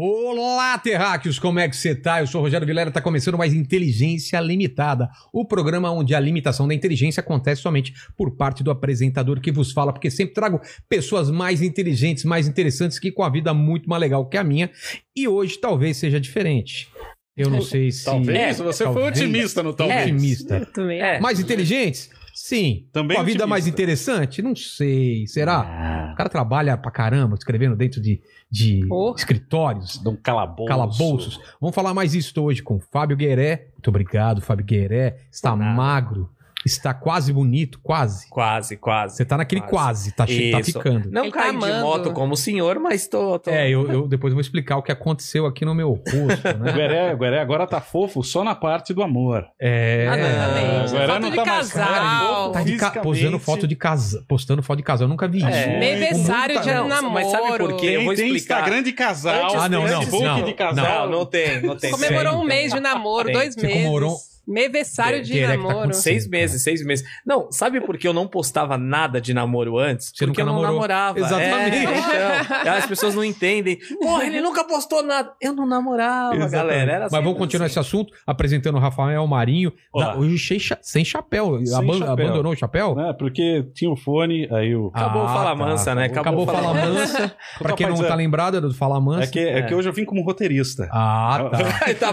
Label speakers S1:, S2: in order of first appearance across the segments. S1: Olá, terráqueos, como é que você tá? Eu sou o Rogério Vilera, tá começando mais Inteligência Limitada, o programa onde a limitação da inteligência acontece somente por parte do apresentador que vos fala, porque sempre trago pessoas mais inteligentes, mais interessantes, que com a vida muito mais legal que a minha, e hoje talvez seja diferente. Eu não sei se...
S2: Talvez,
S3: É,
S2: você foi
S1: talvez.
S2: otimista no talvez.
S1: Otimista.
S3: Também.
S2: É.
S1: Mais inteligentes? Sim.
S2: Também
S1: Com a vida
S2: otimista.
S1: mais interessante? Não sei. Será?
S2: Ah,
S1: O cara trabalha pra caramba, escrevendo dentro de, de
S3: Oh.
S1: escritórios,
S2: de um calabouço.
S1: calabouços. Vamos falar mais isso hoje com Fábio Gueré. Muito obrigado, Fábio Gueré. Está
S3: Por nada.
S1: magro, está quase bonito, quase.
S3: Quase, quase.
S1: Você tá naquele quase, tá, che- tá
S3: Isso.
S1: ficando.
S3: Não
S4: Ele tá
S3: caí de
S4: amando.
S3: moto como o senhor, mas tô. tô-
S1: É, eu, eu depois vou explicar o que aconteceu aqui no meu rosto,
S2: O
S1: né?
S2: Gueré, o Gueré agora tá fofo só na parte do amor.
S1: É.
S4: Ah, não,
S2: Ah,
S4: também.
S2: o Gueré
S4: Foto
S2: não
S4: de
S2: tá mais
S4: casal.
S2: claro,
S1: Tá de ca-
S2: fisicamente.
S1: posando foto de casal, postando foto de casal, eu nunca vi isso.
S3: É.
S4: Aniversário de
S1: Não,
S4: namoro.
S3: mas sabe por quê?
S2: Tem,
S3: eu vou
S2: tem
S3: explicar.
S2: Instagram de casal,
S1: Ah, não,
S2: tem
S1: não,
S2: Facebook
S1: não,
S2: de
S3: Não,
S2: casal.
S3: não tem, não tem.
S4: Comemorou
S1: Tem,
S4: um mês de namoro,
S3: Tem.
S4: dois
S1: Você
S4: meses.
S1: comemorou-
S4: Aniversário de
S1: Gueré que tá
S4: namoro.
S1: com
S3: Seis
S1: Sim,
S3: meses, seis meses. Não, sabe por que eu não postava nada de namoro antes?
S1: Você nunca
S3: Porque eu não
S1: namorou.
S3: namorava.
S1: Exatamente.
S3: É, então, as pessoas não entendem. Porra, ele nunca postou nada. Eu não namorava, galera. Era
S1: Mas vamos
S3: sempre
S1: continuar
S3: assim.
S1: esse assunto apresentando o Rafael Marinho.
S2: Olá.
S1: Da- hoje sem, cha- sem chapéu.
S2: Sem
S1: Aban-
S2: chapéu.
S1: Abandonou o chapéu?
S2: Né, porque tinha o fone, aí
S1: assim.
S2: o...
S3: Acabou o Fala Mansa, né?
S1: tá, Acabou,
S3: Acabou
S1: o
S3: o
S1: Fala
S3: Fala
S1: Mansa. Ah, pra quem não tá
S2: Rapaz,
S1: lembrado era do Fala
S2: é,
S1: Mansa.
S2: é, que, é que hoje eu vim como roteirista.
S1: Ah, tá.
S3: Ele tá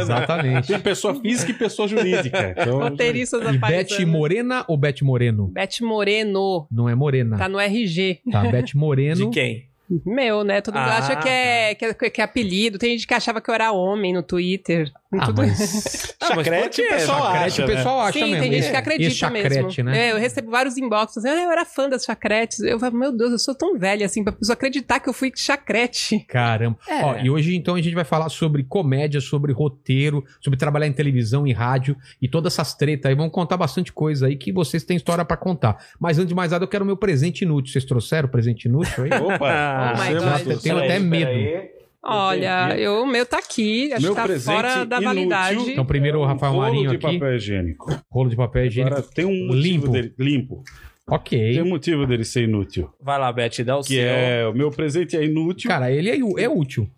S1: Exatamente.
S2: Tem pessoa física e pessoa jurídica. Então,
S4: Roteiristas da
S1: né? E Beth
S4: paisana.
S1: Morena ou Beth Moreno?
S4: Beth Moreno.
S1: Não é Morena.
S4: Tá no RG.
S1: Tá, Beth Moreno.
S3: De quem?
S4: Meu, né? Todo mundo
S3: Ah,
S4: acha que
S1: tá.
S4: é, que, é, que é apelido. Tem gente que achava que eu era homem no Twitter.
S1: Ah, mas...
S3: Ah, mas
S2: Chacrete,
S3: pode-
S2: o pessoal
S3: é,
S1: Chacrete, o
S2: né?
S1: pessoal acha
S4: Sim,
S1: mesmo.
S4: tem gente
S1: Esse-
S4: que
S1: esse
S4: acredita
S1: chacrete,
S4: mesmo.
S1: né?
S4: É, eu recebo vários inboxes. Eu era fã das chacretes. Eu falo, meu Deus, eu sou tão velha assim pra pessoa acreditar que eu fui chacrete.
S1: Caramba.
S3: É.
S1: Ó, e hoje, então, a gente vai falar sobre comédia, sobre roteiro, sobre trabalhar em televisão, em rádio e todas essas tretas aí. Vamos contar bastante coisa aí que vocês têm história pra contar. Mas antes de mais nada, eu quero o meu presente inútil. Vocês trouxeram o presente inútil aí?
S2: Opa,
S1: Ah,
S3: Oh
S4: my
S2: você
S4: God.
S2: matou.
S1: Eu tenho
S3: Peraí,
S1: até medo.
S3: peraí.
S4: Olha,
S2: entendi.
S4: eu, o meu tá aqui. Acho
S2: Meu
S4: que tá
S2: presente
S4: fora da
S2: inútil.
S4: validade.
S1: Então, primeiro o
S2: Um
S1: Rafael
S2: rolo
S1: Marinho
S2: de
S1: aqui.
S2: papel higiênico.
S1: Rolo de papel higiênico.
S2: Agora tem um motivo
S1: Limpo.
S2: dele limpo.
S1: Ok.
S2: Tem um motivo dele ser inútil,
S3: Vai lá, Beth, dá o
S2: que
S3: seu.
S2: é o meu presente é inútil.
S1: Cara, ele é, é útil.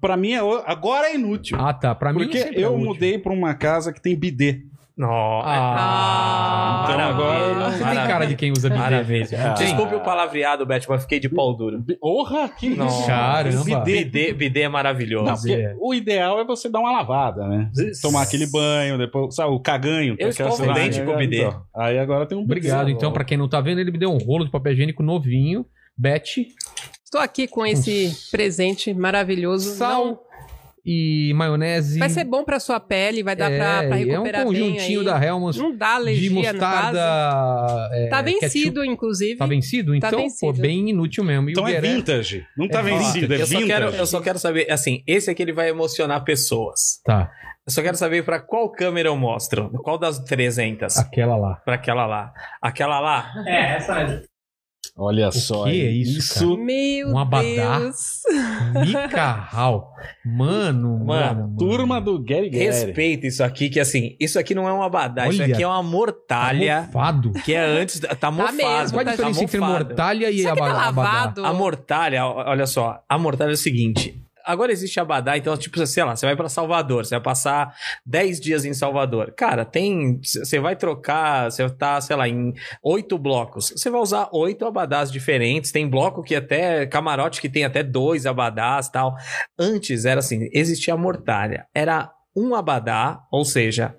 S2: Pra mim é o- agora é inútil.
S1: Ah, tá. Pra mim
S2: porque
S1: sempre é
S2: eu
S1: útil.
S2: mudei pra uma casa que tem bidê.
S3: Nossa.
S1: Ah,
S2: Então
S3: maravilha.
S2: agora eu não-
S1: você tem
S3: Maravilha.
S1: cara de quem usa bidê.
S3: Maravilha.
S2: Ah.
S3: Desculpe o palavreado, Beth, mas fiquei de pau duro.
S2: Porra, que
S3: Nossa.
S1: Caramba.
S2: Bidê.
S3: BD, BD é maravilhoso.
S2: Não, porque o ideal é você dar uma lavada, né? Tomar aquele banho, depois, sabe, o caganho.
S3: Eu escovo
S2: aquela-
S3: o dente com o bidê.
S2: Então, Aí agora tem um
S1: Obrigado.
S2: bidê.
S1: Então, pra quem não tá vendo, ele me deu um rolo de papel higiênico novinho. Beth,
S4: Estou aqui com esse presente maravilhoso.
S1: Sal.
S4: Não-
S1: e maionese.
S4: vai ser bom pra sua pele, vai dar pra, pra
S1: é um
S4: recuperar
S1: conjuntinho
S4: bem
S1: da
S4: aí.
S1: Helmans
S4: Não dá
S1: de
S4: alergia no caso.
S1: mostarda. é,
S4: Tá
S1: ketchup.
S4: vencido, inclusive.
S1: Tá vencido?
S4: Tá
S1: Então,
S4: vencido.
S1: pô, bem inútil mesmo. E
S2: Então
S1: o
S2: é
S1: Gueré-
S2: vintage. Não
S1: É
S2: tá vencido, é
S3: eu, só
S2: vintage.
S3: quero, eu só quero saber, assim, esse aqui ele vai emocionar pessoas.
S1: Tá,
S3: Eu só quero saber pra qual câmera eu mostro. Qual das 300?
S1: aquela lá.
S3: Pra aquela lá. Aquela lá? É, essa
S2: Olha
S1: só,
S2: só.
S1: que hein? é isso, cara?
S4: Meu
S1: Um abadá.
S4: Deus.
S1: Micarral. Mano, mano, mano.
S2: Turma do Gary Gary.
S3: Respeita isso aqui, que assim, isso aqui não é um abadá, isso
S1: Olha.
S3: aqui é uma mortalha,
S1: Tá Mofado.
S3: que é antes, da- tá mofado.
S4: mesmo,
S1: Qual a
S4: tá-
S1: diferença entre
S3: mofado.
S1: mortalha e
S4: Será que tá
S1: aba- abadá?
S4: lavado?
S3: A mortalha, o- olha só, a mortalha é o seguinte. Agora existe Abadá, então, tipo, sei lá, você vai pra Salvador, você vai passar 10 dias em Salvador. Cara, tem. c- Você vai trocar, você tá, sei lá, em oito blocos. Você vai usar oito abadás diferentes. Tem bloco que até. Camarote que tem até dois abadás tal. Antes era assim: existia a mortalha. Era um abadá, ou seja,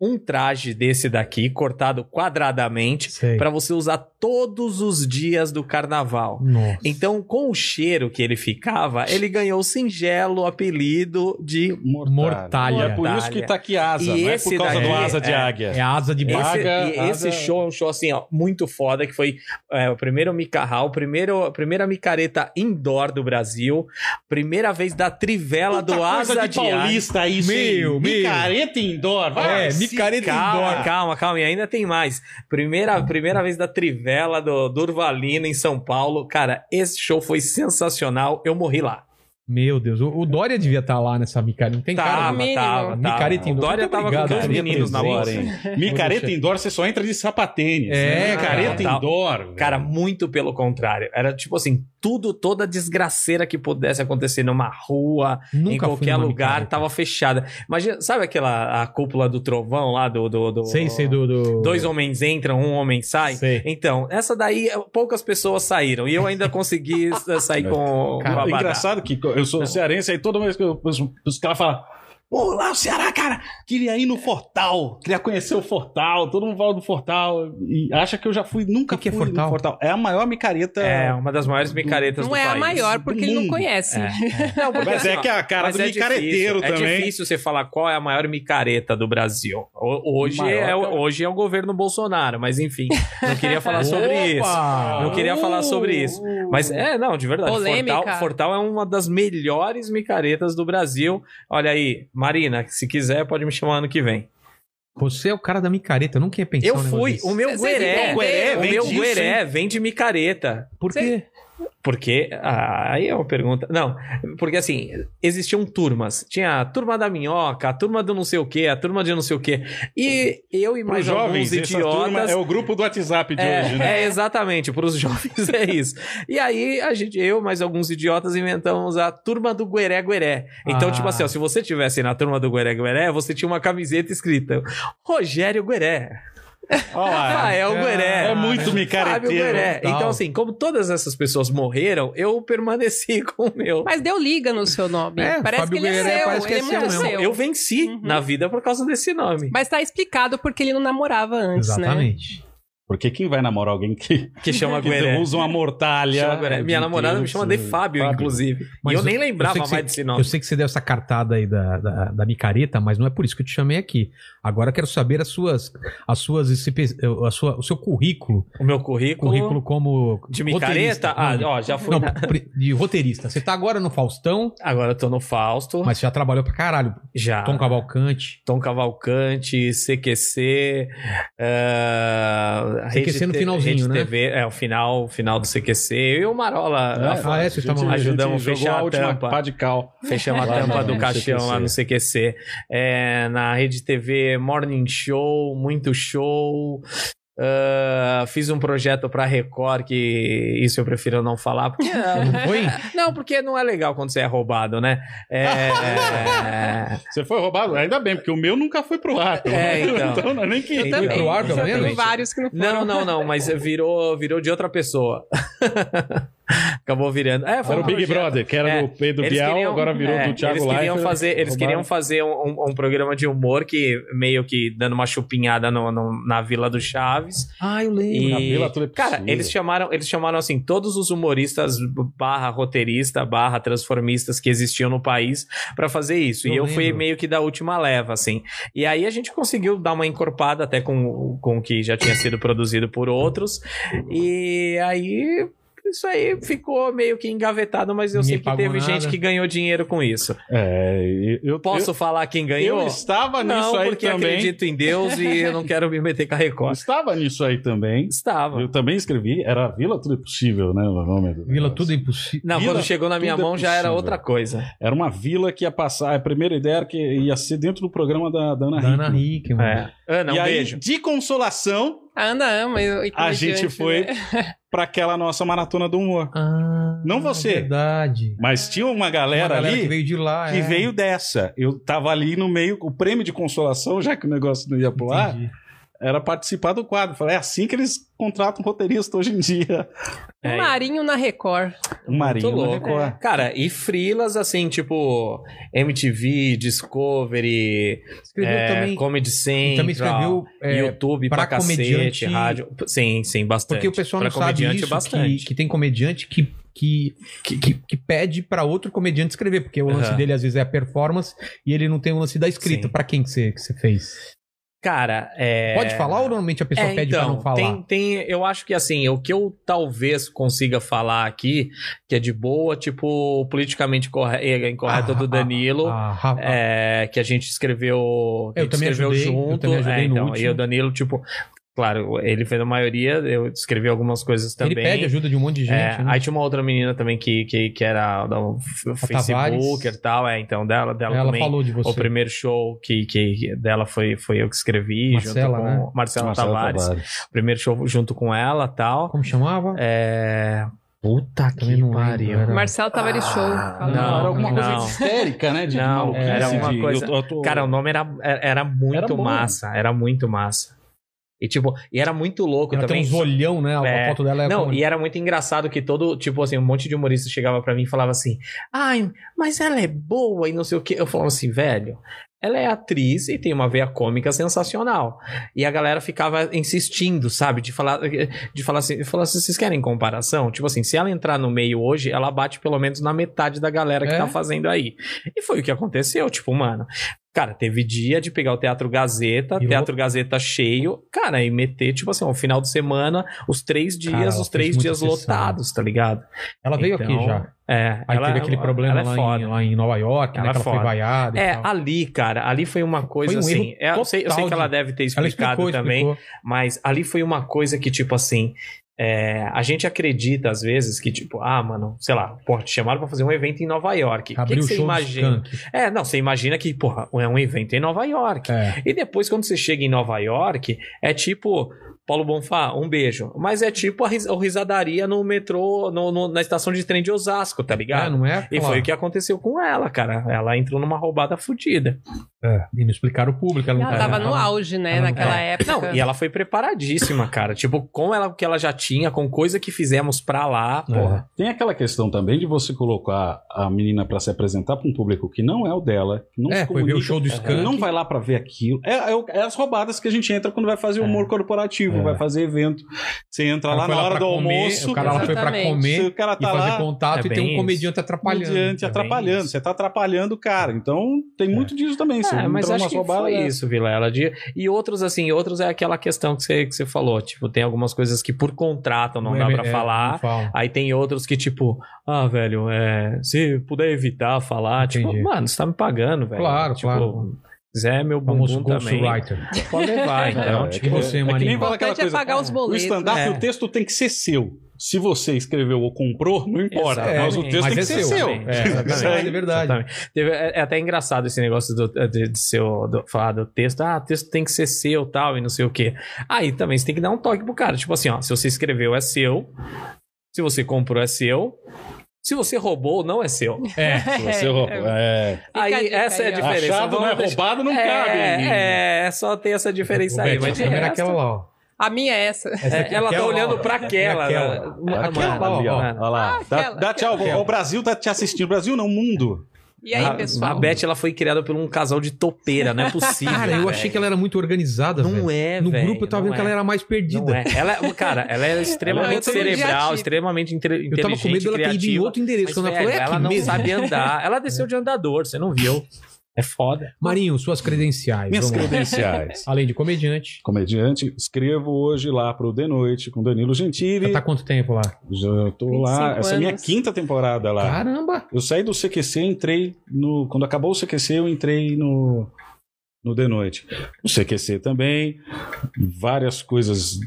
S3: um traje desse daqui, cortado quadradamente,
S1: Sei.
S3: pra você usar todos os dias do carnaval.
S1: Nossa.
S3: Então, com o cheiro que ele ficava, ele ganhou o singelo apelido de.
S2: E
S1: Mortalha.
S2: é por isso que tá aqui asa,
S3: E
S2: não é
S3: esse
S2: por causa
S3: daqui
S2: do asa de
S3: é-
S2: águia.
S1: É a asa de
S3: Esse,
S1: baga.
S2: Vaga,
S3: e esse
S2: vaga.
S3: show é um show assim, ó, muito foda, que foi é, o primeiro micarral, primeiro, a primeira micareta indoor do Brasil, primeira vez da trivela do
S2: Puta coisa
S3: Asa
S2: de
S3: de Águia.
S2: paulista isso,
S1: Meu,
S2: hein?
S1: meu.
S2: Micareta indoor, vai.
S1: É,
S2: se
S1: Picareta
S3: Calma,
S1: indoor.
S3: calma, calma. E ainda tem mais. Primeira, primeira vez da Trivela do Durvalina em São Paulo. Cara, esse show foi sensacional. Eu morri lá.
S1: Meu Deus, o, o Dória devia estar lá nessa micareta. Não tem cara.
S3: Tava,
S1: né?
S4: mínimo.
S3: tava,
S1: Micareta
S3: tava. O
S1: indoor.
S3: Dória
S1: Muito
S3: tava
S1: obrigado,
S3: com os
S1: Dória,
S3: meninos na
S1: presença.
S3: hora, hein?
S2: Micareta
S1: deixar.
S2: indoor, você só entra de sapatênis.
S1: É,
S2: né? Micareta
S3: cara.
S2: indoor. velho.
S3: Cara,
S1: Uhum.
S3: muito pelo contrário. Era tipo assim, tudo, toda desgraceira que pudesse acontecer numa rua,
S1: Nunca fui
S3: em qualquer
S1: numa
S3: lugar,
S1: micareta.
S3: tava fechada. Imagina, sabe aquela a cúpula do trovão lá do. do, do-
S1: Sei, sei do. do...
S3: Dois homens entram, um homem sai.
S1: Sei.
S3: Então, essa daí, poucas pessoas saíram. E eu ainda consegui s- sair com,
S2: Cara,
S3: com a Badá.
S2: engraçado que eu sou cearense, aí toda vez que eu, os, os caras falam, pô, lá o Ceará, cara, queria ir no Fortal, queria conhecer o Fortal, todo mundo fala do Fortal, e acha que eu já fui, nunca
S1: O que que é
S2: fui
S1: Fortal?
S2: no Fortal. É a maior micareta.
S3: É, uma das maiores micaretas do
S4: Não é a
S3: país.
S4: maior, porque ele
S1: Hum.
S4: não
S2: mundo.
S4: conhece.
S1: É.
S3: Não, porque
S2: Mas
S3: assim,
S2: é
S3: ó,
S2: que é a cara
S3: mas
S2: do
S3: é
S2: micareteiro
S3: difícil, É
S2: também.
S3: difícil você falar qual é a maior micareta do Brasil. O- Hoje,
S2: Maior,
S3: é,
S2: cara.
S3: o- hoje é o governo Bolsonaro, mas enfim, não queria falar sobre isso. Não queria falar sobre isso. Mas é, não, de verdade.
S4: Polêmica.
S3: Fortal, Fortal é uma das melhores micaretas do Brasil. Olha aí, Marina, se quiser, pode me chamar ano que vem.
S1: Você é o cara da micareta, eu nunca ia pensar
S3: Eu
S1: um negócio
S3: fui,
S1: desse.
S3: o meu
S4: Vocês
S3: gueré.
S4: entenderam?
S2: Gueré
S3: O
S2: vem
S3: meu
S2: disso,
S3: gueré vem de micareta.
S1: Por quê?
S3: Porque. ah, Aí é uma pergunta. Não, porque assim, existiam turmas. Tinha a turma da minhoca, a turma do não sei o quê, a turma de não sei o quê. E eu
S2: Para
S3: e
S2: os
S3: mais
S2: jovens,
S3: alguns
S2: essa turma
S3: idiotas.
S2: é o grupo do WhatsApp de
S3: É,
S2: hoje, né?
S3: é, exatamente, para os jovens é isso. E aí, a gente, eu mais alguns idiotas inventamos a turma do Gueré Gueré. Então,
S1: Ah.
S3: tipo assim, ó, se você tivesse na turma do Gueré Gueré, você tinha uma camiseta escrita Rogério Gueré,
S2: Olha lá.
S3: Rafael
S1: cara.
S3: Gueré.
S2: É muito
S3: Fábio Gueré.
S2: micareteiro.
S1: tal.
S3: Então, assim, como todas essas pessoas morreram, eu permaneci com o meu.
S4: Mas deu liga no seu nome.
S1: É,
S4: parece
S1: Fábio
S4: que ele
S1: Gueré
S4: é seu.
S1: parece que
S4: ele
S1: é
S4: é
S1: seu
S4: muito
S1: mesmo.
S4: seu.
S3: Eu venci
S4: Uhum.
S3: na vida por causa desse nome.
S4: Mas tá explicado porque ele não namorava antes, né?
S1: Exatamente.
S2: Porque quem vai namorar alguém que,
S3: Que chama
S2: que
S3: Gueré.
S2: usa uma
S1: um
S2: mortalha?
S3: Chama Gueré. Minha namorada me chama de Fábio, inclusive.
S1: Mas
S3: e eu, nem
S1: eu
S3: lembrava
S1: sei que
S3: mais
S1: você-
S3: desse
S1: Eu
S3: nome.
S1: sei que você deu essa cartada aí da, da, da micareta, mas não é por isso que eu te chamei aqui. Agora eu quero saber as suas, as suas, espe- a sua, o seu currículo,
S3: O meu currículo,
S1: currículo como
S3: de micareta. Ah,
S1: roteirista.
S3: ó, já fui.
S1: não,
S3: na-
S1: pri- de roteirista. Você tá agora no Faustão,
S3: Agora eu tô Ah. no Fausto.
S1: mas já trabalhou pra caralho.
S3: Já.
S1: Tom Cavalcante.
S3: Tom Cavalcante, CQC, uh,
S1: CQC no finalzinho, né?
S3: TV, é, o final, o final do CQC. Eu e o
S2: É,
S3: Marola
S1: Ah, é, vocês estavam
S2: a
S1: lá.
S2: gente
S3: Ajudamos a
S2: jogou
S3: fechar a
S2: um última
S3: tampa.
S2: pá de cal.
S3: Fechamos a
S2: Lá
S3: tampa
S2: no
S3: do caixão
S2: CQC.
S3: lá no CQC. É, na Rede TV Morning Show, muito show. Ah, fiz um projeto pra Record que isso eu prefiro não falar. Porque,
S1: Não foi?
S3: não, porque não é legal quando você é roubado, né? É,
S2: Você foi roubado? Ainda bem, porque o meu nunca foi pro ar.
S3: É, então.
S2: não é nem que.
S4: Eu
S3: Ele
S4: também.
S3: foi pro ar, pelo
S4: Eu
S1: menos?
S4: tenho vários que não foram.
S3: não, não, não, mas virou, virou de outra pessoa. Acabou virando. É, foi
S2: Era
S3: um
S2: o Big
S3: projeto.
S2: Brother, que era
S3: É,
S2: do Pedro
S3: Eles
S2: Bial,
S3: queriam-
S2: agora virou
S3: é,
S2: do Thiago
S3: eles queriam
S2: Leifert.
S3: fazer Eles
S2: Roubaram.
S3: queriam fazer um, um- um programa de humor que meio que dando uma chupinhada no- no- na Vila do Chaves.
S1: Ah, eu lembro.
S3: E,
S2: na Vila tudo é
S3: cara,
S2: possível.
S3: eles chamaram, eles chamaram assim, todos os humoristas barra roteirista, barra transformistas que existiam no país pra fazer isso.
S1: Eu
S3: e eu fui
S1: lembro.
S3: meio que da última leva, assim. E aí a gente conseguiu dar uma encorpada até com, com o que já tinha sido produzido por outros. E aí. Isso aí ficou meio que engavetado, mas eu
S1: Ninguém
S3: sei que
S1: pagou
S3: teve
S1: nada.
S3: gente que ganhou dinheiro com isso.
S2: É, e eu
S3: Posso falar quem
S2: Eu,
S3: ganhou?
S2: eu estava nisso
S3: não,
S2: aí
S3: porque
S2: também.
S3: acredito em Deus e eu não quero me meter com a
S2: Eu
S3: Record.
S2: estava nisso aí também.
S3: Estava.
S2: Eu também escrevi, era Vila Tudo é Possível, né? O nome do
S1: Vila,
S2: negócio.
S1: tudo é impossível.
S3: Não,
S2: Vila,
S3: quando chegou na minha
S2: tudo é
S3: mão já era
S2: possível.
S3: outra coisa.
S2: Era uma vila que ia passar. A primeira ideia era que ia ser dentro do programa da, da Ana
S1: Dana
S2: Hickman.
S1: Rick, mano.
S3: É. Ana, um
S2: e aí,
S3: beijo.
S2: de consolação,
S4: A Ana ama. e- e
S2: a gente
S4: comediante,
S2: foi
S4: né?
S2: pra aquela nossa maratona do humor.
S1: Ah,
S2: Não você.
S1: Verdade.
S2: Mas tinha uma galera,
S1: Uma galera
S2: ali
S1: que veio de lá.
S2: que
S1: é.
S2: veio dessa. Eu tava ali no meio, o prêmio de consolação, já que o negócio não ia pro ar,
S1: Entendi.
S2: era participar do quadro. Falei, é assim que eles contratam roteirista hoje em dia.
S4: O
S3: É.
S4: Um Marinho na Record.
S2: O Marinho
S1: é
S3: Muito
S2: na
S3: louco. É.
S2: Record.
S3: Cara, e frilas assim, tipo MTV, Discovery,
S1: Escreveu
S3: é,
S1: também.
S3: Comedy Central,
S1: E também escreveu é,
S3: YouTube pra,
S1: pra
S3: cacete,
S1: comediante-
S3: rádio. Sim, sim, bastante.
S1: Porque o pessoal
S3: Pra
S1: não sabe
S3: comediante,
S1: isso, que,
S3: bastante.
S1: que tem comediante que, que, que, que- que pede pra outro comediante escrever, porque o lance
S3: Aham.
S1: dele às vezes é a performance e ele não tem o lance da escrita.
S3: Sim.
S1: Pra quem que você, que você fez?
S3: Cara, é.
S1: Pode falar ou normalmente a pessoa
S3: É,
S1: pede pra não falar?
S3: Tem, tem, eu acho que assim, o que eu talvez consiga falar aqui, que é de boa, tipo, politicamente corre- eh, incorreto do Danilo.
S1: Ah, ra-
S3: é, que a gente escreveu, que a
S1: Eu
S3: gente
S1: também
S3: escreveu
S1: ajudei, eu
S3: junto.
S1: também ajudei
S3: é,
S1: no
S3: então,
S1: último.
S3: E o Danilo, tipo, claro, ele fez a maioria, eu escrevi algumas coisas
S1: ele
S3: também.
S1: pede ajuda de um monte de gente.
S3: É,
S1: né?
S3: Aí tinha uma outra menina também que, que, que era da um Facebook
S1: Tavares.
S3: e tal, é, então dela, dela
S1: Ela
S3: também.
S1: falou de você.
S3: O primeiro show que, que dela foi, foi eu que escrevi,
S1: Marcela,
S3: junto com
S1: né?
S3: Marcela,
S5: Marcelo
S3: Tavares. Primeiro show junto com ela tal.
S1: Como chamava?
S3: É. Puta
S1: Também
S3: que
S1: não lembro,
S3: pariu.
S1: era-
S4: Marcelo Tavares Show. Fala.
S3: não,
S2: era alguma coisa
S3: não.
S2: histérica, né? De
S3: Não,
S2: maluquice,
S3: era uma
S2: de-
S3: coisa-
S2: eu tô- eu tô-
S3: Cara, o nome era, era muito
S2: Era bom.
S3: massa. Era muito massa. E tipo, e era muito louco
S1: Ela
S3: também.
S1: tem uns olhão, né? A
S3: É.
S1: foto dela é
S3: Não,
S1: com-
S3: e era muito engraçado que todo, tipo assim, um monte de humorista chegava pra mim e falava assim: "Ai, mas ela é boa e não sei o quê". Eu falava assim, velho, ela é atriz e tem uma veia cômica sensacional. E a galera ficava insistindo, sabe, de falar de falar assim, falar assim, vocês querem comparação? Tipo assim, se ela entrar no meio hoje, ela bate pelo menos na metade da galera que
S1: É?
S3: tá fazendo aí. E foi o que aconteceu, tipo, mano, Cara, teve dia de pegar o Teatro Gazeta,
S1: E
S3: Teatro Gazeta cheio, cara, e meter, tipo assim, o final de semana, os três dias,
S1: Cara, ela
S3: os
S1: fez
S3: três
S1: muita
S3: dias
S1: sessão.
S3: lotados, tá ligado?
S1: Ela veio
S3: Então,
S1: aqui já.
S3: É,
S1: Aí teve aquele problema
S3: ela é
S1: lá,
S3: foda.
S1: em, lá em Nova York, né?
S3: Ela é
S1: Que ela foi
S3: foda.
S1: vaiada
S3: É,
S1: e tal.
S3: ali, cara, ali foi uma coisa
S1: um
S3: assim.
S1: erro
S3: é, eu, sei, eu sei
S1: total
S3: que ela
S1: de-
S3: deve ter
S1: Ela
S3: explicado
S1: explicou,
S3: também,
S1: explicou.
S3: mas ali foi uma coisa que, tipo assim, é, a gente acredita às vezes que, tipo, ah, mano, sei lá, pô, te chamaram pra fazer um evento em Nova York. O que,
S1: Abriu
S3: que
S1: o
S3: você
S1: show do
S3: imagina?
S1: Skank.
S3: É, não, você imagina que, porra, é um evento em Nova York.
S1: É.
S3: E depois, quando você chega em Nova York, é tipo. Paulo Bonfá, um beijo. Mas é tipo a, ris- a risadaria no metrô, no- no- na estação de trem de Osasco, tá
S1: Ah,
S3: ligado?
S1: não é?
S3: e
S1: Claro.
S3: foi o que aconteceu com ela, cara. Ela entrou numa roubada fodida.
S1: É, E não explicaram o público. Ela, Ah, não
S4: Ela tava no
S1: ela-
S4: auge, né?
S1: ela não
S4: naquela
S1: tava.
S4: época.
S3: Não, e ela foi preparadíssima, cara. tipo, com ela o que ela já tinha, com coisa que fizemos pra lá,
S1: É.
S3: porra.
S2: Tem aquela questão também de você colocar a menina pra se apresentar pra um público que não é o dela, que não
S1: É,
S2: se
S1: foi ver o
S2: comunica,
S1: show do Skank.
S2: não vai lá pra ver aquilo. É, é o- é as roubadas que a gente entra quando vai fazer humor corporativo,
S1: É.
S2: vai fazer evento. Você entra
S1: Ela
S2: lá
S1: foi
S2: na hora
S1: pra
S2: do
S1: comer,
S2: almoço,
S1: O cara lá foi pra
S4: Exatamente.
S1: comer
S2: o cara
S1: e
S2: tá
S1: fazer
S2: lá
S1: contato
S3: É
S1: e tem um
S3: bem
S1: comediante atrapalhando. é
S2: mediante,
S3: também
S2: atrapalhando.
S3: isso.
S2: Você tá atrapalhando o cara. Então tem muito disso também. Você
S3: É,
S2: entra
S3: mas
S2: numa
S3: acho que
S2: roubada
S3: foi
S2: dessa.
S3: isso, Vilela. De... E outros, assim, outros é aquela questão que você, que você falou. Tipo, tem algumas coisas que por contrato não dá
S1: é,
S3: pra
S1: é,
S3: falar.
S1: não fala.
S3: Aí tem outros que, tipo, ah, velho, é, se puder evitar falar,
S1: Entendi.
S3: tipo, mano, você tá me pagando, velho.
S1: Claro,
S3: tipo,
S1: claro.
S3: Zé é meu
S1: Famoso
S3: bumbum também.
S1: ghostwriter.
S3: Pode levar, então.
S2: É,
S1: E você,
S2: É que nem
S1: Marinho?
S2: fala aquela
S4: Importante é
S2: coisa. "Ah,
S4: pagar os
S2: O
S4: boletos.
S2: stand-up,
S3: É.
S2: o texto tem que ser seu. Se você escreveu ou comprou, não importa.
S3: Exatamente.
S2: Mas o texto
S1: Mas
S2: tem
S1: é
S2: que ser
S1: seu.
S2: seu.
S3: Exatamente.
S1: É,
S2: Isso aí.
S1: exatamente, é verdade.
S3: Exatamente. Teve- É, é até engraçado esse negócio do, de, de seu, do- falar do texto. Ah, o texto tem que ser seu tal, e não sei o quê. Aí também você tem que dar um toque pro cara. Tipo assim, ó, se você escreveu é seu, se você comprou é seu, se você roubou não é seu.
S2: Se você roubou. É.
S4: a
S3: aí
S4: dica
S3: essa é a
S4: aí, ó.
S3: diferença.
S2: Achado não é
S3: Vamos deixar-
S2: roubado, não
S3: é,
S2: cabe.
S3: É, é só tem essa diferença aí.
S1: Roberto,
S3: Mas de
S1: a câmera é
S3: resto,
S1: aquela lá, ó.
S4: A minha é essa.
S1: Essa
S3: é,
S1: aqui,
S3: ela tá
S1: aquela lá,
S3: olhando
S1: ó.
S3: pra aquela.
S1: Aquela.
S3: né?
S2: Aquela,
S1: Mano,
S2: ali, ó.
S3: mano.
S2: Olha lá.
S4: Ah,
S2: Dá-
S4: aquela,
S2: dá tchau.
S1: aquela.
S2: O Brasil tá te assistindo. Brasil não, mundo.
S4: E aí,
S3: a,
S4: pessoal?
S3: a Beth ela foi criada por um casal de topeira, não é possível.
S1: Cara, eu achei
S3: velho.
S1: que ela era muito organizada,
S3: Não
S1: velho.
S3: é,
S1: No
S3: velho,
S1: grupo eu tava
S3: não
S1: vendo que ela
S3: é.
S1: era mais
S3: Não
S1: perdida.
S3: é. Ela, cara, ela é
S4: Eu
S3: extremamente
S4: tô no dia
S3: cerebral,
S4: ativo.
S3: extremamente inte- inteligente,
S1: Eu tava com medo dela ter
S3: criativa.
S1: ido em outro endereço.
S3: mas,
S1: Quando ela
S3: velho,
S1: falou, é
S3: ela
S1: aqui
S3: não
S1: mesmo.
S3: sabe andar. Ela desceu de andador, você não viu. É foda.
S1: Marinho, suas credenciais.
S2: Minhas
S1: vamos lá.
S2: credenciais.
S1: Além de comediante.
S2: Comediante, escrevo hoje lá pro De Noite com Danilo Gentili.
S1: Já tá há quanto tempo lá?
S2: Já tô lá.
S4: 25
S2: Essa é a minha
S4: anos.
S2: quinta temporada lá.
S1: Caramba!
S2: Eu saí do CQC, entrei no. Quando acabou o CQC, eu entrei no. No The Noite. O CQC também. Várias coisas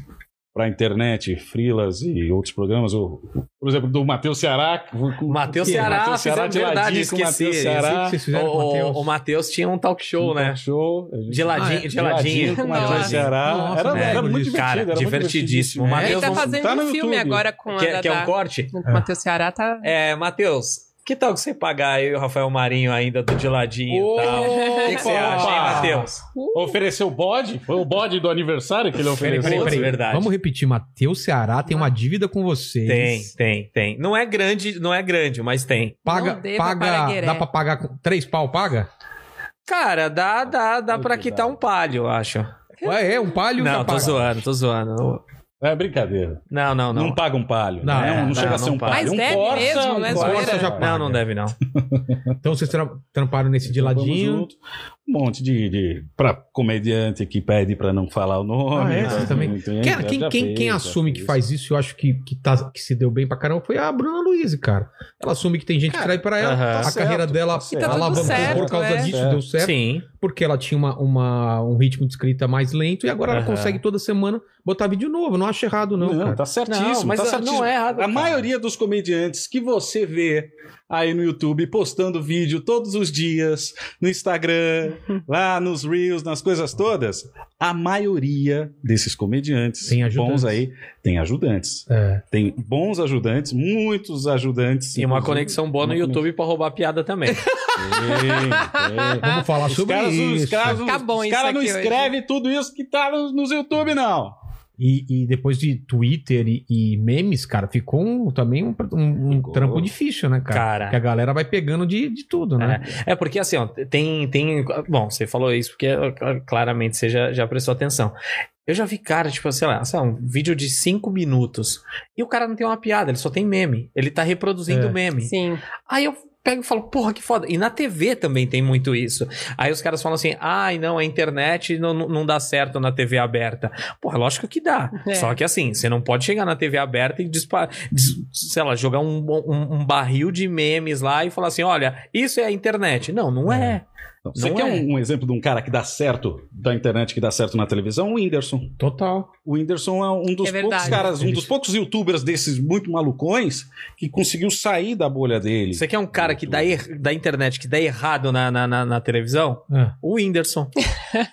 S2: pra internet, frilas e outros programas. O, o- por exemplo, do Matheus Ceará.
S3: O Matheus
S2: que-
S3: Ceará,
S2: Matheus Ceará
S3: fizemos
S2: de
S3: verdade,
S2: ladinho com o
S3: esqueci.
S2: Matheus Ceará.
S1: O que vocês
S3: O,
S1: fizeram com o
S3: o,
S1: Matheus?
S3: o Matheus tinha um talk show, né?
S2: Show. a gente-
S3: De ladinho,
S1: Ah, é.
S3: de
S2: de ladinho
S3: ladinho.
S2: com o
S4: Nossa.
S2: Matheus Ceará.
S1: Nossa,
S2: era,
S1: velho,
S2: era muito
S1: isso.
S2: divertido.
S3: Cara,
S2: era muito
S3: divertidíssimo.
S2: divertidíssimo.
S3: Mas
S4: Ele
S3: Matheus, é
S4: tá
S3: vamos-
S4: fazendo
S2: tá no
S4: um filme
S2: YouTube.
S4: agora com a
S3: Que,
S4: Dadá.
S3: que é um corte.
S4: O Matheus Ceará tá...
S3: É, Matheus, que tal que você pagar eu e o Rafael Marinho ainda do de ladinho e tal? O que, que você acha, hein, Matheus?
S2: Ofereceu o bode? Foi o bode do aniversário que ele
S3: Peraí,
S2: ofereceu?
S3: peraí, peraí. é Verdade.
S1: Vamos repetir, Matheus Ceará tem uma dívida com vocês.
S3: Tem, tem, tem. Não é grande, não é grande, mas tem.
S1: Paga,
S4: Não deva para
S1: paga,
S4: Gueré.
S1: dá pra pagar com três pau, paga?
S3: Cara, dá, dá, dá
S2: Meu
S3: pra
S2: Deus,
S3: quitar
S2: dá.
S3: um palho, eu acho.
S1: Ué, é um palho já
S3: Não, tô
S1: paga.
S3: zoando, tô zoando.
S2: É brincadeira.
S3: Não, não,
S2: Não,
S3: não.
S2: paga um palho.
S1: Não,
S2: né?
S1: é,
S2: não,
S3: não,
S2: chega a ser
S3: não
S2: um
S3: paga.
S2: palho.
S4: Mas
S2: um
S4: deve
S2: Corsa,
S4: mesmo,
S2: um
S4: né?
S2: Corsa
S4: Zoeira.
S2: já
S3: Não, não deve, não.
S1: Então vocês tra- tramparam nesse de
S2: Vamos
S1: ladinho.
S2: junto. um monte de, de pra comediante que pede pra não falar o nome.
S1: Ah, é? Você também-
S2: Entende?
S1: Quem,
S2: Já-
S1: quem,
S2: já
S1: quem-
S2: fez,
S1: quem
S2: já
S1: assume que
S2: fez.
S1: faz isso, eu acho que, que, tá- que se deu bem pra caramba, foi a Bruna Luiz, cara. Ela assume que tem gente que trai pra ela,
S3: aham.
S1: a
S3: Tá
S1: carreira dela
S2: tá certo.
S4: E tá tudo
S1: alavancou por
S4: certo,
S1: causa
S4: é.
S1: disso,
S2: É.
S1: deu certo.
S3: Sim.
S1: Porque ela tinha uma, uma- um ritmo de escrita mais lento e agora ela
S3: Aham.
S1: consegue toda semana botar vídeo novo. Não acho errado, não,
S2: Não,
S1: cara.
S2: tá certíssimo.
S3: Não, mas
S2: tá
S3: a-
S2: certíssimo.
S3: não é errado,
S2: A
S3: cara.
S2: maioria dos comediantes que você vê aí no YouTube postando vídeo todos os dias, no Instagram, lá nos Reels, nas coisas todas, a maioria desses comediantes
S1: Tem ajudantes.
S2: bons aí tem ajudantes.
S1: É.
S2: Tem bons ajudantes, muitos ajudantes.
S3: E uma
S2: inclusive.
S3: conexão boa no
S2: Uma
S3: YouTube pra roubar piada também.
S2: Tem, tem.
S1: Vamos falar
S2: Tá. Os
S1: sobre
S2: caras,
S1: isso.
S2: os caras, os-
S4: Tá bom
S2: os
S4: isso
S2: caras não
S4: aqui hoje.
S2: escrevem tudo isso que tá nos, nos YouTube, não.
S1: E, e depois de Twitter e, e memes, cara, ficou um- também um, um- um
S2: Ficou.
S1: trampo difícil, né, cara?
S3: Cara.
S1: Que a galera vai pegando de, de tudo, né?
S3: É porque assim, ó, tem, tem. Bom, você falou isso porque ó, claramente você já, já prestou atenção. Eu já vi cara, tipo, sei lá, sei lá, um vídeo de cinco minutos. E o cara não tem uma piada, ele só tem meme. Ele tá reproduzindo
S1: É.
S3: meme.
S4: Sim.
S3: Aí eu pego e falo, porra, que foda. E na TV também tem muito isso. Aí os caras falam assim, ai, não, a internet não, não- não dá certo na TV aberta. Porra, lógico que dá.
S4: É.
S3: Só que assim, você não pode chegar na TV aberta e disparar, sei lá, jogar um, um- um barril de memes lá e falar assim, olha, isso é a internet. Não, não é.
S2: Não, Você
S3: Não
S2: quer
S3: é.
S2: um, um exemplo de um cara que dá certo da internet, que dá certo na televisão? O Whindersson.
S1: Total.
S2: O Whindersson é um dos
S4: É
S2: poucos
S4: verdade.
S2: caras, um
S1: Ele-
S2: dos poucos youtubers desses muito malucões que conseguiu sair da bolha dele.
S3: Você quer um cara que dá er- da internet que dá errado na, na, na- na televisão?
S1: É.
S3: O Whindersson.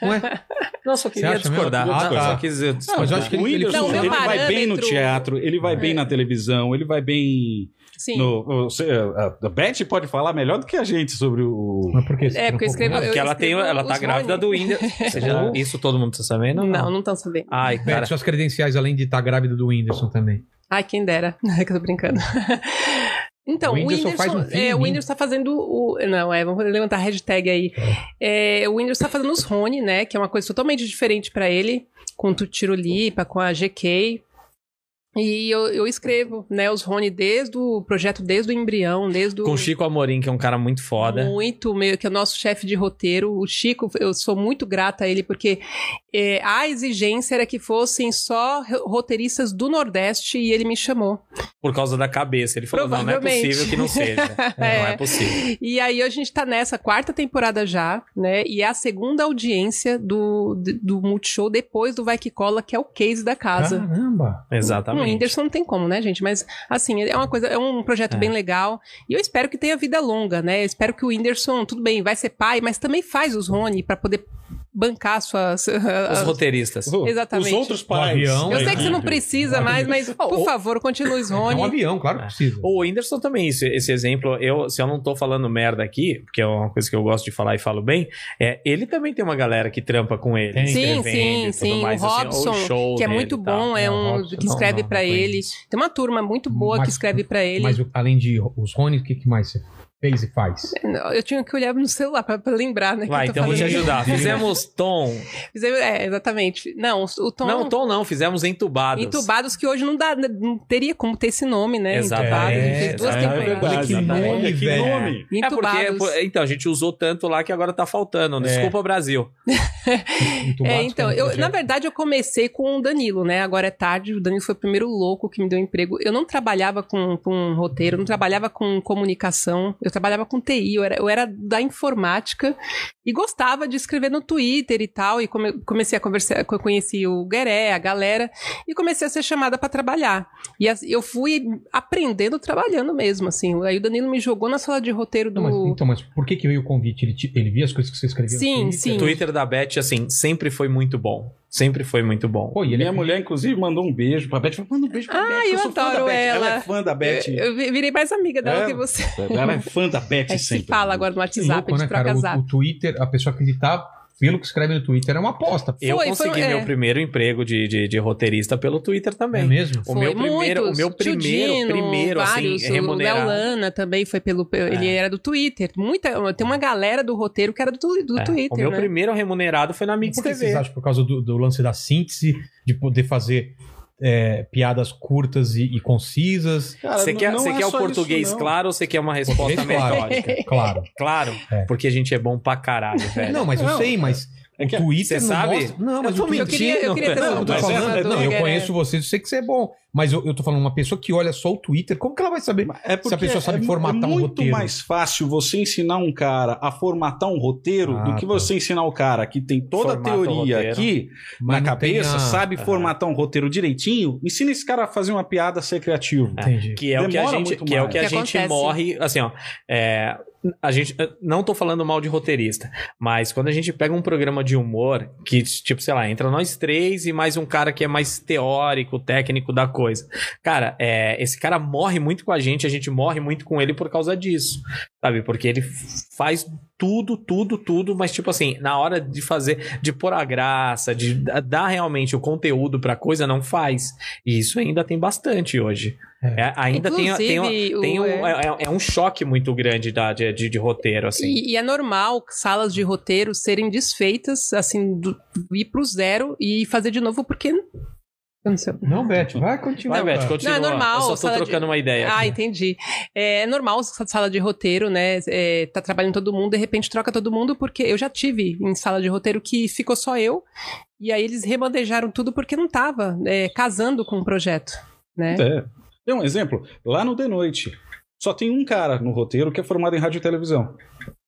S1: Ué,
S3: Não, só
S1: Você
S3: queria
S1: acha mesmo?
S3: discordar.
S1: Ah,
S3: Não,
S1: tá.
S3: só quis discordar.
S1: mas eu acho que
S2: o
S1: ele- ele-
S2: Whindersson,
S4: Não, meu
S2: ele vai
S4: parâmetro- É.
S2: bem no teatro, ele vai bem na televisão, ele vai bem
S4: Sim.
S2: no... o- se- é, A a Beth pode falar melhor do que a gente sobre o...
S1: mas por que um
S4: É, porque eu
S1: Beth,
S4: escrevo- eu-
S3: Porque ela, tem,
S4: escrevo
S3: ela tá
S4: os
S3: grávida
S4: nomes.
S3: do Whindersson. Ou seja, isso todo mundo tá sabendo?
S4: Não,
S3: ou
S4: não estão sabendo.
S3: Ai, cara.
S1: suas credenciais, além de estar grávida do Whindersson também.
S4: Ai, quem dera. É que eu tô brincando. Então,
S1: O
S4: o
S1: Whindersson
S4: Whindersson,
S1: faz um filho em
S4: é, o
S1: mim.
S4: Whindersson tá fazendo o. Não, é, vamos levantar a hashtag aí. É, o Whindersson tá fazendo os Rony, né? Que é uma coisa totalmente diferente pra ele, com o Tirolipa, com a GK. E eu, eu escrevo, né, os Rony desde o projeto, desde o embrião, desde o.
S3: Com o Chico Amorim, que é um cara muito foda.
S4: Muito, meio que é o nosso chefe de roteiro, o Chico, eu sou muito grata a ele, porque eh, a exigência era que fossem só ro- roteiristas do Nordeste e ele me chamou.
S3: Por causa da cabeça. Ele falou: não, não é
S4: Provavelmente.
S3: possível que não seja. Não é possível.
S4: E aí a gente tá nessa quarta temporada já, né? E é a segunda audiência do, d- do Multishow depois do Vai Que Cola, que é o case da casa.
S1: Caramba.
S4: No
S3: Exatamente.
S4: Whindersson não tem como, né, gente? Mas, assim, é uma coisa, é um projeto
S3: É.
S4: bem legal. E eu espero que tenha vida longa, né? Eu espero que o Whindersson, tudo bem, vai ser pai, mas também faz os Rony pra poder bancar suas.
S3: Os roteiristas.
S4: Exatamente.
S2: Os outros pais.
S1: avião.
S4: Eu sei que você não
S1: Entendi.
S4: precisa mais, mas, por favor, continue os
S1: É um
S4: Rony.
S1: avião, claro que precisa.
S3: O Whindersson também, esse, esse exemplo, eu, se eu não tô falando merda aqui, porque é uma coisa que eu gosto de falar e falo bem, é, ele também tem uma galera que trampa com ele.
S1: Tem.
S4: Sim,
S3: escrevendo e
S4: sim,
S3: tudo
S4: sim.
S3: mais,
S4: o
S3: assim,
S4: Robson,
S3: o show
S4: que é
S3: dele
S4: muito
S3: e tal.
S4: bom, é
S1: Não,
S4: um
S1: Robson,
S4: que
S1: não,
S4: escreve
S1: não,
S4: pra
S1: não
S4: ele.
S1: conheço.
S4: Tem uma turma muito boa
S1: Mas-
S4: que escreve pra ele.
S1: Mas o- além de os Rony, o que, que mais você fez e faz?
S4: Eu tinha que olhar no celular pra, pra lembrar, né? que
S3: Vai,
S4: eu tô
S3: então vou te
S4: falando.
S3: ajudar. Fizemos tom.
S4: Fizemos- É, exatamente. Não, o Tom. é um
S3: Não, tom não, fizemos entubados.
S4: Entubados que hoje não dá, não teria como ter esse nome, né?
S3: Exatamente.
S4: Entubado, a gente fez
S1: É,
S4: duas
S1: é
S4: temporadas.
S1: verdade. Olha que
S2: exatamente.
S1: nome,
S2: Olha que
S1: velho.
S2: nome.
S3: É porque,
S4: Entubados.
S3: pô, então, a gente usou tanto lá que agora tá
S2: É.
S3: faltando. Desculpa, Brasil.
S1: Entubados,
S4: É, então,
S1: como
S4: eu,
S1: projeto?
S4: na verdade eu comecei com o Danilo, né? Agora é tarde, o Danilo foi o primeiro louco que me deu emprego. Eu não trabalhava com, com roteiro, não trabalhava com comunicação, eu trabalhava com TI, eu era, eu era da informática e gostava de escrever no Twitter e tal. E come- comecei a conversar, co- conheci o Gueré, a galera, e comecei a ser chamada pra trabalhar. E as- eu fui aprendendo trabalhando mesmo, assim. Aí o Danilo me jogou na sala de roteiro do.
S1: Então, mas, então, mas por que, que veio o convite? Ele, te- ele via as coisas que você escreveu?
S4: Sim,
S1: no
S4: sim.
S3: O Twitter da Beth, assim, sempre foi muito bom. Sempre foi muito bom.
S1: Pô, e ele
S2: Minha
S1: é
S2: mulher, inclusive, mandou um beijo pra Beth. Falou, Manda um beijo pra
S4: Ah,
S2: Beth.
S4: eu
S2: sou fã da
S4: adoro
S2: Beth.
S4: ela.
S2: é fã da Beth.
S4: Eu, eu virei mais amiga dela
S2: É.
S4: que você.
S2: Ela é fã da Beth
S4: A gente
S2: sempre.
S4: se fala agora no
S1: que
S4: WhatsApp,
S1: louco,
S4: a gente
S1: né,
S4: troca
S1: cara? O,
S4: zap.
S1: o Twitter, a pessoa acreditar pelo que escreve no Twitter é uma aposta.
S3: Eu
S4: Foi,
S3: consegui
S4: foi, é.
S3: meu primeiro emprego de, de, de roteirista pelo Twitter
S1: É
S3: também.
S1: mesmo?
S3: O meu
S4: Foi,
S3: primeiro, o
S4: muitos.
S3: meu
S4: Tio
S3: primeiro,
S4: Dino,
S3: primeiro,
S4: vários,
S3: assim,
S4: O Léo
S3: remunerado. É.
S4: Lana também foi pelo... Ele era do Twitter. Muita, tem uma galera do roteiro que era do, tu- do
S3: É,
S4: Twitter,
S3: o meu
S4: né?
S3: primeiro remunerado foi na Mix
S1: Por que
S3: TV.
S1: vocês acham? Por causa do, do lance da síntese, de poder fazer é, piadas curtas e, e concisas.
S2: Cara,
S3: Você
S2: não-
S3: quer,
S2: não
S3: você
S2: é
S3: quer o
S2: só isso,
S3: português
S2: não.
S3: claro ou você quer uma resposta
S1: Português claro.
S3: metódica?
S1: Claro.
S3: Claro,
S1: É.
S3: porque a gente é bom pra caralho, velho.
S1: Não, mas eu
S2: Não,
S1: sei, mas
S2: é
S1: o
S2: que-
S1: Twitter
S3: você
S1: não
S3: sabe?
S1: mostra- Não, mas
S3: Eu
S1: eu
S3: tô
S1: o Twitter...
S4: mentindo, É eu queria ter
S1: não,
S4: sido
S1: tô
S2: mas é-
S1: falando-
S2: é-
S1: não, eu
S4: é-
S1: conheço você, eu sei que você é bom. Mas eu, eu tô falando, uma pessoa que olha só o Twitter, como que ela vai saber?
S2: Mas É porque
S1: a pessoa sabe
S2: é, mu-
S1: formatar
S2: é
S1: um
S2: muito
S1: roteiro.
S2: mais fácil você ensinar um cara a formatar um roteiro
S1: Ah,
S2: do que
S1: tá.
S2: você ensinar o cara que tem toda
S3: Formata
S2: a
S3: o
S2: teoria
S3: roteiro.
S2: aqui
S1: Mas
S2: na
S1: não tem
S2: cabeça,
S1: a- é.
S2: sabe
S3: Aham.
S2: formatar um roteiro direitinho. Ensina esse cara a fazer uma piada a ser criativo.
S1: Entendi.
S3: Que é o que a
S2: Demora
S3: gente,
S2: muito
S3: que é o
S2: mais.
S3: que a
S4: Que
S3: gente
S4: acontece.
S3: morre, assim, ó. é, a gente não tô falando mal de roteirista, mas quando a gente pega um programa de humor que tipo, sei lá, entra nós três e mais um cara que é mais teórico, técnico da coisa. Cara, é, esse cara morre muito com a gente, a gente morre muito com ele por causa disso. Sabe? Porque ele faz tudo, tudo, tudo, mas tipo assim, na hora de fazer, de pôr a graça, de da- dar realmente o conteúdo pra coisa, não faz. E isso ainda tem bastante hoje.
S1: É.
S3: É, ainda tem, tem, uma-
S4: Inclusive, o-
S3: tem um,
S4: é.
S3: é, é um choque muito grande da, de, de- de roteiro, assim.
S4: E, e é normal salas de roteiro serem desfeitas, assim, do, ir pro zero e fazer de novo, porque. Eu não sei.
S1: Não, Beth, vai continuar.
S3: Vai, Beth,
S1: cara.
S3: continua.
S4: Não, é normal,
S3: Eu só tô
S4: sala de-
S3: trocando uma ideia.
S4: Ah,
S3: aqui.
S4: entendi. É normal essa sala de roteiro, né? É, tá trabalhando todo mundo, de repente troca todo mundo, porque eu já tive em sala de roteiro que ficou só eu, e aí eles remanejaram tudo porque não tava é, casando com o projeto, né?
S3: Então,
S2: É. Tem um exemplo. Lá no The Noite, só tem um cara no roteiro que é formado em rádio e televisão.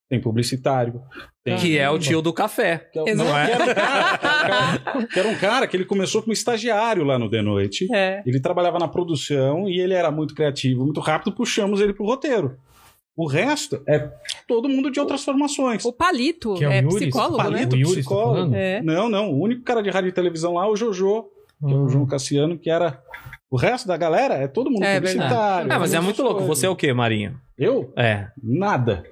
S2: Tem publicitário. Tem...
S3: Que é o tio do café.
S2: Que é o-
S4: Exato.
S2: Não, que era um cara- que era um cara que ele começou como estagiário lá no The Noite.
S4: É.
S2: Ele trabalhava na produção e ele era muito criativo, muito rápido, puxamos ele pro roteiro. O resto é todo mundo de outras formações.
S4: O Palito
S1: Que
S3: um
S4: é,
S1: é o Yuri?
S4: psicólogo, né?
S1: O Yuri, você tá
S2: Psicólogo.
S1: falando?
S4: É.
S2: Não, não. O único cara de rádio e televisão lá é o Jojo,
S3: tipo,
S2: que é
S4: Uhum.
S2: o João Cassiano, que era. O resto da galera é todo mundo
S4: É
S2: publicitário.
S4: verdade.
S3: Ah, mas é muito louco. Você é o quê, Marinho?
S2: Eu?
S3: É.
S2: Nada.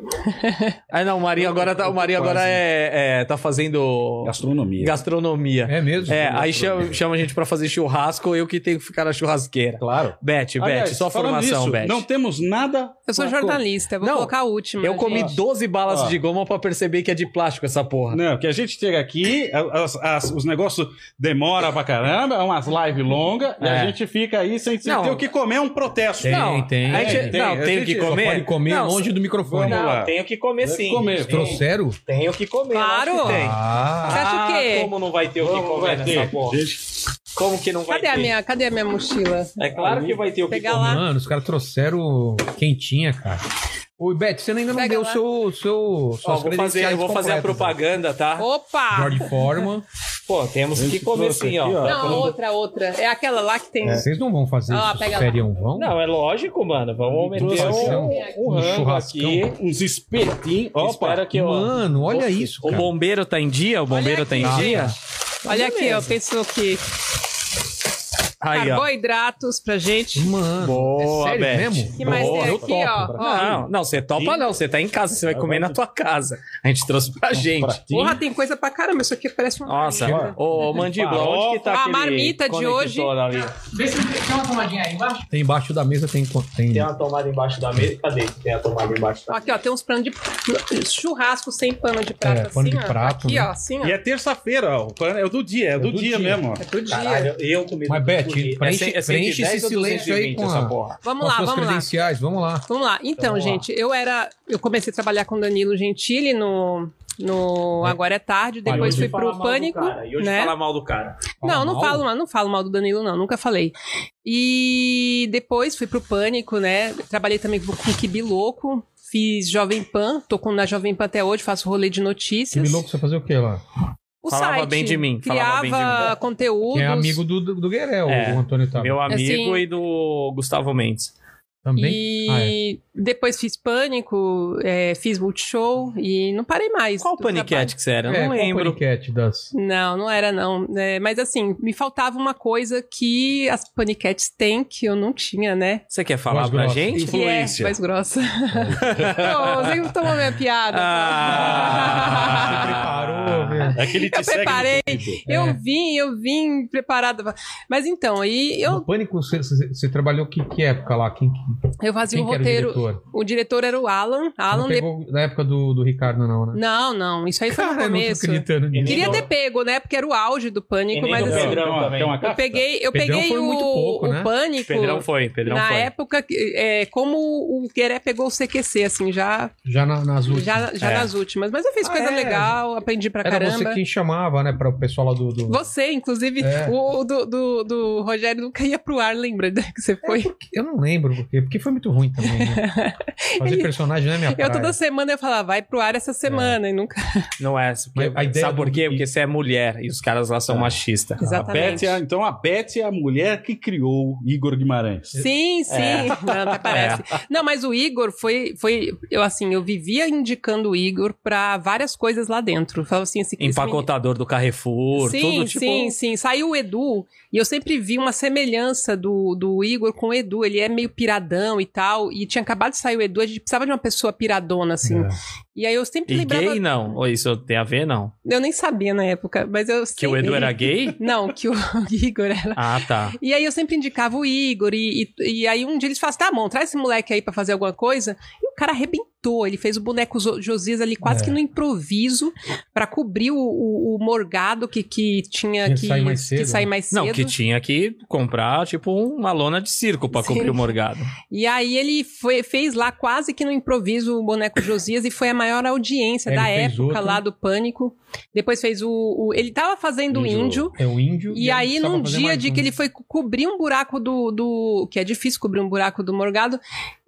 S3: Ah, não, o Marinho agora tá, o Marinho agora
S2: Quase.
S3: é, é, tá fazendo
S2: Gastronomia.
S3: gastronomia.
S1: É mesmo?
S3: É, aí chama, chama a gente pra fazer churrasco, eu que tenho que ficar na churrasqueira.
S2: Claro.
S3: Beth, Beth,
S2: Aliás,
S3: só
S2: falando
S3: formação,
S2: isso,
S3: Beth.
S2: Não temos nada.
S4: Eu sou
S2: pra
S4: jornalista, vou
S3: Não,
S4: colocar a última.
S3: Eu comi
S4: gente.
S3: 12 balas
S2: Ó.
S3: de goma pra perceber que é de plástico essa porra.
S2: Não, que a gente chega aqui, as- as- os negócios demoram pra caramba, é umas lives longas, e
S3: É.
S2: a gente fica aí sem, sem
S3: Não.
S2: ter o que comer, é um protesto.
S1: Tem,
S3: não,
S1: tem,
S3: a gente-
S2: tem.
S3: não,
S2: A
S3: tenho
S2: gente
S3: que
S1: Só
S3: comer.
S1: pode comer
S3: não,
S1: longe do microfone.
S2: Vamos
S3: Não,
S2: lá.
S3: tenho que comer
S2: Tem que
S3: sim.
S2: comer.
S3: Tem-
S1: Trouxeram?
S3: Tenho que comer.
S4: Claro.
S3: lógico que tem.
S1: Ah,
S4: Você acha o quê?
S3: Ah, Como não vai ter o que
S2: Vamos,
S3: comer
S2: vai ter.
S3: nessa porra?
S2: Gente,
S3: Como que não vai
S4: Cadê
S3: ter?
S4: a, minha, cadê a minha mochila?
S3: É claro que vai ter o que
S4: Pegar
S3: comer.
S4: lá.
S1: mano, os caras trouxeram quentinha, cara. Ô, Beth, você ainda não
S4: Pega
S1: deu o
S4: lá.
S1: seu, seu,
S3: Ó,
S1: suas
S3: vou fazer, eu vou fazer
S1: completas.
S3: a
S1: né?
S3: propaganda, tá?
S4: Opa!
S1: Jorge Forma.
S3: Pô, temos
S2: Gente,
S3: que comer
S2: trouxe
S3: sim,
S2: aqui,
S3: ó.
S2: ó.
S4: Não, outra, outra. É aquela lá que tem.
S1: Vocês não vão fazer
S4: Ah,
S1: isso?
S4: pega lá.
S1: Feriam vão?
S3: Não, é lógico, mano. Vamos meter
S2: trouxe aqui,
S3: um, um
S1: um
S3: rango
S1: churrascão.
S3: aqui.
S2: uns espetinhos. Opa!
S3: Espera que eu...
S1: Mano, olha isso,
S3: O
S1: cara.
S3: bombeiro tá em dia? O bombeiro tá em
S1: aqui.
S3: dia?
S4: Olha aqui, ó. Pensou que
S3: Aí, ó.
S4: carboidratos pra gente.
S1: Mano,
S3: Boa,
S1: é sério
S3: Beth.
S1: mesmo?
S4: que mais
S3: Boa,
S4: tem
S3: eu
S4: aqui, ó? ó?
S3: Não, não, você topa
S2: Sim.
S3: não. Você tá em casa, você vai
S2: Vai,
S3: comer
S2: vai.
S3: na tua casa. A gente trouxe pra gente.
S2: Pratinho.
S4: Porra, tem coisa pra caramba. Isso aqui parece um uma.
S3: Nossa,
S4: marmita.
S3: ô mandíbula,
S2: Farofa.
S3: onde que tá
S4: A
S3: aquele
S4: marmita de hoje.
S3: conector ali?
S1: Tem embaixo da mesa, tem... tem...
S3: Tem uma tomada embaixo da mesa? Cadê? que Tem a tomada embaixo da
S4: Aqui, ó, tem uns panos de. Churrasco sem pano de
S1: É,
S4: prato.
S1: pano de
S4: assim, ó.
S1: prato,
S4: Aqui,
S1: né?
S4: ó, assim, ó.
S2: E é terça-feira, ó. É o do dia, é, do,
S1: do
S2: dia,
S1: dia.
S2: mesmo. ó.
S4: É pro dia.
S3: Caralho, eu comi.
S1: Mas, Beth,
S3: tudo.
S1: preenche-
S3: É cem-
S1: preenche
S3: 110
S1: esse
S3: ou
S1: silêncio aí
S3: 220
S1: com
S3: essa
S1: a-
S3: porra.
S4: Vamos
S1: com as
S4: lá,
S1: suas
S4: vamos lá.
S1: credenciais, vamos lá.
S4: Vamos lá. Então,
S3: Vamos lá.
S4: gente, eu era. Eu comecei a trabalhar com Danilo Gentili no. No Agora é Tarde, depois
S1: hoje
S4: fui pro Pânico. né?
S3: mal do cara.
S1: Fala
S4: não, não
S1: mal?
S4: falo, mal- não falo mal do Danilo, não, nunca falei. E depois fui pro Pânico, né? Trabalhei também com o Kibi Louco, fiz Jovem Pan, tô com, na Jovem Pan até hoje, faço rolê de
S1: Que
S4: notícias.
S1: louco você fazer o quê lá?
S4: O
S3: Falava
S4: site
S3: bem de mim,
S4: criava
S3: falava bem de mim.
S4: conteúdos.
S1: Que é amigo do, do, do Guerel,
S3: É,
S1: o Antônio Tabet.
S3: Meu amigo
S4: Assim-
S3: e do Gustavo Mendes.
S1: Também?
S4: E
S1: Ah,
S3: é.
S4: depois fiz Pânico, é, fiz Multishow e não parei mais.
S3: Qual
S4: do
S3: paniquete que você era? Eu
S1: É,
S3: não
S1: qual
S3: lembro.
S1: paniquete das...
S4: Não, não era não. É, mas assim, me faltava uma coisa que as paniquetes têm que eu não tinha, né?
S3: Você quer falar
S1: Voz
S3: pra
S1: grossa.
S3: gente?
S4: Que é mais grossa. Pô, você tomou minha piada.
S3: Ah.
S1: Preparou, velho.
S2: É que ele te
S4: Eu
S2: segue no
S4: preparei.
S2: Twitter.
S1: É.
S4: Eu vim, eu vim preparada. Mas então, aí eu,
S1: No Pânico, você, você- você trabalhou que, que época lá? Quem, que-
S4: eu fazia
S1: quem
S4: o
S1: que era
S4: roteiro.
S1: o diretor?
S4: O diretor era o Alan. Alan
S1: não
S4: Le-
S1: pegou da época do, do Ricardo, não, né?
S4: Não, não, isso aí foi no
S1: Cara, eu não tô
S4: começo.
S1: acreditando
S5: E
S1: nisso.
S5: nem
S4: Queria
S5: do-
S4: ter pego, né? Porque era o auge do
S5: E
S4: pânico,
S5: nem
S4: mas
S5: do
S4: assim,
S5: Pedrão.
S2: Então, Tem uma-
S5: também.
S2: tem uma
S4: eu
S2: carta?
S4: peguei, eu
S1: Pedrão
S4: peguei
S1: foi
S4: o,
S1: muito pouco,
S4: o
S1: né?
S4: pânico
S3: Pedrão foi, Pedrão
S4: Tipo, na
S3: foi.
S4: época, que- é, como o Gueré pegou o CQC, assim, já,
S1: Já na- nas últimas.
S4: já, já
S3: É.
S4: nas últimas. Mas eu fiz
S1: Ah,
S4: coisa
S1: é?
S4: legal, aprendi pra
S1: Era
S4: caramba.
S1: você quem chamava, né, para o pessoal lá do. do...
S4: Você, inclusive,
S1: É.
S4: o o do, do, do Rogério nunca ia pro ar, lembra né, que você
S1: É,
S4: foi?
S1: Eu não lembro porque, porque foi muito ruim também. né? Fazer
S4: Ele-
S1: personagem não é minha praia.
S4: Eu toda semana eu falava, vai pro ar essa semana, e nunca.
S3: Não é. Porque,
S1: a ideia
S3: sabe por
S1: do-
S3: quê? Porque você é mulher e os caras lá são
S1: Ah,
S3: machistas.
S2: A Beth é a- então a Beth é a mulher que criou Igor Guimarães.
S3: É.
S4: Sim, sim, não, até parece. Não, mas o Igor foi, foi, eu assim, eu vivia indicando o Igor pra várias coisas lá dentro. Eu falava assim, esse, esse
S3: Empacotador do Carrefour,
S4: Sim,
S3: tudo tipo.
S4: sim, sim. Saiu o Edu e eu sempre vi uma semelhança do, do Igor com o Edu. Ele é meio piradão e tal. E tinha acabado de sair o Edu, a gente precisava de uma pessoa piradona, assim.
S1: É.
S4: E aí eu sempre
S3: E
S4: lembrava.
S3: gay não. Ou isso tem a ver, não.
S4: Eu nem sabia na época, mas eu
S3: Que o
S4: sempre-
S3: Edu era gay?
S4: Não, que o Igor era.
S3: Ah, tá.
S4: E aí eu sempre indicava o Igor, e, e, e aí um dia eles falaram, tá bom, traz esse moleque aí pra fazer alguma coisa. E o cara arrebentou, ele fez o boneco Zo- Josias ali quase
S1: É.
S4: que no improviso pra cobrir o, o- o morgado que, que tinha
S1: Tinha
S4: que,
S1: que sair mais
S4: que
S1: cedo,
S4: sair mais
S3: Não,
S4: cedo.
S3: que tinha que comprar, tipo, uma lona de circo pra
S4: Sim.
S3: cumprir o morgado.
S4: E aí ele foi- fez lá quase que no improviso o boneco Josias e foi a maior audiência
S1: É, ele
S4: da
S1: fez
S4: época
S1: outro.
S4: lá do Pânico. Depois fez o... o- ele tava fazendo o
S2: Índio.
S4: índio
S1: É o índio.
S4: E aí,
S1: só pra
S4: num
S1: fazer
S4: dia
S1: mais
S4: de
S1: um.
S4: que ele foi co- cobrir um buraco do, do. que é difícil cobrir um buraco do Morgado.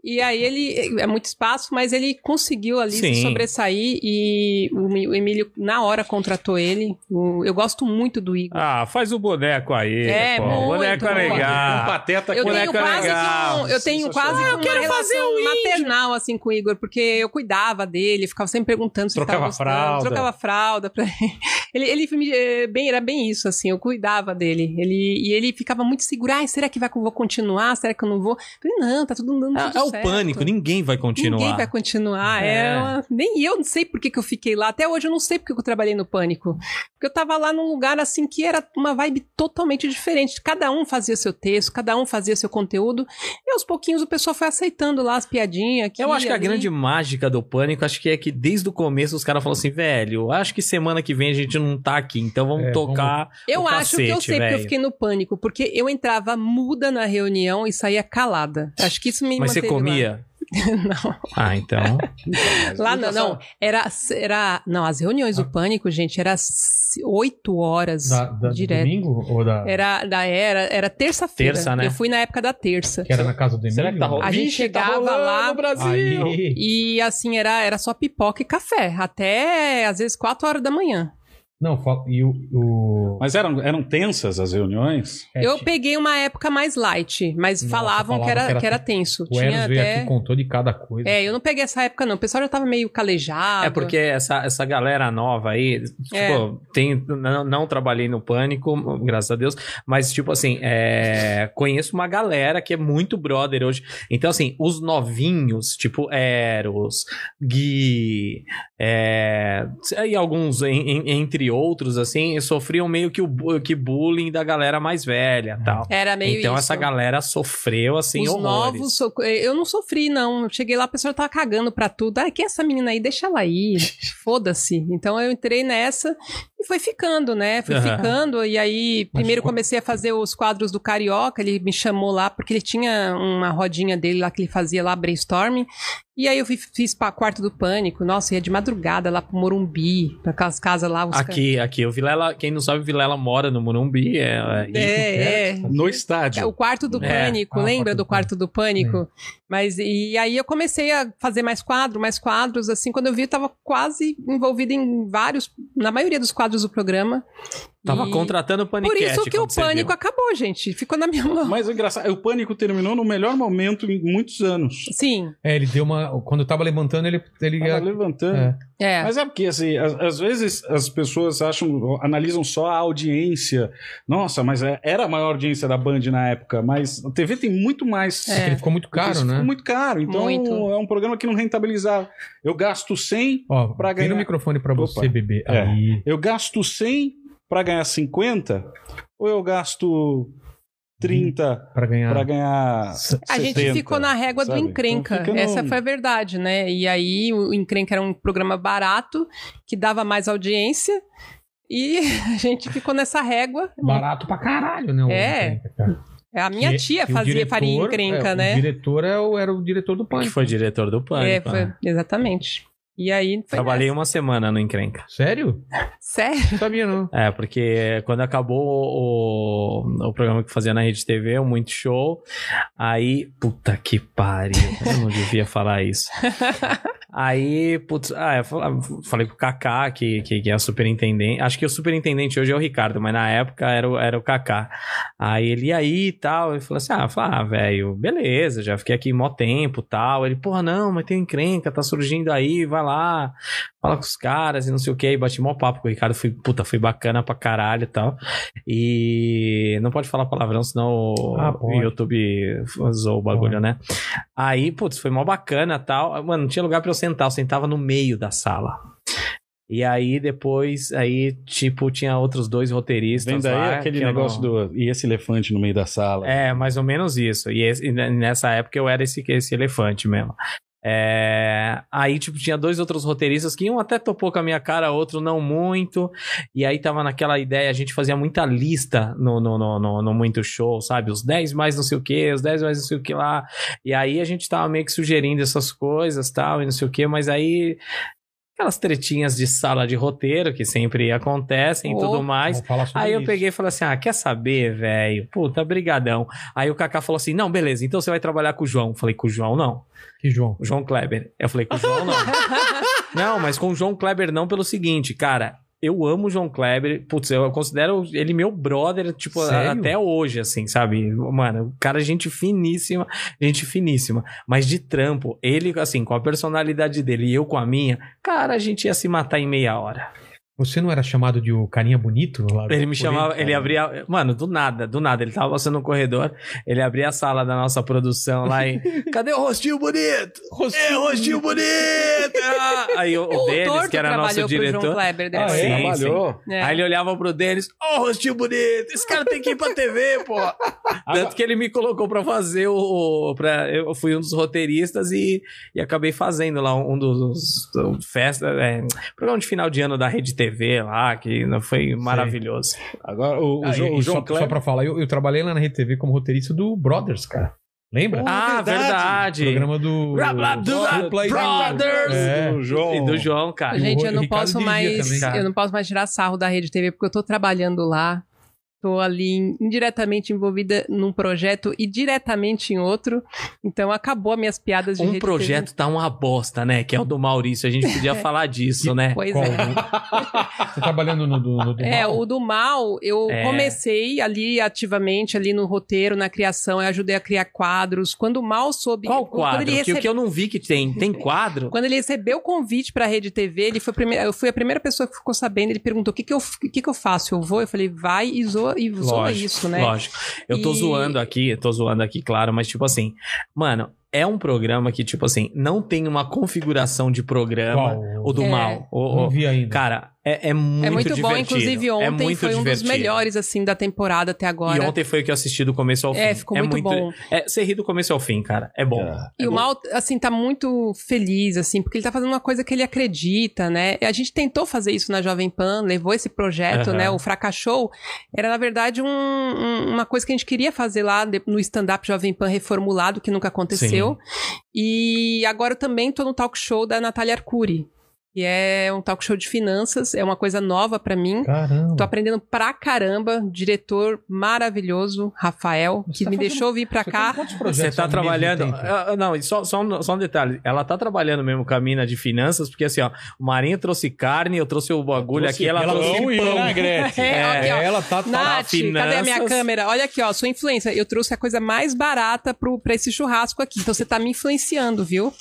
S4: E aí ele. É muito espaço, mas ele conseguiu ali se
S3: Sim.
S4: sobressair e o Mi- o Emílio, na hora, contratou ele. O- Eu gosto muito do Igor.
S3: Ah, faz o boneco aí.
S4: É,
S3: pô.
S4: muito
S3: o boneco é
S2: Um
S4: bom.
S3: legal.
S2: pateta
S4: Eu
S3: que
S2: com
S4: tenho,
S3: boneco
S4: quase que
S3: é legal, Ah,
S4: um, eu
S2: é
S4: tenho quase que uma
S3: um
S4: relação maternal assim com o Igor, porque eu cuidava dele, ficava sempre perguntando se
S2: Trocava
S4: ele tava gostando,
S2: fralda.
S4: trocava fralda pra ele. Ele, ele me- é, bem, era bem isso assim, eu cuidava dele. Ele e ele ficava muito seguro, ai, será que vai vou continuar? Será que eu não vou? Eu falei, não, tá tudo andando
S3: É,
S4: tudo
S3: é o
S4: certo.
S3: pânico, ninguém vai continuar.
S4: Ninguém vai continuar.
S3: É.
S4: É uma- Nem eu não sei por que, que eu fiquei lá. Até hoje eu não sei por que que eu trabalhei no Pânico. Porque eu tava lá num lugar assim que era uma vibe totalmente diferente. Cada um fazia seu texto, cada um fazia seu conteúdo. E aos pouquinhos o pessoal foi aceitando lá as piadinhas. aqui,
S3: Eu acho que a
S4: ali.
S3: grande mágica do pânico, acho que é que desde o começo os caras falaram assim, velho, acho que semana que vem a gente não tá aqui, então vamos
S1: É,
S3: tocar.
S4: Eu
S3: o
S4: acho que eu
S3: cacete,
S4: sei porque eu
S3: velho.
S4: fiquei no pânico, porque eu entrava muda na reunião e saía calada. Acho que isso me
S3: Mas você
S4: manteve lá.
S3: comia?
S4: não.
S3: Ah, então.
S4: Lá não, não. Era, era. Não, as reuniões
S3: Ah.
S4: do pânico, gente, era oito horas
S1: Da, da,
S4: direto.
S1: Do domingo? Ou da.
S4: Era, da era, era terça-feira.
S3: Terça, né?
S4: Eu fui na época da terça.
S1: Que era na casa do Emílio?
S3: Será que tá rolando?
S4: A gente
S3: Vixe,
S4: chegava
S3: rolando
S4: lá-
S3: no Brasil.
S1: Aí.
S4: E assim, era, era só pipoca e café. Até às vezes quatro horas da manhã.
S1: Não, fala- e o. o...
S2: Mas eram, eram tensas as reuniões?
S1: é,
S4: eu
S1: ti-
S4: peguei uma época mais light, mas
S1: Nossa,
S4: falavam, que, era, que, era, tenso.
S1: O Eros
S4: Tinha
S1: veio
S4: até.
S1: aqui e contou de cada coisa.
S4: É, eu não peguei essa época, não. O pessoal já tava meio calejado.
S3: É porque essa, essa galera nova aí, tipo,
S4: É.
S3: tem, não, não trabalhei no pânico, graças a Deus, mas, tipo assim, é, conheço uma galera que é muito brother hoje. Então, assim, os novinhos, tipo Eros, Gui, é, e alguns, en- en- entre outros, assim, sofriam meio que o bu- que bullying da galera mais velha tal.
S4: Era meio
S3: então,
S4: isso.
S3: essa galera sofreu, assim,
S4: Os
S3: horrores.
S4: novos, so- eu não sofri, não. Eu cheguei lá, a pessoa tava cagando pra tudo. Ah, que essa menina aí, deixa ela aí. Foda-se. Então eu entrei nessa e foi ficando, né? Foi
S3: Aham.
S4: ficando. E aí, primeiro
S1: quando-
S4: comecei a fazer os quadros do Carioca. Ele me chamou lá, porque ele tinha uma rodinha dele lá que ele fazia lá, brainstorming. E aí eu fi- fiz pra Quarto do Pânico. Nossa, ia de madrugada lá pro Morumbi, pra aquelas casas lá. os ca-
S3: Aqui, aqui, o Vilela, quem não sabe, o Vilela mora no Morumbi. É, é-
S4: É, é.
S2: No
S4: É,
S2: estádio.
S4: o quarto do
S3: É.
S4: pânico,
S1: Ah,
S4: lembra
S1: Quarto do
S4: do quarto do pânico? Mas e aí eu comecei a fazer mais quadro, mais quadros, assim, quando eu vi eu tava quase envolvida em vários, na maioria dos quadros do programa.
S3: Tava
S4: E
S3: contratando o
S4: Por
S3: Paniquete.
S4: isso que o
S3: quando você viu.
S4: pânico acabou, gente. Ficou na minha mão.
S2: Mas é engraçado, o pânico terminou no melhor momento em muitos anos.
S4: Sim,
S1: É, ele deu uma. Quando eu tava levantando, ele. ele
S2: Tava levantando.
S1: é.
S4: é.
S2: Mas é porque, assim, às, às vezes as pessoas acham, analisam só a audiência. Nossa, mas é- era a maior audiência da Band na época, mas a TV tem muito mais.
S4: É.
S1: Ele ficou muito caro,
S2: Isso
S1: né?
S2: ficou Muito caro. Então
S4: Muito.
S2: é um programa que não rentabilizava. Eu gasto 100,
S1: Ó,
S2: pra
S1: vira
S2: ganhar-
S1: o microfone pra
S2: Opa.
S1: você, bebê.
S2: É.
S1: Aí.
S2: eu gasto 100 para ganhar 50 ou eu gasto 30
S1: Pra ganhar.
S2: para ganhar
S4: A gente
S2: 70,
S4: ficou na régua
S2: sabe?
S4: do encrenca.
S2: Então fica no-
S4: Essa foi a verdade, né? E aí o encrenca era um programa barato que dava mais audiência. E a gente ficou nessa régua.
S1: Barato pra caralho, né? o
S4: É.
S1: Encrenca, cara.
S4: A minha
S1: Que-
S4: tia
S1: que o
S4: fazia,
S1: diretor-
S4: faria encrenca,
S1: é,
S4: né?
S1: O diretor é o- era o diretor do
S3: Que
S1: Pânico.
S3: foi diretor do Pânico.
S4: É, foi-
S3: né?
S4: exatamente. E aí foi é,
S3: Trabalhei uma semana no Encrenca.
S1: Sério?
S4: Sério?
S1: Não sabia, não.
S3: É, porque quando acabou o, o programa que fazia na Rede TV, o Muito Show, aí. Puta que pariu, eu não devia falar isso. Aí, putz, ah, eu fal- falei com o Kaká, que, que, que é o superintendente. Acho que o superintendente hoje é o Ricardo, mas na época era o, era o Kaká. Aí ele ia aí e tal. Ele falou assim: ah, eu falei, ah, velho, beleza, já fiquei aqui mó tempo e tal. Ele, porra, não, mas tem um encrenca, tá surgindo aí, vai lá fala com os caras e não sei o que, e bati mó papo com o Ricardo, fui, puta, fui bacana pra caralho e tal. E não pode falar palavrão, senão
S1: Ah,
S3: o
S1: pode.
S3: YouTube zoou o bagulho, né? Aí, putz, foi mó bacana e tal. Mano, não tinha lugar pra eu sentar, eu sentava no meio da sala. E aí depois, aí, tipo, tinha outros dois roteiristas
S2: Vem daí
S3: lá.
S2: aquele
S3: que eu não-
S2: negócio do. E esse elefante no meio da sala?
S3: é, mais ou menos isso. E, esse- e nessa época eu era esse, esse elefante mesmo. É, aí, tipo, tinha dois outros roteiristas que um até topou com a minha cara, outro não muito. E aí tava naquela ideia, a gente fazia muita lista no, no, no, no, no muito show, sabe? Os 10 mais não sei o que, os 10 mais não sei o que lá. E aí a gente tava meio que sugerindo essas coisas tal, e não sei o que, mas aí. Aquelas tretinhas de sala de roteiro que sempre acontecem e tudo
S4: Opa.
S3: mais.
S1: Vamos falar sobre
S3: Aí eu
S1: isso.
S3: peguei e falei assim: ah, quer saber, velho? Puta, brigadão. Aí o Kaká falou assim: não, beleza, então você vai trabalhar com o João. Falei, com o João não.
S1: Que João.
S3: O João Kleber. Eu falei, com o João não. não, mas com o João Kleber não, pelo seguinte, cara. Eu amo o João Kleber, putz, eu considero ele meu brother, tipo,
S1: Sério?
S3: até hoje, assim, sabe? Mano, o cara é gente finíssima, gente finíssima. Mas de trampo, ele, assim, com a personalidade dele e eu com a minha, cara, a gente ia se matar em meia hora.
S1: Você não era chamado de o carinha bonito? lá?
S3: Ele
S1: Por
S3: me chamava, ele
S1: cara?
S3: abria. Mano, do nada, do nada. Ele tava passando no corredor, ele abria a sala da nossa produção lá e. Cadê o rostinho bonito? É, rostinho bonito! Ah! Aí o, o Denis,
S4: Torto
S3: que era nosso
S4: trabalhou com o João
S3: diretor.
S4: Kleber
S2: Ah,
S4: depois.
S2: ele
S3: Sim,
S2: trabalhou.
S4: É.
S3: Aí ele olhava pro Denis, ó, oh, rostinho bonito, esse cara tem que ir pra TV, pô. Tanto que ele me colocou pra fazer o. o- Pra, eu fui um dos roteiristas e, e acabei fazendo lá um dos. um festa. é, programa de final de ano da Rede TV lá, que foi maravilhoso.
S2: Agora, o, o
S1: Ah,
S2: Jo-
S1: e-
S2: o
S1: e
S2: João
S1: só,
S2: Kleber.
S1: só pra falar, eu, eu trabalhei lá na Rede TV como roteirista do Brothers, cara. Lembra?
S2: Pô,
S3: Ah, verdade.
S1: O Programa do.
S3: Blá, blá, blá, blá,
S1: Dupla e-
S3: Brothers.
S1: É.
S2: do João.
S3: E do João, Um cara.
S1: Gente,
S4: Gente, eu
S1: o
S4: não
S1: Ricardo
S4: posso
S1: dirigia
S4: mais.
S1: também, cara.
S4: eu não posso mais tirar sarro da Rede TV, porque eu tô trabalhando lá. Tô ali in- indiretamente envolvida num projeto e diretamente em outro. Então acabou as minhas piadas de
S3: Um
S4: Rede
S3: projeto tá uma bosta, né? Que é o do Maurício. A gente
S4: É.
S3: podia falar disso, né?
S4: TV. Pois
S1: Qual?
S4: é.
S1: Você tá trabalhando no. do- no do
S4: É,
S1: mal?
S4: o do mal, eu
S3: É.
S4: comecei ali ativamente, ali no roteiro, na criação, eu ajudei a criar quadros. Quando o mal soube.
S3: Qual
S4: Quando
S3: quadro?
S4: ele,
S3: Que,
S4: recebe-
S3: que eu não vi que tem. Tem quadro?
S4: quando ele recebeu o convite pra Rede TV, ele foi a primeira, eu fui a primeira pessoa que ficou sabendo. Ele perguntou: o que, que, eu, o que, que eu faço? Eu vou? Eu falei: vai e zoa, e zoa isso, né?
S3: Lógico. Eu tô
S4: E-
S3: zoando aqui, eu tô zoando aqui, claro, mas tipo assim, mano, é um programa que, tipo assim, não tem uma configuração de programa.
S1: Qual?
S3: O do
S4: É.
S3: mal. O-
S1: Não
S3: o-
S1: vi ainda.
S3: cara, é, é muito
S4: É muito, bom,
S3: divertido.
S4: inclusive
S3: É
S4: ontem
S3: muito
S4: foi um dos
S3: divertido.
S4: melhores assim da temporada até
S3: E
S4: agora.
S3: ontem foi o que eu assisti do começo ao fim.
S4: é, ficou muito, bom.
S3: É, você ri do começo ao fim, cara. É bom.
S2: É.
S4: E o Mal, assim, tá muito feliz, assim, porque ele tá fazendo uma coisa que ele acredita, né? A gente tentou fazer isso na Jovem Pan, levou esse projeto,
S3: Aham.
S4: né? O Fracassou era, na verdade, um- um- uma coisa que a gente queria fazer lá de- no stand-up Jovem Pan reformulado, que nunca aconteceu. E agora eu também tô no talk show da Natália Arcuri. que é um talk show de finanças, é uma coisa nova pra mim.
S1: Caramba.
S4: Tô aprendendo pra caramba, diretor maravilhoso, Rafael,
S1: Você
S4: que
S1: tá
S4: me
S1: fazendo-
S4: deixou vir pra
S1: Você
S4: cá.
S1: tem quantos
S3: Você
S1: projetos
S3: tá
S1: ao mesmo
S3: trabalhando.
S1: tempo?
S3: Ah, ah, não, e só, só, um, só um detalhe. Ela tá trabalhando mesmo com a mina de finanças, porque assim, ó, o Marinho trouxe carne, eu trouxe o bagulho
S2: Trouxe
S3: aqui, ela,
S2: pão
S3: trouxe
S2: e
S3: pão.
S2: vinagrete.
S4: É, ó, aqui, ó.
S1: Ela tá.
S3: falar
S4: Nath, cadê a minha
S3: finanças?
S4: câmera? Olha aqui, ó, sua influência. Eu trouxe a coisa mais barata pro, pra esse churrasco aqui. Então você tá me influenciando, viu?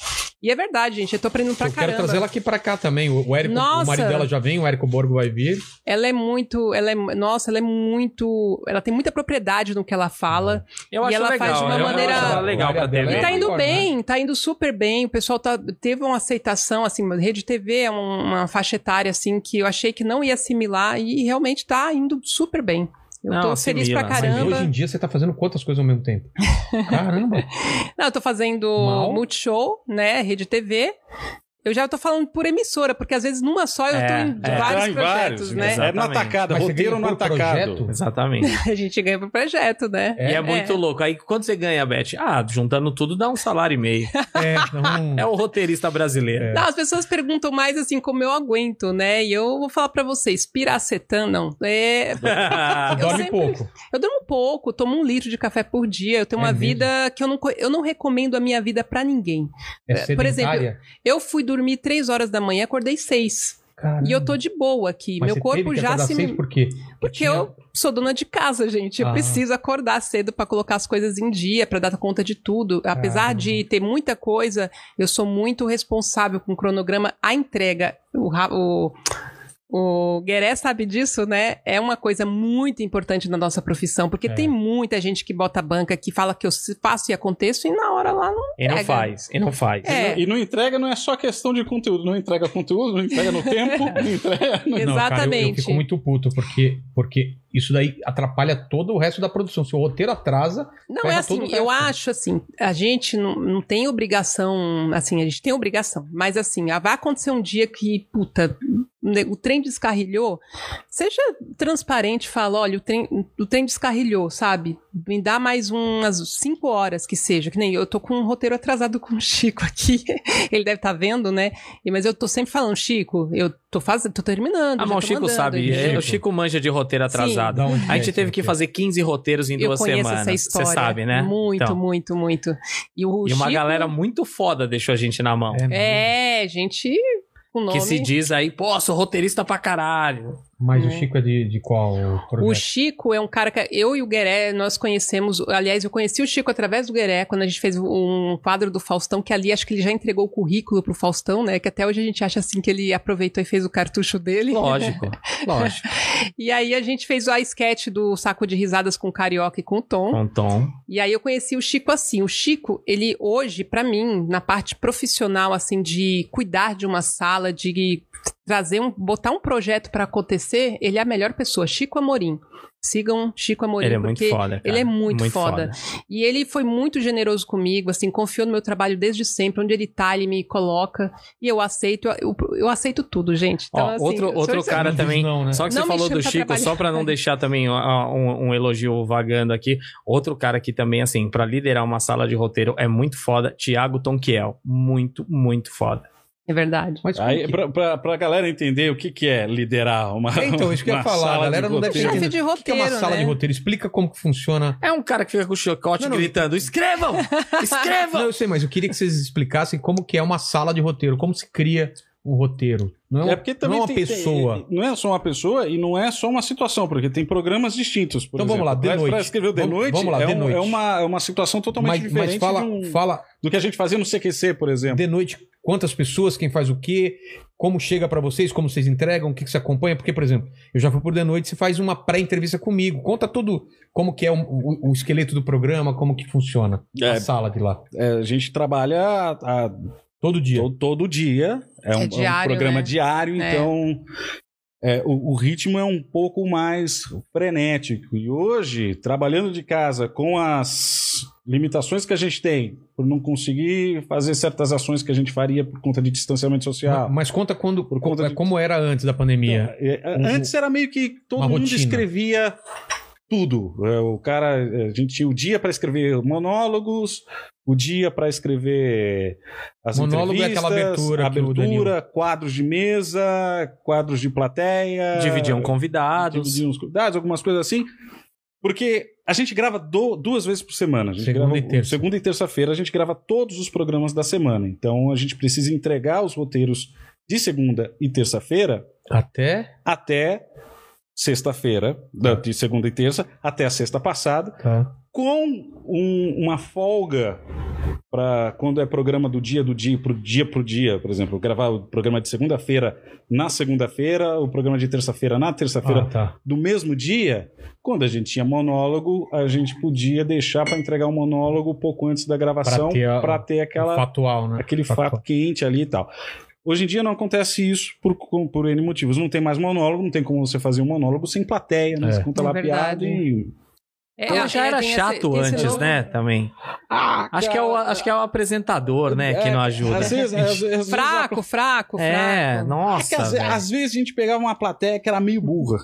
S4: E é verdade, gente. Eu tô aprendendo pra
S1: eu quero
S4: caramba.
S1: trazer ela aqui pra cá também. O, o Érico, o
S4: Nossa.
S1: marido dela já vem, o Érico Borgo vai vir.
S4: Ela é muito. Ela é, nossa, ela é muito. Ela tem muita propriedade no que ela fala.
S3: Eu
S4: E
S3: acho
S4: ela
S3: legal.
S4: faz de uma
S3: eu
S4: maneira-
S3: acho ela legal pra
S1: Ela
S4: E
S3: TV.
S4: tá
S1: é
S4: indo
S1: Record, né?
S4: bem, tá indo super bem. O pessoal tá, teve uma aceitação, assim, mas rede TV é um- uma faixa etária, assim, que eu achei que não ia assimilar e realmente tá indo super bem. Eu
S3: Não,
S4: tô feliz pra
S3: assimila, mas
S4: caramba.
S1: Mas hoje em dia você tá fazendo quantas coisas ao mesmo tempo? Caramba.
S4: Não, eu tô fazendo
S1: Mal.
S4: Multishow, né? Rede TV. Eu já tô falando por emissora, porque às vezes numa só eu tô
S3: É,
S4: em
S3: é.
S4: vários
S2: Tá em vários,
S4: projetos, né?
S2: É no
S3: Exatamente.
S2: atacado,
S1: Mas você
S2: roteiro
S1: ganha
S2: no
S1: por
S2: atacado.
S1: projeto?
S3: Exatamente.
S4: A gente ganha pro projeto, né?
S3: e é,
S4: É.
S3: muito louco. Aí quanto você ganha, Beth? Ah, juntando tudo dá um salário e meio.
S1: É, não.
S3: É o roteirista brasileiro.
S4: Não, as pessoas perguntam mais assim como eu aguento, né? E eu vou falar pra vocês, piracetam não. É,
S1: Você dorme
S4: sempre-
S1: pouco.
S4: eu durmo pouco, tomo um litro de café por dia, eu tenho
S1: É
S4: uma
S1: mesmo?
S4: vida que eu não, co- eu não recomendo a minha vida pra ninguém.
S1: É
S4: por exemplo,
S1: sedentária.
S4: Eu fui dormir três horas da manhã, acordei seis.
S1: Caramba.
S4: E eu tô de boa aqui.
S1: Hum. Mas
S4: Meu
S1: você
S4: corpo
S1: teve que
S4: já
S1: acordar
S4: se
S1: Seis, por quê?
S4: Porque
S1: tinha-
S4: eu sou dona de casa, gente. Eu
S1: Ah.
S4: preciso acordar cedo pra colocar as coisas em dia, pra dar conta de tudo. Apesar
S1: Caramba.
S4: de ter muita coisa, eu sou muito responsável com o cronograma. A entrega, o, Ra- o, o Gueré sabe disso, né? É uma coisa muito importante na nossa profissão, porque
S1: É.
S4: tem muita gente que bota a banca, que fala que eu faço e aconteço, e na hora lá não.
S3: E não
S4: Pega.
S3: faz, e não faz.
S4: É,
S2: E não entrega não é só questão de conteúdo. Não entrega conteúdo, não entrega no tempo, não entrega.
S4: exatamente.
S1: Não, cara, eu- eu, fico muito puto, porque, porque isso daí atrapalha todo o resto da produção. Se o roteiro atrasa,
S4: Não,
S1: Ferra
S4: é
S1: todo o
S4: assim, eu
S1: resto.
S4: acho assim, a gente não, não tem obrigação, assim, a gente tem obrigação, mas assim, ah, vai acontecer um dia que, puta, né, o trem descarrilhou, seja transparente, fala, olha, o trem, o trem descarrilhou, sabe? Me dá mais umas cinco horas que seja, que nem eu tô com um roteiro atrasado com o Chico aqui, ele deve estar vendo, né? E- Mas eu tô sempre falando, Chico, eu tô fazendo, tô terminando,
S3: Ah,
S4: já
S3: mas o
S4: tô
S3: Chico
S4: mandando,
S3: sabe,
S4: gente.
S3: é, o Chico manja de roteiro atrasado.
S1: dá um
S3: A gente teve que fazer 15 roteiros em
S4: Eu
S3: duas
S4: conheço
S3: semanas.
S4: essa história.
S3: Você sabe, né?
S4: Muito,
S3: Então,
S4: muito, muito. E, o
S3: e uma
S4: Chico-
S3: galera muito foda deixou a gente na mão.
S1: É,
S4: É, gente. O nome.
S3: que se diz aí, pô, sou roteirista pra caralho.
S1: mas o
S4: né?
S1: Chico é de, de qual
S3: né?
S4: O
S1: projeto?
S4: Chico é um cara que eu e o Gueré, nós conhecemos. Aliás, eu conheci o Chico através do Gueré, quando a gente fez um quadro do Faustão, que ali acho que ele já entregou o currículo pro Faustão, né? Que até hoje a gente acha assim que ele aproveitou e fez o cartucho dele.
S3: Lógico, lógico.
S4: E aí a gente fez a sketch do Saco de Risadas com o Carioca e com o Tom.
S3: Com tom.
S4: E aí eu conheci o Chico assim. O Chico, ele hoje, pra mim, na parte profissional, assim, de cuidar de uma sala, de trazer um, botar um projeto pra acontecer, ele é a melhor pessoa. Chico Amorim. Sigam Chico Amorim.
S3: Ele é muito
S4: porque
S3: foda, cara.
S4: ele é muito foda. E ele foi muito generoso comigo, assim, confiou no meu trabalho desde sempre. Onde ele tá, ele me coloca. E eu aceito, eu, eu aceito tudo, gente. Então,
S3: Ó,
S4: assim,
S3: outro,
S4: se
S3: outro
S4: eu- se eu-
S3: cara
S1: Não diz
S3: também.
S1: não, né?
S3: Só que
S4: Não
S3: você
S4: me
S3: falou
S4: chama
S3: do
S4: pra
S3: Chico, só
S4: trabalhar.
S3: pra não deixar também ó, ó, um, um elogio vagando aqui. Outro cara que também, assim, pra liderar uma sala de roteiro é muito foda, Thiago Tonquiel. Muito, muito foda.
S4: É verdade.
S1: Mas como
S2: Aí,
S1: que-
S2: pra, pra, pra galera entender o que, que é liderar uma.
S1: É, então, isso que eu ia
S2: uma
S1: falar, a
S2: sala
S1: galera
S2: de
S1: não deve
S2: roteiro.
S4: Chefe
S1: entender.
S4: de
S1: O que que é uma
S4: roteiro,
S1: sala
S4: né?
S1: de roteiro? Explica como que funciona.
S3: É um cara que fica com o chicote
S1: Não, não.
S3: gritando: escrevam!
S1: Não,
S3: Escrevam!
S1: eu sei, mas eu queria que vocês explicassem como que é uma sala de roteiro, como se cria um roteiro. Não é, um-
S2: É porque também
S1: não é uma
S2: tem- tem-
S1: pessoa.
S2: não é só uma pessoa e não é só uma situação, porque tem programas distintos. por
S1: Então vamos
S2: exemplo.
S1: lá, de
S2: Pra-
S1: noite.
S2: Pra escrever o de
S1: Vamos-
S2: noite,
S1: vamos lá,
S2: é,
S1: de
S2: um-
S1: noite.
S2: é uma, é uma situação totalmente
S1: mas, mas
S2: diferente
S1: fala,
S2: de um-
S1: fala
S2: do que a gente fazia no CQC, por exemplo.
S1: de noite quantas pessoas, quem faz o quê, como chega pra vocês, como vocês entregam, o que, que você acompanha. Porque, por exemplo, eu já fui por de noite, você faz uma pré-entrevista comigo. Conta tudo como que é o, o- o esqueleto do programa, como que funciona a
S2: É.
S1: sala de lá.
S2: É, a gente trabalha a- a
S1: Todo dia.
S2: Todo, todo dia. É, um, é um
S4: diário,
S2: programa
S4: né?
S2: diário,
S4: É.
S2: então é, o, o ritmo é um pouco mais frenético. E hoje, trabalhando de casa com as limitações que a gente tem, por não conseguir fazer certas ações que a gente faria por conta de distanciamento social.
S1: Ma- Mas conta quando
S2: Por conta
S1: co- é
S2: de-
S1: como era antes da pandemia.
S2: Então, é, é,
S1: Um-
S2: antes era meio que todo
S1: uma
S2: mundo
S1: rotina.
S2: escrevia tudo. É, o cara, é, a gente tinha o dia para escrever monólogos, o dia para escrever as
S1: Monólogo é
S2: entrevistas,
S1: aquela abertura que o
S2: abertura, quadros de mesa, quadros de
S4: É.
S2: plateia,
S3: Dividiam convidados.
S2: dividiam os convidados, algumas coisas assim. Porque a gente grava do- duas vezes por semana. A gente
S1: Segunda
S2: grava,
S1: e terça.
S2: Segunda e terça-feira a gente grava todos os programas da semana. Então a gente precisa entregar os roteiros de segunda e terça-feira
S1: Até.
S2: até sexta-feira, da-
S1: Hum.
S2: de segunda e terça, até a sexta passada,
S1: Tá.
S2: com um- uma folga para quando é programa do dia do dia pro dia pro dia, por exemplo, gravar o programa de segunda-feira na segunda-feira, o programa de terça-feira na terça-feira
S1: Ah, tá.
S2: do mesmo dia. Quando a gente tinha monólogo, a gente podia deixar para entregar o monólogo pouco antes da gravação
S1: Pra ter a-
S2: para ter, aquela
S1: Fatual, né?
S3: Tá
S2: aquele
S1: Fatual.
S2: fato quente ali e tal. Hoje em dia não acontece isso por, com- por N motivos. Não tem mais monólogo, não tem como você fazer um monólogo sem plateia, né?
S1: É.
S2: Você conta
S4: É
S2: lá piada
S4: verdade.
S2: e.
S4: É,
S3: Ela Então já
S4: é,
S3: era
S4: tem esse-
S3: chato
S4: tem esse
S3: antes,
S4: novo-
S3: né? Também.
S2: Ah,
S3: Acho que, é o, acho que é o apresentador, né? que não ajuda.
S2: Às vezes, às- às vezes a-
S4: Fraco, fraco, fraco.
S3: É,
S2: É que
S3: nossa.
S2: às,
S3: velho.
S2: às vezes a gente pegava uma plateia que era meio burra.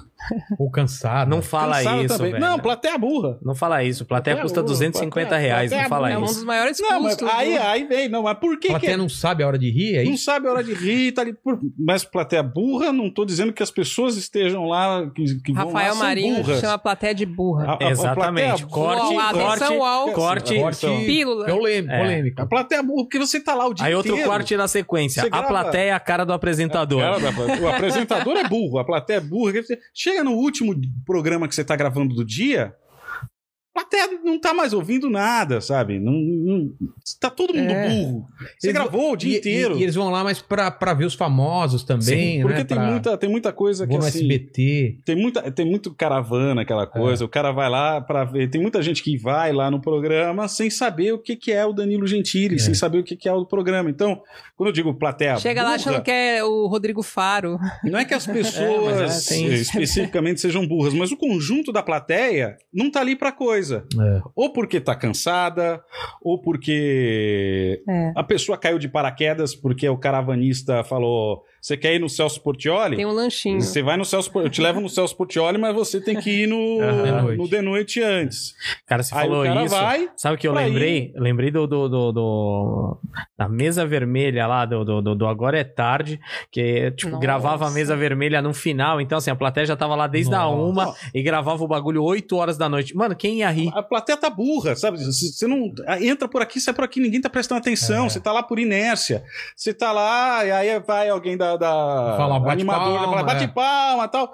S1: Ou cansado.
S3: Não fala
S2: Cansava
S3: isso,
S2: também.
S3: velho.
S2: Não, um, plateia burra.
S3: Não fala isso. Plateia
S2: Plateia
S3: custa
S2: burra,
S3: 250
S2: plateia-
S3: reais.
S2: plateia
S3: não fala
S4: É um
S3: isso.
S4: dos maiores
S2: Não, mas
S4: custos.
S2: aí, é
S4: do-
S2: aí vem, não, mas por
S1: A
S2: que, que
S1: plateia não sabe a hora de rir, é
S2: Não
S1: isso?
S2: sabe a hora de rir, tá ali. por- Mas plateia burra, não tô dizendo que as pessoas estejam lá, que, que vão lá,
S4: Rafael
S2: são
S4: Marinho
S2: burras.
S4: chama a plateia de burra.
S2: A- a- a
S3: Exatamente.
S2: plateia
S3: Corte,
S4: Uau,
S2: burra-
S3: corte,
S4: atenção, uau.
S3: corte.
S1: Corte
S4: Pílula.
S1: polêmico.
S3: É.
S1: polêmico.
S2: A plateia burra, porque você tá lá o dia
S3: Aí
S2: inteiro.
S3: outro corte na sequência.
S2: Você
S3: A
S2: grava-
S3: plateia é a cara do apresentador.
S2: Cara, da- tá o apresentador é burro, a plateia é burra. Quer dizer, Chega no último programa que você tá gravando do dia, a plateia não tá mais ouvindo nada, sabe? Não, não- tá todo mundo
S1: É.
S2: burro. Você
S1: Eles-
S2: gravou o dia
S1: E-
S2: inteiro.
S1: E, e eles vão lá, mas pra, pra ver os famosos
S2: Sim,
S1: também, né?
S2: porque tem,
S1: pra-
S2: muita, tem muita coisa que
S1: Vou no
S2: assim...
S1: SBT.
S2: Tem, muita, tem muito caravana,
S1: É.
S2: aquela coisa. O cara vai lá pra ver. Tem muita gente que vai lá no programa sem saber o que, que é o Danilo Gentili,
S1: É.
S2: sem saber o que, que é o programa. Então, quando eu digo plateia.
S4: Chega lá
S2: burra,
S4: achando que é o Rodrigo Faro.
S2: Não é que as
S3: É,
S2: pessoas
S3: mas é, tem
S2: eh,
S3: isso.
S2: especificamente sejam burras, mas o conjunto da plateia não tá ali pra coisa.
S1: É.
S2: Ou porque tá cansada, ou porque
S4: É.
S2: a pessoa caiu de paraquedas porque o caravanista falou: Você quer ir no Celso Portioli?
S4: Tem um lanchinho.
S2: Você vai no Celso, Por- eu te levo no Celso Portioli, mas você tem que ir no,
S1: Aham.
S2: no de noite antes.
S3: Cara, você
S2: Aí
S3: Ah, falou
S2: o cara
S3: isso.
S2: vai,
S3: Sabe o que eu
S2: Pra
S3: lembrei? Lembrei do, do, do, do- da mesa vermelha lá, do, do, do- do Agora é Tarde, que tipo,
S4: Nossa.
S3: gravava a mesa vermelha no final, então assim, a plateia já tava lá desde a
S1: Nossa.
S3: uma e gravava o bagulho 8 horas da noite. Mano, quem ia rir?
S2: a plateia tá burra, sabe? Você você não ah, entra por aqui, sai por aqui, ninguém tá prestando atenção,
S1: É.
S2: você tá lá por inércia. Você tá lá, e aí vai alguém da, da
S1: Fala, bate
S2: animadora,
S1: palma,
S2: fala, bate
S1: é.
S2: palma e tal.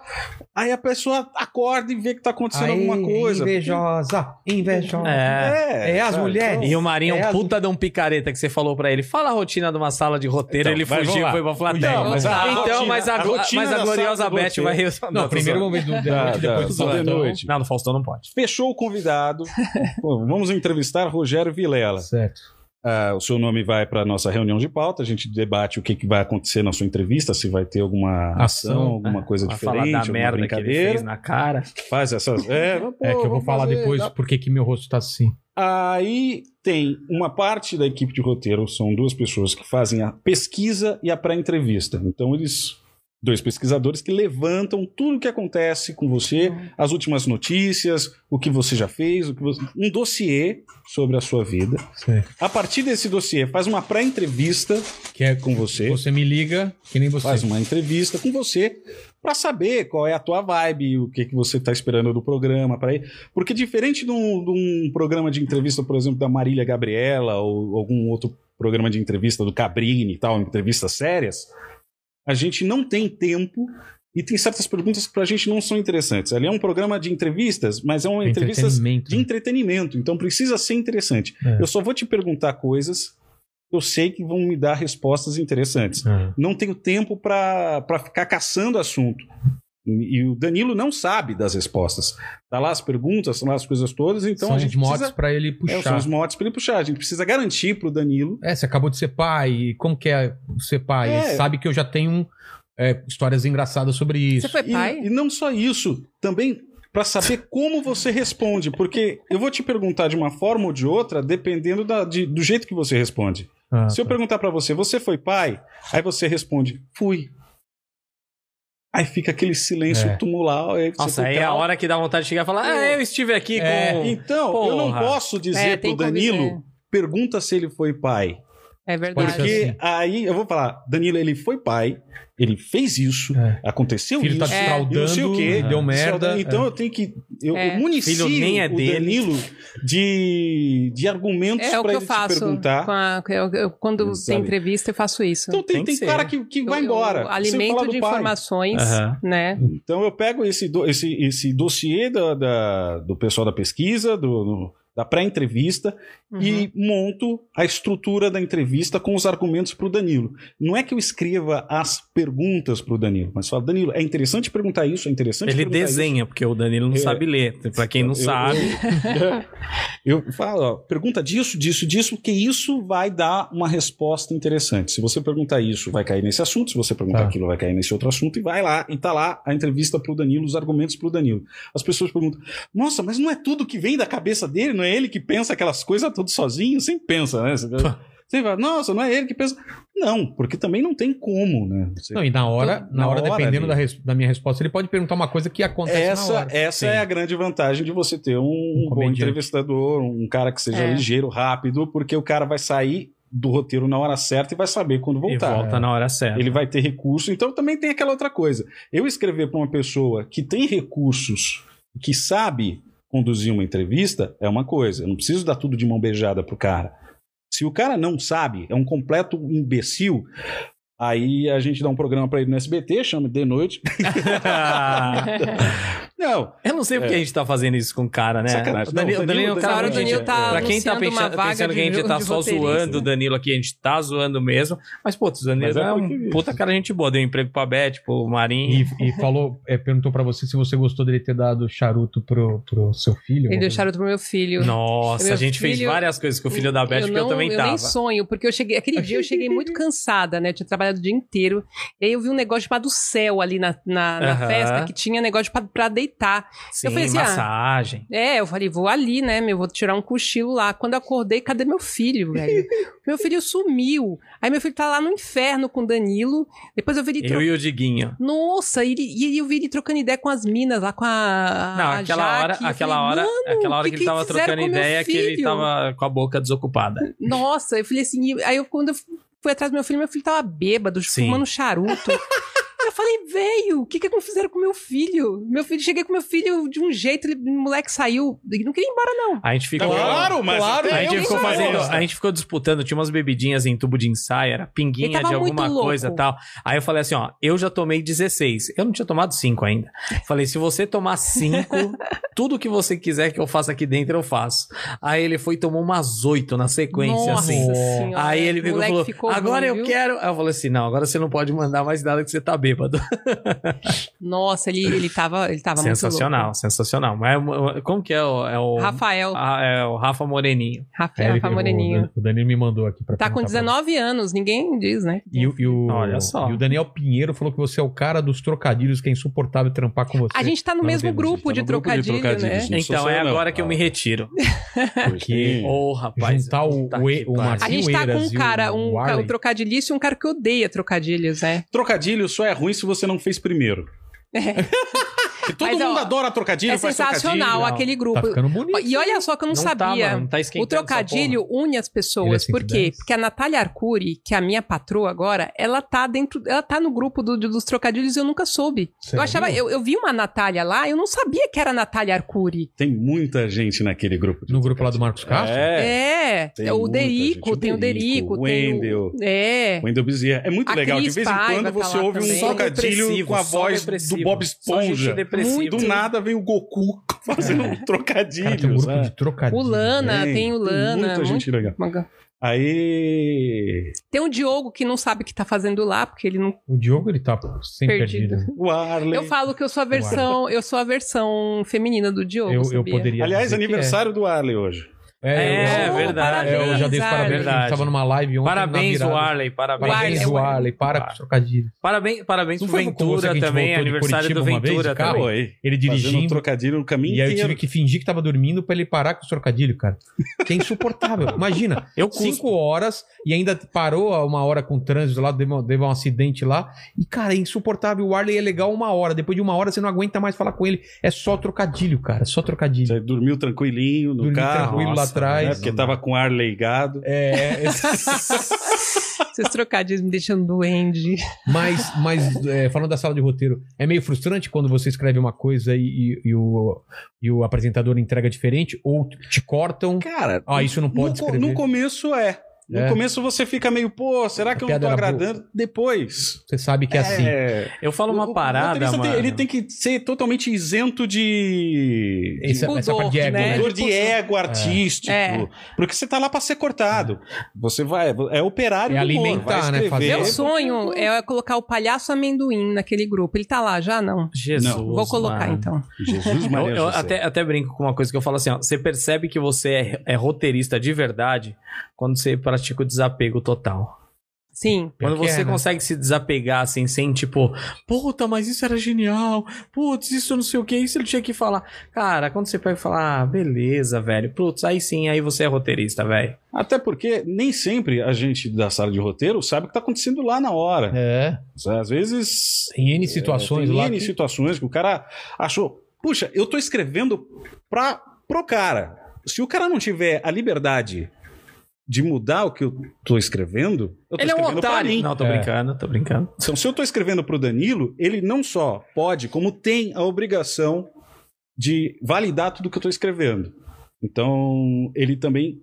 S2: Aí a pessoa acorda e vê que tá
S1: Aí,
S2: acontecendo alguma coisa.
S1: Invejosa, invejosa.
S3: É.
S2: É,
S1: É, as
S2: sabe?
S1: mulheres.
S3: E o Marinho,
S1: É,
S3: puta de um picareta que você falou pra ele. Fala a rotina de uma sala de roteiro,
S2: Então,
S3: ele
S2: vai,
S3: fugiu
S2: vamos
S3: e
S2: lá.
S3: foi pra plateia.
S1: Não, mas
S3: Então,
S1: a
S2: rotina-
S3: mas a,
S2: a rotina
S3: mas a
S2: da
S3: gloriosa
S2: sala de
S3: Beth vai resolver.
S1: Não, primeiro
S3: tô
S1: vamos ver do The
S2: Dá,
S1: Noite, depois
S2: dá,
S1: do
S2: só
S1: Faustão.
S2: The Noite.
S3: zoando. Não, no Faustão não pode.
S2: Então, Fechou o convidado. Pô, vamos entrevistar Rogério Vilela.
S1: Certo.
S2: Ah, o seu nome vai para nossa reunião de pauta, a gente debate o que, que vai acontecer na sua entrevista, se vai ter alguma ação,
S1: Ação,
S2: alguma coisa
S3: Vai falar
S2: diferente,
S3: da
S2: alguma
S3: merda que ele
S2: brincadeira.
S3: fez né? na cara.
S2: Faz essas. É, pô,
S1: é que eu vou
S2: vamos
S1: falar
S2: fazer,
S1: depois
S2: dá-
S1: porque que meu rosto tá assim.
S2: Aí tem uma parte da equipe de roteiro, são duas pessoas que fazem a pesquisa e a pré-entrevista. Então eles. Dois pesquisadores que levantam tudo o que acontece com você,
S1: Uhum.
S2: as últimas notícias, o que você já fez, o que você- um dossiê sobre a sua vida.
S1: Certo.
S2: A partir desse dossiê, faz uma pré-entrevista
S1: Que é
S2: com você,
S1: Você me liga, que nem você.
S2: faz uma entrevista com você para saber qual é a tua vibe, o que, que você está esperando do programa para ir. Porque diferente de um, de um programa de entrevista, por exemplo, da Marília Gabriela ou algum outro programa de entrevista do Cabrini e tal, entrevistas sérias, a gente não tem tempo e tem certas perguntas que para a gente não são interessantes. Ali é um programa de entrevistas, mas é uma entrevista
S1: Entretenimento. né?
S2: de entretenimento, então precisa ser interessante.
S1: É.
S2: Eu só vou te perguntar coisas que eu sei que vão me dar respostas interessantes.
S1: Ah,
S2: Não tenho tempo para ficar caçando assunto. E e o Danilo não sabe das respostas. Tá lá as perguntas, estão lá as coisas todas, então
S1: são
S2: a
S1: os
S2: gente
S1: motes
S2: precisa.
S1: pra ele
S2: É, são
S1: puxar.
S2: os motes para ele puxar. A gente precisa garantir para o Danilo.
S1: É, você acabou de ser pai, como que é ser pai?
S2: É.
S1: Ele sabe que eu já tenho é, histórias engraçadas sobre isso.
S4: Você foi
S2: E,
S4: pai?
S2: e não só isso, também para saber como você responde. Porque eu vou te perguntar de uma forma ou de outra, dependendo da- de- do jeito que você responde.
S1: Ah,
S2: Se eu
S1: tá.
S2: perguntar pra você, você foi pai? Aí você responde, fui. Aí fica aquele silêncio
S1: É.
S2: tumular. Aí você
S3: Nossa,
S2: fica,
S3: aí é a hora que dá vontade de chegar e falar: Ah, eu estive aqui
S1: É.
S3: com.
S2: Então, eu não
S3: Porra.
S2: posso dizer
S4: É,
S2: pro
S4: tem que
S2: Danilo,
S4: conviver.
S2: pergunta se ele foi pai.
S4: É verdade.
S2: Porque
S1: assim.
S2: aí eu vou falar, Danilo, ele foi pai, ele fez isso,
S1: É.
S2: aconteceu
S1: filho
S2: isso.
S1: tá
S4: É.
S1: desfraudando,
S2: Eu um sei o quê.
S1: deu merda.
S2: Então eu tenho que. Eu
S4: É.
S2: municio
S3: Filho nem é
S2: o
S3: dele.
S2: Danilo de, de argumentos
S4: É o
S2: pra
S4: que
S2: ele
S4: eu faço.
S2: te perguntar.
S4: com a- eu- eu- quando tem
S2: Sabe?
S4: entrevista, eu faço isso.
S2: Então tem,
S3: Tem que
S2: tem
S3: ser.
S2: cara que, que
S4: Eu-
S2: vai
S4: eu
S2: embora. Sem falar
S4: Alimento
S2: do
S4: de
S2: pai.
S4: informações,
S3: Aham.
S4: né?
S2: Então eu pego esse, do- esse, esse dossiê da, da- do pessoal da pesquisa, do, no- da pré-entrevista,
S4: Uhum.
S2: e monto a estrutura da entrevista com os argumentos para o Danilo. Não é que eu escreva as perguntas para o Danilo, mas falo, Danilo, é interessante perguntar isso, é interessante
S3: Ele
S2: perguntar
S3: desenha, porque o Danilo não
S2: É.
S3: sabe ler. Pra quem não
S2: Eu-
S3: sabe.
S2: isso. Eu falo, ó, pergunta disso, disso, disso, porque isso vai dar uma resposta interessante. Se você perguntar isso, vai cair nesse assunto, se você perguntar
S1: Tá.
S2: aquilo, vai cair nesse outro assunto, e vai lá, e tá lá a entrevista para o Danilo, os argumentos para o Danilo. As pessoas perguntam, nossa, mas não é tudo que vem da cabeça dele, não é ele que pensa aquelas coisas tudo sozinho, sem pensa, né? Você você fala, nossa, não é ele que pensa. Não, porque também não tem como, né? Você-
S1: Não, e na hora, na,
S2: Na
S1: hora,
S2: hora
S1: dependendo
S2: ali.
S1: da, res- da minha resposta, ele pode perguntar uma coisa que acontece na
S2: Essa,
S1: hora.
S2: essa
S1: Sim.
S2: é a grande vantagem de você ter um, bom
S1: comediante.
S2: entrevistador, um cara que seja
S4: É.
S2: ligeiro, rápido, porque o cara vai sair do roteiro na hora certa e vai saber quando
S3: E
S2: voltar.
S3: volta na hora certa.
S2: Ele vai ter recurso. Então também tem aquela outra coisa. Eu escrever para uma pessoa que tem recursos, que sabe conduzir uma entrevista, é uma coisa. Eu não preciso dar tudo de mão beijada pro cara. Se o cara não sabe, é um completo imbecil, aí a gente dá um programa para ele no SBT, chama de noite. Não,
S3: Eu não sei porque a gente tá fazendo isso com o cara, né?
S2: É. Sacanagem.
S3: O Danilo,
S2: Não,
S3: o Danilo é um
S2: Danilo-
S3: cara
S4: Agora o
S3: muito
S2: Danilo
S3: gente-
S4: tá
S3: Pra quem
S4: anunciando
S3: tá
S4: uma
S3: pensando,
S4: vaga
S3: pensando que a
S4: de
S3: gente
S4: jo-
S3: tá
S4: de
S3: só
S4: roteirista.
S3: zoando o Danilo aqui, a gente tá zoando mesmo. Mas, pô, o Danilo
S2: Mas é
S3: é,
S2: porque
S3: um
S2: isso.
S3: puta cara, gente boa. Deu emprego pra Beth, pro Marinho.
S1: E, e falou, é, perguntou pra você se você gostou dele ter dado charuto pro, pro seu filho. assim.
S4: Ele deu charuto pro meu filho.
S3: Nossa,
S4: Meu
S3: a gente fez
S4: filho-
S3: várias coisas com o filho da Beth, que eu também
S4: eu
S3: tava.
S4: nem sonho, porque eu cheguei, aquele dia eu cheguei muito cansada, né? Eu tinha trabalhado o dia inteiro. E aí eu vi um negócio chamado céu ali na, na, na
S3: Aham.
S4: festa, que tinha negócio pra, pra deitar.
S3: Sim,
S4: falei assim, ah,
S3: massagem.
S4: É, eu falei, vou ali, né, meu, vou tirar um cochilo lá. Quando eu acordei, cadê meu filho, velho? meu filho sumiu. Aí meu filho tá lá no inferno com o Danilo. Depois eu vi ele
S3: Eu
S4: trocando.
S3: e o Diguinho.
S4: Nossa, e, ele- e eu vi ele trocando ideia com as minas lá, com a.
S3: Não,
S4: a
S3: aquela hora,
S4: Jaque. Ah, Eu
S3: aquela
S4: falei,
S3: hora,
S4: "Mano,
S3: aquela hora
S4: o
S3: que, ele tava
S4: fizeram
S3: trocando
S4: com meu
S3: ideia é que ele
S4: filho?"
S3: tava com a boca desocupada.
S4: Nossa, eu falei assim, e- aí eu, quando eu fui atrás do meu filho, meu filho tava bêbado,
S3: Sim.
S4: fumando charuto. eu falei, velho, o que que fizeram com meu filho? Meu filho, cheguei com meu filho de um jeito, ele, o moleque saiu, ele não queria ir embora não.
S3: A gente ficou.
S2: mas
S3: A gente,
S4: Eu sou
S3: ficou fazendo,
S4: honesta.
S3: a gente ficou disputando, tinha umas bebidinhas em tubo de ensaio, era
S4: Ele
S3: pinguinha
S4: tava
S3: de alguma
S4: muito louco.
S3: coisa e tal. Aí eu falei assim, ó, eu já tomei 16. Eu não tinha tomado 5 ainda. Falei, se você tomar 5, tudo que você quiser que eu faça aqui dentro, eu faço. Aí ele foi e tomou umas 8 na sequência,
S4: Nossa
S3: assim.
S4: senhora.
S3: Aí ele
S4: O
S3: pegou e
S4: moleque
S3: falou,
S4: ficou
S3: agora
S4: ruim,
S3: eu
S4: viu?
S3: quero... Aí eu falei assim, não, agora você não pode mandar mais nada que você tá bêbado.
S4: Nossa, ele, ele tava, ele tava muito
S3: sensacional, sensacional. Mas como que é o... É o...
S4: louco. Rafael,
S3: Ah, é o Rafa Moreninho.
S1: É,
S4: Rafael,
S1: ele-
S4: Rafa
S1: O,
S4: Moreninho.
S1: Dan- o Danilo me mandou aqui pra
S4: Tá com
S1: perguntar pra você.
S4: 19 anos, ninguém diz, né?
S1: E, o- e o,
S3: Olha só.
S1: e o Daniel Pinheiro falou que você é o cara dos trocadilhos, que é insuportável trampar com você.
S4: A gente tá no
S1: Não,
S4: mesmo
S1: Deus,
S4: grupo
S2: a
S4: de
S2: gente tá no grupo de
S4: trocadilho, né?
S2: trocadilhos, né? Não sou
S3: Então, é
S2: eu, não.
S3: agora que eu me retiro.
S1: Que-
S3: Ô, rapaz.
S1: Juntar o-
S3: puta
S1: o-
S3: que
S1: o
S3: pariu.
S1: Marcelo.
S4: A gente tá com um
S1: Zoeiras e o
S4: cara, um, ca-
S1: Warley.
S4: um trocadilhista e um cara que odeia trocadilhos, né?
S2: Trocadilho só é ruim se você não fez primeiro. Porque todo
S4: É. Mas, ó,
S2: mundo adora trocadilho,
S4: É
S2: faz
S4: sensacional
S3: não.
S4: aquele
S1: Tá
S4: grupo.
S1: ficando bonito.
S4: E olha só que eu não, sabia.
S3: mano, tá esquentando
S4: o trocadilho une as
S1: Ele é
S4: pessoas. Por
S1: 110?
S4: quê? Porque a Natália Arcuri, que é a minha patroa agora, ela tá dentro. Ela tá no grupo do- dos trocadilhos e eu nunca soube.
S1: Sério?
S4: Eu achava. Eu, eu vi uma Natália lá, eu não sabia que era a Natália Arcuri.
S2: essa porra. Tem muita gente naquele grupo. de
S1: No grupo lá do
S2: trocadilho.
S1: Marcos Castro?
S2: É.
S4: É.
S2: tem
S4: é o
S2: muita gente.
S4: Derico,
S2: O
S4: tem o Derico,
S2: Derico, o
S4: tem
S2: Wendel.
S4: o. É.
S2: Wendel Bezerra. É muito
S4: A
S2: legal. de
S4: Cris
S2: vez em
S4: Paiva
S2: quando
S4: tá
S2: você
S4: lá
S2: ouve
S4: também.
S2: um
S4: Só
S2: trocadilho
S3: depressivo,
S2: com a
S3: só
S2: voz
S3: depressivo.
S2: do Bob
S3: Só gente
S2: Esponja.
S3: depressiva.
S4: Muito.
S2: Do nada vem o Goku fazendo um
S1: Cara, tem um
S2: trocadilho.
S1: grupo
S2: sabe?
S1: de trocadilhos.
S4: O Lana, tem, o Lana.
S2: Muita gente legal.
S4: muito-
S2: Aí.
S4: Tem o Diogo que não sabe o que tá fazendo lá, porque ele não.
S1: O Diogo, ele tá sempre perdido.
S4: Perdido.
S2: O Arley.
S4: Eu falo que eu sou a versão. Eu sou a versão feminina do Diogo.
S1: Eu, eu
S4: sabia?
S1: poderia.
S2: Aliás,
S1: dizer que é.
S2: aniversário do Arley hoje.
S3: É,
S1: eu-
S3: verdade.
S1: é, eu já dei os
S4: Parabéns,
S1: parabéns.
S3: Arley.
S1: Eu estava numa live ontem.
S3: Parabéns,
S1: na
S3: o
S1: virada.
S3: Arley. Parabéns.
S1: Parabéns, o Arley. Para com os trocadilhos.
S3: Parabéns, parabéns
S1: Não
S3: pro
S1: foi com você que a
S3: Ventura
S1: gente
S3: também,
S1: voltou de
S3: aniversário do
S1: Curitiba uma vez,
S3: Ventura
S1: cara?
S3: também.
S2: Oi.
S1: Ele
S2: Dirigindo um
S1: dirigindo.
S2: trocadilho o caminho
S1: E aí eu
S2: inteiro.
S1: tive que fingir que tava dormindo pra ele parar com os trocadilhos, cara. Que é insuportável. Imagina,
S3: Eu cuspo.
S1: cinco horas e ainda parou a uma hora com o trânsito lá, deu, deu um acidente lá. E, cara, é insuportável. O Arley é legal uma hora. Depois de uma hora você não aguenta mais falar com ele. É só trocadilho, cara. É só trocadilho.
S2: Você dormiu tranquilinho no
S1: Dormi
S2: carro.
S1: tranquilo lá atrás.
S2: né? Porque tava com o ar ligado.
S1: É, é-
S4: Esses trocadilhos me deixando doente.
S1: mas, mas é, falando da sala de roteiro, é meio frustrante quando você escreve uma coisa e, e- e o, e o apresentador entrega diferente ou te cortam.
S2: Cara,
S1: Ah, isso não pode
S2: no, co-
S1: escrever.
S2: no começo é. No
S1: É.
S2: começo você fica meio, pô, será que
S1: A
S2: eu não
S1: piada
S2: tô
S1: era
S2: agradando? Depois.
S1: Você sabe que é assim.
S2: É.
S3: Eu falo
S2: O-
S3: uma
S2: o
S3: parada,
S2: roteirista tem-
S3: mano.
S2: ele tem que ser totalmente isento de. de
S1: Essa, essa
S4: Pudor,
S1: parte de ego,
S4: né?
S1: né?
S2: Dor de ego artístico.
S4: É.
S2: Porque você tá lá pra ser cortado. Você vai. É operário
S1: É
S2: do humor,
S1: alimentar,
S2: vai
S1: né,
S2: escrever.
S1: fazer-
S4: Meu
S1: É,
S4: sonho é colocar o palhaço amendoim naquele grupo. Ele tá lá já? Não.
S3: Jesus,
S2: Não.
S4: Vou colocar
S3: mano.
S4: então.
S2: Jesus
S3: Eu,
S2: Maria
S3: eu
S2: José.
S3: até, até brinco com uma coisa que eu falo assim, ó, você percebe que você é, é roteirista de verdade quando você pratica o desapego total.
S4: Sim.
S1: Pior
S3: Quando
S1: que
S3: você
S1: é, né?
S3: consegue se desapegar assim, sem tipo, puta, mas isso era genial, putz, isso não sei o que, isso ele tinha que falar. Cara, quando você pega e fala, ah, beleza, velho, putz, aí sim, aí você é roteirista, velho.
S2: Até porque nem sempre a gente da sala de roteiro sabe o que tá acontecendo lá na hora.
S1: É.
S2: Às vezes
S1: Tem N situações
S2: tem
S1: lá.
S2: N
S1: que-
S2: situações que o cara achou, puxa, eu tô escrevendo pra, pro cara. Se o cara não tiver a liberdade de mudar o que eu tô escrevendo, eu tô
S3: Ele é um
S2: escrevendo pra
S3: otário.
S2: mim.
S3: Não, tô
S1: É.
S3: brincando, tô brincando.
S2: Então, se eu tô escrevendo pro Danilo, ele não só pode, como tem a obrigação de validar tudo que eu tô escrevendo. Então, ele também,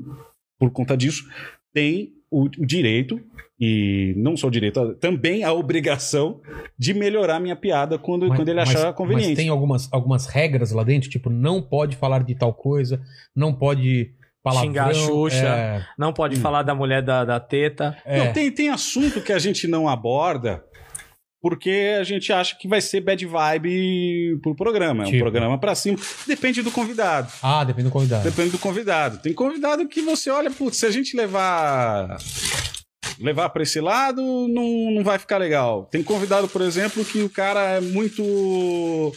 S2: por conta disso, tem o, o direito, e não só o direito, a- também a obrigação de melhorar a minha piada quando,
S1: Mas-
S2: quando ele
S1: mas-
S2: achar
S1: Mas
S2: conveniente.
S1: tem algumas, algumas regras lá dentro, tipo, não pode falar de tal coisa, não pode palavrão.
S3: Xingar a Xuxa.
S1: é,
S3: Não pode
S2: Hum.
S3: falar da mulher da, da teta.
S1: é.
S2: Não, tem, tem assunto que a gente não aborda porque a gente acha que vai ser bad vibe pro programa. É um
S1: Tipo.
S2: programa pra cima. Depende do convidado.
S1: Ah, depende do convidado.
S2: Depende do convidado. Tem convidado que você olha, putz, se a gente levar levar para esse lado, não, não vai ficar legal. Tem convidado, por exemplo, que o cara é muito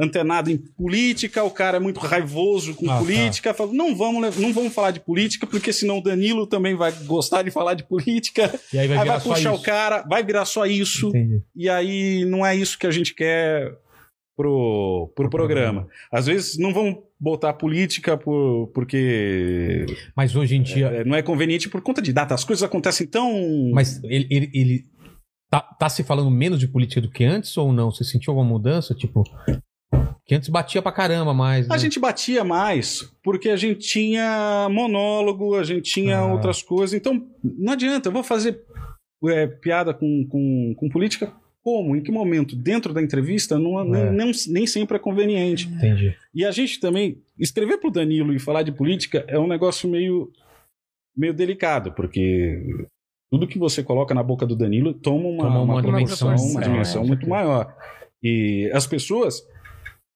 S2: antenado em política, o cara é muito raivoso com
S1: Ah, tá.
S2: política, fala, não vamos, le- não vamos falar de política, porque senão o Danilo também vai gostar de falar de política.
S1: E aí vai
S2: aí
S1: virar
S2: vai
S1: só
S2: puxar
S1: isso.
S2: o cara, vai virar só isso
S1: Entendi.
S2: e aí não é isso que a gente quer pro, pro, programa. Às vezes não vão botar política por, porque
S1: Mas hoje em dia.
S2: é, não é conveniente por conta de data. As coisas acontecem tão.
S1: Mas ele. ele, ele tá, tá se falando menos de política do que antes ou não? Você sentiu alguma mudança? Tipo. Que antes batia pra caramba mais.
S2: A
S1: né?
S2: gente batia mais porque a gente tinha monólogo, a gente tinha
S1: Ah.
S2: outras coisas. Então não adianta, eu vou fazer é, piada com, com, com política. Como? Em que momento? Dentro da entrevista não,
S1: É.
S2: nem, nem sempre é conveniente.
S1: Entendi.
S2: E a gente também, escrever pro Danilo e falar de política é um negócio meio, meio delicado, porque tudo que você coloca na boca do Danilo toma uma,
S1: Toma uma
S2: uma proporção,
S1: dimensão,
S2: uma
S1: é,
S2: dimensão
S1: é,
S2: muito maior. E as pessoas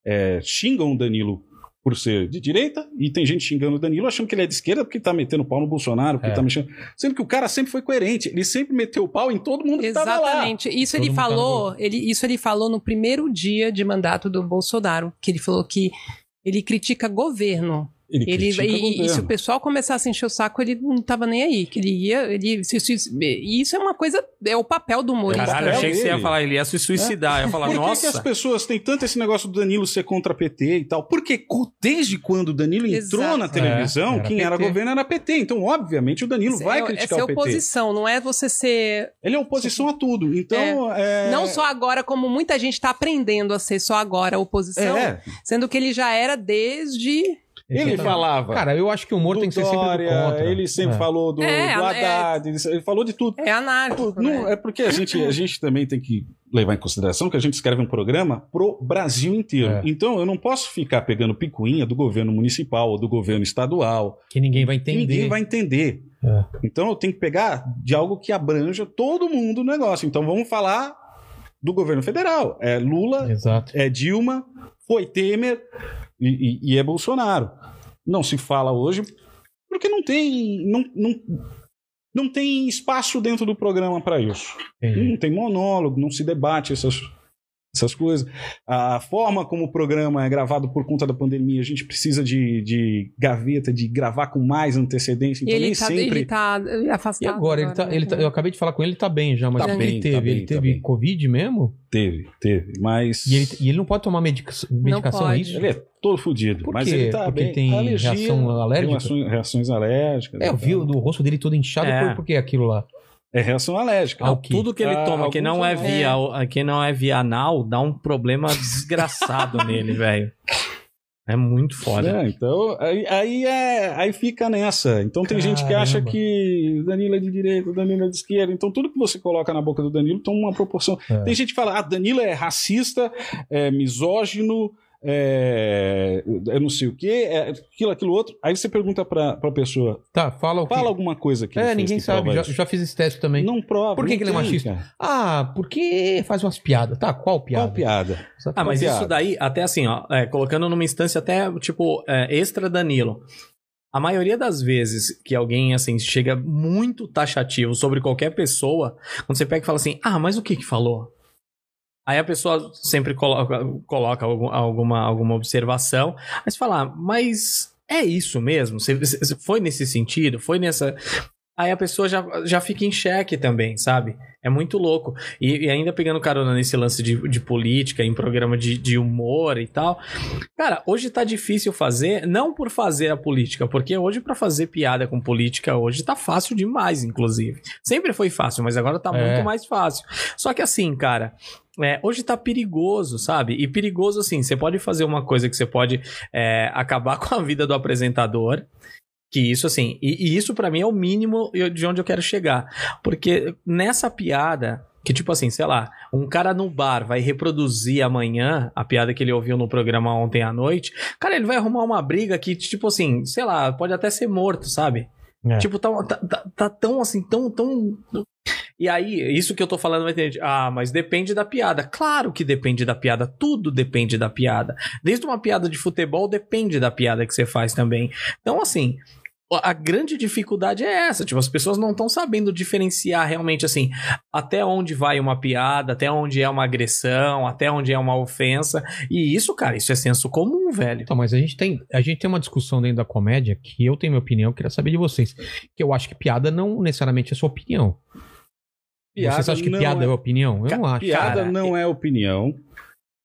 S2: é, xingam o Danilo por ser de direita, e tem gente xingando o Danilo achando que ele é de esquerda porque tá metendo pau no Bolsonaro, porque
S1: É.
S2: tá mexendo. Sendo que o cara sempre foi coerente, ele sempre meteu o pau em todo mundo que tava lá.
S4: Exatamente. Isso
S1: Todo
S4: ele
S1: mundo tava
S4: falou, ele, isso ele falou no primeiro dia de mandato do Bolsonaro, que ele falou que ele critica governo. Ele,
S2: critica o
S4: e, e se o
S2: governo.
S4: é
S3: Caralho, eu achei que você ia
S2: dele.
S3: falar, ele ia se suicidar. Eu ia falar,
S2: é Por que que,
S3: nossa.
S2: as pessoas têm tanto esse negócio do Danilo ser contra PT e tal? Porque co- desde quando o Danilo entrou
S4: Exato.
S2: na televisão,
S1: É, era
S2: quem era
S1: PT.
S2: governo era PT. Então, obviamente, o Danilo vai
S4: é,
S2: criticar
S4: é ser
S2: o PT.
S4: oposição, não é você ser.
S2: Ele é oposição a tudo. Então, é...
S4: Não só agora, como muita gente tá aprendendo a ser só agora oposição,
S2: É.
S4: sendo que ele já era desde.
S2: Ele
S1: Exatamente.
S2: falava.
S1: Então, Cara, eu acho que É. o humor
S2: do
S1: tem que ser
S2: Dória,
S1: sempre do contra.
S2: Ele sempre
S1: É.
S2: falou do,
S4: É,
S2: do
S4: é-
S2: Haddad, ele- ele falou de tudo.
S4: É anárquico.
S2: Pô, não,
S4: né?
S2: é porque a gente, a gente também tem que levar em consideração que a gente escreve um programa pro Brasil inteiro.
S1: É.
S2: Então eu não posso ficar pegando picuinha do governo municipal ou do governo estadual
S1: Que ninguém vai
S2: que
S1: entender.
S2: ninguém vai entender.
S1: É.
S2: Então eu tenho que pegar de algo que abranja todo mundo no negócio. Então vamos falar do governo federal. É Lula,
S1: Exato.
S2: é Dilma, foi Temer e, e- e é Bolsonaro. Não se fala hoje Porque não tem. Não, não, não tem espaço dentro do programa para isso.
S1: Hum,
S2: Não tem monólogo, não se debate essas, essas coisas. A forma como o programa é gravado por conta da pandemia, a gente precisa de, de gaveta, de gravar com mais antecedência.
S4: E
S2: Então, nem
S4: ele tá,
S2: sempre.
S4: ele tá afastado.
S1: E agora, ele tá,
S4: né?
S1: ele tá- eu acabei de falar com ele, ele tá bem já, mas o
S2: Tá
S1: que
S2: bem,
S1: ele
S2: tá
S1: teve?
S2: bem,
S1: ele
S2: tá
S1: teve
S2: bem.
S1: Covid mesmo?
S2: Teve, teve. Mas.
S1: E ele, e ele não pode tomar medica- medicação, é
S4: pode.
S1: isso?
S2: Ele é todo fudido.
S1: Por
S2: Mas
S1: quê?
S2: ele tá Um
S1: Porque
S2: bem.
S1: tem
S2: Alergia,
S1: reação alérgica?
S2: Reações, reações alérgicas. então.
S1: É, eu vi o do rosto dele todo inchado,
S3: É.
S1: por, por que aquilo lá?
S2: É reação alérgica.
S1: Ao que?
S3: Tudo que ele
S2: Ah,
S3: toma que não, é
S2: alguns
S3: via, que não é via anal dá um problema desgraçado nele, velho. É muito foda.
S2: É, então, aí, aí, é, aí fica nessa. Então tem gente que acha
S1: Caramba.
S2: que o Danilo é de direita, o Danilo é de esquerda. Então tudo que você coloca na boca do Danilo toma uma proporção.
S1: É.
S2: Tem gente que fala, ah, Danilo é racista, é misógino, é, é não sei o quê, é aquilo, aquilo outro. Aí você pergunta pra, pra pessoa,
S1: Tá, fala o que.
S2: fala alguma coisa que ele
S1: é,
S2: fez
S1: ninguém
S2: que
S1: sabe,
S2: prova
S1: já,
S2: isso.
S1: já fiz esse teste também.
S2: Não prova.
S1: Por que
S2: não
S1: que ele é
S2: tem,
S1: machista?
S2: cara.
S1: Ah, porque faz umas piadas. Tá, qual piada?
S2: Qual piada?
S1: Sabe?
S3: Ah, mas
S2: Piada.
S3: isso daí, até assim, ó, é, colocando numa instância até, tipo, é, extra Danilo. A maioria das vezes que alguém, assim, chega muito taxativo sobre qualquer pessoa, quando você pega e fala assim, ah, mas o que que falou? Aí a pessoa sempre coloca, coloca algum- alguma, alguma observação, aí você fala, ah, mas é isso mesmo? Você, você- foi nesse sentido? Foi nessa... Aí a pessoa já, já fica em xeque também, sabe? É muito louco. E, e ainda pegando carona nesse lance de, de política, em programa de, de humor e tal. Cara, hoje tá difícil fazer, não por fazer a política, porque hoje pra fazer piada com política hoje tá fácil demais, inclusive. Sempre foi fácil, mas agora tá
S1: É.
S3: muito mais fácil. Só que assim, cara. é, hoje tá perigoso, sabe? E perigoso assim, você pode fazer uma coisa que você pode é, acabar com a vida do apresentador, que isso, assim, e, e isso pra mim é o mínimo eu- de onde eu quero chegar. Porque nessa piada, que tipo assim, sei lá, um cara no bar vai reproduzir amanhã a piada que ele ouviu no programa ontem à noite, cara, ele vai arrumar uma briga que, tipo assim, sei lá, pode até ser morto, sabe?
S1: É.
S3: Tipo, tá, tá, tá- tá tão assim, tão, tão. E aí, isso que eu tô falando vai ter. gente, Ah, mas depende da piada. Claro que depende da piada. Tudo depende da piada. Desde uma piada de futebol, depende da piada que você faz também. Então, assim, a grande dificuldade é essa, tipo, as pessoas não estão sabendo diferenciar realmente assim, até onde vai uma piada, até onde é uma agressão, até onde é uma ofensa. E isso, cara, isso é senso comum, velho.
S1: Então, mas a gente, tem, a gente tem uma discussão dentro da comédia que eu tenho minha opinião, eu queria saber de vocês. Que eu acho que piada não necessariamente é sua opinião. vocês acham que
S2: não
S1: piada
S2: é
S1: é opinião? Eu
S3: Ca-
S1: não acho.
S2: Piada
S3: Cara,
S2: não é opinião,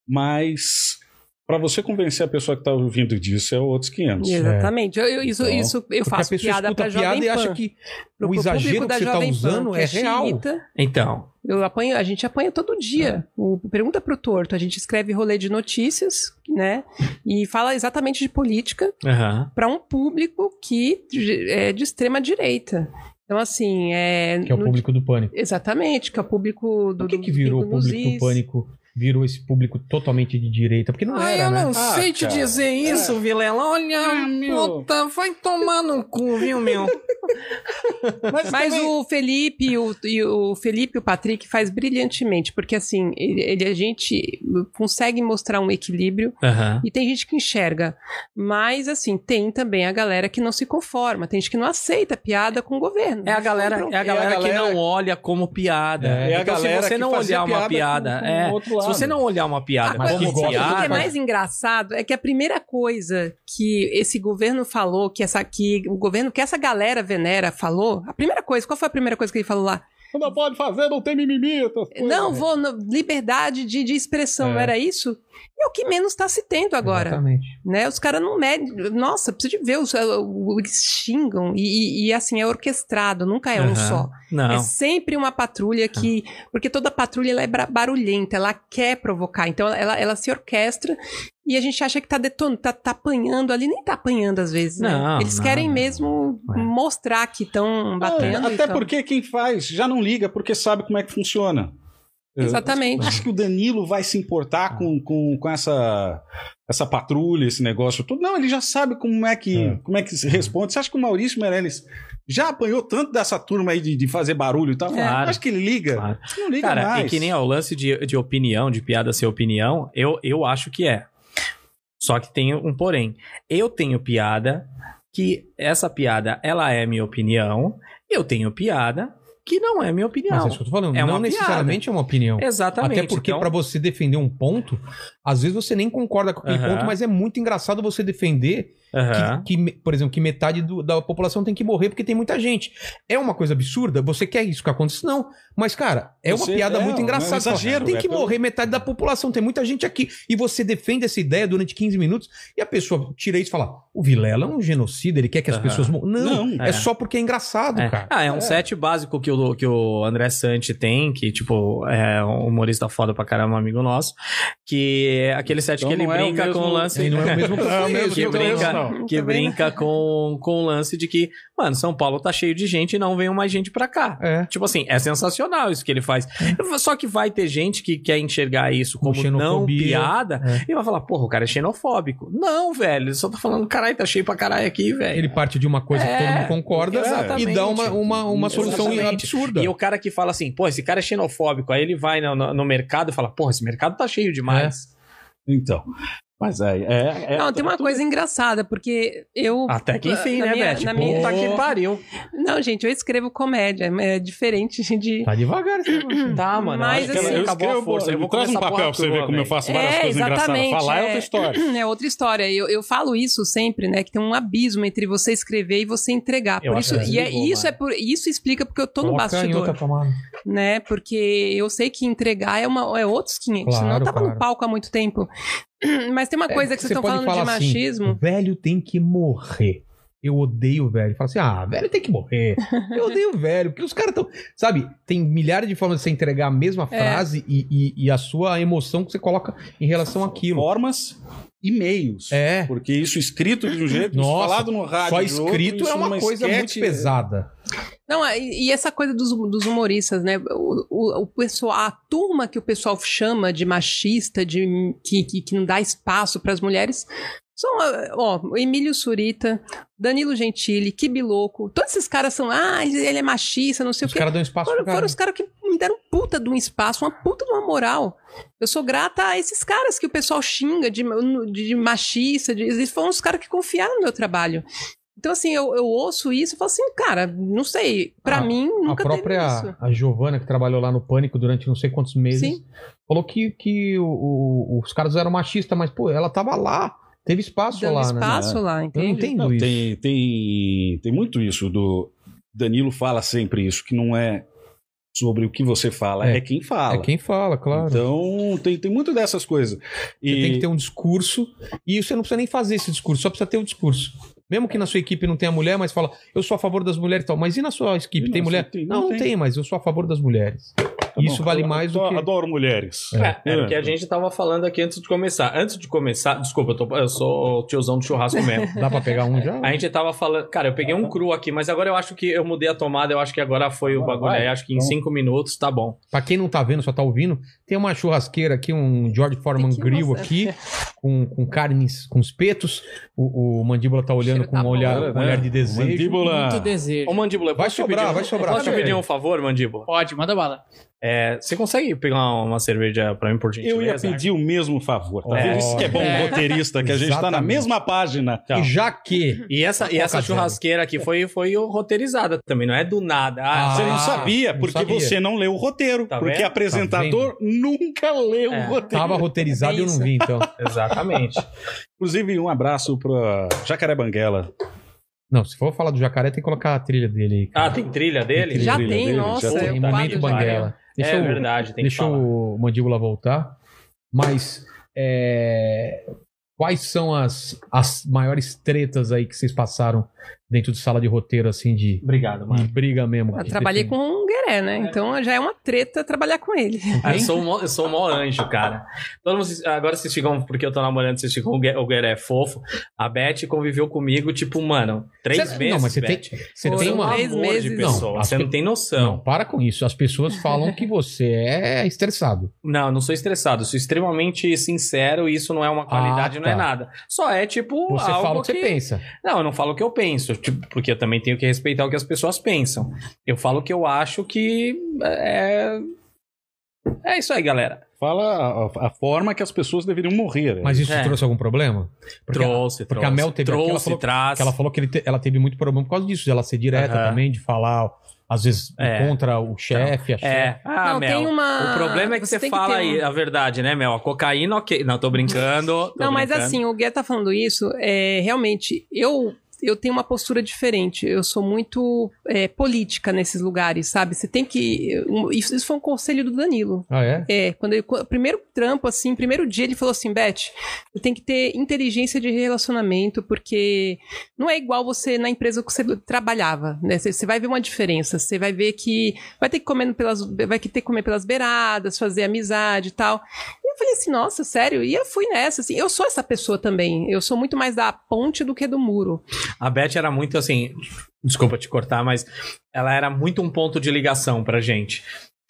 S2: mas para você convencer a pessoa que tá ouvindo disso é outros 500.
S4: Exatamente. Eu, eu- isso,
S2: Então,
S4: isso eu
S1: Porque a
S4: faço
S1: pessoa
S4: piada
S1: escuta
S4: pra Jovem
S1: piada e
S4: Pan.
S1: acha que
S4: Pro-
S1: o
S4: pro
S1: exagero
S4: público
S1: que
S4: da
S1: você tá
S4: Jovem Pan,
S1: usando
S4: que
S1: é real.
S4: xiita.
S3: Então,
S4: Eu apanho, a gente apanha todo dia.
S1: É.
S4: O, pergunta pro Torto, a gente escreve rolê de notícias, né? E fala exatamente de política
S3: aham.
S4: para um público que de- é de extrema direita. Então, assim, é.
S1: que é o
S4: no-
S1: público do pânico.
S4: Exatamente, que é o público do.
S1: Por que,
S4: do
S1: que virou o
S4: Pingos nos
S1: público do
S4: Is.
S1: pânico? Virou esse público totalmente de direita? Porque não
S3: Ah,
S1: era,
S3: eu
S1: né?
S3: não
S2: Ah,
S3: sei te
S2: cara. É.
S3: dizer isso, Vilela. Olha,
S2: Ah, meu.
S3: puta, vai tomar no cu, viu, meu?
S4: Mas o Felipe e o, e o Felipe e o Patrick faz brilhantemente, porque assim, ele, ele- a gente consegue mostrar um equilíbrio
S3: Aham.
S4: e tem gente que enxerga. Mas assim, tem também a galera que não se conforma, tem gente que não aceita piada com o governo.
S3: É a galera, é a galera que
S2: galera-
S3: não olha como piada.
S1: É.
S2: É a
S3: então,
S2: galera
S3: se você
S2: que
S3: não
S2: fazia
S3: olhar
S2: piada
S3: uma piada,
S2: com- com
S3: é,
S2: o outro
S3: se
S2: lado.
S3: você não olhar uma piada
S4: Ah,
S1: mas
S4: mas
S3: como
S1: que gosta,
S4: sabe o que
S3: piada,
S4: é mais engraçado é que a primeira coisa que esse governo falou, que essa que o governo que essa galera venera falou, a primeira coisa, qual foi a primeira coisa que ele falou lá?
S2: Não pode fazer, não tem mimimi. essas coisas.
S3: né?
S4: Não, vou. no- liberdade de, de expressão,
S1: É.
S4: não era isso? É o que menos está se tendo agora.
S1: Exatamente.
S4: Né? Os caras não medem. Nossa, precisa de ver. Os, o- eles xingam. E, e- e, assim, é orquestrado, nunca é um
S3: Aham.
S4: só.
S3: Não.
S4: É sempre uma patrulha que. Porque toda patrulha ela é bra- barulhenta, ela quer provocar. Então ela, ela se orquestra e a gente acha que tá detonando, tá, tá apanhando ali, nem tá apanhando às vezes. né?
S3: Não,
S4: Eles
S3: não,
S4: querem
S3: não.
S4: mesmo
S3: É.
S4: mostrar que estão
S2: Ah,
S4: batendo. então. e
S2: até
S4: tão-
S2: porque quem faz já não liga, porque sabe como é que funciona.
S4: Exatamente.
S2: Acho que o Danilo vai se importar com, com, com essa, essa patrulha, esse negócio todo. Não, ele já sabe como é que,
S1: É.
S2: Como é que se responde. Você acha que o Maurício Meirelles já apanhou tanto dessa turma aí de, de fazer barulho e tal?
S4: É.
S3: Claro.
S2: Acho que ele liga.
S3: Claro.
S2: Não liga
S3: Cara,
S2: mais.
S3: e que nem ó, o lance de, de opinião, de piada ser opinião, eu, eu acho que é. Só que tem um porém. Eu tenho piada que essa piada, ela é minha opinião, eu tenho piada que não é minha opinião.
S1: Mas é isso que eu tô falando.
S3: É
S1: não
S3: uma
S1: necessariamente é uma opinião.
S3: Exatamente.
S1: Até porque
S3: Então,
S1: pra você defender um ponto, às vezes você nem concorda com aquele
S3: Aham.
S1: ponto, mas é muito engraçado você defender
S3: aham.
S1: que, que me- por exemplo, que metade do- da população tem que morrer porque tem muita gente. É uma coisa absurda? Você quer isso que aconteça? Não. Mas, cara, é uma
S2: Você-
S1: piada
S2: é,
S1: muito
S2: um
S1: engraçada. Você fala,
S2: exagero,
S1: tem
S2: é
S1: que
S2: pelo-
S1: morrer metade da população, tem muita gente aqui. E você defende essa ideia durante 15 minutos e a pessoa tira isso e fala: o Vilela é um genocida, ele quer que as
S3: Aham.
S1: pessoas morram. Não,
S2: Não,
S1: é.
S3: é.
S1: só porque é engraçado,
S3: É.
S1: cara.
S3: Ah, é um set básico que o, que o André Santi tem, que, tipo, é um humorista foda pra caramba, um amigo nosso, que é aquele set
S2: Então
S3: que ele
S2: não é o
S3: brinca
S2: mesmo-
S3: com o lance...
S1: Ele não é o mesmo
S2: Não,
S1: conheço,
S2: mesmo
S3: que
S2: que eu
S1: é
S2: conheço,
S3: brinca,
S2: não.
S4: Também
S3: que
S4: não.
S3: brinca com, com o lance de que, mano, São Paulo tá cheio de gente e não vem mais gente pra cá.
S1: É.
S3: Tipo assim, é sensacional isso que ele faz.
S2: É.
S3: Só que vai ter gente que quer enxergar isso
S1: Com
S3: como não
S1: xenofobia.
S3: piada
S1: É.
S3: e vai falar, porra, o cara é xenofóbico. Não, velho, ele só tá falando, caralho, tá cheio pra caralho aqui, velho.
S1: Ele parte de uma coisa
S3: É,
S1: que todo mundo concorda
S3: exatamente.
S1: e dá uma, uma, uma solução
S3: Exatamente.
S1: absurda.
S3: E o cara que fala assim, pô, esse cara é xenofóbico. Aí ele vai no, no- no mercado e fala, porra, esse mercado tá cheio demais.
S2: Então. Mas aí. É, é-
S4: Não, tem uma coisa engraçada, porque eu.
S1: Ah.
S3: Até que enfim,
S4: Na
S3: né,
S4: minha-
S3: Beth?
S4: na
S3: Puta
S4: minha-
S3: que pariu.
S4: Não, gente, eu escrevo comédia, mas é diferente de.
S1: Tá devagar.
S3: Tá, mano.
S4: Mas,
S3: acho que
S4: assim,
S3: ela-
S4: eu
S3: acabou a força. Eu vou
S2: traz um
S3: começar a
S2: papel
S3: porra
S2: pra você
S3: crua,
S2: ver como eu
S3: velho.
S2: faço várias
S4: É,
S2: coisas engraçadas.
S4: exatamente,
S2: Falar é, outra
S4: é.
S2: história.
S1: Tá.
S4: É outra história. Eu, eu falo isso sempre, né? Que tem um abismo entre você escrever e você entregar.
S3: Eu
S4: Por
S3: acho
S4: isso,
S3: que
S4: e é,
S3: desligou,
S4: isso é por isso explica porque eu tô no
S1: Coloca em
S4: bastidor,
S1: outra tomada.
S4: né? Porque eu sei que entregar é uma é outros 500.
S1: Claro,
S4: Senão eu tava
S1: claro. É,
S4: no palco há muito tempo. Mas tem uma coisa que
S1: Você
S4: vocês estão
S1: pode
S4: falando de
S1: falar assim,
S4: machismo.
S1: o velho tem que morrer. Eu odeio o velho. Fala assim, ah, velho tem que morrer. Eu odeio o velho, porque os caras estão. Sabe, tem milhares de formas de você entregar a mesma
S4: É.
S1: frase e, e- e a sua emoção que você coloca em relação àquilo.
S2: Formas e meios.
S1: É.
S2: Porque isso escrito de um jeito, isso
S1: Nossa,
S2: falado no rádio.
S1: Só
S2: de outro,
S1: escrito
S2: isso
S1: é uma
S2: numa né?
S1: coisa muito
S2: esquete,
S1: pesada.
S4: Não, é, e e essa coisa dos, dos humoristas, né? O, o, o pessoal, a turma que o pessoal chama de machista, de que, que, que não dá espaço para as mulheres, são, ah, ó, o Emílio Surita, Danilo Gentili, Kibiloco, todos esses caras são, ah, ele é machista, não sei
S1: Os
S4: o quê.
S1: caras dão espaço
S4: Foram,
S1: pra
S4: foram
S1: cara.
S4: os caras que me deram puta de um espaço, uma puta de uma moral. Eu sou grata a esses caras que o pessoal xinga de, de, de machista. De, eles foram os caras que confiaram no meu trabalho. Então, assim, eu, eu ouço isso e falo assim, cara, não sei. Pra
S1: A-
S4: mim,
S1: Ah, A
S4: nunca teve
S1: própria
S4: isso.
S1: a Giovana, que trabalhou lá no Pânico durante não sei quantos meses,
S4: Sim.
S1: falou que, que o- o- os caras eram machistas, mas, pô, ela tava lá. Teve espaço
S4: Dando
S1: lá, né?
S4: espaço lá,
S1: Eu não
S4: entende?
S1: entendo
S2: Não,
S1: isso.
S2: tem, tem, tem muito isso do. Danilo fala sempre isso, que não é sobre o que você fala,
S1: É.
S2: é, quem fala.
S1: É quem fala, claro.
S2: Então, tem, tem muito dessas coisas.
S1: Você
S2: E
S1: tem que ter um discurso e você não precisa nem fazer esse discurso, só precisa ter o discurso. Mesmo que na sua equipe não tenha mulher, mas fala, eu sou a favor das mulheres e tal. Mas e na sua equipe?
S2: E
S1: tem
S2: não,
S1: mulher?
S2: tem-
S1: não,
S2: não
S1: não tem.
S2: tem.
S1: mas eu sou a favor das mulheres.
S2: Tá
S1: Isso
S2: bom,
S1: vale
S2: eu
S1: mais
S2: adoro-
S1: do que.
S2: Adoro mulheres.
S3: É, era o que a gente tava falando aqui antes de começar. Antes de começar, desculpa, eu, tô- eu sou o tiozão do churrasco mesmo.
S1: Dá pra pegar um já?
S3: A gente tava falando. Cara, eu peguei um cru aqui, mas agora eu acho que eu mudei a tomada, eu acho que agora foi o
S2: Agora
S3: bagulho.
S2: vai?
S3: Aí acho que em
S2: Então.
S3: cinco minutos tá bom.
S1: Pra quem não tá vendo, só tá ouvindo, tem uma churrasqueira aqui, um George Foreman
S4: Tem que
S1: grill
S4: mostrar.
S1: aqui, com, com carnes, com espetos. O, o mandíbula tá olhando
S4: cheiro
S1: com
S4: tá
S1: um
S4: bom.
S1: olhar, um olhar
S3: né?
S1: de desejo.
S2: né? Mandíbula.
S5: Muito desejo.
S3: Ô, Mandíbula, eu
S1: Vai
S3: posso te
S1: sobrar,
S3: pedir um-
S1: vai sobrar.
S3: eu Posso te
S1: Pode.
S3: pedir um favor, Mandíbula?
S5: Pode, manda bala.
S3: É, você consegue pegar uma, uma cerveja pra mim, por gentileza?
S2: Eu ia pedir o mesmo favor, tá
S1: É.
S2: vendo? Isso que é bom
S5: É.
S2: roteirista, que a gente tá na
S1: Exatamente.
S2: mesma página.
S3: Tá.
S1: E já que.
S3: E essa, e essa
S1: Coca zero.
S3: churrasqueira aqui foi, foi roteirizada também, não é do nada.
S1: Ah,
S3: Ah,
S2: Você
S3: sei lá.
S2: não sabia,
S1: não
S2: porque
S1: sabia.
S2: você não leu o roteiro.
S3: Tá
S2: porque
S3: vendo?
S2: apresentador nunca leu
S3: É.
S2: o roteiro.
S1: Tava roteirizado e eu não vi, então.
S3: Exatamente.
S2: Inclusive, um abraço pra Jacaré Banguela.
S1: Não, se for falar do jacaré, tem que colocar a trilha dele aí.
S3: Ah, tem trilha dele?
S4: Já
S2: Trilha
S4: tem,
S2: dele,
S4: nossa.
S2: já tem.
S4: é
S1: Em
S4: o quadro
S1: momento
S4: de
S1: Banguela. Deixa
S3: é
S1: eu,
S3: verdade, tem
S1: deixa
S3: que falar.
S1: o mandíbula voltar. Mas é, quais são as, as maiores tretas aí que vocês passaram dentro de sala de roteiro, assim, de,
S3: Obrigado,
S1: de
S3: mano.
S1: briga mesmo?
S4: Eu
S1: De
S4: trabalhei com
S1: defender.
S4: o Gueré, né? Então já é uma treta trabalhar com ele.
S3: Ah, eu sou um mó- eu sou um mó anjo, cara. Todo mundo, agora vocês ficam, porque eu tô namorando, vocês ficam, o Guer- o Gueré é fofo. A Beth conviveu comigo, tipo, mano, três
S1: Você-
S3: meses.
S1: Não, mas você
S3: Beth.
S1: tem, você
S4: Foram
S1: tem uma.
S4: três
S3: um amor de
S4: meses.
S3: pessoa.
S1: Não,
S3: você
S1: acho
S3: não
S1: que-
S3: tem
S1: Não,
S3: noção.
S1: para com isso. As pessoas falam que você é estressado.
S3: Não, eu não sou estressado, eu sou extremamente sincero e isso não é uma qualidade, não é
S1: tá.
S3: nada. Só é tipo.
S1: Você
S3: algo
S1: fala o que você
S3: que-
S1: pensa.
S3: Não, eu não falo o que eu penso, tipo, porque eu também tenho que respeitar o que as pessoas pensam. Eu falo o que eu acho que é. É isso aí, galera.
S2: fala a, a forma que as pessoas deveriam morrer. né?
S1: Mas isso
S3: É.
S1: trouxe algum problema? Porque
S3: trouxe,
S1: porque a Mel teve aqui, ela
S3: trouxe,
S1: falou
S3: traz.
S1: Que ela falou que ele te- ela teve muito problema por causa disso, de ela ser direta
S3: Aham.
S1: também, de falar, às vezes,
S3: É.
S1: contra o chefe, a chefe.
S3: É, ah,
S4: Não,
S3: Mel.
S4: tem uma-
S3: O problema é que
S4: você
S3: você,
S4: tem que
S3: fala
S4: ter
S3: aí
S4: um-
S3: a verdade, né, Mel? A cocaína, ok. Não, tô brincando. tô
S4: Não, mas
S3: brincando.
S4: assim, o Guia tá falando isso, é, realmente, eu eu tenho uma postura diferente. Eu sou muito é, política nesses lugares, sabe? Você tem que. um- Isso, isso foi um conselho do Danilo.
S1: Ah, é?
S4: É, quando ele. quando- Primeiro trampo, assim, primeiro dia ele falou assim, Beth, você tem que ter inteligência de relacionamento, porque não é igual você na empresa que você trabalhava, né? Você, você vai ver uma diferença, você vai ver que vai ter que comer pelas, vai que ter que comer pelas beiradas, fazer amizade e tal. E eu falei assim, nossa, sério? E eu fui nessa, assim, eu sou essa pessoa também, eu sou muito mais da ponte do que do muro.
S3: A Beth era muito assim. Desculpa te cortar, mas ela era muito um ponto de ligação pra gente.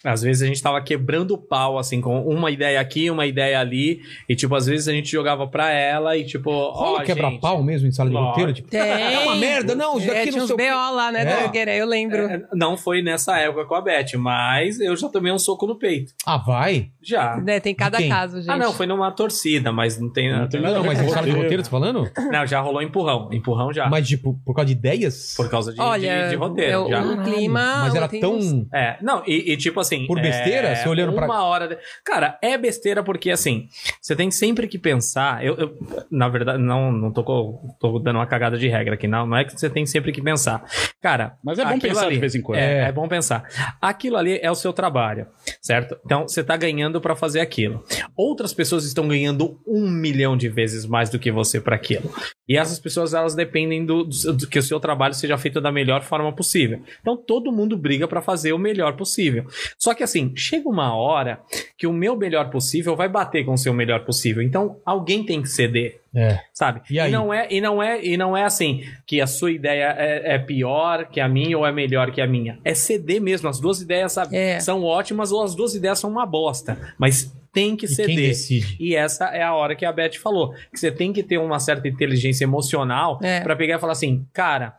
S3: Às vezes a gente tava quebrando o pau, assim, com uma ideia aqui, uma ideia ali. E, tipo, às vezes a gente jogava pra ela e, tipo, ó.
S1: Rola quebra-pau
S3: gente,
S1: mesmo em sala de
S3: Lógico.
S1: roteiro? Tipo, é uma merda, não, isso
S4: É,
S1: aqui
S4: tinha
S1: não
S4: uns
S1: sei o quê.
S4: B.O. lá, né,
S1: É.
S4: da Guerra, eu lembro.
S3: é, não foi nessa época com a Beth, mas eu já tomei um soco no peito.
S1: Ah, vai?
S3: Já.
S4: Né, tem cada
S1: De quem?
S4: caso, gente.
S3: Ah, não, foi numa torcida, mas não tem.
S2: Não
S3: Não,
S2: tem
S1: Não,
S2: nada a ver
S1: mas
S2: com
S1: em sala de
S2: roteiro.
S1: roteiro, você tá falando?
S3: já rolou empurrão. Empurrão já.
S1: Mas, tipo, por causa de ideias?
S3: Por causa de,
S4: Olha,
S3: de, de roteiro.
S4: é o-
S3: já.
S1: Caralho,
S4: clima,
S1: Mas era
S4: tem
S1: tão.
S4: uns-
S3: É, não, e, e tipo assim.
S1: Por
S3: é,
S1: besteira? Você olhando pra-
S3: Uma hora. de- Cara, é besteira porque assim, você tem sempre que pensar. Eu, eu, na verdade, não, não tô, co- tô dando uma cagada de regra aqui, não. Não é que você tem sempre que pensar. Cara.
S2: Mas é bom
S3: aquilo
S2: pensar
S3: ali-
S2: de vez em quando.
S3: É, é bom pensar. Aquilo ali é o seu trabalho, certo? Então, você tá ganhando pra fazer aquilo. Outras pessoas estão ganhando um milhão de vezes mais do que você pra aquilo. E essas pessoas, elas dependem do, do- do que o seu trabalho seja feito da melhor forma possível. Então, todo mundo briga pra fazer o melhor possível. Só que, assim, chega uma hora que o meu melhor possível vai bater com o seu melhor possível. Então, alguém tem que ceder
S1: É.
S3: sabe?
S1: E aí?
S3: não é e não é e não é assim que a sua ideia é, é pior que a minha ou é melhor que a minha. É ceder mesmo. As duas ideias sabe,
S4: É.
S3: são ótimas ou as duas ideias são uma bosta, mas tem que
S1: E quem
S3: ceder.
S1: decide?
S3: E essa é a hora que a Beth falou, que você tem que ter uma certa inteligência emocional
S4: É.
S3: pra pegar e falar assim, cara,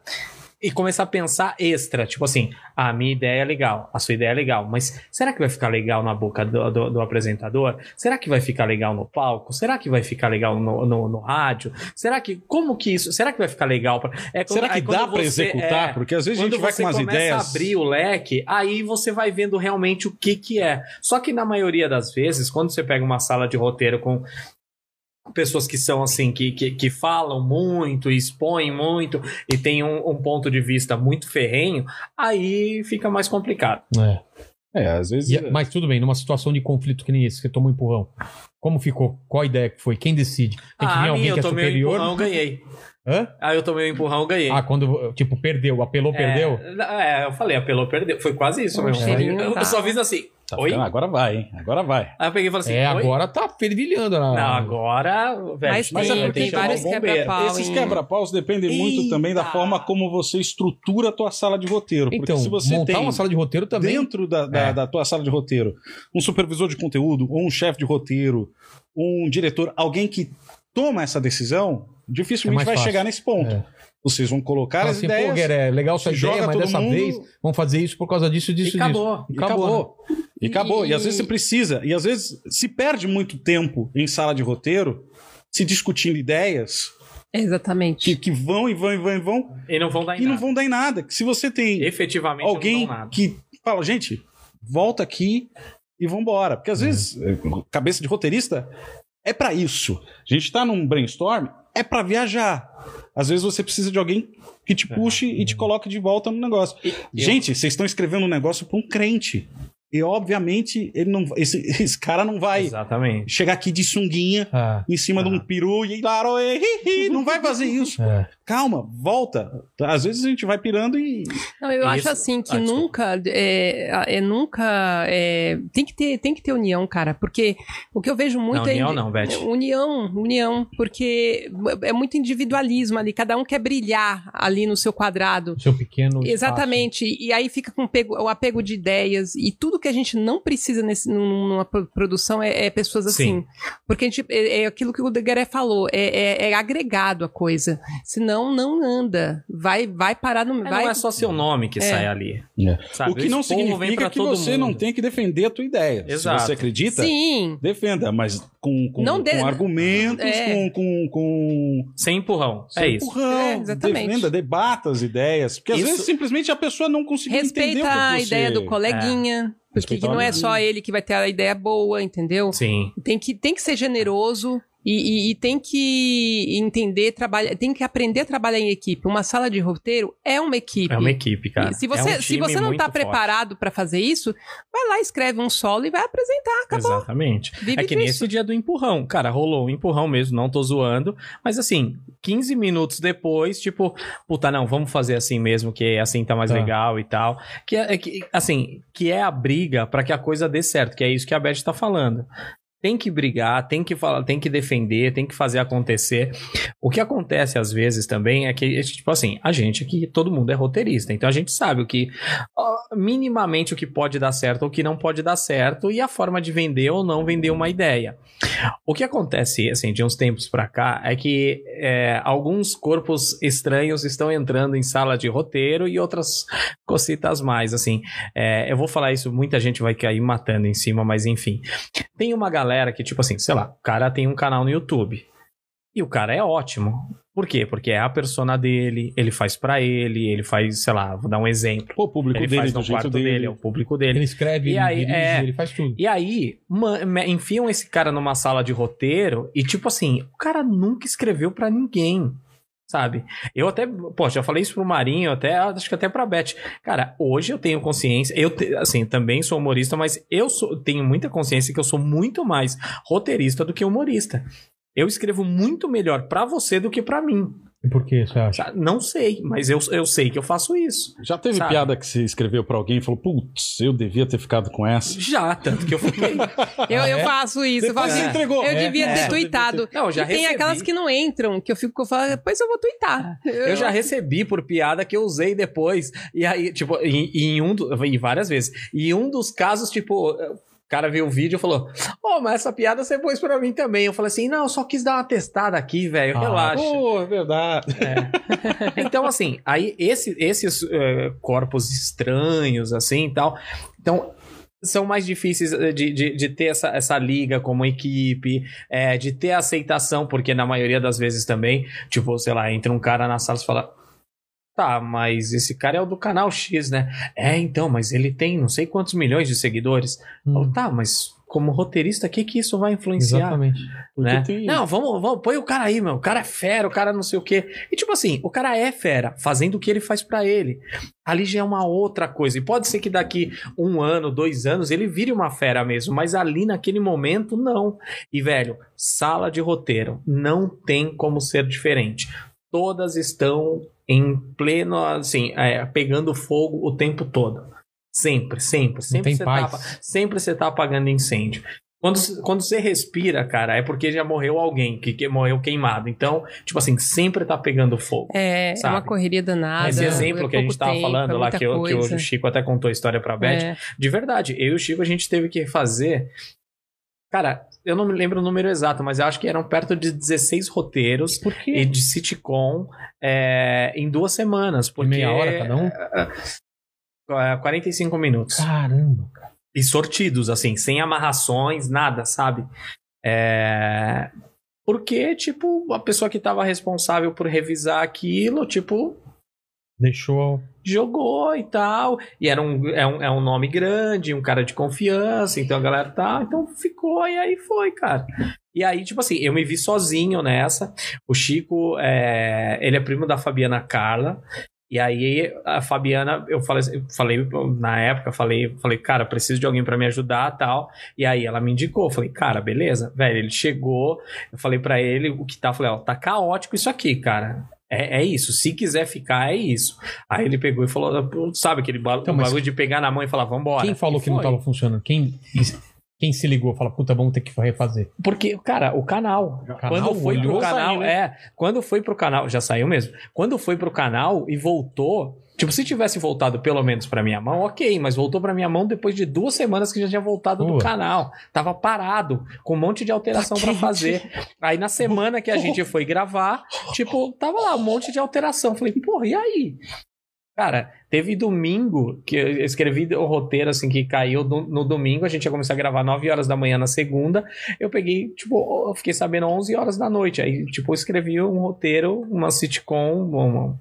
S3: e começar a pensar extra, tipo assim, a minha ideia é legal, a sua ideia é legal, mas será que vai ficar legal na boca do, do- do apresentador? Será que vai ficar legal no palco? Será que vai ficar legal no, no- no rádio? Será que como que isso? Será que vai ficar legal? Pra, é quando-
S2: Será que
S3: aí quando
S2: dá pra
S3: você-
S2: executar?
S3: é,
S2: Porque às vezes a
S3: quando
S2: gente vai
S3: você
S2: com umas
S3: começa
S2: ideias.
S3: a abrir o leque, aí você vai vendo realmente o que que é. Só que na maioria das vezes, quando você pega uma sala de roteiro com pessoas que são assim, que, que, que falam muito, e expõem muito e tem um, um ponto de vista muito ferrenho, aí fica mais complicado.
S1: É.
S2: É, às vezes.
S1: E- mas tudo bem, numa situação de conflito que nem esse, você toma um empurrão. Como ficou? Qual a ideia que foi? Quem decide? Tem que vir
S3: ah, mim,
S1: alguém
S3: eu
S1: que é
S3: tomei o
S1: superior?
S3: empurrão, eu ganhei.
S1: Hã?
S3: Ah, eu tomei o empurrão, eu ganhei.
S1: Ah, quando, tipo, perdeu, apelou, perdeu?
S3: É, é, eu falei, apelou, perdeu. Foi quase isso
S4: Um
S3: mesmo.
S4: cheirinho,
S3: Eu,
S4: tá.
S3: eu só fiz assim.
S2: tá
S3: Oi?
S2: ficando- agora vai, hein? Agora vai.
S3: Aí eu peguei e falei assim,
S1: é,
S3: oi?
S1: agora tá fervilhando. Na...
S2: Ah.
S3: Não, agora, velho, tipo
S4: Mas
S3: assim,
S2: Mas
S4: Tem-
S2: é porque
S4: tem
S2: chamar o
S1: um
S3: um
S4: vários
S2: bombeiro.
S4: quebra-pau
S2: Esses
S4: em-
S2: quebra-paus dependem muito também da
S3: Eita!
S2: forma como você estrutura a tua sala de roteiro. Porque
S1: Então,
S2: se você
S1: montar
S2: tem
S1: uma sala de roteiro também.
S2: dentro da, da,
S1: É.
S2: da tua sala de roteiro um supervisor de conteúdo, ou um chefe de roteiro, um diretor, alguém que toma essa decisão,
S1: É
S2: dificilmente
S1: mais
S2: vai
S1: fácil.
S2: chegar nesse ponto.
S1: É.
S2: Vocês vão colocar
S1: Fala
S2: as
S1: assim,
S2: ideias.
S1: pô, Guerra, é legal
S2: se
S1: sua
S2: joga
S1: ideia, mas
S2: todo
S1: dessa
S2: mundo-
S1: vez vamos fazer isso por causa disso, disso,
S3: e acabou.
S1: disso.
S2: E acabou. E
S4: E-
S2: acabou. E às vezes você precisa. E às vezes se perde muito tempo em sala de roteiro se discutindo ideias
S4: é Exatamente.
S2: que, que vão e vão e vão e vão
S3: E não vão dar em
S2: e não
S3: nada.
S2: vão dar em nada. Que se você tem
S3: Efetivamente
S2: alguém
S3: não vão nada.
S2: que fala, gente, volta aqui e vambora. Porque às vezes, eh, cabeça de roteirista é pra isso. A gente tá num brainstorm, é pra viajar. Às vezes você precisa de alguém que
S3: É.
S2: te puxe e te coloque de volta no negócio. Gente, vocês estão escrevendo um negócio pra um crente. E obviamente ele não, esse, esse cara não vai
S3: Exatamente.
S2: chegar aqui de sunguinha
S1: Ah,
S2: em cima de um
S3: Ah.
S2: peru e lá, oi, hi, hi, não vai fazer isso.
S1: é.
S2: Calma, volta. Às vezes a gente vai pirando e
S4: Não, eu
S3: Isso-
S4: acho assim que
S3: Ah, desculpa.
S4: nunca é, é nunca é, tem que ter tem que ter união, cara, porque o que eu vejo muito
S3: não,
S4: é
S3: união
S4: indi-
S3: não, Beth.
S4: união, união, porque é muito individualismo ali, cada um quer brilhar ali no seu quadrado.
S1: O seu pequeno. espaço.
S4: Exatamente, e aí fica com pego- o apego de ideias e tudo que a gente não precisa nesse, num- numa pro- produção é, é pessoas assim.
S3: Sim.
S4: Porque a gente, é, é aquilo que o Degaré falou, é, é- é agregado a coisa. Senão, não anda. Vai, vai parar no.
S3: É,
S4: vai,
S3: Não é só seu nome que
S4: É.
S3: sai ali.
S2: É.
S3: Sabe?
S2: o que não
S3: esporro vem
S2: significa
S3: pra
S2: que
S3: todo
S2: você
S3: mundo.
S2: não tem que defender a tua ideia.
S3: Exato.
S2: Se você acredita,
S4: Sim.
S2: defenda, mas com, com,
S4: Não de-
S2: com argumentos,
S4: É.
S2: com, com, com
S3: Sem empurrão. é
S2: Sem
S3: isso.
S2: empurrão,
S4: É, exatamente.
S2: defenda, debata as ideias. Porque às
S3: Isso-
S2: vezes simplesmente a pessoa não conseguiu entender o
S4: Respeita
S2: Tipo, que
S4: a
S2: você-
S4: ideia do coleguinha. Porque
S2: Respeitar
S4: que não é
S2: o-
S4: só ele que vai ter a ideia boa, entendeu?
S3: Sim.
S4: Tem que, tem que ser generoso e, e- e tem que entender, trabalhar, tem que aprender a trabalhar em equipe. Uma sala de roteiro é uma equipe.
S3: É uma equipe, cara.
S4: E Se você,
S3: É um
S4: se
S3: time
S4: você não
S3: muito
S4: está
S3: forte.
S4: preparado para fazer isso, vai lá, escreve um solo e vai apresentar. Acabou.
S3: Exatamente.
S4: Vive
S3: É que nem
S4: disso.
S3: esse dia do empurrão. Cara, rolou um empurrão mesmo, não tô zoando. Mas assim, 15 minutos depois, tipo, puta, não, vamos fazer assim mesmo, que assim tá mais
S2: Tá.
S3: legal e tal. Que, é, é que, assim, que é a briga pra que a coisa dê certo, que é isso que a Beth tá falando. Tem que brigar, tem que falar, tem que defender, tem que fazer acontecer. O que acontece às vezes também é que, tipo assim, a gente aqui, todo mundo é roteirista, então a gente sabe o que ó, minimamente o que pode dar certo ou o que não pode dar certo e a forma de vender ou não vender uma ideia. O que acontece, assim, de uns tempos pra cá é que é, alguns corpos estranhos estão entrando em sala de roteiro e outras cositas mais, assim. É, eu vou falar isso, muita gente vai cair matando em cima, mas enfim. Tem uma galera que, tipo assim, sei lá, o cara tem um canal no YouTube. E o cara é ótimo. Por quê? Porque é a persona dele, ele faz pra ele, ele faz, sei lá, vou dar um exemplo
S2: Pô, o público
S3: ele
S2: dele,
S3: faz
S2: do
S3: no
S2: jeito
S3: quarto dele.
S2: dele.
S3: é o público dele.
S1: Ele escreve,
S3: E
S1: ele
S3: aí,
S1: dirige,
S3: é-
S1: ele faz tudo.
S3: E aí, ma- me- enfiam esse cara numa sala de roteiro e, tipo assim, o cara nunca escreveu pra ninguém. Sabe? Eu até, pô, já falei isso pro Marinho, até, acho que até pra Beth. Cara, hoje eu tenho consciência, eu, te- assim, também sou humorista, mas eu sou- tenho muita consciência que eu sou muito mais roteirista do que humorista. Eu escrevo muito melhor pra você do que pra mim.
S1: E por que você acha?
S3: Sabe? Não sei, mas eu, eu sei que eu faço isso.
S2: Já teve
S3: Sabe?
S2: piada que você escreveu pra alguém e falou, putz, eu devia ter ficado com essa.
S3: Já, tanto que eu fiquei.
S4: Eu,
S1: Ah,
S4: eu
S1: é?
S4: faço isso. Eu,
S2: Depois
S4: faço
S2: você
S4: isso.
S2: entregou.
S4: Eu
S1: É,
S4: devia
S3: é.
S4: ter tweetado.
S3: Não, já
S4: e tem
S3: recebi.
S4: aquelas que não entram, que eu fico falando, depois eu vou tweetar.
S3: Eu já recebi por piada que eu usei depois. E aí, tipo, em, em um do, em várias vezes. E em um dos casos, tipo, o cara viu o vídeo e falou: Ô, mas essa piada você pôs pra mim também. Eu falei assim: não, eu só quis dar uma testada aqui, velho.
S1: Ah,
S3: Relaxa.
S2: Pô, é verdade.
S3: Então, assim, aí esse- esses eh, corpos estranhos, assim e tal. Então. São mais difíceis eh, de, de, de ter essa, essa liga como equipe, eh, de ter aceitação, porque na maioria das vezes também, tipo, sei lá, entra um cara na sala e fala: Tá, mas esse cara é o do canal X, né? É, então, mas ele tem não sei quantos milhões de seguidores. Eu falo,
S1: Hum,
S3: tá, mas como roteirista, o que, que isso vai influenciar?
S1: exatamente.
S3: né?
S2: Porque tem-
S3: Não, vamos, vamos, põe o cara aí, meu. O cara é fera, o cara não sei o quê. E tipo assim, o cara é fera, fazendo o que ele faz pra ele. Ali já é uma outra coisa. E pode ser que daqui um ano, dois anos, ele vire uma fera mesmo. Mas ali naquele momento, não. E, velho, sala de roteiro. Não tem como ser diferente. Todas estão em pleno, assim, é, pegando fogo o tempo todo. Sempre, sempre, sempre
S1: tem
S3: você
S1: paz.
S3: tá, sempre você tá apagando incêndio. Quando, quando você respira, cara, é porque já morreu alguém, que, que morreu queimado. Então, tipo assim, sempre tá pegando fogo.
S4: É, é
S3: Sabe?
S4: uma correria danada.
S3: Esse
S4: é
S3: exemplo que a
S4: pouco
S3: gente tava
S4: tempo, é
S3: falando lá,
S4: muita
S3: que, eu- que
S4: coisa.
S3: o Chico até contou a história pra Beth,
S4: É.
S3: de verdade, eu e o Chico a gente teve que fazer. Cara, eu não me lembro o número exato, mas eu acho que eram perto de 16 roteiros
S1: Por quê?
S3: e de sitcom é, em duas semanas. ah, Porque
S1: Meia hora cada um?
S3: é, 45 minutos.
S1: Caramba.
S3: e sortidos, assim, sem amarrações, nada, sabe? É... Porque, tipo, a pessoa que tava responsável por revisar aquilo, tipo,
S1: Deixou.
S3: jogou e tal. E era um, é um, é um nome grande, um cara de confiança, então a galera tá. Então ficou, e aí foi, cara. E aí, tipo assim, eu me vi sozinho nessa. O Chico, é, ele é primo da Fabiana Carla. E aí, a Fabiana, eu falei, eu falei na época, falei, falei, cara, preciso de alguém pra me ajudar tal. E aí ela me indicou, eu falei, cara, beleza, velho, ele chegou, eu falei pra ele o que tá, eu falei, ó, tá caótico isso aqui, cara. É, é isso, se quiser ficar, é isso. Aí ele pegou e falou, sabe aquele ba- um
S1: Então, mas-
S3: bagulho de pegar na mão e falar, vambora.
S1: Quem falou
S3: E
S1: que não
S3: foi.
S1: tava funcionando? Quem, quem se ligou? Fala, puta, vamos ter que refazer.
S3: Porque, cara, o canal.
S1: canal
S3: quando foi
S1: olhou,
S3: pro canal,
S2: saiu,
S3: é. Quando foi pro canal, já saiu mesmo. Quando foi pro canal e voltou, Tipo, se tivesse voltado pelo menos pra minha mão, ok, mas voltou pra minha mão depois de duas semanas que já tinha voltado
S1: Pô.
S3: do canal. Tava parado, com um monte de alteração pra fazer. Aí na semana que a gente foi gravar, tipo, tava lá um monte de alteração. Falei, porra, e aí? Cara, teve domingo que eu escrevi o roteiro assim que caiu no, no domingo, a gente ia começar a gravar 9 horas da manhã na segunda. Eu peguei, tipo, eu fiquei sabendo 11 horas da noite. Aí, tipo, eu escrevi um roteiro, uma sitcom, uma,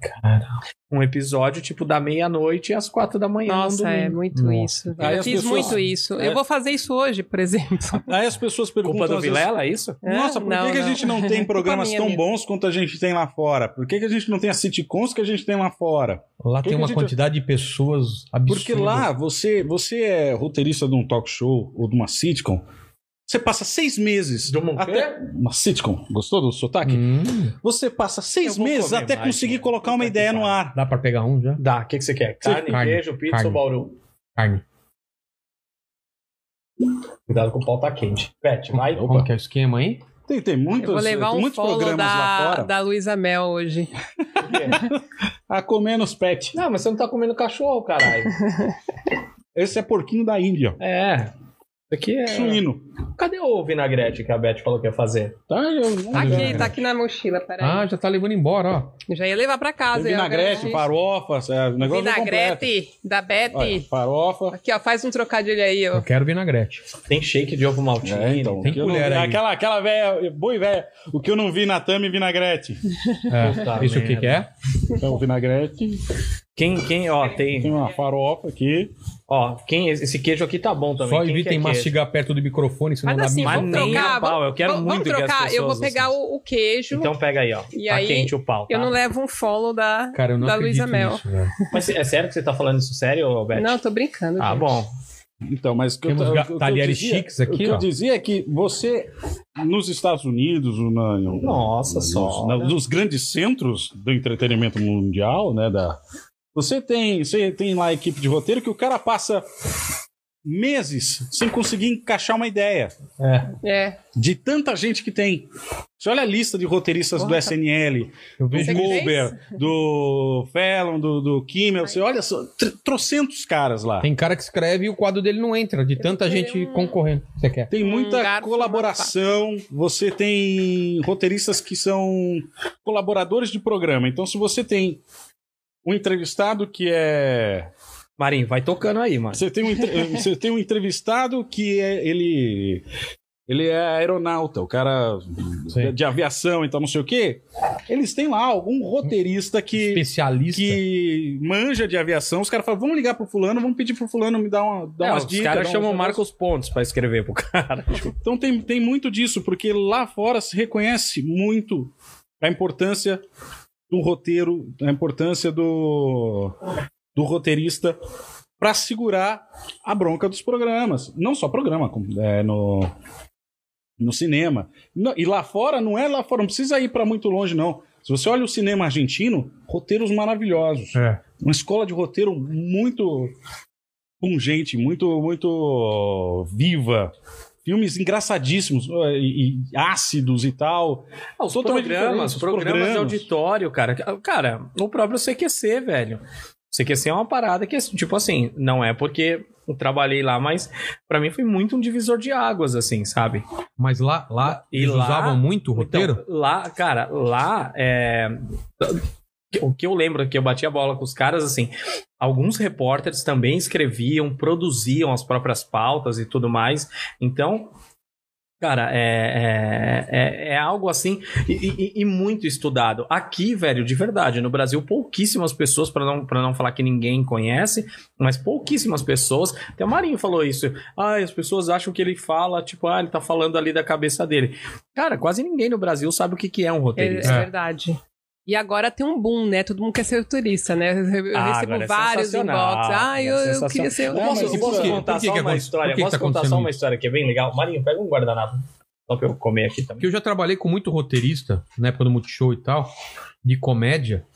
S3: um episódio, tipo, da meia-noite às quatro da manhã. no
S4: Nossa, é
S3: domingo.
S4: muito
S2: Nossa.
S4: isso.
S2: Aí
S4: eu
S2: as
S4: fiz
S2: pessoas-
S4: muito isso.
S2: É.
S4: Eu vou fazer isso hoje, por exemplo.
S2: Aí as pessoas perguntam.
S3: Culpa do
S2: às vezes,
S3: Vilela, é isso?
S2: Nossa, por
S4: Não,
S2: que, que a
S4: não.
S2: gente não tem programas
S4: minha
S2: tão
S4: mesmo.
S2: bons quanto a gente tem lá fora? Por que, que a gente não tem as sitcoms que a gente tem lá fora?
S1: Lá
S2: Que
S1: tem
S2: que a
S1: uma
S2: gente-
S1: quantidade de pessoas absurdas.
S2: Porque lá você, você é roteirista de um talk show ou de uma sitcom, você passa seis meses.
S3: Do Moncler?
S2: até Uma sitcom, gostou do sotaque?
S1: Hum,
S2: Você passa seis
S3: Eu vou
S2: meses
S3: comer
S2: até
S3: mais,
S2: conseguir
S3: né?
S2: colocar uma
S3: Puta que
S2: ideia no
S3: pariu.
S2: ar.
S1: dá pra pegar um já?
S3: Dá, o que, que você quer? Carne,
S1: Carne,
S3: queijo, pizza
S1: carne.
S3: ou bauru?
S1: Carne.
S3: Cuidado que o pau tá quente. Pet, vai.
S2: Opa.
S1: Como que é o esquema aí?
S2: Tem, tem muitos,
S4: Eu vou levar
S2: tem
S4: um
S2: muitos
S4: follow
S2: programas lá
S4: da,
S2: fora.
S4: da Luísa Mel hoje.
S3: tá
S2: A comer nos pet.
S3: Não, mas você não tá comendo cachorro, caralho.
S2: Esse é porquinho da Índia.
S3: É. Isso aqui é.
S2: Suíno.
S3: Cadê o vinagrete que a Beth falou que ia fazer?
S2: Tá, eu-
S4: Tá aqui, tá aqui na mochila, peraí.
S1: Ah, já tá levando embora, ó.
S4: Eu já ia levar pra
S2: Tem
S4: casa. eu
S2: vinagrete,
S4: agora-
S2: farofa, é, o negócio é completo.
S4: Vinagrete da Beth.
S2: Olha, farofa.
S4: Aqui, ó, faz um trocadilho aí, ó.
S1: Eu quero vinagrete.
S3: Tem shake de ovo maltine.
S2: É, então, o
S1: Tem
S2: que eu não
S1: colher
S2: vi-
S1: aí.
S2: Aquela, aquela velha, boi velha. O que eu não vi na Tami, vinagrete.
S1: É,
S3: Puta
S1: isso o que
S3: merda.
S1: que é?
S2: Então, vinagrete.
S3: Quem, quem, ó, tem.
S2: Tem uma farofa aqui.
S3: Ó, quem, esse queijo aqui tá bom também.
S1: Só
S3: Quem
S1: evitem
S3: quer queijo?
S1: mastigar perto do microfone, senão
S4: Mas
S1: dá
S4: assim,
S1: mico.
S3: Mas
S4: vamos
S3: nem a
S4: trocar.
S3: pau,
S4: vamos-
S3: eu quero
S4: vamos
S3: muito que as
S4: trocar. eu
S3: pessoas
S4: vou pegar o, o queijo.
S3: Então pega aí, ó.
S4: E
S3: tá
S4: aí,
S3: quente o pau. Tá?
S4: eu não levo um follow da,
S1: Cara, eu não
S4: da
S1: acredito
S4: Luísa Mel.
S1: nisso, velho.
S3: Mas é sério que você tá falando isso sério, ô, Beth?
S4: Não, tô brincando.
S3: Ah,
S4: gente.
S3: bom.
S2: Então, mas o que
S1: Temos
S2: eu,
S1: ga-
S2: o que eu
S1: talheres
S2: dizia-
S1: chiques aqui,
S2: O que
S1: ó.
S2: eu dizia é que você, nos Estados Unidos, ou na,
S3: Nossa,
S2: nos,
S3: só.
S2: na- nos grandes centros do entretenimento mundial, né? Da, você tem, você tem lá a equipe de roteiro que o cara passa meses sem conseguir encaixar uma ideia.
S4: É.
S2: De tanta gente que tem. Você olha a lista de roteiristas do
S4: Porra.
S2: SNL,
S1: Eu
S2: do
S1: vejo
S4: Você que fez?
S2: Gober, do Fallon, do, do Kimmel. Você olha só, tr- trocentos caras lá.
S1: Tem cara que escreve e o quadro dele não entra, de tanta
S4: queria
S1: gente
S4: um-
S1: concorrendo. Você quer?
S2: Tem
S4: Um
S2: muita
S4: garfo,
S2: colaboração. Você tem roteiristas que são colaboradores de programa. Então, se você tem um entrevistado que é.
S3: Marinho, vai tocando aí, mano.
S2: Você tem um, entre- você tem um entrevistado que é ele. Ele é aeronauta, o cara
S1: Sim.
S2: de aviação, então não sei o quê. Eles têm lá algum roteirista que
S1: Especialista.
S2: que manja de aviação, os caras falam, vamos ligar pro fulano, vamos pedir pro fulano me dar, uma, dar
S3: É,
S2: umas
S3: os
S2: dicas.
S3: caras
S2: dar um-
S3: chamam Marcos Pontes pra escrever pro cara.
S2: Então tem, tem muito disso, porque lá fora se reconhece muito a importância do roteiro, a importância do, do roteirista para segurar a bronca dos programas. Não só programa, como, é, no, no cinema. Não, e lá fora, não é lá fora, não precisa ir para muito longe, não. Se você olha o cinema argentino, roteiros maravilhosos
S1: É.
S2: uma escola de roteiro muito pungente, muito muito viva. Filmes engraçadíssimos eh, e, e ácidos e tal.
S3: Ah, os
S2: Totalmente
S3: programas,
S2: diferentes, os
S3: programas, é
S2: programas.
S3: de auditório, cara. Cara, o próprio CQC, velho. CQC é uma parada que, tipo assim, não é porque eu trabalhei lá, mas pra mim foi muito um divisor de águas, assim, sabe?
S1: Mas lá, lá
S3: E
S1: eles
S3: lá-
S1: usavam muito o roteiro?
S3: Então, lá, cara, lá é. O que eu lembro é que eu bati a bola com os caras, assim, alguns repórteres também escreviam, produziam as próprias pautas e tudo mais. Então, cara, é, é, é- é algo assim e, e- e muito estudado. Aqui, velho, de verdade, no Brasil, pouquíssimas pessoas, para não, pra não falar que ninguém conhece, mas pouquíssimas pessoas. Até o Marinho falou isso. Ah, as pessoas acham que ele fala, tipo, ah, ele tá falando ali da cabeça dele. Cara, quase ninguém no Brasil sabe o que, que é um
S4: É, é
S3: roteirista.
S4: verdade. E agora tem um boom, né? Todo mundo quer ser turista, né? Eu, eu
S3: Ah, agora
S4: recebo
S3: é
S4: vários
S3: sensacional.
S4: inbox. Ah, eu,
S3: Agora é
S4: eu
S3: sensacional.
S4: queria ser.
S3: Eu
S2: Não, mas
S3: posso, eu
S2: por
S3: posso
S2: quê?
S3: contar
S1: é. Por que
S3: só
S1: que
S3: uma
S1: aconte-
S3: história?
S1: por que que
S3: posso
S1: tá
S3: contar só
S1: acontecendo
S3: uma história que é bem legal? Marinho, pega um guardanapo. Só pra eu comer aqui também.
S1: né, Porque eu já trabalhei com muito roteirista, na época do Multishow e tal, de comédia.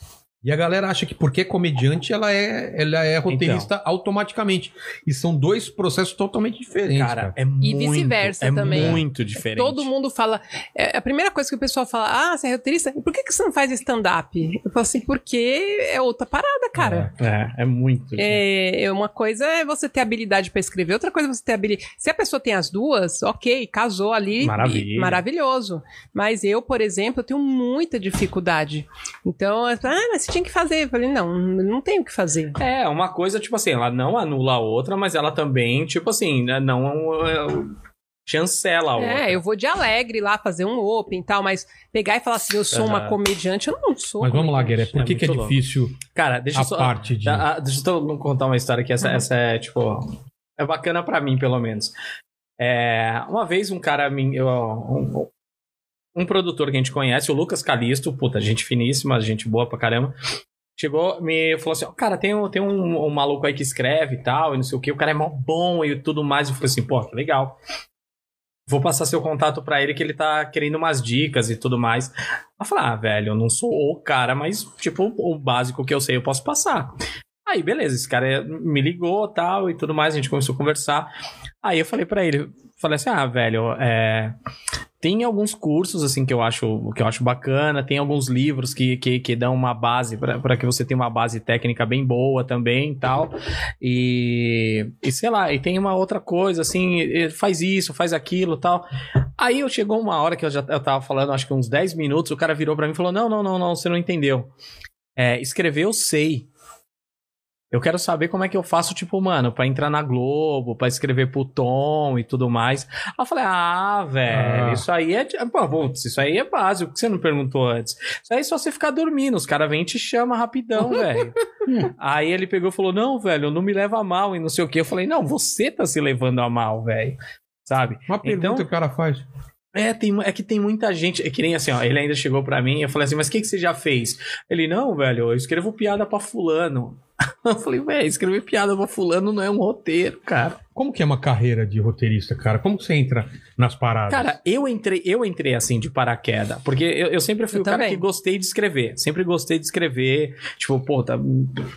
S1: E a galera acha que porque é comediante, ela é, ela é
S3: Então.
S1: roteirista automaticamente. E são dois processos totalmente diferentes.
S3: Cara,
S1: Cara,
S3: é muito.
S4: vice-versa
S3: é
S4: também.
S3: muito diferente.
S4: Todo mundo fala. é, a primeira coisa que o pessoal fala, ah, você é roteirista? Por que, que você não faz stand-up? Eu falo assim, porque é outra parada, cara.
S3: É, é muito.
S4: É, é uma coisa é você ter habilidade pra escrever, outra coisa é você ter habilidade. Se a pessoa tem as duas, ok, casou ali,
S3: Maravilha.
S4: e- maravilhoso. Mas eu, por exemplo, eu tenho muita dificuldade. Então, eu falo, ah, mas você tinha que fazer. Eu falei, não, não tenho o que fazer.
S3: É, uma coisa, tipo assim, ela não anula a outra, mas ela também, tipo assim, né, não é, chancela a outra.
S4: É, eu vou de alegre lá fazer um open e tal, mas pegar e falar assim, eu sou uma
S3: Aham.
S4: comediante, eu não sou.
S1: Mas vamos lá, Gueré. Por
S3: É
S1: que, que é
S3: muito louco.
S1: difícil
S3: Cara, deixa
S1: a
S3: eu só.
S1: parte de.
S3: Ah, ah, deixa eu só contar uma história que essa, essa é, tipo. É bacana pra mim, pelo menos. É, uma vez um cara. me- eu- Um, um produtor que a gente conhece, o Lucas Calisto, puta, gente finíssima, gente boa pra caramba. Chegou, me falou assim: ó, cara, tem, um, tem um, um maluco aí que escreve e tal, e não sei o que, o cara é mó bom e tudo mais. Eu falei assim: pô, que legal. Vou passar seu contato pra ele que ele tá querendo umas dicas e tudo mais. Eu falei: ah, velho, eu não sou o cara, mas, tipo, o básico que eu sei eu posso passar. Aí, beleza, esse cara me ligou tal e tudo mais, a gente começou a conversar. Aí eu falei pra ele, falei assim, ah, velho, é, tem alguns cursos assim que eu acho que eu acho bacana, tem alguns livros que, que, que dão uma base para que você tenha uma base técnica bem boa também e tal. E, e sei lá, e tem uma outra coisa assim, e- faz isso, faz aquilo tal. Aí eu chegou uma hora que eu já eu tava falando, acho que uns 10 minutos, o cara virou pra mim e falou: "Não, não, não, não, você não entendeu. É, escrever eu sei. Eu quero saber como é que eu faço, tipo, mano, pra entrar na Globo, pra escrever pro Tom e tudo mais. Aí eu falei, ah, velho,
S1: Ah.
S3: isso aí é. de- Pô, putz, isso aí é básico, por que você não perguntou antes? Isso aí é só você ficar dormindo, os caras vêm e te chama rapidão, velho. aí ele pegou e falou, não, velho, não me leva a mal e não sei o quê. Eu falei, não, você tá se levando a mal, velho. Sabe?
S1: Uma pergunta
S3: Então-
S1: que o cara faz.
S3: É, tem, mu- é que tem muita gente. É que nem assim, ó. Ele ainda chegou pra mim e eu falei assim: Mas o que, que você já fez? Ele, não, velho, eu escrevo piada pra Fulano. Eu falei, velho, escrever piada pra Fulano não é um roteiro, cara.
S1: Como que é uma carreira de roteirista, cara? Como que você entra nas paradas?
S3: Cara, eu entrei, eu entrei assim de paraquedas, porque eu, eu sempre fui
S4: Eu
S3: o cara
S4: também.
S3: que gostei de escrever. Sempre gostei de escrever. Tipo, pô, tá,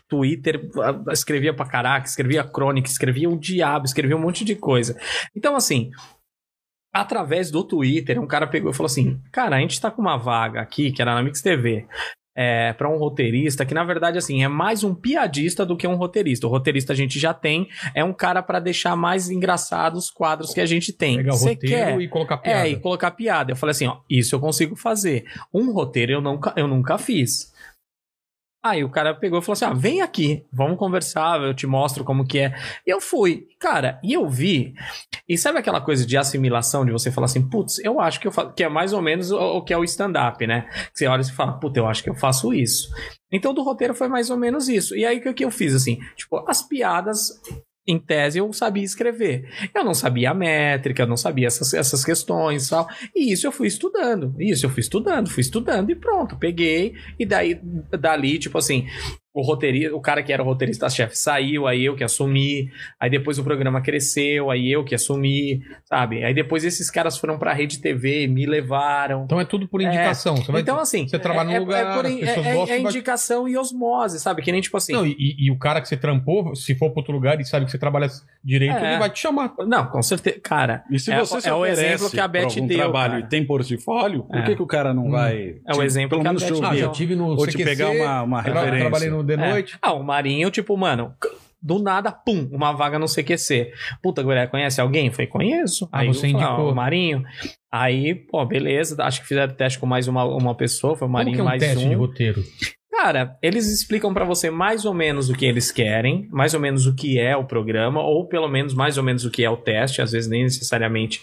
S3: Twitter, ah, escrevia pra caraca, escrevia crônica, escrevia o diabo, escrevia um monte de coisa. Então, assim, através do Twitter, um cara pegou e falou assim: Cara, a gente tá com uma vaga aqui, que era na Mix TV. É, para um roteirista, que na verdade assim é mais um piadista do que um roteirista. O roteirista a gente já tem, é um cara pra deixar mais engraçados os quadros que a gente tem.
S1: Pegar o
S3: Você
S1: roteiro
S3: quer?
S1: e colocar piada.
S3: É, e colocar piada. Eu falei assim, ó, isso eu consigo fazer. Um roteiro eu nunca, eu nunca fiz. Aí o cara pegou e falou assim: ah, vem aqui, vamos conversar, eu te mostro como que é. E eu fui, cara, e eu vi. E sabe aquela coisa de assimilação, de você falar assim, putz, eu acho que eu faço. Que é mais ou menos o, o que é o stand-up, né? Que você olha e você fala, putz, eu acho que eu faço isso. Então do roteiro foi mais ou menos isso. E aí o que, que eu fiz, assim? Tipo, as piadas, em tese, eu sabia escrever. Eu não sabia a métrica, eu não sabia essas, essas questões e tal. E isso eu fui estudando. Isso eu fui estudando, fui estudando e pronto, peguei. E daí, dali, tipo assim, o roteirista, o cara que era o roteirista-chefe saiu, aí eu que assumi. Aí depois o programa cresceu, aí eu que assumi, sabe? Aí depois esses caras foram pra rede TV, me levaram.
S1: Então é tudo por indicação. Você vai
S3: então, assim.
S1: você trabalha num lugar,
S3: por
S1: as
S3: in-
S1: pessoas
S3: é- é-
S1: gostam
S3: é
S1: da-
S3: indicação e osmose, sabe? Que nem tipo assim.
S1: Não, e- e, e o cara que você trampou, se for pra outro lugar e sabe que você trabalha direito,
S3: É.
S1: ele vai te chamar.
S3: não com certeza. Cara,
S2: E se
S3: É-
S2: você se
S3: é o
S2: oferece
S3: exemplo que a Beth
S2: pra algum
S3: deu,
S2: trabalho
S3: cara.
S2: e tem portfólio, por
S3: É.
S2: que, que o cara não
S1: Hum.
S2: vai...
S3: É o exemplo
S2: pelo
S3: que a
S2: menos
S3: Beth
S2: te
S3: deu.
S1: Ah,
S2: ouvir,
S1: já tive no
S2: Ou te
S1: CQC,
S2: pegar uma, uma
S1: tra-
S2: referência.
S1: trabalhei no The
S3: É.
S1: Noite.
S3: Ah, o Marinho, tipo, mano, do nada, pum, uma vaga no CQC. Puta, Guilherme, conhece alguém? Eu Falei, conheço.
S1: Ah,
S3: Aí eu
S1: você
S3: falei,
S1: indicou.
S3: ah, o Marinho. Aí, pô, beleza. Acho que fizeram teste com mais uma, uma pessoa, foi o
S1: Como
S3: Marinho
S1: que é um
S3: mais
S1: teste de
S3: um.
S1: roteiro?
S3: Cara, eles explicam pra você mais ou menos o que eles querem, mais ou menos o que é o programa, ou pelo menos mais ou menos o que é o teste, às vezes nem necessariamente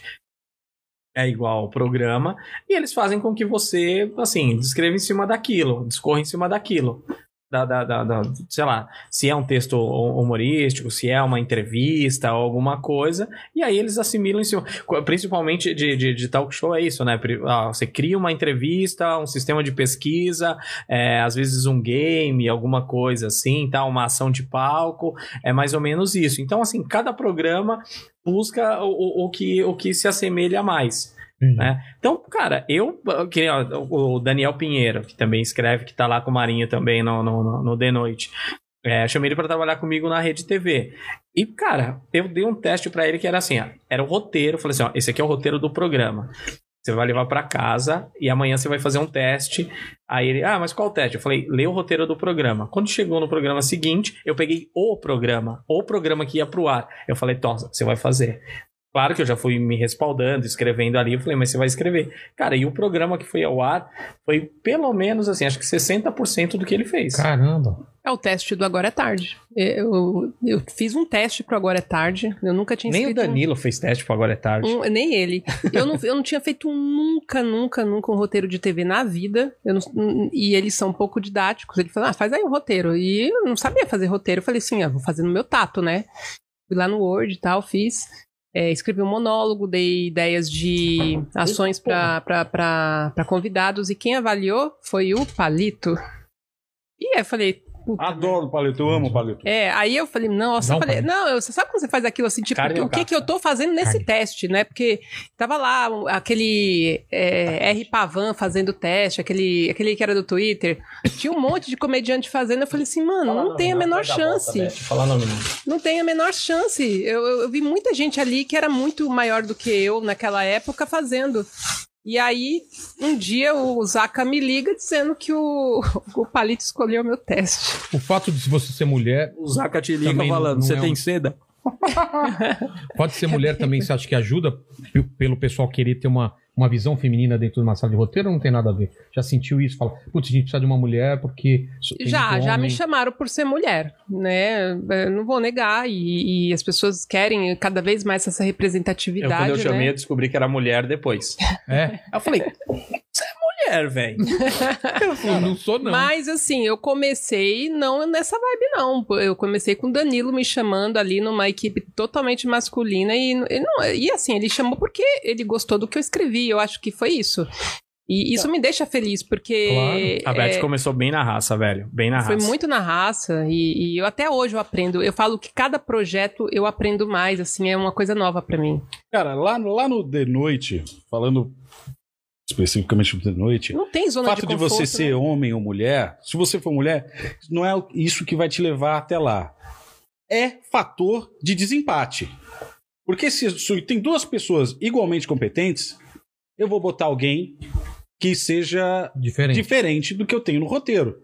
S3: é igual ao programa, e eles fazem com que você, assim, descreva em cima daquilo, discorra em cima daquilo. Da, da, da, da- sei lá, se é um texto hu- humorístico, se é uma entrevista ou alguma coisa, e aí eles assimilam em cima. Co- Principalmente de, de, de talk show é isso, né? Pri- ah, Você cria uma entrevista, um sistema de pesquisa, é, às vezes um game, alguma coisa assim, tá? Uma ação de palco, é mais ou menos isso. Então, assim, cada programa busca o, o, o que, o que se assemelha mais.
S1: É.
S3: né? Então, cara, eu, que nem, ó, o Daniel Pinheiro, que também escreve, que tá lá com o Marinho também no, no, no, no The Noite. É, chamei ele para trabalhar comigo na rede TV. E, cara, eu dei um teste para ele que era assim, ó, era o roteiro, falei assim, ó, esse aqui é o roteiro do programa. Você vai levar para casa e amanhã você vai fazer um teste. Aí ele, ah, mas qual teste? Eu falei, lê o roteiro do programa. Quando chegou no programa seguinte, eu peguei o programa, o programa que ia pro ar. Eu falei, Tom, você vai fazer. Claro que eu já fui me respaldando, escrevendo ali. Eu falei, mas você vai escrever. Cara, e o programa que foi ao ar foi pelo menos, assim, acho que 60% do que ele fez.
S1: Caramba.
S4: É o teste do Agora é Tarde. Eu, eu fiz um teste pro Agora é Tarde. Eu nunca tinha
S3: Nem o
S4: escrito um-
S3: Danilo fez teste pro Agora é Tarde.
S4: um- nem ele. Eu não, eu não tinha feito um nunca, nunca, nunca um roteiro de TV na vida. Eu não- e eles são um pouco didáticos. Ele falou, ah, faz aí um roteiro. E eu não sabia fazer roteiro. Eu falei assim, ah, vou fazer no meu tato, né? Fui lá no Word e tal, fiz. É, escrevi um monólogo, dei ideias de ações pra- pra pra- pra convidados. E quem avaliou foi o Palito. E aí eu falei... puta,
S2: Adoro o palito, eu amo o palito.
S4: é, aí eu falei, não, nossa,
S1: Não,
S4: eu falei,
S1: pai.
S4: não, eu- você sabe quando você faz aquilo assim, tipo,
S3: Carne
S4: o
S3: ou
S4: que
S3: caça?
S4: que eu tô fazendo nesse
S1: Carne.
S4: teste, né? Porque tava lá um, aquele é, R Pavan fazendo teste, aquele, aquele que era do Twitter, tinha um monte de comediante fazendo, eu falei assim, mano, não tem a menor chance,
S3: Falar não, menino.
S4: não tem a menor chance. Eu, eu- eu vi muita gente ali que era muito maior do que eu naquela época fazendo. E aí, um dia o Zaca me liga dizendo que o, o Palito escolheu o meu teste.
S1: O fato de você ser mulher,
S3: O Zaca te
S1: liga Também não- falando, não "Você é um- tem
S3: seda?
S1: pode ser mulher também, você acha que ajuda p- pelo pessoal querer ter uma, uma visão feminina dentro de uma sala de roteiro? ou Não tem nada a ver. Já sentiu isso? Fala, putz, a gente precisa de uma mulher porque. só tem
S4: Já,
S1: muito
S4: já
S1: homem."
S4: me chamaram por ser mulher, né? Eu não vou negar, e, e as pessoas querem cada vez mais essa
S3: Eu,
S4: representatividade,
S3: É, quando eu chamei,
S4: né?
S3: eu descobri que era mulher depois. Aí
S1: É,
S3: eu falei, você é mulher, velho.
S1: eu não sou, não.
S4: Mas assim, eu comecei não nessa vibe, não. Eu comecei com o Danilo me chamando ali numa equipe totalmente masculina e, e não, e assim, ele chamou porque ele gostou do que eu escrevi, eu acho que foi isso. E isso me deixa feliz, porque.
S3: A Beth
S4: é,
S3: começou bem na raça, velho. Bem na
S4: Foi
S3: raça.
S4: muito na raça e, e eu até hoje eu aprendo. Eu falo que cada projeto eu aprendo mais, assim, é uma coisa nova pra mim.
S2: Cara, lá, lá no The Noite, falando especificamente do The Noite,
S4: Não tem
S2: o
S4: zona
S2: fato de,
S4: conforto,
S2: você
S4: né?
S2: ser homem ou mulher, se você for mulher, não é isso que vai te levar até lá. É fator de desempate. Porque se, se tem duas pessoas igualmente competentes, eu vou botar alguém que seja
S1: Diferente.
S2: diferente do que eu tenho no roteiro.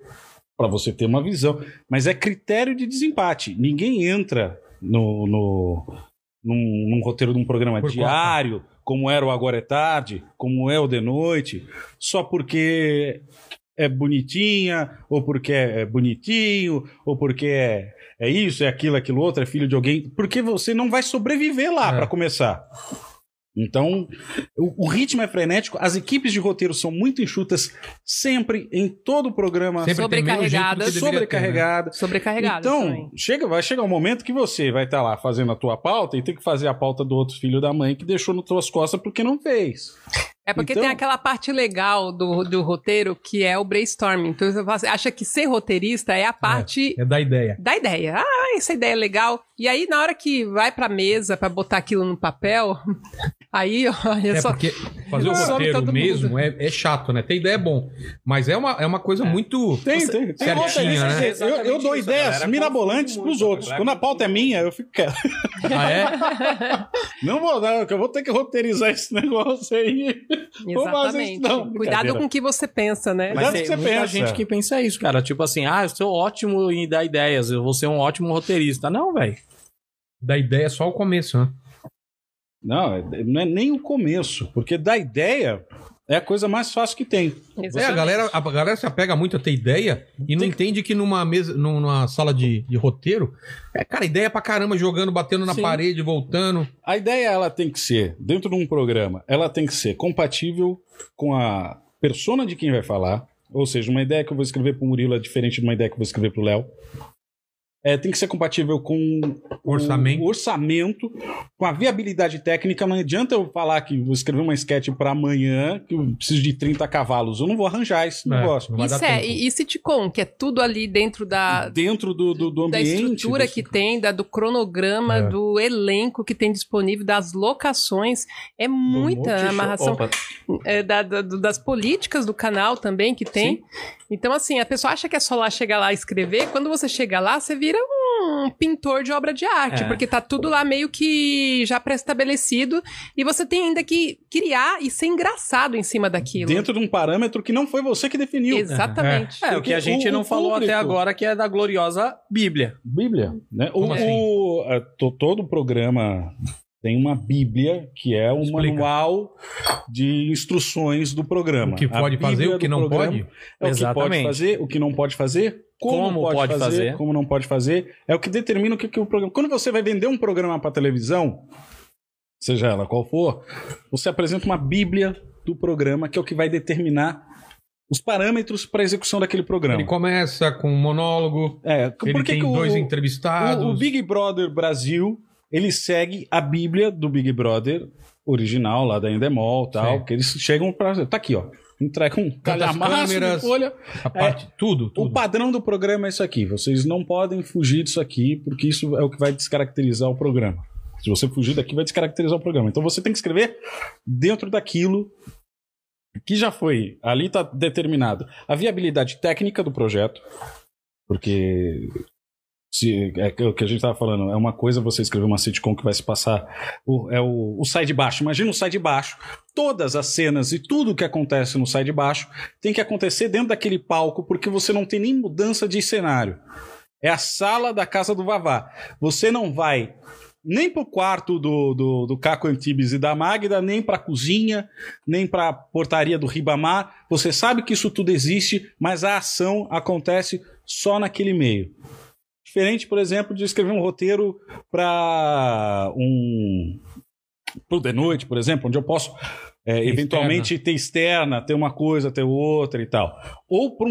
S2: Pra você ter uma visão. Mas é critério de desempate. Ninguém entra no, no, num, num roteiro de um programa
S1: Por
S2: diário, como era o Agora é Tarde, como é o De Noite, só porque é bonitinha, ou porque é bonitinho, ou porque é, é isso, é aquilo, é aquilo outro, é filho de alguém. Porque você não vai sobreviver lá
S1: É.
S2: pra começar. Então, o, o ritmo é frenético, as equipes de roteiro são muito enxutas, sempre, em todo o programa,
S1: Sempre tem menos gente do que né?
S4: Sobrecarregadas.
S1: deveria ter, né?
S2: sobrecarregada.
S4: sobrecarregado.
S2: Então,
S4: também.
S2: chega, vai chegar um momento que você vai estar lá fazendo a tua pauta e tem que fazer a pauta do outro filho da mãe que deixou nas tuas costas porque não fez.
S4: É porque
S2: então-
S4: tem aquela parte legal do, do roteiro que é o brainstorming. Então você fala assim, acha que ser roteirista é a parte
S1: É da ideia.
S4: da ideia. Ah, essa ideia é legal. E aí, na hora que vai pra mesa pra botar aquilo no papel, aí, olha,
S1: É
S4: só.
S1: porque fazer o
S4: Não, sobe
S1: roteiro
S4: todo
S1: mesmo é, é chato, né? Ter ideia é bom, mas é uma, é uma coisa muito...
S2: Tem, tem, tem
S1: certinho,
S2: roteirista
S1: né?
S2: que- eu- eu,
S3: É exatamente
S2: dou
S3: isso, a
S2: ideias
S3: galera
S2: mirabolantes
S3: confunde
S2: pros
S3: muito, né? a
S2: outros.
S3: galera
S2: Quando a pauta é minha, eu fico quieto.
S1: Ah, é?
S2: Não vou dar, que eu vou ter que roteirizar esse negócio aí. Vou fazer isso,
S4: Exatamente.
S2: não,
S4: Cuidado
S2: brincadeira.
S4: com o que você pensa, né?
S2: Mas
S3: Mas
S2: é
S3: tem
S2: o que você
S3: muita
S2: pensa.
S3: gente que pensa isso, cara. Tipo assim, ah, eu sou ótimo em dar ideias, eu vou ser um ótimo roteirista. Não, velho.
S1: Da ideia é só o começo, né?
S2: Não, é- não é nem o começo, porque da ideia é a coisa mais fácil que tem.
S1: É, a
S4: Exatamente.
S1: galera, a galera se apega muito a ter ideia e não entende que numa mesa, num- numa sala de, de roteiro, é, cara, ideia pra caramba, jogando, batendo na
S3: Sim.
S1: parede, voltando.
S2: A ideia ela tem que ser, dentro de um programa, ela tem que ser compatível com a persona de quem vai falar. Ou seja, uma ideia que eu vou escrever pro Murilo é diferente de uma ideia que eu vou escrever pro Léo. é, tem que ser compatível com o
S1: Orçamento.
S2: orçamento, com a viabilidade técnica. Não adianta eu falar que vou escrever uma sketch para amanhã, que eu preciso de 30 cavalos. Eu não vou arranjar esse
S1: É,
S2: negócio.
S1: não vai dar
S4: Isso é,
S1: tempo.
S4: e, e Sitcom, que é tudo ali dentro da,
S2: Dentro do, do, do
S4: Ah, da
S2: ambiente.
S4: estrutura
S2: do-
S4: que tem, da, do cronograma,
S1: É.
S4: do elenco que tem disponível, das locações. É muita
S3: Multishow-
S4: amarração
S3: Opa,
S4: é, da- da- do- das políticas do canal também que tem. Então, assim, a pessoa acha que é só lá chegar lá e escrever. Quando você chega lá, você vira um pintor de obra de arte,
S3: É.
S4: porque tá tudo lá meio que já pré-estabelecido e você tem ainda que criar e ser engraçado em cima daquilo.
S2: Dentro de um parâmetro que não foi você que definiu.
S4: Exatamente.
S3: É, o que a gente
S2: O-
S3: não
S2: o
S3: falou
S2: público-
S3: até agora, que é da gloriosa Bíblia.
S2: Bíblia, né? O,
S1: Como assim?
S2: o- é, to- todo programa tem uma Bíblia que é um
S1: Explica.
S2: manual de instruções do programa.
S1: O que
S2: A
S1: pode fazer,
S2: Bíblia
S1: o que
S2: do
S1: não
S2: programa
S1: pode.
S2: É o que pode
S3: Exatamente.
S2: fazer, o que não pode fazer, como,
S3: Como
S2: pode,
S3: pode
S2: fazer,
S3: fazer.
S2: como não pode fazer. É o que determina o que, que o programa. Quando você vai vender um programa para televisão, seja ela qual for, você apresenta uma Bíblia do programa que é o que vai determinar os parâmetros para a execução daquele programa.
S1: Ele começa com um monólogo,
S2: É,
S1: ele tem dois entrevistados.
S2: o, o Big Brother Brasil, ele segue a Bíblia do Big Brother original, lá da Endemol tal,
S1: Sim.
S2: que eles chegam pra. Tá aqui, ó. Entrega um calhamaço de
S1: câmeras?
S2: folha.
S1: a parte, tudo,
S2: é, O
S1: tudo.
S2: padrão do programa é isso aqui. Vocês não podem fugir disso aqui, porque isso é o que vai descaracterizar o programa. Se você fugir daqui, vai descaracterizar o programa. Então você tem que escrever dentro daquilo que já foi. Ali está determinado a viabilidade técnica do projeto, porque se, é que- o que a gente estava falando, é uma coisa você escrever uma sitcom que vai se passar. O, é o, o sai de baixo. Imagina o sai de baixo. Todas as cenas e tudo que acontece no sai de baixo tem que acontecer dentro daquele palco, porque você não tem nem mudança de cenário. É a sala da casa do Vavá. Você não vai nem pro quarto do, do, do Caco Antibes e da Magda, nem pra cozinha, nem pra portaria do Ribamar. Você sabe que isso tudo existe, mas a ação acontece só naquele meio. Diferente, por exemplo, de escrever um roteiro para um. Pro The Noite, por exemplo, onde eu posso é, eventualmente ter externa, ter uma coisa, ter outra e tal. Ou para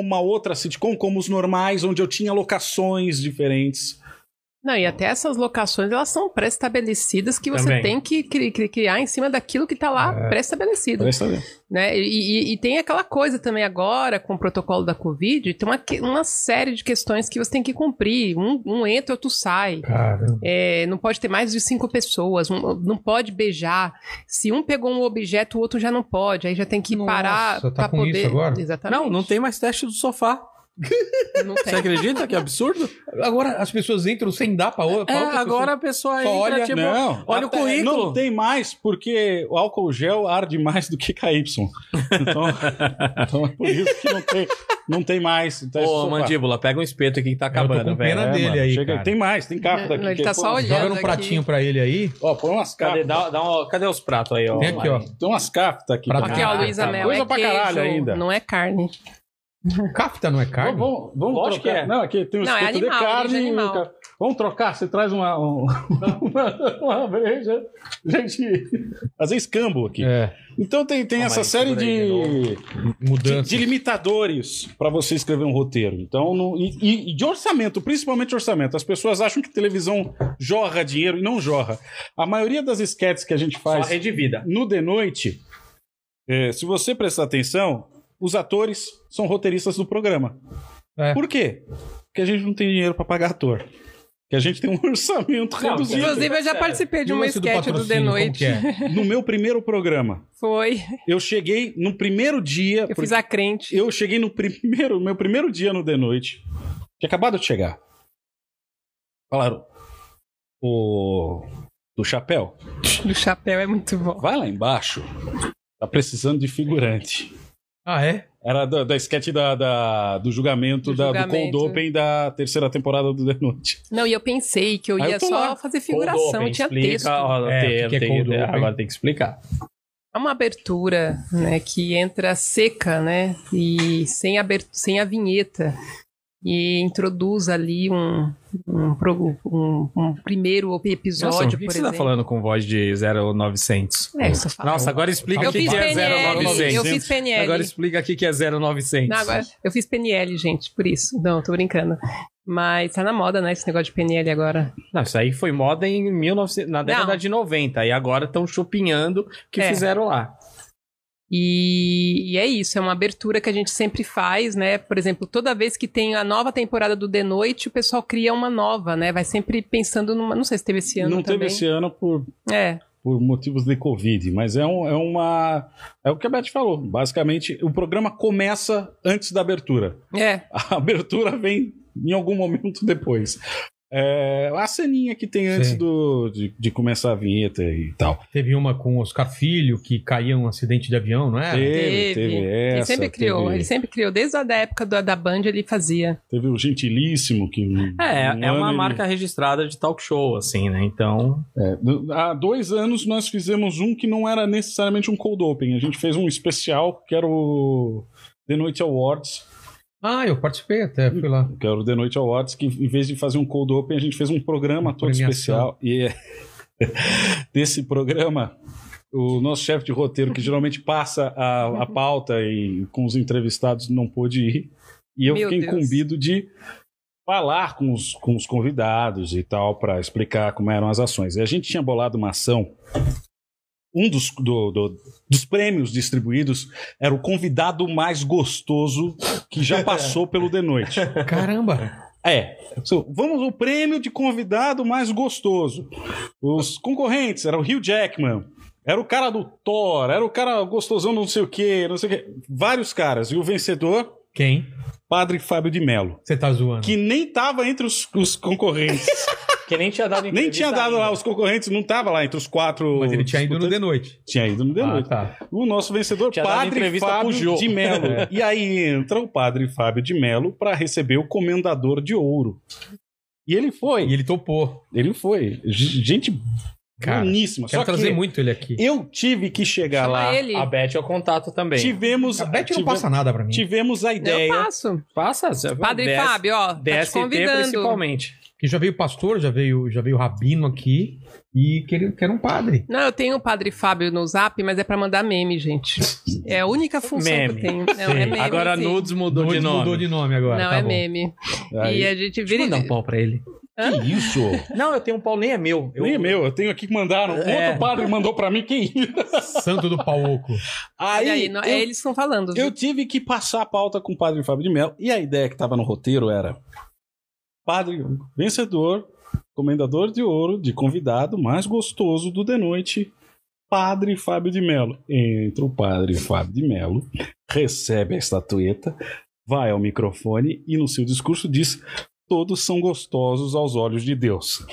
S2: uma outra sitcom, como os normais, onde eu tinha locações diferentes.
S4: Não, e até essas locações, elas são pré-estabelecidas que você
S3: Também.
S4: tem que cri- cri- criar em cima daquilo que tá
S2: É.
S4: lá pré-estabelecido.
S2: Parece saber.
S4: né? E, e- e tem aquela coisa também agora, com o protocolo da Covid, tem uma, que- uma série de questões que você tem que cumprir. Um, um entra, outro sai.
S1: Caramba.
S4: É, não pode ter mais de cinco pessoas, um- não pode beijar. Se um pegou um objeto, o outro já não pode. Aí já tem que
S1: Nossa,
S4: parar
S1: tá
S4: pra
S1: com
S4: poder.
S1: isso agora?
S4: Exatamente.
S3: Não, não tem mais teste do sofá.
S4: Não
S3: Você
S4: tem.
S3: acredita que absurdo?
S1: Agora as pessoas entram sem dar pra outra.
S3: É,
S1: pra outra
S3: agora a pessoa
S1: Só
S3: entra,
S1: olha,
S3: tipo...
S2: não,
S3: olha o
S2: até-
S3: currículo.
S2: Não tem mais, porque o álcool gel arde mais do que KY. Então, então é por isso que não tem, não tem mais. Então, é
S3: Ô,
S2: só-
S3: mandíbula, pega um espeto aqui que tá
S1: tô
S3: acabando,
S1: com
S3: velho.
S1: pena dele aí, cara.
S2: Tem mais, tem capa daqui.
S4: Não, ele
S2: que-
S4: tá só
S2: pô,
S1: pessoa- Joga
S4: olhando
S1: num
S4: aqui.
S1: pratinho pra ele aí.
S2: Ó, põe umas
S3: Cadê,
S2: capas.
S3: dá, dá uma- cadê os pratos aí, ó?
S1: Tem aqui, ó.
S2: Tem umas capas aqui.
S1: Pra-
S4: Aqui, ó,
S1: Ah,
S4: Luísa
S3: tá.
S4: Mel.
S2: Coisa
S4: é
S2: pra
S4: queijo,
S2: caralho ainda.
S4: Não é carne.
S1: Cafta não é carne?
S2: Vamos, vamos
S3: Lógico
S2: trocar.
S3: que é.
S2: Não, aqui tem um
S4: Não, é
S2: espeto
S4: animal,
S2: de
S4: origem
S2: carne.
S4: animal.
S2: ca- Vamos trocar, você traz uma, um- uma, uma breja. Gente, fazer escambo aqui.
S1: É,
S2: Então tem, tem
S3: Calma
S2: essa
S3: aí,
S2: série
S3: segura aí de
S2: de, de,
S1: mudança.
S2: de limitadores para você escrever um roteiro. Então, não- e, e- e de orçamento, principalmente orçamento. As pessoas acham que televisão jorra dinheiro e não jorra. A maioria das esquetes que a gente
S3: Só a
S2: faz
S3: rede vida.
S2: no The Noite, é, se você prestar atenção, os atores são roteiristas do programa.
S1: É.
S2: Por quê? Porque a gente não tem dinheiro pra pagar ator. Que a gente tem um orçamento
S3: Não,
S2: reduzido.
S4: Inclusive, eu já
S3: Sério.
S4: participei de
S1: E o
S4: uma
S1: lance do
S4: sketch do, The
S1: patrocínio, como
S4: Noite.
S1: que é?
S2: No meu primeiro programa,
S4: Foi.
S2: eu cheguei no primeiro dia.
S4: Eu
S2: porque-
S4: fiz a crente.
S2: eu cheguei no primeiro, meu primeiro dia no The Noite. Tinha acabado de chegar. Falaram. O. Do chapéu.
S4: Do chapéu é muito bom.
S2: Vai lá embaixo. Tá precisando de figurante.
S1: Ah, é?
S2: Era da, da sketch da, da- do julgamento,
S4: Do
S2: da,
S4: julgamento.
S2: do Cold Open da terceira temporada do The Noite.
S4: Não, e eu pensei que eu
S2: Aí eu
S4: ia
S2: tô
S4: só
S2: lá.
S4: fazer figuração,
S3: Cold
S4: tinha
S3: Open, explica,
S4: texto.
S3: ó,
S1: É,
S3: tem-
S1: o que que é
S3: tem-
S1: Cold
S3: tem-
S1: Open?
S3: agora tem que explicar.
S4: É uma abertura, né, que entra seca, né, e sem, aber- sem a vinheta. E introduz ali um, um, pro- um- um primeiro episódio,
S3: Nossa, o que,
S4: por
S3: que você
S4: exemplo.
S3: tá falando com voz de 0900?
S4: É, só fala.
S3: Nossa, agora explica
S4: eu
S3: o que,
S4: fiz
S3: que é
S4: PNL, eu
S3: 0900.
S4: fiz PNL.
S3: Agora explica o que, que é 0900.
S4: Não, agora- eu fiz PNL, gente, por isso. Não, tô brincando. Mas tá na moda, né? Esse negócio de PNL agora.
S3: Não, isso aí foi moda em 1900, na década
S4: Não.
S3: de 90. E agora estão chupinhando o que
S4: É.
S3: fizeram lá.
S4: E, e é isso, é uma abertura que a gente sempre faz, né? Por exemplo, toda vez que tem a nova temporada do The Noite, o pessoal cria uma nova, né? Vai sempre pensando numa. Não sei se teve esse ano
S2: Não
S4: também.
S2: teve esse ano por,
S4: É,
S2: por motivos de Covid, mas é, um- é uma. É o que a Beth falou. Basicamente, o programa começa antes da abertura.
S4: é.
S2: A abertura vem em algum momento depois. É, a ceninha que tem antes
S1: Sim.
S2: do, de, de começar a vinheta e tal.
S1: Teve uma com o Oscar Filho, que caiu um acidente de avião, não é?
S2: teve, teve,
S4: Ah, teve.
S2: essa.
S4: ele sempre criou,
S2: teve,
S4: ele sempre criou. Desde a da época da, da Band ele fazia.
S2: teve o Gentilíssimo. Que
S3: É,
S2: um
S3: é
S2: ano
S3: uma
S2: ele-
S3: marca registrada de talk show, assim, né? Então.
S2: É, do- há dois anos nós fizemos um que não era necessariamente um cold open. A gente fez um especial que era o The Noite Awards.
S1: Ah, eu participei até, fui lá.
S2: que era o The Noite Awards, que em vez de fazer um cold open, a gente fez um programa
S1: Uma
S2: todo
S1: premiação.
S2: especial. E é- desse programa, o nosso chefe de roteiro, que geralmente passa a, a pauta e com os entrevistados, não pôde ir. E eu
S4: Meu
S2: fiquei
S4: Deus.
S2: incumbido de falar com os, com os convidados e tal, para explicar como eram as ações. E a gente tinha bolado uma ação. Um dos, do- do- dos prêmios distribuídos era o convidado mais gostoso que já passou pelo The Noite.
S1: Caramba!
S2: É. So, vamos ao prêmio de convidado mais gostoso. Os concorrentes eram o Hugh Jackman, era o cara do Thor, era o cara gostosão não sei o quê, não sei o quê. Vários caras. E o vencedor,
S1: Quem?
S2: Padre Fábio de Mello,
S1: Você tá zoando?
S2: que nem tava entre os, os concorrentes.
S3: Que nem tinha dado
S2: nem tinha dado lá, os concorrentes não tava lá entre os quatro.
S1: Mas ele tinha ido no de noite.
S2: Tinha ido no The
S1: Ah,
S2: Noite.
S1: tá.
S2: O nosso vencedor,
S3: Tinha dado
S2: Padre
S3: entrevista pro
S2: Fábio
S3: Jô.
S2: de Melo. E aí entra o Padre Fábio de Melo para receber o Comendador de Ouro. E ele foi.
S1: E ele topou.
S2: Ele foi. G- Gente
S1: Cara,
S2: boníssima.
S1: Quero
S2: Só
S1: trazer
S2: que
S1: muito ele aqui.
S2: eu tive que chegar
S4: Chama
S2: Tá lá.
S4: ele.
S3: A Beth é o contato também.
S2: Tivemos,
S1: A Beth não
S2: tive-
S1: passa nada pra mim.
S2: tivemos a
S4: Eu
S2: ideia. Tá
S4: passo.
S3: Passa, você-
S4: Padre
S3: DS
S4: Fábio, ó, tá te
S3: DST
S4: convidando.
S3: principalmente.
S1: Que já veio pastor, já veio, já veio rabino aqui e que, ele, que era um padre.
S4: Não, eu tenho o Padre Fábio no Zap, mas é pra mandar meme, gente. É a única função
S3: um- Meme.
S4: que eu tenho. Não, é meme,
S3: Agora
S4: sim.
S3: Nudes mudou
S1: Dois
S3: de nome.
S1: Mudou de nome agora.
S4: Não,
S1: tá
S4: é
S1: bom.
S4: meme. E
S2: Aí,
S4: a gente
S3: Deixa
S4: vira
S3: eu
S4: e-
S3: mandar um pau pra ele.
S2: Que isso?
S3: Não, eu tenho um pau, nem é meu. Eu-
S2: Nem é meu, eu tenho aqui que mandaram.
S3: É.
S2: Outro padre mandou pra mim quem.
S1: Santo do pau oco.
S2: Aí,
S4: Olha aí, não- é
S2: eu,
S4: eles que estão falando.
S2: eu tive que passar a pauta com o padre Fábio de Mello. E a ideia que estava no roteiro era: Padre vencedor, comendador de ouro, de convidado mais gostoso do The Noite, Padre Fábio de Mello. Entra o Padre Fábio de Mello, recebe a estatueta, vai ao microfone e no seu discurso diz: Todos são gostosos aos olhos de Deus.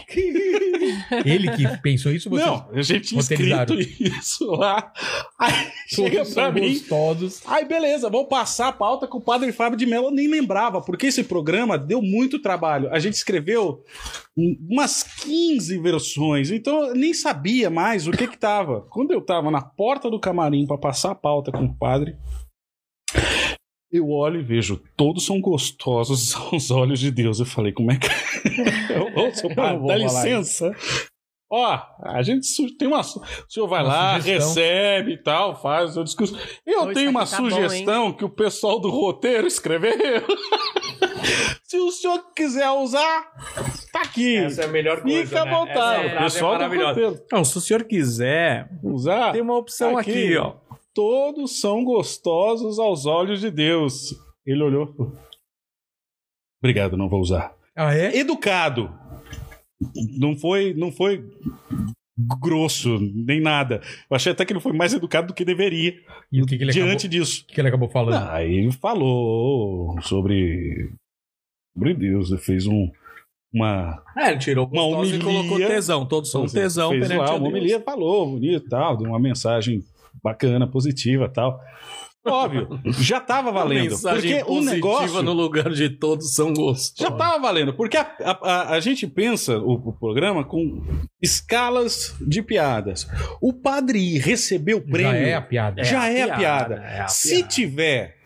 S1: Ele que pensou isso, você
S2: Não, eu já tinha escrito
S1: roteirizaram.
S2: isso lá. Aí chega
S1: todos
S2: pra
S1: são
S2: mim.
S1: gostosos.
S2: Aí beleza, vou passar a pauta com o Padre Fábio de Mello. Eu nem lembrava, porque esse programa deu muito trabalho. A gente escreveu um- umas 15 versões, então eu nem sabia mais o que que tava. Quando eu tava na porta do camarim para passar a pauta com o padre, eu olho e vejo, todos são gostosos aos olhos de Deus. Eu falei, como é que... Ô, ô, seu
S3: Eu
S2: padre,
S3: vou
S2: dá
S3: falar isso.
S2: licença. Ó, a gente su- tem uma... su- O senhor vai
S1: Uma
S2: lá,
S1: sugestão.
S2: recebe e tal, faz o seu discurso. Eu
S4: Então,
S2: tenho
S4: isso
S2: uma
S4: aqui tá bom,
S2: sugestão que o pessoal do roteiro escreveu. Se o senhor quiser usar, tá aqui.
S3: Essa é a melhor coisa.
S2: Fica à
S3: né?
S2: vontade.
S3: Essa
S2: o
S3: frase
S2: pessoal tá do
S3: maravilhosa.
S2: roteiro.
S3: Não, se o senhor quiser,
S2: Usar,
S3: tem uma opção
S2: Tá Aqui.
S3: aqui, ó.
S2: todos são gostosos aos olhos de Deus. Ele olhou. Obrigado, não vou usar.
S1: Ah, é?
S2: Educado. Não foi, não foi grosso, nem nada. Eu achei até que ele foi mais educado do que deveria
S1: E o que, que ele acabou,
S2: diante disso.
S1: o que que ele acabou falando?
S2: Ah, ele falou sobre. Sobre Deus, ele fez um. Uma.
S3: É, ele tirou
S2: Uma
S3: gostosa e
S2: homilia.
S3: colocou tesão. Todos são um tesão
S2: fez
S3: perante
S2: lá,
S3: a
S2: uma
S3: Deus.
S2: homilia, tá falou bonito e tal, deu uma mensagem bacana, positiva e tal. Óbvio, já tava
S3: Uma
S2: valendo.
S3: mensagem
S2: Porque o
S3: positiva
S2: negócio.
S3: no lugar de todos são gostosos.
S2: Já tá- tava valendo, porque a, a- a- a gente pensa o, o programa com escalas de piadas. O padre recebeu o prêmio.
S1: Já é a piada.
S2: Já é a piada.
S3: é a
S2: Se
S3: piada.
S2: tiver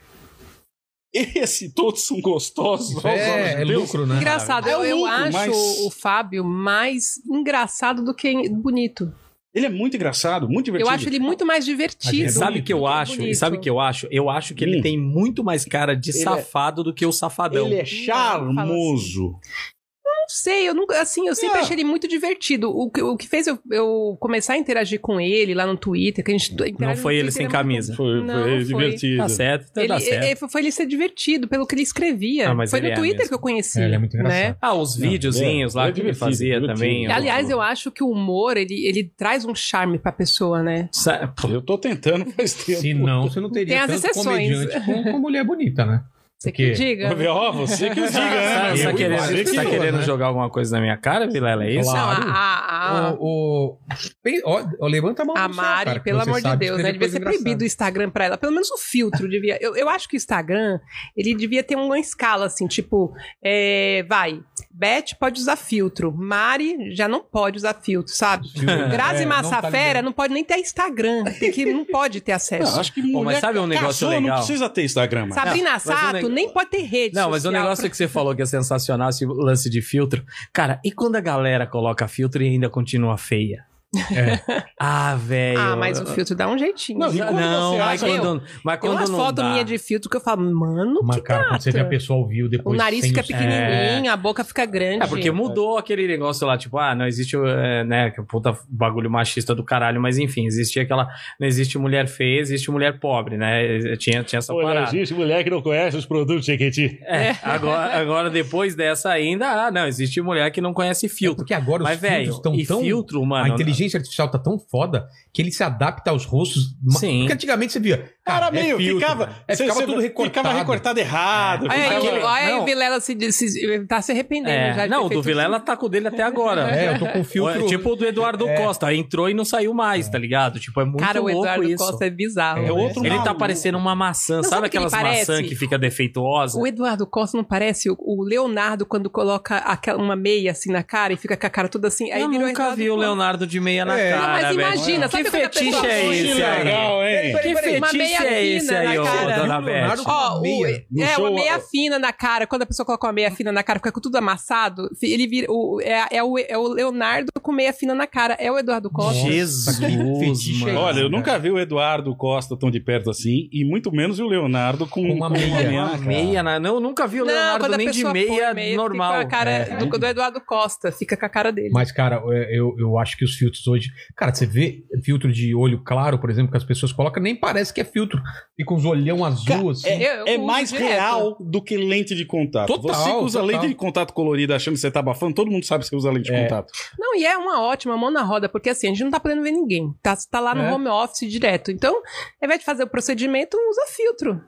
S2: esse todos são gostosos,
S1: Isso
S2: aos
S1: é,
S2: olhos
S1: é
S2: de Deus,
S1: lucro, né?
S4: Engraçado,
S2: É
S4: eu,
S2: um
S4: eu
S2: lucro,
S4: acho
S2: mas-
S4: o Fábio mais engraçado do que bonito.
S2: Ele é muito engraçado, muito
S4: Eu
S2: divertido.
S4: acho ele muito mais divertido.
S1: É
S3: sabe o que eu
S4: muito
S3: acho?
S4: bonito.
S3: Sabe o que eu acho? Eu acho que ele
S2: Hum.
S3: tem muito mais cara de
S2: Ele é-
S3: safado do que o safadão.
S2: Ele é
S4: fala assim.
S2: charmoso.
S4: Não sei, eu nunca, assim, eu sempre
S2: É.
S4: achei ele muito divertido. O, que- o que fez eu, eu começar a interagir com ele lá no Twitter, que a gente interage
S3: Não
S4: no
S3: foi ele
S4: Twitter,
S3: sem
S4: é muito-
S3: camisa.
S2: Foi,
S4: Não,
S2: foi
S4: foi.
S2: divertido.
S3: Tá certo, então
S4: Ele, é,
S3: dá certo.
S4: ele- foi ele ser divertido pelo que ele escrevia.
S3: Ah, mas
S4: foi
S3: ele
S4: no
S3: é
S4: Twitter
S3: mesmo.
S4: que eu conheci.
S1: É, ele é muito engraçado. É
S4: Né?
S3: Ah, os
S2: Não,
S3: videozinhos
S2: é,
S3: lá
S2: é
S3: que ele
S2: divertido,
S3: fazia
S2: divertido.
S3: também.
S2: Eu-
S4: Aliás, eu acho que o humor, ele, ele traz um charme pra pessoa, né?
S3: Sa- pô,
S2: Eu tô tentando faz tempo.
S1: Se não, você não teria
S4: Tem as
S1: tanto
S4: exceções.
S1: comediante com, com mulher bonita, né?
S4: Você
S1: Porque-
S4: que diga.
S2: Ó, Ó, você que os diga,
S3: Tá,
S2: né?
S1: Eu
S3: tá
S1: e
S3: querendo,
S1: você que
S3: tá
S1: não,
S3: querendo
S1: né?
S3: jogar alguma coisa na minha cara, Vilela? É isso?
S4: Não, a,
S1: Claro.
S4: a- a-
S1: O, o- bem, ó, ó, levanta a mão.
S4: Ah. a
S1: no céu,
S4: Mari,
S1: cara, que
S4: pelo
S1: você
S4: amor de
S1: sabe
S4: Deus, né?
S1: escrever
S4: Devia
S1: coisa
S4: ser
S1: engraçada.
S4: proibido o Instagram pra ela. Pelo menos o filtro devia. Eu, eu acho que o Instagram, ele devia ter uma escala assim, tipo, é, vai. Beth pode usar filtro. Mari já não pode usar filtro, sabe? Grazi
S1: É, não tá
S4: Massafera
S1: liberado.
S4: não, pode nem ter Instagram, porque não pode ter acesso.
S2: Não, acho que
S3: mas
S2: mulher
S3: sabe um negócio
S2: casou,
S3: legal?
S2: Não precisa ter Instagram. mais.
S4: Sabrina
S3: mas o
S4: Sato
S3: neg-
S4: nem pode ter rede.
S3: Não, mas o
S4: social
S3: negócio que você falou que é sensacional, esse lance de filtro. Cara, e quando a galera coloca filtro e ainda continua feia? Ah, velho.
S4: pra- Ah, mas o filtro dá um jeitinho.
S2: Não, e quando
S3: Não,
S2: você
S3: mas
S2: acha-
S3: quando, mas
S4: Tem
S3: quando
S4: umas
S3: não
S4: fotos
S3: dá.
S4: minhas de filtro que eu falo, mano,
S1: Mas,
S4: que
S1: cara, quando você vê a
S4: gata.
S1: pessoa ao vivo depois.
S4: O nariz
S1: sem
S4: fica
S1: o-
S4: pequenininho, a boca fica grande.
S3: É, porque mudou aquele negócio lá, tipo, ah, não existe, é, né, que puta bagulho machista do caralho, mas enfim, existia aquela, não existe mulher feia, existe mulher pobre, né, tinha, tinha essa
S2: Pô,
S3: parada.
S2: existe mulher que não conhece os produtos Chequiti.
S3: É, agora, agora depois dessa ainda, ah, não, existe mulher que não conhece
S1: É
S3: filtro.
S1: Porque agora
S3: Mas,
S1: os
S3: velho,
S1: filtros estão
S3: e
S1: tão.
S3: filtro, mano... né?
S1: a inteligência artificial tá tão foda que ele se adapta aos rostos. ma-
S3: Sim.
S1: Porque antigamente você via.
S2: Cara,
S1: Cara, é
S2: meio,
S1: filtro,
S2: ficava,
S1: É,
S2: cê-
S1: ficava
S2: cê-
S1: tudo recortado.
S2: Ficava recortado É. errado.
S4: Olha aí,
S2: ficava-
S3: Aquele-
S4: olha aí
S3: não.
S4: o Vilela se, se- tá se arrependendo.
S3: É,
S4: já de
S3: não,
S4: ter
S3: o do
S4: feito assim.
S3: Vilela tá com o dele até agora.
S1: É, eu tô com filtro.
S3: É, Tipo o do Eduardo
S1: É.
S3: Costa, entrou e não saiu mais, tá ligado? Tipo, é muito
S4: isso. Cara, o
S3: louco
S4: Eduardo
S3: isso.
S4: Costa é bizarro.
S2: É
S4: né?
S2: outro
S3: Ele tá
S2: maluco.
S3: parecendo uma maçã,
S4: Não,
S3: sabe,
S4: sabe o que ele
S3: aquelas
S4: parece?
S3: maçãs que fica defeituosa?
S4: O Eduardo Costa não parece o, o Leonardo quando coloca aquela- uma meia assim na cara e fica com a cara toda assim. Aí
S3: eu
S4: virou
S3: nunca
S4: Eduardo
S3: vi o
S4: Costa.
S3: Leonardo de meia na
S1: É.
S3: cara.
S4: Não, mas
S3: velho.
S4: imagina, sabe
S3: que
S4: quando a pessoa
S3: fetiche é
S4: põe-
S2: Que
S3: esse aí?
S2: legal, hein?
S3: Que
S4: Uma
S3: fetiche
S4: meia
S3: é esse
S4: fina
S3: aí,
S4: na
S3: ô,
S4: cara.
S3: dona
S1: O
S3: Beth?
S1: Leonardo-
S4: Ó, o,
S1: Meia.
S2: No
S4: é,
S2: show,
S4: uma meia
S2: ó.
S4: fina na cara. Quando a pessoa coloca uma meia fina na cara, fica com tudo amassado. fi- Ele vira. O, é, é o, é o Leonardo com meia fina na cara. É o Eduardo Costa.
S1: Nossa,
S3: Jesus,
S1: que fetiche é
S3: mano.
S1: esse,
S2: Olha, eu
S1: cara?
S2: nunca vi o Eduardo Costa tão de perto assim, e muito menos o Leonardo com,
S1: Com uma meia.
S3: Uma
S2: cara.
S3: meia na... Não, eu nunca vi o Leonardo nem de
S4: põe
S3: meia,
S4: meia, né? É.
S3: normal. É.
S4: Fica com a cara do, do Eduardo Costa, fica com a cara dele.
S1: Mas, cara, é, eu, eu acho que os filtros hoje. Cara, você vê filtro de olho claro, por exemplo, que as pessoas colocam, nem parece que é filtro. Fica uns olhão azul, assim.
S2: É,
S4: Eu- eu
S2: é
S4: uso
S2: mais
S4: direto.
S2: real do que lente de contato.
S1: Total,
S2: você que usa
S1: total.
S2: lente de contato colorida achando que você tá abafando, todo mundo sabe que você usa lente de
S1: É.
S2: contato.
S4: Não, e é uma ótima mão na roda, porque assim, a gente não tá podendo ver ninguém. Tá, tá lá no
S1: É.
S4: home office direto. Então, ao invés de fazer o procedimento, usa filtro.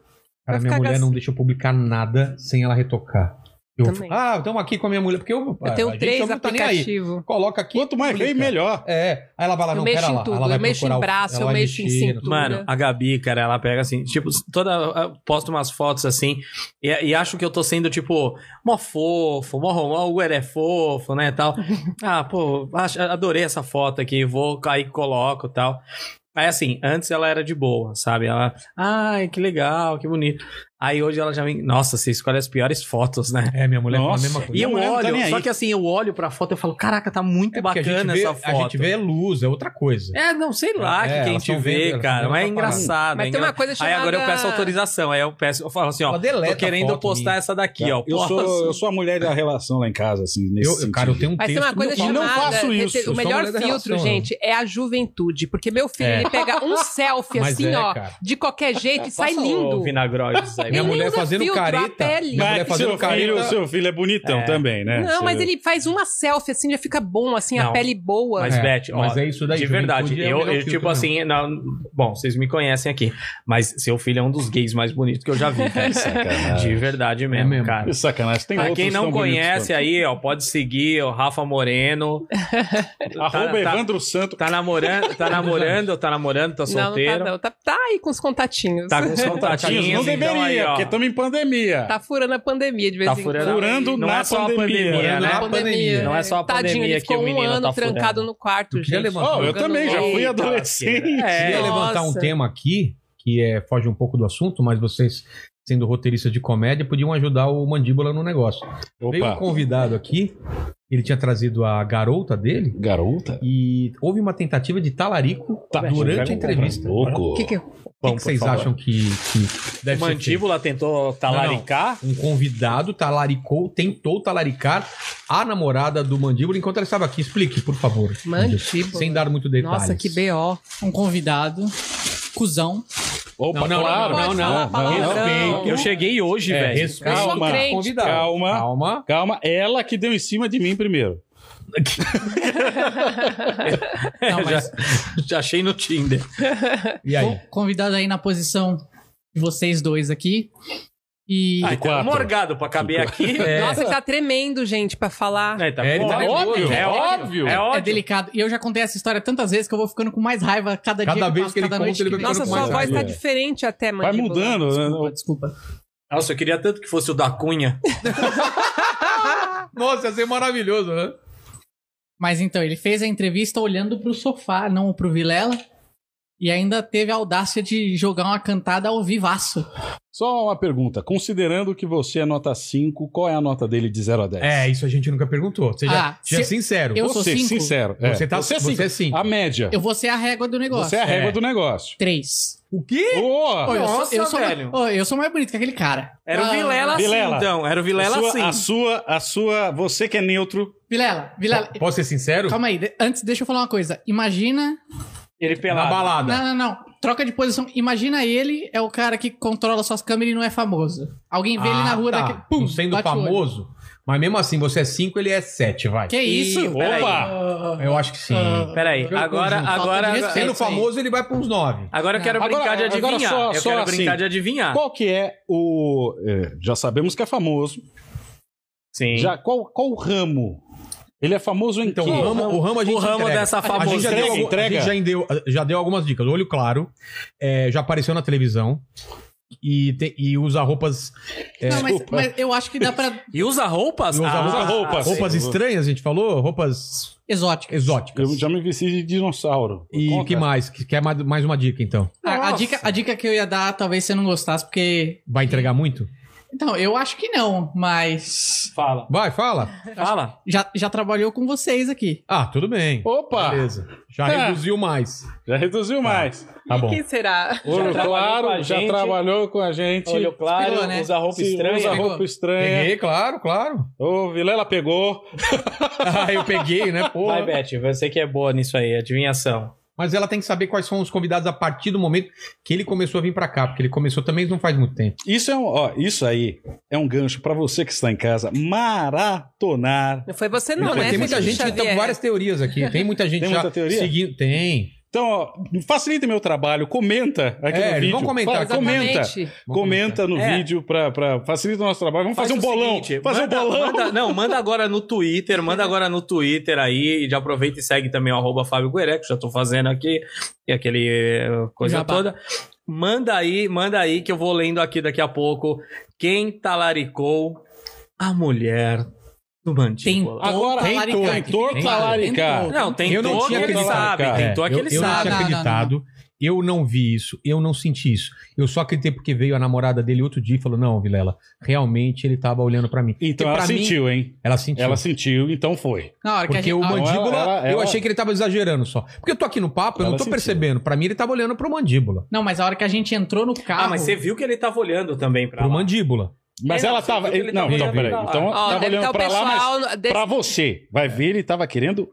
S1: Cara,
S4: Vai
S1: minha
S4: ficar
S1: mulher
S4: gas-
S1: não deixa eu publicar nada sem ela retocar. Eu,
S4: Também.
S1: ah, estamos aqui com a minha mulher, porque eu,
S4: Eu
S1: a
S4: tenho
S1: gente
S4: três
S1: não tá nem aí.
S4: aplicativos.
S1: Coloca aqui.
S2: Quanto mais
S1: publica.
S2: feio, melhor.
S1: É. Aí ela vai lá,
S4: Eu
S1: não,
S4: mexo
S1: pera
S4: em
S1: lá.
S4: tudo,
S1: Ela vai
S4: eu mexo em
S1: procurar o-
S4: braço,
S1: ela
S4: eu
S1: vai
S4: mexo em
S1: mexer,
S4: cintura.
S3: Mano, a Gabi, cara, ela pega assim, tipo, toda. eu Posto umas fotos assim, e, e acho que eu tô sendo, tipo, mó fofo, mó romão, o Uber é fofo, né? Tal. Ah, pô, acho- adorei essa foto aqui, vou aí coloco tal. Aí assim, antes ela era de boa, sabe? Ela, ai, que legal, que bonito. Aí hoje ela já vem, nossa, você escolhe as piores fotos, né?
S1: É, minha mulher
S2: Nossa.
S1: fala a mesma coisa.
S3: E
S2: Minha
S3: eu
S2: mulher não tá
S3: olho,
S2: nem aí.
S3: só que assim, eu olho pra foto e falo, caraca, tá muito
S1: É porque
S3: bacana
S1: a gente vê,
S3: essa foto.
S1: A gente vê luz, é outra coisa.
S3: É, não, sei lá
S1: É,
S3: que, que a
S1: elas
S3: gente
S1: tão
S3: vê,
S1: vendo,
S3: cara.
S1: elas
S3: Mas é
S1: tão vendo essa
S3: engraçado.
S4: Mas
S3: é
S4: tem uma
S3: engra-
S4: coisa
S3: Aí
S4: chamada...
S3: agora eu peço autorização. Aí eu peço, eu falo assim, ó.
S1: Ela deleta
S3: Tô
S1: a
S3: querendo
S1: foto
S3: postar
S1: minha. Tá.
S3: essa daqui, ó.
S2: Tá? eu, sou,
S3: posso.
S2: eu sou a mulher da relação lá em casa, assim, nesse
S1: Eu, eu, cara, eu
S2: sentido.
S1: tenho um
S4: Mas tem
S1: texto.
S4: uma coisa
S1: que eu
S2: não
S4: chamada...
S2: faço
S4: tem-
S2: isso, eu
S1: sou
S4: O melhor
S1: mulher da
S4: filtro,
S1: relação,
S3: né?
S4: gente, é a juventude. Porque meu filho,
S1: É.
S4: ele pega um selfie
S1: Mas
S4: assim,
S1: é,
S4: ó,
S1: cara.
S4: de qualquer jeito e sai
S3: Passa o
S4: lindo.
S3: Vinagróis aí.
S1: Minha
S4: Ele
S1: mulher
S4: usa
S1: fazendo
S4: filtro, a
S1: careta.
S4: pele.
S1: Minha mulher
S2: Mas
S1: fazendo
S2: seu, filho,
S1: careta.
S2: seu filho é bonitão também, né?
S4: Não,
S2: Você-
S4: mas ele faz uma selfie assim, já fica bom, assim,
S3: Não.
S4: a pele boa.
S3: Mas, tá
S1: É,
S3: Beth, ó,
S1: mas é isso daí,
S3: de verdade,
S1: juventude é o
S3: eu,
S1: melhor
S3: eu, tipo
S1: filtro,
S3: assim, não, bom, vocês me conhecem aqui, mas seu filho é um dos gays mais bonitos que eu já vi, cara.
S2: Sacanagem.
S3: De verdade mesmo,
S1: é mesmo.
S3: cara.
S2: Que sacanagem. Tem
S3: Pra
S2: outros
S3: quem não
S2: tão bonitos
S3: conhece
S2: quanto.
S3: aí, ó, pode seguir o Rafa Moreno.
S2: Arroba
S3: tá-
S2: Evandro Santo.
S3: Tá namorando, tá namorando, tá namorando, tá
S4: não, não tá,
S3: solteiro.
S4: não. Tá, tá aí com os contatinhos.
S3: Tá com os
S2: Tadinhos,
S3: contatinhos,
S2: não
S3: então
S2: deveria,
S3: aí, ó.
S2: porque estamos em pandemia.
S4: Tá furando a pandemia de vez
S3: Tá
S4: em
S3: furando,
S4: quando.
S2: Furando
S3: não
S2: na
S3: é só
S2: pandemia,
S3: a pandemia,
S1: furando
S3: né?
S1: na
S4: Pandemia,
S1: pandemia.
S3: Não é só a
S4: Tadinho,
S3: pandemia
S4: ele
S3: que
S4: ficou
S3: o menino
S4: um ano
S3: tá
S4: trancado
S3: furando.
S4: no quarto,
S1: Eu queria
S4: gente.
S1: levantar-
S2: Oh, eu
S4: Jogando
S2: também já
S4: bola.
S2: fui
S3: Eita,
S2: adolescente.
S3: lasqueira.
S1: Eu
S3: tá. É,
S1: ia levantar um
S4: Nossa.
S1: tema aqui que é, foge um pouco do assunto, mas vocês sendo roteiristas de comédia, podiam ajudar o Mandíbula no negócio. Veio um
S2: Opa,
S1: convidado aqui, ele tinha trazido a garota dele
S2: garota?
S1: e houve uma tentativa de talarico
S2: Tá,
S1: durante
S2: cara,
S1: a entrevista.
S2: Louco.
S4: O que, que é?
S1: O que, que vocês acham que, que deve
S3: O
S1: ser
S3: é mandíbula tentou talaricar?
S1: feito? Um convidado talaricou, tentou talaricar a namorada do Mandíbula enquanto ela estava aqui. Explique, por favor.
S4: Mandíbula.
S1: Sem dar muito detalhes.
S4: Nossa, que B.O.
S5: Um convidado, cuzão.
S2: Opa,
S1: Não, não,
S2: claro. né?
S1: não, não,
S4: não, não. Palavrão.
S3: Eu cheguei hoje,
S1: É,
S3: velho.
S1: respeito
S4: sou
S1: ao
S4: crente.
S1: convidado.
S2: Calma.
S1: Calma.
S2: Calma, ela que deu em cima de mim primeiro.
S5: Não, mas
S3: Já achei no Tinder.
S1: E aí?
S5: co- convidado aí na posição de vocês dois aqui. E é
S3: Ah,
S2: De
S3: tá
S2: quatro.
S3: morgado pra caber aqui.
S4: Nossa, ele tá tremendo, gente, pra falar.
S3: É, tá
S1: É, ele
S3: bom.
S1: tá
S3: É
S1: nervoso.
S3: óbvio, é óbvio. É
S5: é
S3: óbvio.
S5: delicado. E eu já contei essa história tantas vezes que eu vou ficando com mais raiva cada, dia
S1: Cada
S5: que
S1: vez
S5: passa,
S1: que ele
S5: cada
S1: conta,
S5: noite
S1: ele
S5: que
S1: vai
S5: vem.
S4: Nossa,
S1: Quero
S4: sua
S1: mais
S4: voz tá
S2: água.
S4: diferente até,
S2: Vai
S4: Mandíbula.
S2: mudando.
S5: Desculpa,
S2: né?
S5: desculpa.
S3: Nossa, eu queria tanto que fosse o da Cunha.
S1: Nossa, ia ser maravilhoso, né?
S5: Mas então, ele fez a entrevista olhando pro sofá, não pro Vilela. E ainda teve a audácia de jogar uma cantada ao vivaço.
S2: Só uma pergunta. Considerando que você é nota 5, qual é a nota dele de 0 a 10?
S1: É, isso a gente nunca perguntou. Seja,
S5: Ah,
S1: seja
S5: se-
S1: sincero.
S5: eu sou
S2: você,
S5: cinco?
S2: sincero. é.
S1: Você tá
S2: você é
S1: você é
S2: cinco.
S1: cinco.
S2: A média.
S5: Eu vou ser a régua do negócio.
S2: Você é a régua
S1: É.
S2: do negócio.
S5: Três.
S1: O quê?
S2: Boa!
S5: Ô, eu sou-
S3: Nossa,
S5: eu sou,
S3: velho.
S5: ô, eu sou mais bonito que aquele cara.
S3: Era o
S5: Ah,
S3: Vilela,
S2: Vilela.
S3: sim, então. Era o
S2: a,
S3: Vilela,
S2: sua,
S3: sim.
S2: a sua, a sua, você que é neutro.
S5: Vilela, Vilela.
S1: Posso ser sincero?
S5: Calma aí, de- antes deixa eu falar uma coisa. Imagina.
S3: Ele
S1: Na
S3: pelado.
S1: balada.
S5: Não, não, não. Troca de posição. Imagina ele é o cara que controla suas câmeras e não é famoso. Alguém vê ele na
S1: Ah,
S5: rua
S1: tá.
S5: daqui. Pum,
S1: Não sendo
S5: bate o olho.
S1: famoso, mas mesmo assim, você é 5, ele é 7, vai.
S5: Que isso?
S3: Ih, peraí.
S2: Opa!
S1: Eu acho que sim.
S3: Peraí,
S1: Pelo
S3: agora,
S1: conjunto.
S3: agora,
S5: Falta de
S3: agora,
S5: respeito.
S1: Sendo
S5: é isso aí.
S1: famoso, ele vai para uns 9.
S3: agora eu quero
S5: Não.
S3: brincar de
S2: Agora- agora
S3: adivinhar.
S2: só-
S3: eu
S2: só
S3: quero
S2: assim.
S3: brincar de adivinhar.
S2: Qual que é o. é, já sabemos que é famoso.
S3: Sim.
S2: Já, qual, qual o ramo? Ele é famoso em
S1: Então,
S2: quê?
S1: o ramo, o ramo a gente
S3: o ramo
S1: entrega.
S3: dessa
S1: A gente, já
S3: famosa
S1: deu,
S2: Entrega,
S1: algum-
S2: entrega.
S1: a gente já, deu, já deu algumas dicas. Olho claro, é, já apareceu na televisão e, te- e usa roupas. é,
S5: Não, mas,
S1: desculpa.
S5: mas eu acho que dá pra.
S3: E usa roupas? Ah.
S1: E usa
S2: usa roupas.
S1: roupas
S3: assim, né?
S1: estranhas, a gente falou? Roupas
S5: Exótica.
S1: exóticas.
S2: Eu já me vesti de dinossauro.
S1: E o
S2: Conta.
S1: que mais? Que- Quer mais, mais uma dica, então?
S5: A, a dica, a dica que eu ia dar, talvez você não gostasse, porque.
S1: Vai entregar muito?
S5: Então, eu acho que não, mas.
S3: Fala.
S1: Vai, fala.
S3: Fala.
S5: Já, já trabalhou com vocês aqui.
S1: Ah, tudo bem.
S2: Opa!
S1: Beleza. Já
S2: Ah.
S1: reduziu mais.
S2: Já reduziu mais.
S1: Tá bom.
S4: Quem será?
S2: Olho
S3: trabalhou com a
S2: claro, já
S3: gente.
S2: trabalhou com a gente.
S3: Olho claro,
S5: Pegou, né?
S3: usa roupa
S2: Se
S3: estranha. né?
S2: Usa roupa
S5: Pegou.
S2: estranha.
S1: Peguei, claro, claro.
S2: O Vilela pegou.
S1: Ah, eu peguei, né? Pô.
S3: Vai, Beth, você que é boa nisso aí, adivinhação.
S1: Mas ela tem que saber quais são os convidados a partir do momento que ele começou a vir pra cá, porque ele começou também não faz muito tempo.
S2: Isso é um, ó, isso aí é um gancho pra você que está em casa maratonar.
S4: Não foi você não,
S1: Não, mas
S4: né?
S1: tem muita
S4: Felipe
S1: gente
S2: então
S1: que tá
S4: Xavier?
S1: com várias teorias aqui. Tem muita gente
S2: Tem
S1: já
S2: muita teoria?
S1: seguindo. Tem.
S2: Então, ó, facilita meu trabalho, comenta aqui
S1: É,
S2: no vídeo.
S1: vamos comentar,
S2: Fala, comenta.
S4: Exatamente.
S1: Vamos
S2: Comenta no
S3: É.
S2: vídeo pra, pra facilita o nosso trabalho. Vamos
S3: Faz
S2: fazer um
S3: o
S2: bolão.
S3: seguinte,
S2: fazer
S3: manda-
S2: um bolão.
S3: manda- não, manda agora no Twitter, manda agora no Twitter aí, e já aproveita e segue também o arroba Fábio Gueré, que já tô fazendo aqui, e aquele eh, coisa
S5: Jabá.
S3: toda. Manda aí, manda aí, que eu vou lendo aqui daqui a pouco. Quem talaricou a mulher do
S5: Tentou
S1: Tipo,
S3: Mandíbula?
S2: Agora,
S5: talaricar.
S2: tentou
S5: Tentou
S2: talaricar.
S3: Não,
S1: eu não
S3: tentou
S1: tinha
S3: aquele
S1: acreditado,
S3: sabe,
S2: cara.
S3: tentou
S1: É, eu,
S3: aquele
S1: eu não
S3: sabe.
S1: tinha
S5: Não, não, não,
S1: acreditado. Eu não vi isso, eu não senti isso. Eu só acreditei porque veio a namorada dele outro dia e falou: Não, Vilela, realmente ele tava olhando pra mim.
S2: Então
S1: Porque
S2: ela
S1: pra mim-
S2: sentiu, hein?
S1: Ela sentiu.
S2: Ela sentiu, então foi.
S5: Na hora que a
S1: Porque
S5: gente.
S1: o
S5: ah,
S1: mandíbula,
S2: ela- ela-
S1: eu
S2: ela-
S1: achei que ele tava exagerando só. Porque eu tô aqui no papo, eu
S2: Ela
S1: não tô
S2: sentiu.
S1: percebendo. Pra mim, ele tava olhando pro mandíbula.
S5: Não, mas a hora que a gente entrou no carro.
S3: Ah, mas você viu que ele tava olhando também pra
S1: Pro
S3: lá.
S1: mandíbula.
S2: Mas
S3: Ele
S2: ela
S3: não
S2: tava.
S3: sentiu, ele
S2: não,
S3: tava
S2: então
S3: olhando
S2: peraí.
S3: pra lá.
S2: Então
S4: Ó,
S2: tava
S4: deve tá
S2: olhando
S4: o
S2: pra lá, mas
S4: pessoal... desse-
S2: Pra você, vai ver, ele tava querendo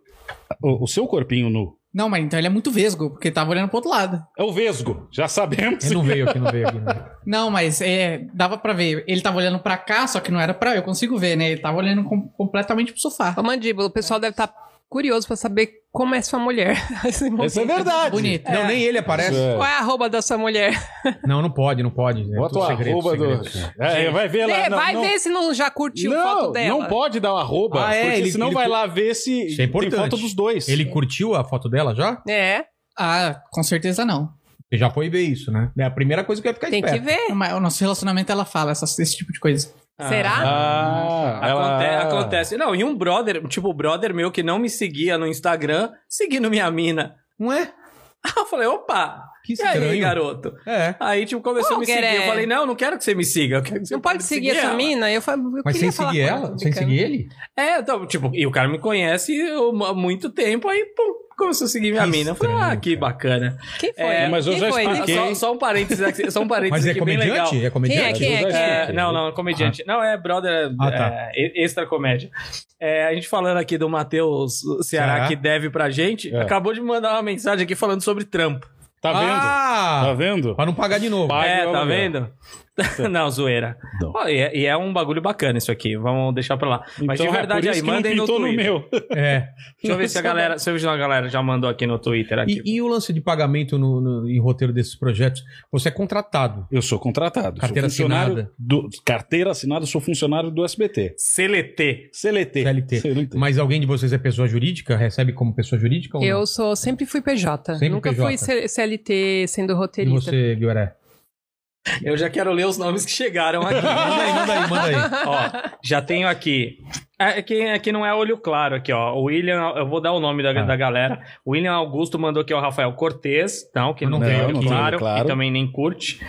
S2: o, o seu corpinho nu.
S5: Não, mas então ele é muito vesgo, porque tava olhando pro outro lado.
S2: É o Vesgo, já sabemos.
S1: Ele não veio aqui, não veio aqui. não veio.
S5: Não, mas é, dava pra ver. Ele tava olhando pra cá, só que não era pra eu consigo ver, né? Ele tava olhando com- completamente pro sofá.
S4: Ô, Mandíbula, o pessoal deve estar curioso pra saber como é sua mulher. Esse momento.
S2: Isso é verdade.
S5: Bonito.
S1: Não, nem ele aparece.
S2: Isso é.
S4: Qual é a arroba da sua mulher?
S1: Não, não pode, não pode. É
S2: Bota
S1: tudo
S2: o
S1: segredo,
S2: arroba
S1: segredo.
S2: do. É, vai ver lá.
S4: Vê,
S2: não,
S4: vai
S2: não,
S4: ver se não já curtiu
S2: não,
S4: foto dela.
S2: Não pode dar o arroba,
S1: Ah, é,
S2: porque
S1: ele-
S2: senão
S1: ele-
S2: vai lá ver se
S1: Isso é importante.
S2: tem foto dos dois.
S1: Ele curtiu a foto dela já?
S4: É,
S5: Ah, com certeza não.
S1: Você já foi ver isso, né? É a primeira coisa que eu ia ficar
S4: tem que
S1: esperto.
S4: ver.
S5: Mas o nosso relacionamento ela fala essas- esse tipo de coisa.
S3: Ah.
S4: Será?
S2: Ah,
S3: Aconte-
S1: é.
S2: ela-
S3: Acontece. Não, e um brother, tipo, o brother meu que não me seguia no Instagram, seguindo minha mina.
S1: Não é?
S3: Ah, eu falei, opa,
S1: Que
S3: E aí,
S1: estranho.
S3: garoto?
S1: é.
S3: Aí, tipo, começou a me
S4: Qual que
S3: seguir.
S4: era?
S3: Eu falei, não, não quero que você me siga. eu quero que você
S4: Não pode seguir essa
S3: ela.
S4: mina? Eu, fa- eu
S1: Mas sem
S4: queria falar
S1: seguir
S4: com
S1: ela? Sem
S4: cara.
S1: seguir ele?
S3: É, então, tipo, e o cara me conhece eu- há muito tempo, aí, pum, começou a seguir minha
S1: Que
S3: mina. Eu falei,
S1: estranho,
S3: ah, que bacana.
S4: Quem foi?
S3: É,
S2: mas eu
S4: Quem
S2: já
S4: foi?
S2: expliquei.
S3: Só, só um parênteses aqui, só um
S1: Mas
S3: parênteses
S1: é
S3: aqui bem legal.
S1: comediante? É comediante?
S4: Quem é?
S2: Eu já
S3: É,
S2: expliquei.
S3: não, não, comediante. Não, é brother
S1: Ah, tá.
S3: é, extra comédia. É, a gente falando aqui do Matheus Ceará,
S1: Ceará.
S3: que deve pra gente,
S2: É.
S3: acabou de me mandar uma mensagem aqui falando sobre trampo.
S2: Tá vendo? Tá
S1: Ah!
S2: vendo?
S1: Pra não pagar de novo.
S2: Pague
S3: é,
S2: o
S3: tá
S2: aluguel.
S3: vendo? não, zoeira.
S2: Não.
S3: Ó, e, é, e é um bagulho bacana isso aqui, vamos deixar pra lá. Mas
S2: Então,
S3: de
S2: é
S3: verdade
S2: por
S3: aí,
S2: isso que não
S3: mandem no
S2: pintou
S3: Twitter.
S2: meu.
S1: É.
S3: Deixa eu ver se a galera, se a galera já mandou aqui no Twitter aqui.
S1: E, e o lance de pagamento no, no- em roteiro desses projetos? Você é contratado.
S2: Eu sou contratado.
S1: Carteira
S2: sou funcionário
S1: assinada.
S2: Do, carteira assinada, sou funcionário do SBT.
S3: CLT.
S2: CLT.
S1: CLT. Mas alguém de vocês é pessoa jurídica? Recebe como pessoa jurídica? ou não?
S4: É, Eu sou, sempre fui PJ.
S1: Sempre
S4: Nunca
S1: PJ.
S4: fui C- CLT sendo
S1: E
S4: roteirista.
S1: você, Guioré?
S3: Eu já quero ler os nomes que chegaram aqui.
S1: Manda aí, manda aí, manda aí.
S3: ó, já tenho aqui. É, Aqui, aqui não é olho claro aqui, ó. O William, eu vou dar o nome da,
S2: Tá.
S1: Ah.
S3: da galera. O William Augusto mandou aqui, ó, Rafael Cortez, não, que
S1: Não
S3: não, tem
S1: tem,
S3: olho
S1: não tem
S3: claro,
S2: olho claro.
S3: e também nem curte.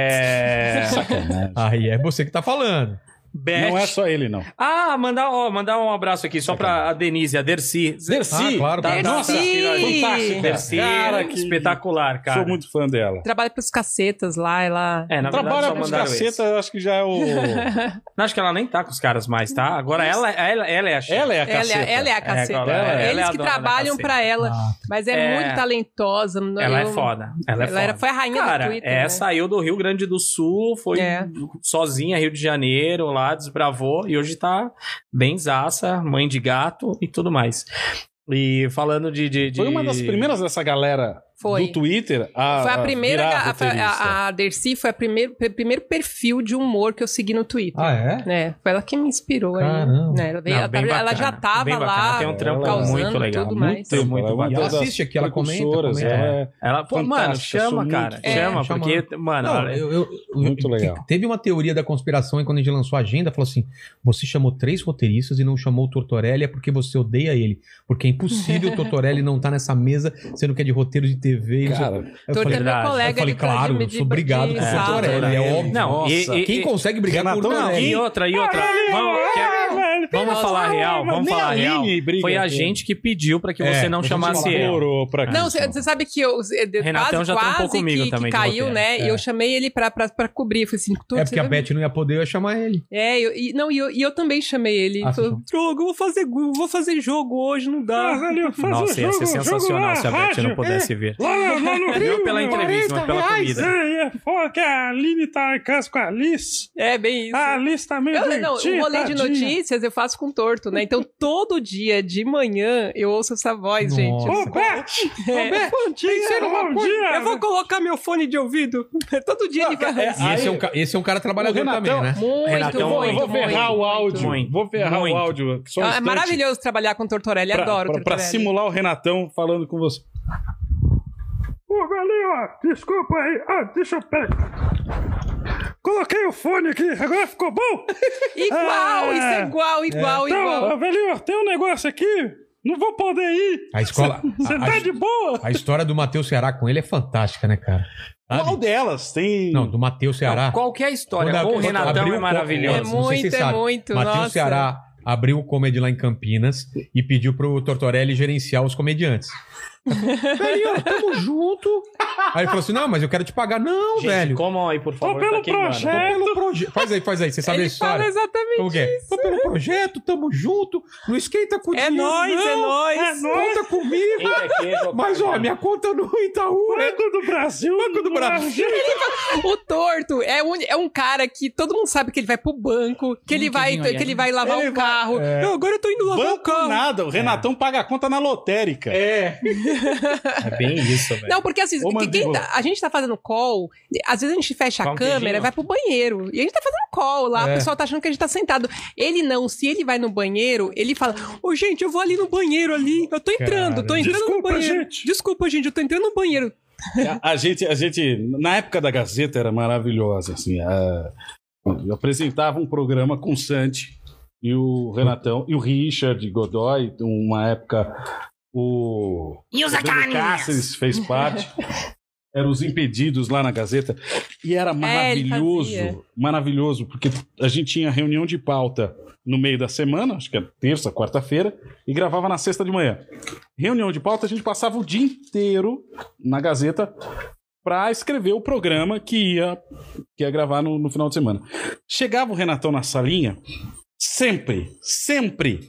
S3: É.
S2: Sacanagem.
S1: Aí é você que tá falando.
S3: Beth.
S2: Não é Tá só ele, não.
S3: Ah, mandar, ó, mandar um abraço aqui só pra a Denise, a Dercy.
S2: Dercy!
S1: Ah, claro.
S3: Tá, tá,
S4: Dercy!
S3: assistindo a gente.
S4: Fantástica.
S3: Dercy,
S2: Cara, que-
S3: tá, espetacular, cara.
S2: Sou muito fã dela.
S4: Trabalha pros cacetas lá, ela...
S3: É, na verdade,
S2: Trabalha
S3: só
S2: com os
S3: mandaram esse.
S2: cacetas, acho que já é o.
S3: Não, acho que ela nem tá com os caras mais, tá? Agora ela, ela, ela é a chefe.
S2: Ela é a
S4: Ela,
S2: caceta.
S4: é- ela é a caceta.
S3: ela
S2: é-
S3: ela é
S4: Eles
S3: a
S4: que
S3: dona da
S4: trabalham
S3: caceta.
S4: pra ela.
S1: Ah,
S4: Mas é,
S3: É.
S4: muito talentosa. não-
S3: Ela é
S4: eu-
S3: foda.
S4: Ela,
S3: Ela é foda.
S4: era, foi a rainha do
S3: Cara,
S4: Twitter.
S3: é,
S4: né?
S3: saiu do Rio Grande do Sul, foi
S4: É.
S3: sozinha, Rio de Janeiro, lá, desbravou, e hoje tá bem zaça, mãe de gato e tudo mais. E falando de. de- de-
S2: Foi uma das primeiras dessa galera
S4: né? Foi.
S2: do Twitter a.
S4: Foi a primeira.
S2: virar
S4: ga- foi A,
S2: roteirista.
S4: a Dercy foi o primeiro, primeiro perfil de humor que eu segui no Twitter.
S1: ah, é?
S4: É, foi ela que me inspirou aí.
S1: Caramba.
S4: né? Ela, veio-
S3: Não,
S4: ela
S3: bem
S4: tava- ela
S3: bacana,
S4: já
S3: bem
S4: tava
S3: bacana. Ela
S4: lá.
S3: Tem um trampo
S4: causando
S3: muito legal.
S4: tudo
S3: Muito,
S4: mais.
S3: muito,
S2: Ela é uma
S3: bacana.
S1: Ela
S2: das
S1: assiste aqui, ela comenta,
S2: precursoras,
S1: comenta.
S2: ela é-
S3: Ela, pô, mano,
S2: Fantástica, sou
S3: chama,
S2: muito
S3: cara.
S2: fã.
S3: chama,
S1: É,
S3: porque, mano,
S1: Não,
S3: ela-
S1: eu, eu- eu-
S2: Muito
S1: eu-
S2: legal.
S1: Teve uma teoria da conspiração aí quando a gente lançou a agenda, falou assim: você chamou três roteiristas e não chamou o Tortorelli é porque você odeia ele. Porque é impossível o Tortorelli não estar nessa mesa, sendo que é de roteiro de TV. e não sei o
S2: Cara,
S1: quê. Eu falei, "Ah,
S4: Tortorelli é meu
S3: verdade.
S4: colega
S1: eu falei,
S4: de-
S1: claro,
S4: de-
S1: eu
S4: de-
S1: sou obrigado
S4: de-
S1: com o
S4: de-
S1: Tortorelli, é
S2: Tortorelli.
S1: óbvio.
S3: Não, e-
S2: Nossa.
S3: e-
S1: Quem
S3: e-
S1: consegue brigar É com o
S2: Renatão
S1: Tortorelli?
S3: E outra, e outra. Vamos, quer- vamos falar real, vamos
S2: nem a
S3: falar real.
S2: Aline briga
S3: Foi a
S2: com
S3: gente que pediu pra que
S1: É,
S3: você não
S1: deixa eu
S3: chamasse
S1: falar.
S3: ele.
S2: Demorou pra
S4: Não,
S2: isso.
S4: você sabe que eu de- de-
S3: Renatão
S4: quase,
S3: já trampou
S4: quase
S3: comigo
S4: que,
S3: também
S4: que
S3: de
S4: caiu,
S3: roteiro.
S4: né? E
S1: É.
S4: eu chamei ele pra, pra, pra cobrir. Eu falei assim, Torto,
S1: É porque
S4: você
S1: a
S4: vai-
S1: Beth não ia poder, eu ia chamar ele.
S4: É, eu, e, não, e eu, e eu também chamei ele.
S1: Ah,
S4: Ele falou,
S1: sim.
S4: Drogo, eu vou fazer, eu vou fazer jogo hoje, não
S2: Ah,
S4: dá.
S3: Nossa, ia ser sensacional se a Beth não pudesse vir. Não pela entrevista, é. mas pela comida.
S2: Pô, que a Aline tá em casa com a Alice.
S4: É, bem isso.
S2: Alice tá meio
S4: Eu, não, o rolê de notícias eu faço com torto, né? Então todo dia de manhã eu ouço essa
S1: Nossa.
S4: voz, gente.
S1: Ô,
S4: Beth! Beth! Eu vou colocar meu fone de ouvido. Todo dia ele vai.
S1: E esse é, um, ca- esse é um cara trabalhador
S2: Renatão-
S1: também, né?
S4: Muito,
S3: Renatão, eu vou-
S4: muito,
S2: eu vou ferrar
S4: muito,
S2: o áudio.
S4: muito.
S3: muito.
S2: Vou ferrar
S3: Muito.
S2: o áudio. Só um
S4: Ah, é
S2: instante.
S4: maravilhoso trabalhar com o Tortorelli,
S2: Pra,
S4: adoro o
S2: pra, pra
S4: Tortorelli.
S2: simular o Renatão falando com você. Ô, galera, desculpa aí. Ah, deixa eu. Peraí. Coloquei o fone aqui, agora ficou bom?
S4: Igual,
S2: Ah!
S4: isso é igual, igual, igual.
S2: velhinho, tem um negócio aqui. Não vou poder ir. tá
S1: A escola. a- a-
S2: boa?
S1: a história do Matheus Ceará com ele é fantástica, né, cara? Sabe?
S2: Qual delas tem.
S1: Não, do Matheus Ceará.
S3: Qualquer é história
S1: Quando a-
S3: com o
S1: quando
S3: Renatão
S1: abriu
S3: é
S1: o-
S4: É
S3: maravilhoso.
S1: Não sei se
S4: muito,
S1: você
S4: é
S1: sabe.
S4: muito, nossa.
S1: Matheus Ceará abriu o comedy lá em Campinas e pediu pro Tortorelli gerenciar os comediantes. velho, tamo junto. Aí ele falou assim: não, mas eu quero te pagar. Não,
S3: Gente,
S1: velho.
S3: comam aí, por favor.
S2: pelo
S3: tá queimando.
S2: projeto.
S1: Pelo projeto. Faz aí, faz aí. Você Então, sabe a
S4: Ele fala
S1: história.
S4: exatamente.
S1: Como que é? Tô pelo projeto, tamo junto. Não esquenta com
S4: É
S1: dinheiro,
S4: nóis, é
S1: não.
S4: nóis. É
S1: nóis. Conta comigo.
S3: Quem quer queijo,
S1: Mas, ó,
S3: cara?
S1: minha conta no Itaú é
S2: Banco do Brasil.
S1: Banco do Brasil.
S4: O torto é um, é um cara que todo mundo sabe que ele vai pro banco, que ele
S5: Muito
S4: vai,
S5: dinheiro.
S4: que
S3: né?
S4: ele vai lavar
S2: Ele
S4: o
S2: vai- é.
S4: carro. Não, agora eu tô indo lavar o
S2: Banco
S4: carro.
S2: nada. O Renatão paga a conta na lotérica.
S1: É.
S3: É bem isso, velho.
S4: Não, porque assim,
S2: Ô,
S4: que- quem
S2: mandíbula.
S4: tá- a gente tá fazendo call, às vezes a gente fecha
S3: Dá
S4: a
S3: um
S4: câmera,
S3: queijinho.
S4: vai pro banheiro. E a gente tá fazendo call lá,
S1: É.
S4: o pessoal tá achando que a gente tá sentado. Ele não, se ele vai no banheiro, ele fala: Ô, gente, eu vou ali no banheiro ali. Eu tô entrando, tô
S1: Cara,
S4: entrando no
S2: desculpa,
S4: banheiro.
S2: gente.
S4: Desculpa, gente, eu tô entrando no banheiro.
S2: A, a gente, a gente, na época da Gazeta era maravilhosa, assim. a- eu apresentava um programa com o Santi e o Renatão e o Richard Godoy, uma época o
S6: E os
S2: Fernando Cáceres fez parte. Eram os impedidos lá na Gazeta. E era
S6: É,
S2: maravilhoso,
S4: fazia.
S2: maravilhoso, porque a gente tinha reunião de pauta no meio da semana, acho que era terça, quarta-feira, e gravava na sexta de manhã. Reunião de pauta, a gente passava o dia inteiro na Gazeta pra escrever o programa que ia, que ia gravar no, no final de semana. Chegava o Renatão na salinha, sempre, sempre,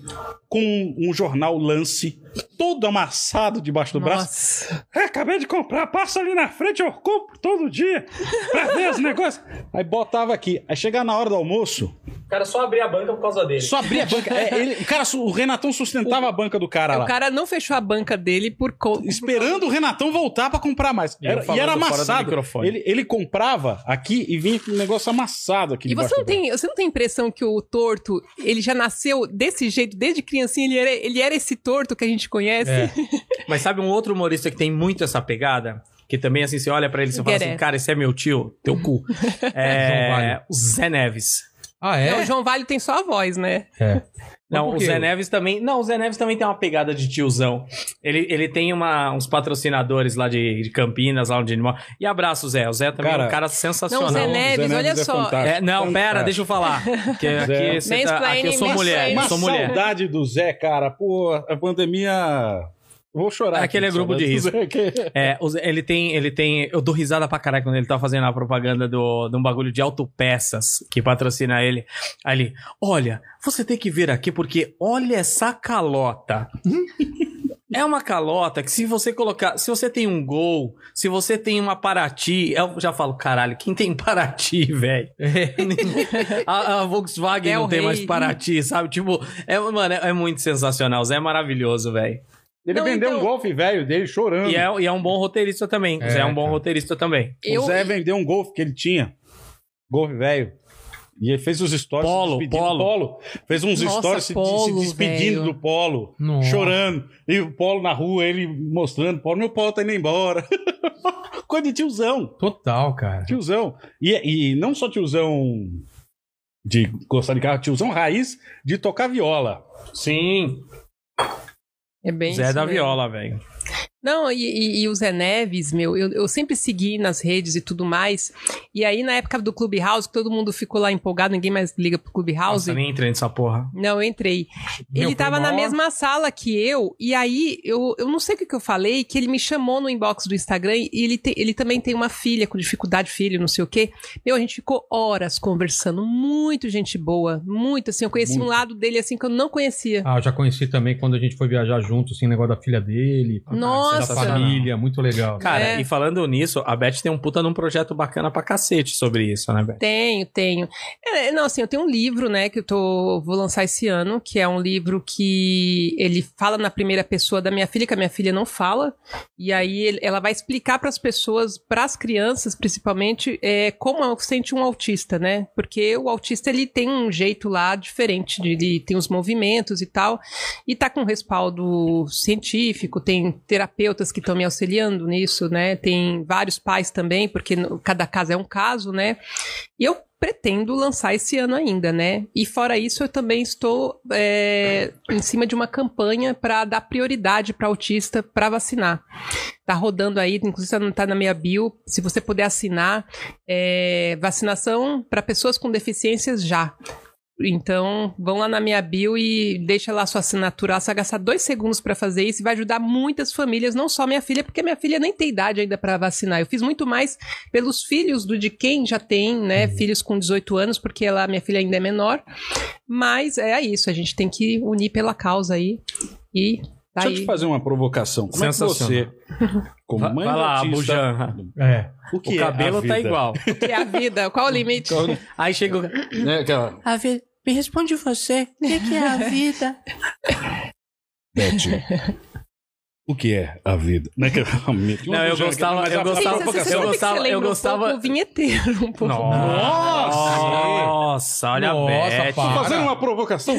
S2: com um jornal lance, todo amassado debaixo do braço.
S4: Nossa.
S2: É, acabei de comprar, passa ali na frente, eu compro todo dia pra ver os negócios. Aí botava aqui, aí chegava na hora do almoço,
S3: O cara só abrir a banca por causa dele.
S2: só abria a banca. É, ele- o, cara, su- o Renatão sustentava a banca do cara
S4: O
S2: lá.
S4: cara não fechou a banca dele por conta.
S2: Esperando o Renatão voltar pra comprar mais.
S3: E eu
S2: Era- E,
S3: falando
S2: era
S3: fora do
S2: amassado.
S3: microfone.
S2: Ele, ele comprava aqui e vinha com um negócio amassado aqui
S4: E
S2: debaixo
S4: você não,
S2: do braço.
S4: tem, você não tem a impressão que o torto, ele já nasceu desse jeito, desde criancinha, ele era, ele era esse torto que a gente conhece?
S3: É. Mas sabe um outro humorista que tem muito essa pegada? Que também, assim, você olha pra ele e você fala
S4: Gueré.
S3: assim, cara, esse é meu tio, teu cu.
S1: João
S3: É,
S1: Vale.
S3: o Zé Neves.
S1: Ah,
S4: Não,
S1: é?
S4: o João Vale tem só a voz, né?
S1: Mas
S3: Não,
S1: por
S3: o
S1: quê?
S3: Zé Neves também. Não, o Zé Neves também tem uma pegada de tiozão. Ele, ele tem uma, uns patrocinadores lá de, de Campinas, lá onde ele mora. E abraço, Zé. O Zé também é
S2: Cara,
S3: um cara
S4: Não,
S3: sensacional.
S4: o Zé Neves,
S2: Zé
S4: olha
S2: Neves é
S4: só.
S2: fantástico.
S3: É, não, pera,
S2: Fantástico.
S3: deixa eu falar. Que aqui, você tá- aqui eu sou
S4: Mansplaining,
S3: mulher, eu
S4: mansplaining.
S3: sou mulher.
S2: saudade do Zé, cara. Pô, a pandemia. Eu Vou chorar.
S3: Aquele
S2: aqui,
S3: é grupo de
S2: saudade do
S3: risco.
S2: Zé, que-
S3: É, o Zé- ele tem, ele tem. Eu dou risada pra caralho quando ele tá fazendo a propaganda do, de um bagulho de autopeças que patrocina ele. Aí ele, olha, você tem que vir aqui porque olha essa calota. É uma calota que se você colocar, se você tem um gol, se você tem uma Parati, eu já falo, caralho, quem tem Parati, velho? a, a Volkswagen
S4: Del
S3: não tem
S4: Rey.
S3: mais Parati, sabe? Tipo, é, mano, é, é muito sensacional, Zé é maravilhoso, velho.
S2: Ele
S4: Não,
S2: vendeu
S4: então-
S2: um golfe velho dele chorando.
S3: E é, e é um bom roteirista também.
S1: É,
S3: Zé é um bom
S1: cara.
S3: roteirista também.
S4: Eu,
S2: O Zé vendeu um golfe que ele tinha. Golfe velho. E ele fez os stories
S3: Polo,
S2: se despedindo
S3: polo.
S2: do polo. Fez uns
S4: Nossa,
S2: stories se- se
S4: polo,
S2: despedindo
S4: velho.
S2: do polo.
S1: Nossa.
S2: Chorando. E o polo na rua, ele mostrando. Polo, meu polo tá indo embora. Coisa de tiozão.
S1: Total, cara.
S2: Tiozão. E, e não só tiozão de gostar de carro, tiozão raiz de tocar viola.
S3: Sim.
S4: é bem
S3: Zé
S4: isso
S3: da
S4: mesmo.
S3: Viola, velho.
S4: Não, e, e- e o Zé Neves, meu, eu, eu sempre segui nas redes e tudo mais. E aí, na época do Clubhouse, que todo mundo ficou lá empolgado, ninguém mais liga pro Clubhouse.
S3: Nossa, nem entrei nessa porra.
S4: Não, eu entrei.
S3: Meu,
S4: ele
S3: foi
S4: tava na
S3: mó-
S4: mesma sala que eu, e aí eu, eu não sei o que, que eu falei, que ele me chamou no inbox do Instagram e ele, te- ele também tem uma filha com dificuldade, filho, não sei o quê. Meu, a gente ficou horas conversando, muito gente boa, muito assim. Eu conheci um lado dele assim que eu não conhecia.
S1: Ah, eu já conheci também quando a gente foi viajar junto, assim, negócio da filha dele,
S4: Hum,
S1: da
S4: Nossa!
S1: família, muito legal.
S3: Cara,
S4: É.
S3: e falando nisso, a Beth tem um puta num projeto bacana pra cacete sobre isso, né, Beth?
S4: Tenho, tenho. É, não, assim, eu tenho um livro, né, que eu tô, vou lançar esse ano, que é um livro que ele fala na primeira pessoa da minha filha, que a minha filha não fala, e aí ele- ela vai explicar para as pessoas, para as crianças principalmente, é, como é que sente um autista, né? Porque o autista ele tem um jeito lá diferente, de- ele tem os movimentos e tal, e tá com respaldo científico, tem terapeutas que estão me auxiliando nisso, né? Tem vários pais também, porque no- cada caso é um caso, né? E eu pretendo lançar esse ano ainda, né? E fora isso, eu também estou é, em cima de uma campanha para dar prioridade para autista para vacinar. Tá rodando aí, inclusive não tá na minha bio. Se você puder assinar, é, vacinação para pessoas com deficiências já. Então, vão lá na minha bio e deixa lá sua assinatura. Ela só vai gastar dois segundos para fazer isso e vai ajudar muitas famílias, não só minha filha, porque minha filha nem tem idade ainda para vacinar. Eu fiz muito mais pelos filhos do de quem já tem, né?
S2: Uhum.
S4: Filhos com 18 anos, porque ela, minha filha ainda é menor. Mas é isso, a gente tem que unir pela causa aí. E tá
S2: Deixa eu
S4: aí.
S2: te fazer uma provocação. Como é que você,
S3: Sensacional.
S2: como
S3: Vai,
S2: mãe
S3: vai lá,
S2: autista,
S3: Bujan.
S1: É.
S2: o que
S3: O
S2: é a
S3: cabelo tá
S2: vida?
S3: igual.
S4: Que é a vida, qual o limite?
S3: Aí chega o...
S2: Né, aquela-
S6: A vida. Me responde você. O que, que é a vida?
S2: Beth. O que é a vida? Não, é que- Meti um
S3: Não, eu
S2: jogo aqui,
S3: gostava- assim,
S2: mas
S3: eu
S2: a- a
S3: gostava-
S4: Sim, você- você
S2: provocação-
S3: eu
S4: sabe que
S3: gostava-
S4: você lembra
S3: eu gostava-
S4: Um pouco o vinheteiro, um pouco.
S2: Nossa!
S3: Nossa, olha
S1: Nossa,
S3: a Beth.
S1: pá.
S2: Tô fazendo uma provocação.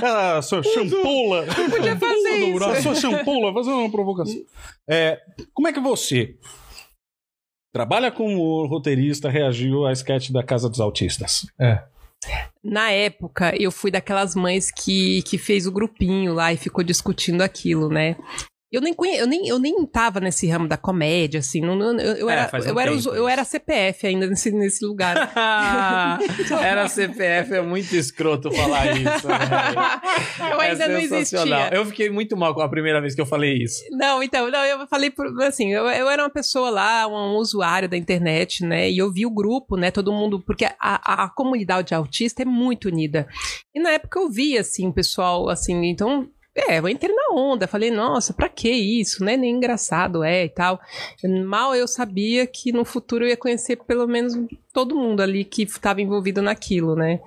S2: Ah, sua champola.
S4: podia fazer isso.
S2: A sua champola, fazendo uma provocação. É, como é que você trabalha como roteirista, reagiu à sketch da Casa dos Autistas?
S4: Na época, eu fui daquelas mães que, que fez o grupinho lá e ficou discutindo aquilo, né? Eu nem, conhe... eu, nem, eu nem tava nesse ramo da comédia, assim. Não, não- eu, eu
S3: É,
S4: era,
S3: faz um
S4: eu, era,
S3: tempo
S4: usu-
S3: isso.
S4: eu era CPF ainda nesse, nesse lugar.
S3: Era CPF, é muito escroto falar isso. né?
S4: eu ainda não
S3: É sensacional.
S4: existia.
S3: Eu fiquei muito mal com a primeira vez que eu falei isso.
S4: Não, então, não, eu falei por- assim, eu, eu era uma pessoa lá, um usuário da internet, né? E eu vi o grupo, né? Todo mundo, porque a, a, a comunidade autista é muito unida. E na época eu vi, assim, o pessoal, assim, então. É, eu entrei na onda, falei, nossa, pra que isso, né? Nem engraçado é e tal. Mal eu sabia que no futuro eu ia conhecer pelo menos todo mundo ali que estava envolvido naquilo, né?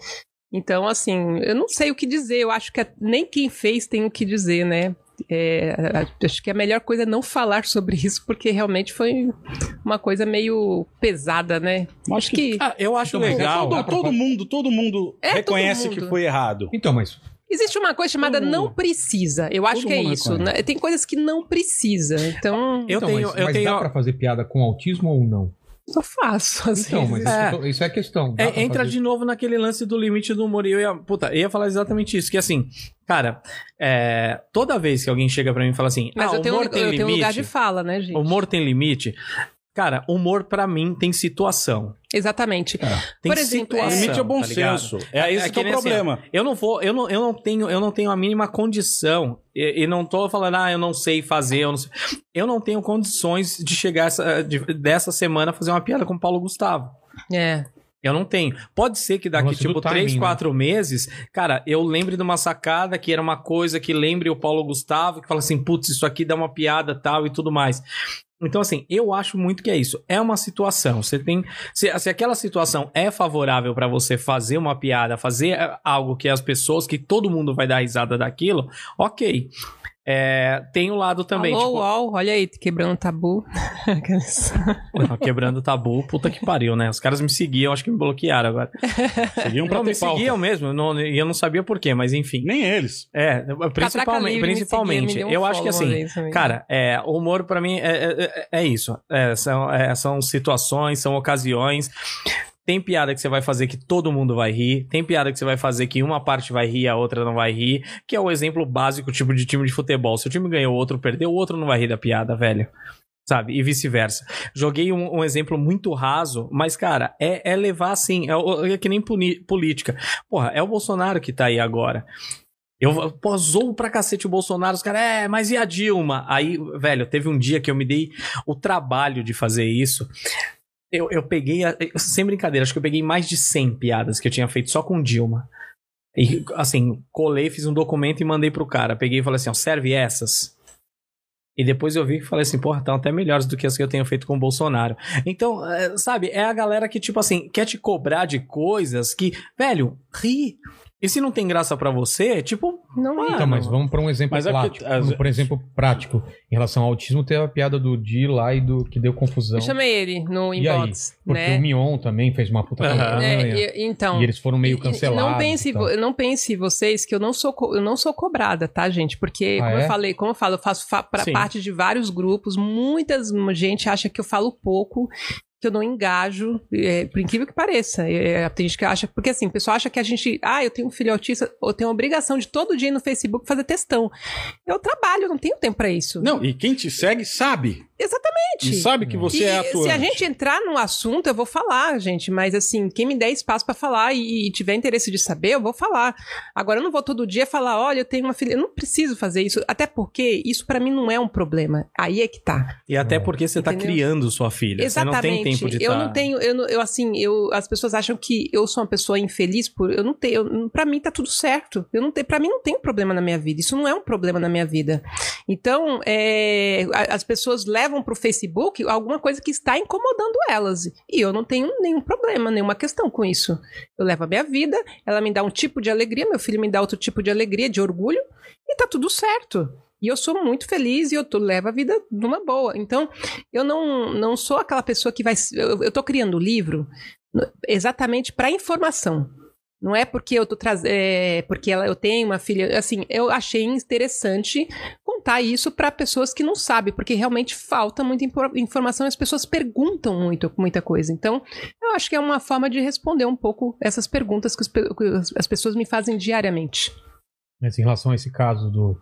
S4: Então, assim, eu não sei o que dizer, eu acho que nem quem fez tem o que dizer, né? É, a- acho que a melhor coisa é não falar sobre isso, porque realmente foi uma coisa meio pesada, né? Acho que
S3: Ah, eu acho
S1: Então, mas
S3: legal.
S1: dá
S2: Todo,
S1: pra-
S2: todo mundo, todo mundo
S4: É, todo
S2: reconhece
S4: mundo.
S2: que foi errado.
S1: Então, mas
S4: existe uma coisa chamada
S2: Todo mundo-
S4: não precisa. Eu acho
S2: todo
S4: que é
S2: mundo
S4: isso.
S2: reconhece.
S4: né? Tem coisas que não precisa. Então,
S3: Eu
S1: então,
S3: tenho,
S1: mas,
S3: eu
S1: mas
S3: tenho.
S1: dá pra fazer piada com autismo ou não?
S4: só faço. Às
S1: Então, mas
S4: vezes.
S1: isso-
S3: É.
S1: isso é, questão. dá
S3: É,
S1: pra
S3: entra
S1: fazer.
S3: de novo naquele lance do limite do humor. E eu ia, puta, eu ia falar exatamente isso. Que assim, cara, é, toda vez que alguém chega pra mim e fala assim,
S4: Mas
S3: ah,
S4: eu, tenho,
S3: humor
S4: eu
S3: tem
S4: tenho um
S3: limite.
S4: lugar de fala, né, gente?
S3: humor tem limite. Cara, humor pra mim tem situação.
S4: Exatamente.
S3: Tem
S4: Por exemplo,
S3: situação.
S4: é-
S2: Limite é bom
S3: tá ligado?
S2: senso. É esse que é
S3: É que
S2: o
S3: nem assim,
S2: problema.
S3: Eu não vou, eu não, eu não tenho, eu não tenho a mínima condição. E, e não tô falando, ah, eu não sei fazer, eu não sei. Eu não tenho condições de chegar essa, de- dessa semana a fazer uma piada com o Paulo Gustavo.
S4: É.
S3: Eu não tenho. Pode ser que daqui,
S1: lance do
S3: tipo, três,
S1: timing, né?
S3: quatro meses, cara, eu lembre de uma sacada que era uma coisa que lembre o Paulo Gustavo, que fala assim, putz, isso aqui dá uma piada tal e tudo mais. Então, assim, eu acho muito que é isso. É uma situação. Você tem. Se, se aquela situação é favorável pra você fazer uma piada, fazer eh, algo que as pessoas, que todo mundo vai dar risada daquilo, ok. É, tem o lado também.
S4: Alô,
S3: tipo,
S4: UOL, olha aí, quebrando tabu.
S3: Não, tá quebrando tabu, puta que pariu, né? Os caras me seguiam, acho que me bloquearam agora.
S2: Seguiam pra
S3: Não, me
S2: ter pauta.
S3: seguiam mesmo, não, e eu não sabia por quê, mas enfim.
S2: Nem eles.
S3: É,
S4: Catraca Livre me
S3: principalmente,
S4: seguia, me
S3: principalmente.
S4: deu um
S3: eu acho que
S4: follow uma
S3: assim,
S4: vez também.
S3: Cara, é, o humor pra mim é, é- é- é isso. É, são, é, são situações, são ocasiões. Tem piada que você vai fazer que todo mundo vai rir. Tem piada que você vai fazer que uma parte vai rir, a outra não vai rir. Que é o exemplo básico, tipo, de time de futebol. Se o time ganhou, o outro perdeu, o outro não vai rir da piada, velho. Sabe? E vice-versa. Joguei um, um exemplo muito raso, mas, cara, é, é levar assim. É, o- é que nem puni- política. Porra, é o Bolsonaro que tá aí agora. Eu pô, zoou pra cacete o Bolsonaro, os caras, é, mas e a Dilma? Aí, velho, teve um dia que eu me dei o trabalho de fazer isso. Eu, eu peguei, a- eu- sem brincadeira, acho que eu peguei mais de 100 piadas que eu tinha feito só com Dilma. E, assim, colei, fiz um documento e mandei pro cara. Peguei e falei assim, ó, serve essas. E depois eu vi que falei assim, porra, estão até melhores do que as que eu tenho feito com o Bolsonaro. Então, é, sabe, é a galera que, tipo assim, quer te cobrar de coisas que, velho, ri. E se não tem graça pra você, tipo,
S4: Não
S3: Ah,
S1: Então, mas
S3: não.
S1: vamos para um exemplo
S2: Mas é porque,
S1: prático.
S2: às-
S1: Por exemplo, prático. Em relação ao autismo, teve a piada do Di lá e do que deu confusão.
S4: Eu chamei ele no
S1: E aí?
S4: inbox,
S1: Porque
S4: né?
S1: o Mion também fez uma puta
S3: Aham.
S1: campanha.
S4: É, e- então,
S1: E eles foram meio
S4: E- e
S1: cancelados.
S4: Não pense,
S1: e tal.
S4: vo- não pense vocês que eu não sou, co- eu não sou cobrada, tá, gente? Porque,
S1: Ah,
S4: como
S1: é?
S4: eu falei, como eu falo, eu faço fa- pra
S3: Sim.
S4: parte de vários grupos, muitas m- gente acha que eu falo pouco. Que eu não engajo, é, por incrível que pareça. É, tem gente que acha. Porque assim, o pessoal acha que a gente. Ah, eu tenho um filho autista, eu tenho a obrigação de todo dia ir no Facebook fazer textão. Eu trabalho, eu não tenho tempo pra isso.
S2: Não, e quem te segue sabe. E
S4: Exatamente.
S2: sabe que você
S4: E
S2: é atuante.
S4: se a gente entrar num assunto, eu vou falar, gente. Mas assim, quem me der espaço pra falar e, e tiver interesse de saber, eu vou falar. Agora, eu não vou todo dia falar, olha, eu tenho uma filha. Eu não preciso fazer isso. Até porque isso pra mim não é um problema. Aí é que tá.
S3: E até porque você tá
S4: Entendeu?
S3: criando sua filha. Você não
S4: Exatamente.
S3: tem tempo de
S4: eu
S3: tá-
S4: não tenho, eu, não- eu assim, eu, as pessoas acham que eu sou uma pessoa infeliz por. Eu não tenho. eu- Pra mim tá tudo certo. Eu não tenho. Para mim não tem problema na minha vida. Isso não é um problema na minha vida. Então, é, a- as pessoas levam pro Facebook alguma coisa que está incomodando elas. E eu não tenho nenhum problema, nenhuma questão com isso. Eu levo a minha vida, ela me dá um tipo de alegria, meu filho me dá outro tipo de alegria, de orgulho, e tá tudo certo. E eu sou muito feliz e eu tô- levo a vida numa boa. Então, eu não, não sou aquela pessoa que vai. se- Eu, eu tô criando o livro no- exatamente para informação. Não é porque eu tô trazendo. porque ela, eu tenho uma filha. Assim, eu achei interessante contar isso para pessoas que não sabem, porque realmente falta muita impor- informação e as pessoas perguntam muito, muita coisa. Então, eu acho que é uma forma de responder um pouco essas perguntas que, os pe- que as pessoas me fazem diariamente.
S1: Mas em relação a esse caso do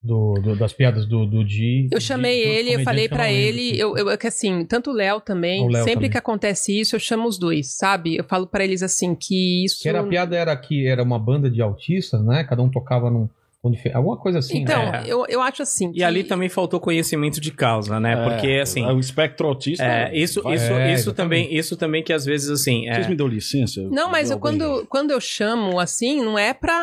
S7: do, do- das piadas do, do Di.
S4: Eu chamei
S7: de- de outro
S4: ele, eu falei
S7: comediante que eu
S4: pra
S7: não lembro,
S4: ele,
S7: assim.
S4: eu, eu- é que assim, tanto o Léo também,
S7: O Léo
S4: sempre
S7: também.
S4: que acontece isso, eu chamo os dois, sabe? Eu falo pra eles assim que isso
S1: Que era, a piada era que era uma banda de autistas, né? Cada um tocava num. num dife- Alguma coisa assim.
S4: Então,
S3: é.
S7: É.
S1: né?
S4: eu, eu acho assim.
S3: E ali também faltou conhecimento de causa,
S2: É,
S3: né? Porque, assim,
S2: O espectro autista.
S3: é, isso,
S2: vai-
S3: isso,
S1: É,
S3: isso também, isso também que às vezes, assim,
S2: Vocês
S3: é,
S2: me dão licença?
S4: Não, mas eu, quando, quando eu chamo assim, não é pra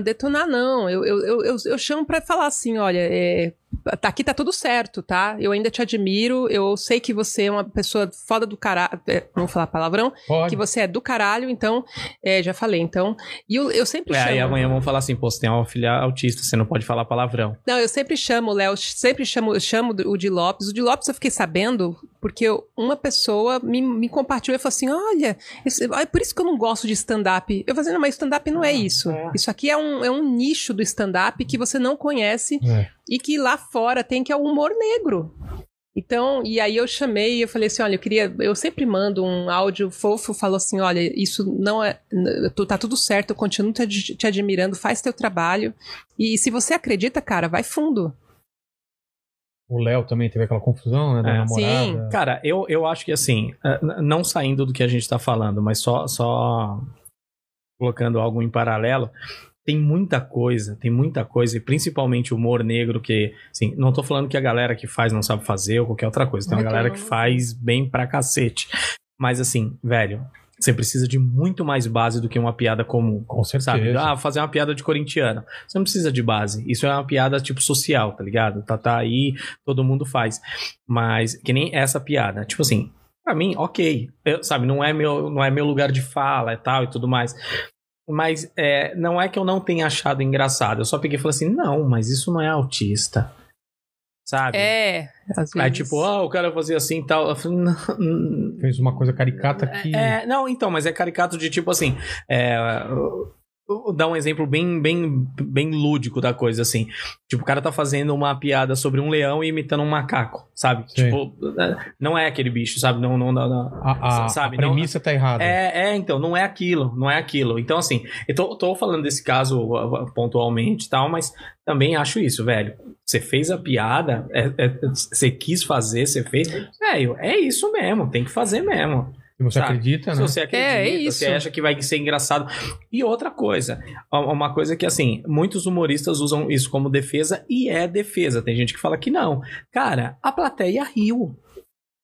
S4: detonar, não. Eu, eu, eu, eu, eu chamo pra falar assim: olha, é, tá- aqui tá tudo certo, tá? Eu ainda te admiro, eu sei que você é uma pessoa foda do caralho. Vamos falar palavrão?
S1: Pode.
S4: Que você é do caralho, então. é, já falei, então. E eu, eu sempre
S3: é,
S4: chamo.
S3: aí amanhã vão falar assim, pô, você tem uma filha autista, você não pode falar palavrão.
S4: Não, eu sempre chamo o Léo, sempre chamo, eu chamo o de Lopes. O de Lopes eu fiquei sabendo porque eu- uma pessoa me, me compartilhou e falou assim: olha, esse- ah, é por isso que eu não gosto de stand-up. Eu falei assim: não, mas stand-up não é isso. Isso aqui é um, é um nicho do stand-up que você não conhece
S7: É.
S4: e que lá fora tem que é o humor negro. Então, e aí eu chamei e eu falei assim, olha, eu queria, eu sempre mando um áudio fofo, falo assim, olha, isso não é, n- tu- tá tudo certo, eu continuo te, ad- te admirando, faz teu trabalho, e se você acredita, cara, vai fundo.
S7: O Léo também teve aquela confusão, né? Da
S3: É.
S7: namorada.
S4: Sim.
S3: Cara, eu, eu acho que assim, eh, n- não saindo do que a gente tá falando, mas só, só colocando algo em paralelo, tem muita coisa, tem muita coisa, e principalmente o humor negro, que, assim, não tô falando que a galera que faz não sabe fazer ou qualquer outra coisa, tem uma
S4: Ai, que
S3: galera que
S4: louco.
S3: faz bem pra cacete. Mas assim, velho, você precisa de muito mais base do que uma piada comum.
S7: Com certeza.
S3: Sabe? Ah, fazer uma piada de corintiano. Você não precisa de base. Isso é uma piada tipo social, tá ligado? Tá, tá aí, todo mundo faz. Mas que nem essa piada. Tipo assim, pra mim, ok. Eu, sabe, não é, meu, não é meu lugar de fala e tal e tudo mais. Mas é, não é que eu não tenha achado engraçado. Eu só peguei e falei assim, não, mas isso não é autista. Sabe?
S4: É, às vezes.
S3: Aí tipo, ah, o cara fazia assim e tal. Eu falei, não,
S7: Fez uma coisa caricata que.
S3: é, não, então, mas é caricato de tipo assim. É, eu- eu vou dar um exemplo bem, bem, bem lúdico da coisa, assim. Tipo, o cara tá fazendo uma piada sobre um leão e imitando um macaco, sabe?
S7: Sim.
S3: Tipo, não é aquele bicho, sabe? Não, não, não, não.
S7: A, a-
S3: sabe,
S7: a
S3: não- né?
S7: premissa tá errada.
S3: É, é, então, não é aquilo, não é aquilo. Então, assim, eu tô, tô falando desse caso uh, uh, pontualmente e tal, mas também acho isso, velho. Você fez a piada, é- é- você quis fazer, você fez. Velho, é isso mesmo, tem que fazer mesmo.
S7: Se você
S3: sabe?
S7: acredita,
S3: Se
S7: né?
S3: você acredita,
S4: É, é isso.
S3: você acha que vai ser engraçado. E outra coisa, uma coisa que assim, muitos humoristas usam isso como defesa e é defesa. Tem gente que fala que não. Cara, a plateia riu.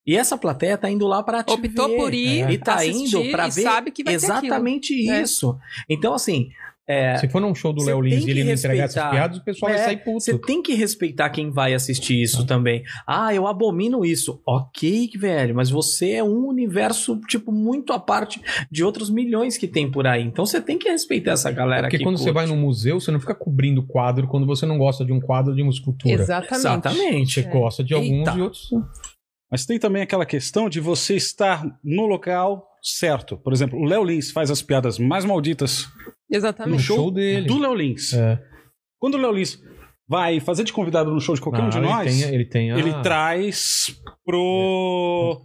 S3: E essa plateia tá indo lá para te
S4: optou
S3: ver.
S4: por ir,
S3: E tá
S4: assistir,
S3: indo pra
S4: e
S3: ver
S4: sabe que vai
S3: Exatamente
S4: É.
S3: isso. Então assim, é,
S7: Se for num show do
S3: Você
S7: Léo Lins
S3: tem
S7: e ele
S3: que
S7: não entregar essas
S3: respeitar.
S7: piadas, o pessoal
S3: É,
S7: vai sair puto.
S3: você tem que respeitar quem vai assistir isso também. Ah, eu abomino isso. Ok, velho, mas você é um universo, tipo, muito à parte de outros milhões que tem por aí. Então você tem que respeitar essa
S7: É
S3: galera
S7: Porque
S3: que
S7: quando você
S3: curte.
S7: vai num museu, você não fica cobrindo o quadro quando você não gosta de um quadro de uma
S4: ter aquilo.
S7: escultura.
S4: Exatamente.
S3: Exatamente.
S7: Você gosta de alguns
S3: Eita.
S7: e outros.
S2: Mas tem também aquela questão de você estar no local certo. Por exemplo, o Léo Lins faz as piadas mais malditas no
S4: Exatamente.
S2: show,
S7: show dele.
S2: do Léo Lins.
S7: É.
S2: Quando o Léo Lins vai fazer de convidado no show de qualquer um
S1: Ah,
S2: de
S7: Não,
S2: nós,
S7: Ah, Ele
S2: ele,
S7: tem, ele tem a-
S2: traz pro,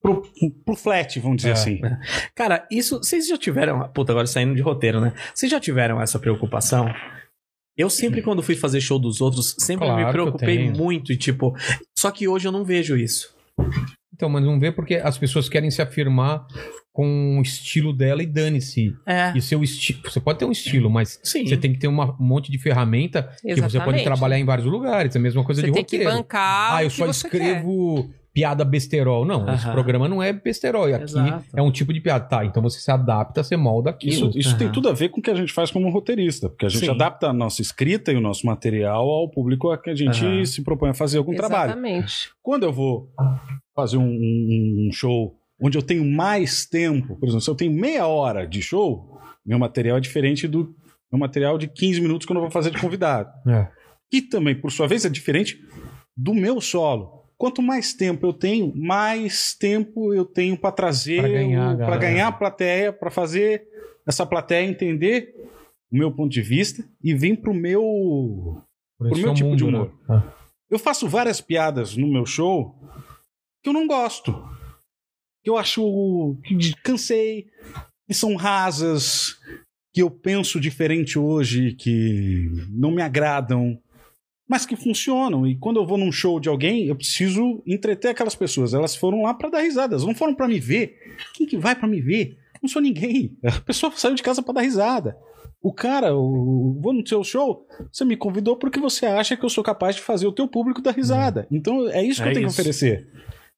S2: pro, pro flat, vamos dizer
S7: É.
S2: assim.
S3: Cara, isso. Vocês já tiveram. Puta, agora saindo de roteiro, né? Vocês já tiveram essa preocupação? Eu sempre, quando fui fazer show dos outros, sempre
S7: Claro que
S3: me
S7: eu
S3: preocupei
S7: tenho.
S3: muito e, tipo. Só que hoje eu não vejo isso.
S7: Então, mas não vê porque as pessoas querem se afirmar com o estilo dela e dane-se.
S3: É.
S7: E seu estilo. Você pode ter um estilo, mas
S3: Sim.
S7: você tem que ter uma- um monte de ferramenta
S3: tipo,
S7: que você pode
S4: Exatamente.
S7: trabalhar em vários lugares. É a mesma coisa
S4: Você
S7: de
S4: tem que
S7: roteiro.
S4: bancar.
S7: ah,
S4: o
S7: eu
S4: que
S7: só
S4: você
S7: escrevo piada besterol. Não, esse
S3: Aham.
S7: programa não é besterol. Aqui
S3: Exato.
S7: é um tipo de piada. Tá, então você se adapta, você molda
S2: Isso,
S7: aquilo.
S2: isso tem
S3: Aham.
S2: tudo a ver com o que a gente faz como roteirista, porque a gente
S3: Sim.
S2: adapta a nossa escrita e o nosso material ao público a que a gente
S3: Aham.
S2: se propõe a fazer algum
S3: um
S4: quer.
S2: trabalho.
S4: Exatamente.
S2: Quando eu vou fazer um, um- um show onde eu tenho mais tempo, por exemplo, se eu tenho meia hora de show, meu material é diferente do meu material é de 15 minutos quando eu vou fazer de convidado.
S7: É.
S2: Que também, por sua vez, é diferente do meu solo. Quanto mais tempo eu tenho, mais tempo eu tenho para trazer,
S7: Pra ganhar,
S2: o- pra
S7: galera.
S2: ganhar a plateia, para fazer essa plateia entender o meu ponto de vista e vir pro meu
S7: Por
S2: pro
S7: isso
S2: meu
S7: é o
S2: tipo de
S7: mundo,
S2: humor.
S7: né? Ah.
S2: eu faço várias piadas no meu show que eu não gosto. Que eu acho que de- cansei, que são rasas, que eu penso diferente hoje, que não me agradam. mas que funcionam. E quando eu vou num show de alguém, eu preciso entreter aquelas pessoas. Elas foram lá para dar risadas, não foram para me ver. Quem que vai para me ver? Não sou ninguém. A pessoa saiu de casa para dar risada. O cara, o, vou no seu show, você me convidou porque você acha que eu sou capaz de fazer o teu público dar risada. Então é isso que
S3: É
S2: eu tenho
S3: isso.
S2: que oferecer.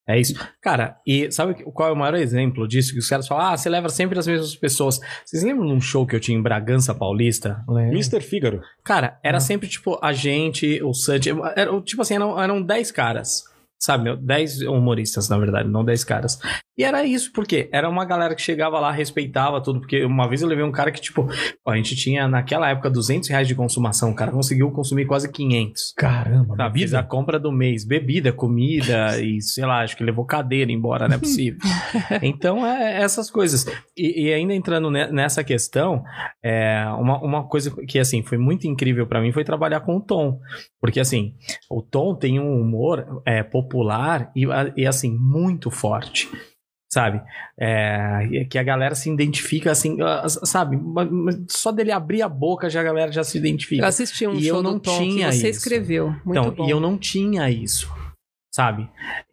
S3: É isso. Cara, e sabe que- qual é o maior exemplo disso? Que os caras falam, ah, você leva sempre as mesmas pessoas. Vocês lembram de um show que eu tinha em Bragança Paulista?
S2: Mr. Fígaro.
S3: Cara, era sempre tipo a gente, o Santi. Era, tipo assim, eram, eram 10 caras. Sabe, meu? 10 humoristas, na verdade, não 10 caras. E era isso, porque era uma galera que chegava lá, respeitava tudo. Porque uma vez eu levei um cara que, tipo, ó, a gente tinha naquela época 200 reais de consumação. O cara conseguiu consumir quase 500.
S1: Caramba,
S3: Tá, fiz a compra do mês, bebida, comida e sei lá, acho que levou cadeira embora, não é possível. então, é essas coisas. E, e ainda entrando ne- nessa questão, é, uma, uma coisa que assim foi muito incrível pra mim foi trabalhar com o Tom, porque assim o Tom tem um humor é, popular e, a- e assim muito forte. Sabe? É, e que a galera se identifica assim, ah, s- sabe? Mas- mas Só dele abrir a boca já a galera já se identifica.
S4: Eu assisti um
S3: E
S4: show
S3: eu não
S4: do Tom
S3: tinha
S4: que você
S3: isso.
S4: escreveu. Muito
S3: Então,
S4: bom.
S3: e eu não tinha isso, sabe?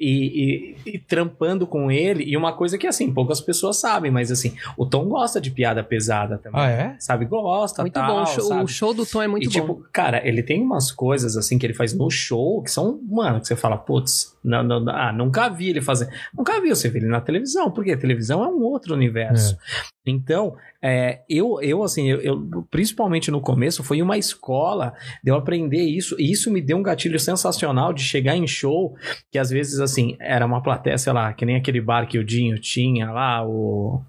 S3: E, e- e trampando com ele, e uma coisa que, assim, poucas pessoas sabem, mas, assim, o Tom gosta de piada pesada também.
S1: Ah, é?
S3: Sabe? Gosta,
S4: muito
S3: tal,
S4: bom. O show,
S3: sabe?
S4: o show do Tom é muito
S3: e,
S4: bom.
S3: tipo, cara, ele tem umas coisas, assim, que ele faz no show que são, mano, que você fala, putz, não, não, não, ah, nunca vi ele fazer. Nunca vi você ver ele na televisão, porque a televisão é um outro universo. Então, é, eu, eu, assim, eu, eu- principalmente no começo, foi uma escola de eu aprender isso, e isso me deu um gatilho sensacional de chegar em show, que às vezes, assim, era uma plateia, sei lá, que nem aquele bar que o Dinho tinha lá, o...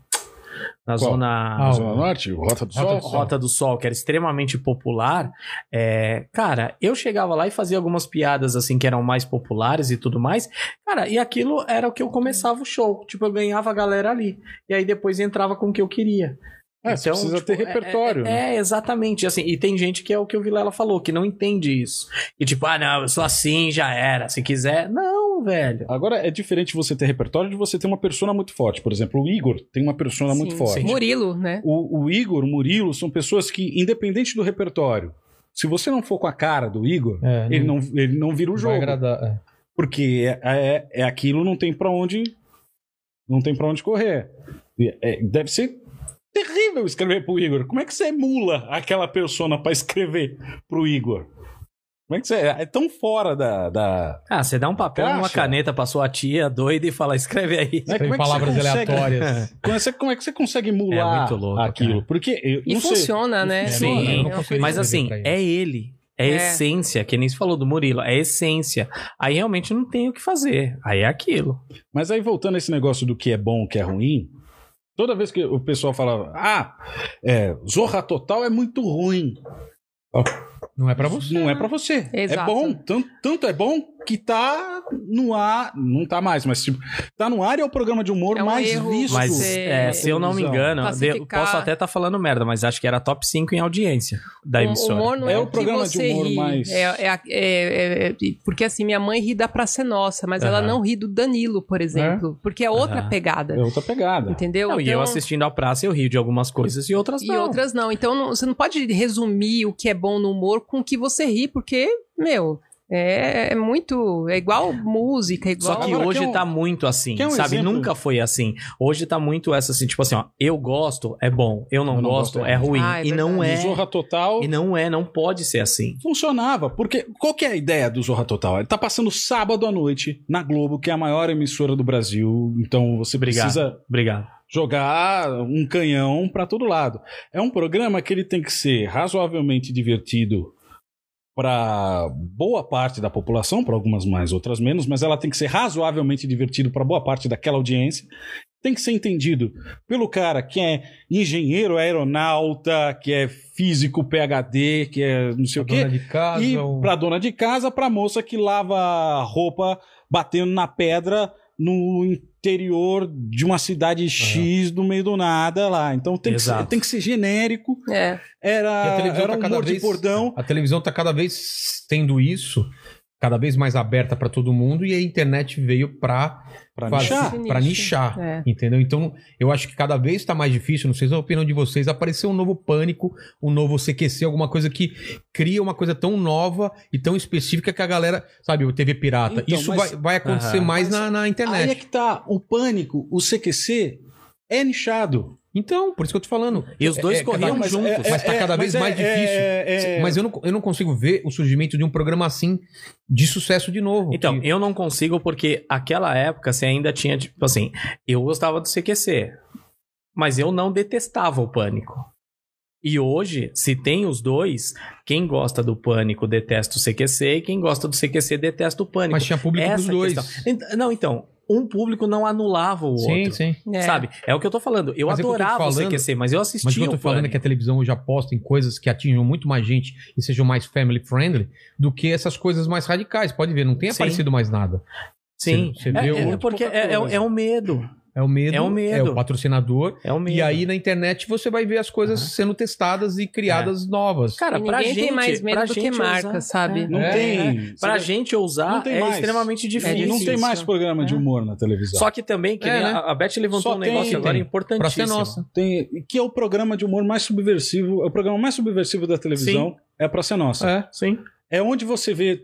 S3: Na
S2: Qual?
S3: zona...
S1: Ah,
S2: Zona Norte, Rota
S1: Rota
S2: do Sol.
S1: do Sol.
S3: Rota do Sol, que era extremamente popular, é, cara, eu chegava lá e fazia algumas piadas assim que eram mais populares e tudo mais, cara, e aquilo era o que eu começava o show, tipo, eu ganhava a galera ali, e aí depois entrava com o que eu queria.
S2: É, você precisa ter
S3: é-
S2: repertório, né?
S3: É, é, exatamente, assim, e tem gente que é o que o Vilela falou, que não entende isso, e tipo, ah não, eu sou assim, já era, se quiser, não, velho.
S2: Agora é diferente você ter repertório de você ter uma persona muito forte. Por exemplo, o Igor tem uma persona
S4: Sim,
S2: muito forte.
S4: sim. Murilo, né?
S2: O, o Igor, o Murilo, são pessoas que, independente do repertório, se você não for com a cara do Igor,
S1: É,
S2: ele, não, ele não vira o
S1: vai
S2: jogo.
S1: agradar. é.
S2: Porque é, é, é aquilo, não tem pra onde. Não tem pra onde correr. E, é, deve ser terrível escrever pro Igor. Como é que você emula aquela persona pra escrever pro Igor? Como é que você. É tão fora da. da...
S3: Ah, você dá um papel e uma
S2: Caixa.
S3: caneta pra sua tia doida e fala, escreve aí.
S1: Tem
S2: Né? Como é que você
S1: palavras
S2: consegue-
S1: aleatórias.
S2: Como é, que você- como é que você consegue emular
S3: É muito louco,
S2: aquilo?
S3: cara.
S2: Porque eu
S4: E
S2: não sei.
S4: funciona, né?
S3: Sim.
S4: É
S3: Eu
S1: não consigo
S4: uma
S3: Mas
S4: coisa-
S3: assim,
S1: pra ele.
S3: é ele. É,
S4: É.
S3: essência, que nem se falou do Murilo, é essência. Aí realmente não tem o que fazer. Aí é aquilo.
S2: Mas aí voltando a esse negócio do que é bom, o que é ruim, toda vez que o pessoal falava, ah, é, Zorra Total é muito ruim.
S1: Não é pra você.
S2: Não é pra você. É
S4: Exato.
S2: bom, tan- tanto, é bom que tá no ar, não tá mais, mas tipo, tá no ar e é o programa de humor
S4: É um
S2: mais
S4: erro
S2: visto.
S3: Mas
S4: Você-
S3: é, se eu não me
S2: Televisão.
S3: engano,
S4: Classificar-
S3: eu posso até estar falando merda, mas acho que era top 5 em audiência da
S4: O
S3: emissora.
S4: humor não é,
S2: É o
S4: que
S2: programa de
S4: você
S2: humor
S4: ri.
S2: mais-
S4: É, é a- é- é- é- porque assim, minha mãe ri da Praça é Nossa, mas ela
S3: Aham.
S4: não ri do Danilo, por exemplo. Porque é outra
S3: Aham.
S4: pegada.
S2: É outra pegada.
S4: Entendeu?
S3: Não, e eu
S4: Então-
S3: assistindo à praça, eu rio de algumas coisas e outras
S4: E
S3: não.
S4: outras não. Então não- você não pode resumir o que é bom no humor com o que você ri, porque, meu, é, é muito. É igual música, é igual.
S3: Só que
S2: Agora,
S3: hoje
S2: quer um-
S3: tá muito assim,
S2: quer um
S3: sabe?
S2: exemplo?
S3: Nunca foi assim. Hoje tá muito essa assim, tipo assim, ó, eu gosto, é bom, eu não,
S2: Eu não
S3: gosto,
S2: gosto,
S3: é
S2: é
S3: ruim.
S4: Ah, é
S3: e não
S2: O
S3: é.
S2: Zorra Total
S3: E não é, não pode ser assim.
S2: funcionava, porque qual que é a ideia do Zorra Total? Ele tá passando sábado à noite na Globo, que é a maior emissora do Brasil, então você
S3: Obrigado.
S2: precisa
S3: Obrigado.
S2: jogar um canhão pra todo lado. É um programa que ele tem que ser razoavelmente divertido pra boa parte da população, pra algumas mais, outras menos, mas ela tem que ser razoavelmente divertido pra boa parte daquela audiência. Tem que ser entendido pelo cara que é engenheiro aeronauta, que é físico PhD, que é não sei o
S1: A
S2: quê
S1: dona de casa,
S2: e
S1: o-
S2: pra dona de casa, pra moça que lava roupa batendo na pedra no interior de uma cidade X do meio do nada lá. Então tem, que ser,
S3: Exato.
S2: tem que ser genérico.
S4: É.
S2: Era,
S1: E a televisão
S2: era
S1: tá
S2: um
S1: cada
S2: humor de
S1: vez-
S2: bordão.
S1: A televisão tá cada vez tendo isso. cada vez mais aberta para todo mundo e a internet veio para
S2: Pra
S1: fazer-
S2: nichar.
S1: pra nichar,
S4: É.
S1: entendeu? Então, eu acho que cada vez está mais difícil, não sei se é a opinião de vocês, aparecer um novo pânico, um novo CQC, alguma coisa que cria uma coisa tão nova e tão específica que a galera, sabe, o TV pirata.
S2: Então,
S1: Isso
S2: mas-
S1: vai, vai acontecer
S3: Aham.
S1: mais na, na internet.
S2: Aí é que tá. O pânico, o CQC é nichado.
S1: Então, por isso que eu tô falando.
S3: E os dois
S1: É, é,
S3: corriam
S1: cada- mas-
S3: juntos.
S1: é, mas tá cada vez
S2: mas
S1: mais difícil.
S2: é, é,
S1: Mas eu não, eu não consigo ver o surgimento de um programa assim de sucesso de novo.
S3: Então,
S1: que-
S3: eu não consigo porque aquela época você ainda tinha, tipo assim, eu gostava do CQC, mas eu não detestava o Pânico. E hoje, se tem os dois, quem gosta do Pânico detesta o CQC e quem gosta do CQC detesta o Pânico.
S1: mas tinha público dos
S3: Essa
S1: dois.
S3: questão. Ent- Não, então, um público não anulava o
S1: Sim,
S3: outro.
S1: sim.
S4: É.
S3: Sabe? É o que eu tô falando. Eu
S1: Mas é o que eu tô
S3: adorava o
S1: falando.
S3: CQC, mas
S1: Mas
S3: eu
S1: o
S3: assistia
S1: que eu tô
S3: o
S1: falando é que
S3: Pânico.
S1: a televisão hoje aposta em coisas que atinjam muito mais gente e sejam mais family friendly do que essas coisas mais radicais. Pode ver, não tem
S3: Sim.
S1: aparecido mais nada.
S3: Sim.
S1: Você- você
S3: é,
S1: vê
S3: é
S1: o-
S3: porque é, é, é o medo.
S1: É o medo,
S3: É o medo.
S1: o patrocinador.
S3: É o medo.
S1: E aí na internet você vai ver as coisas sendo testadas e
S3: É.
S1: criadas novas.
S3: Cara,
S4: E
S3: pra
S4: ninguém
S3: gente.
S4: tem mais medo
S3: pra
S4: do que
S3: gente
S4: marca, sabe?
S2: Não
S1: É,
S2: tem.
S3: né? Pra
S2: Você-
S3: gente
S2: Não
S3: ousar
S2: tem
S3: é
S2: mais.
S3: extremamente
S4: É
S3: difícil.
S2: não tem mais programa de humor na televisão.
S3: Só que também, que
S1: É,
S3: nem
S1: né?
S3: a a Beth levantou
S2: Só
S3: um
S2: tem-
S3: negócio agora
S1: tem. Pra
S3: importantíssimo.
S1: ser nossa.
S2: tem, que é o programa de humor mais subversivo, é o programa mais subversivo da televisão, é pra ser nossa.
S1: É.
S3: Sim.
S2: É. onde você vê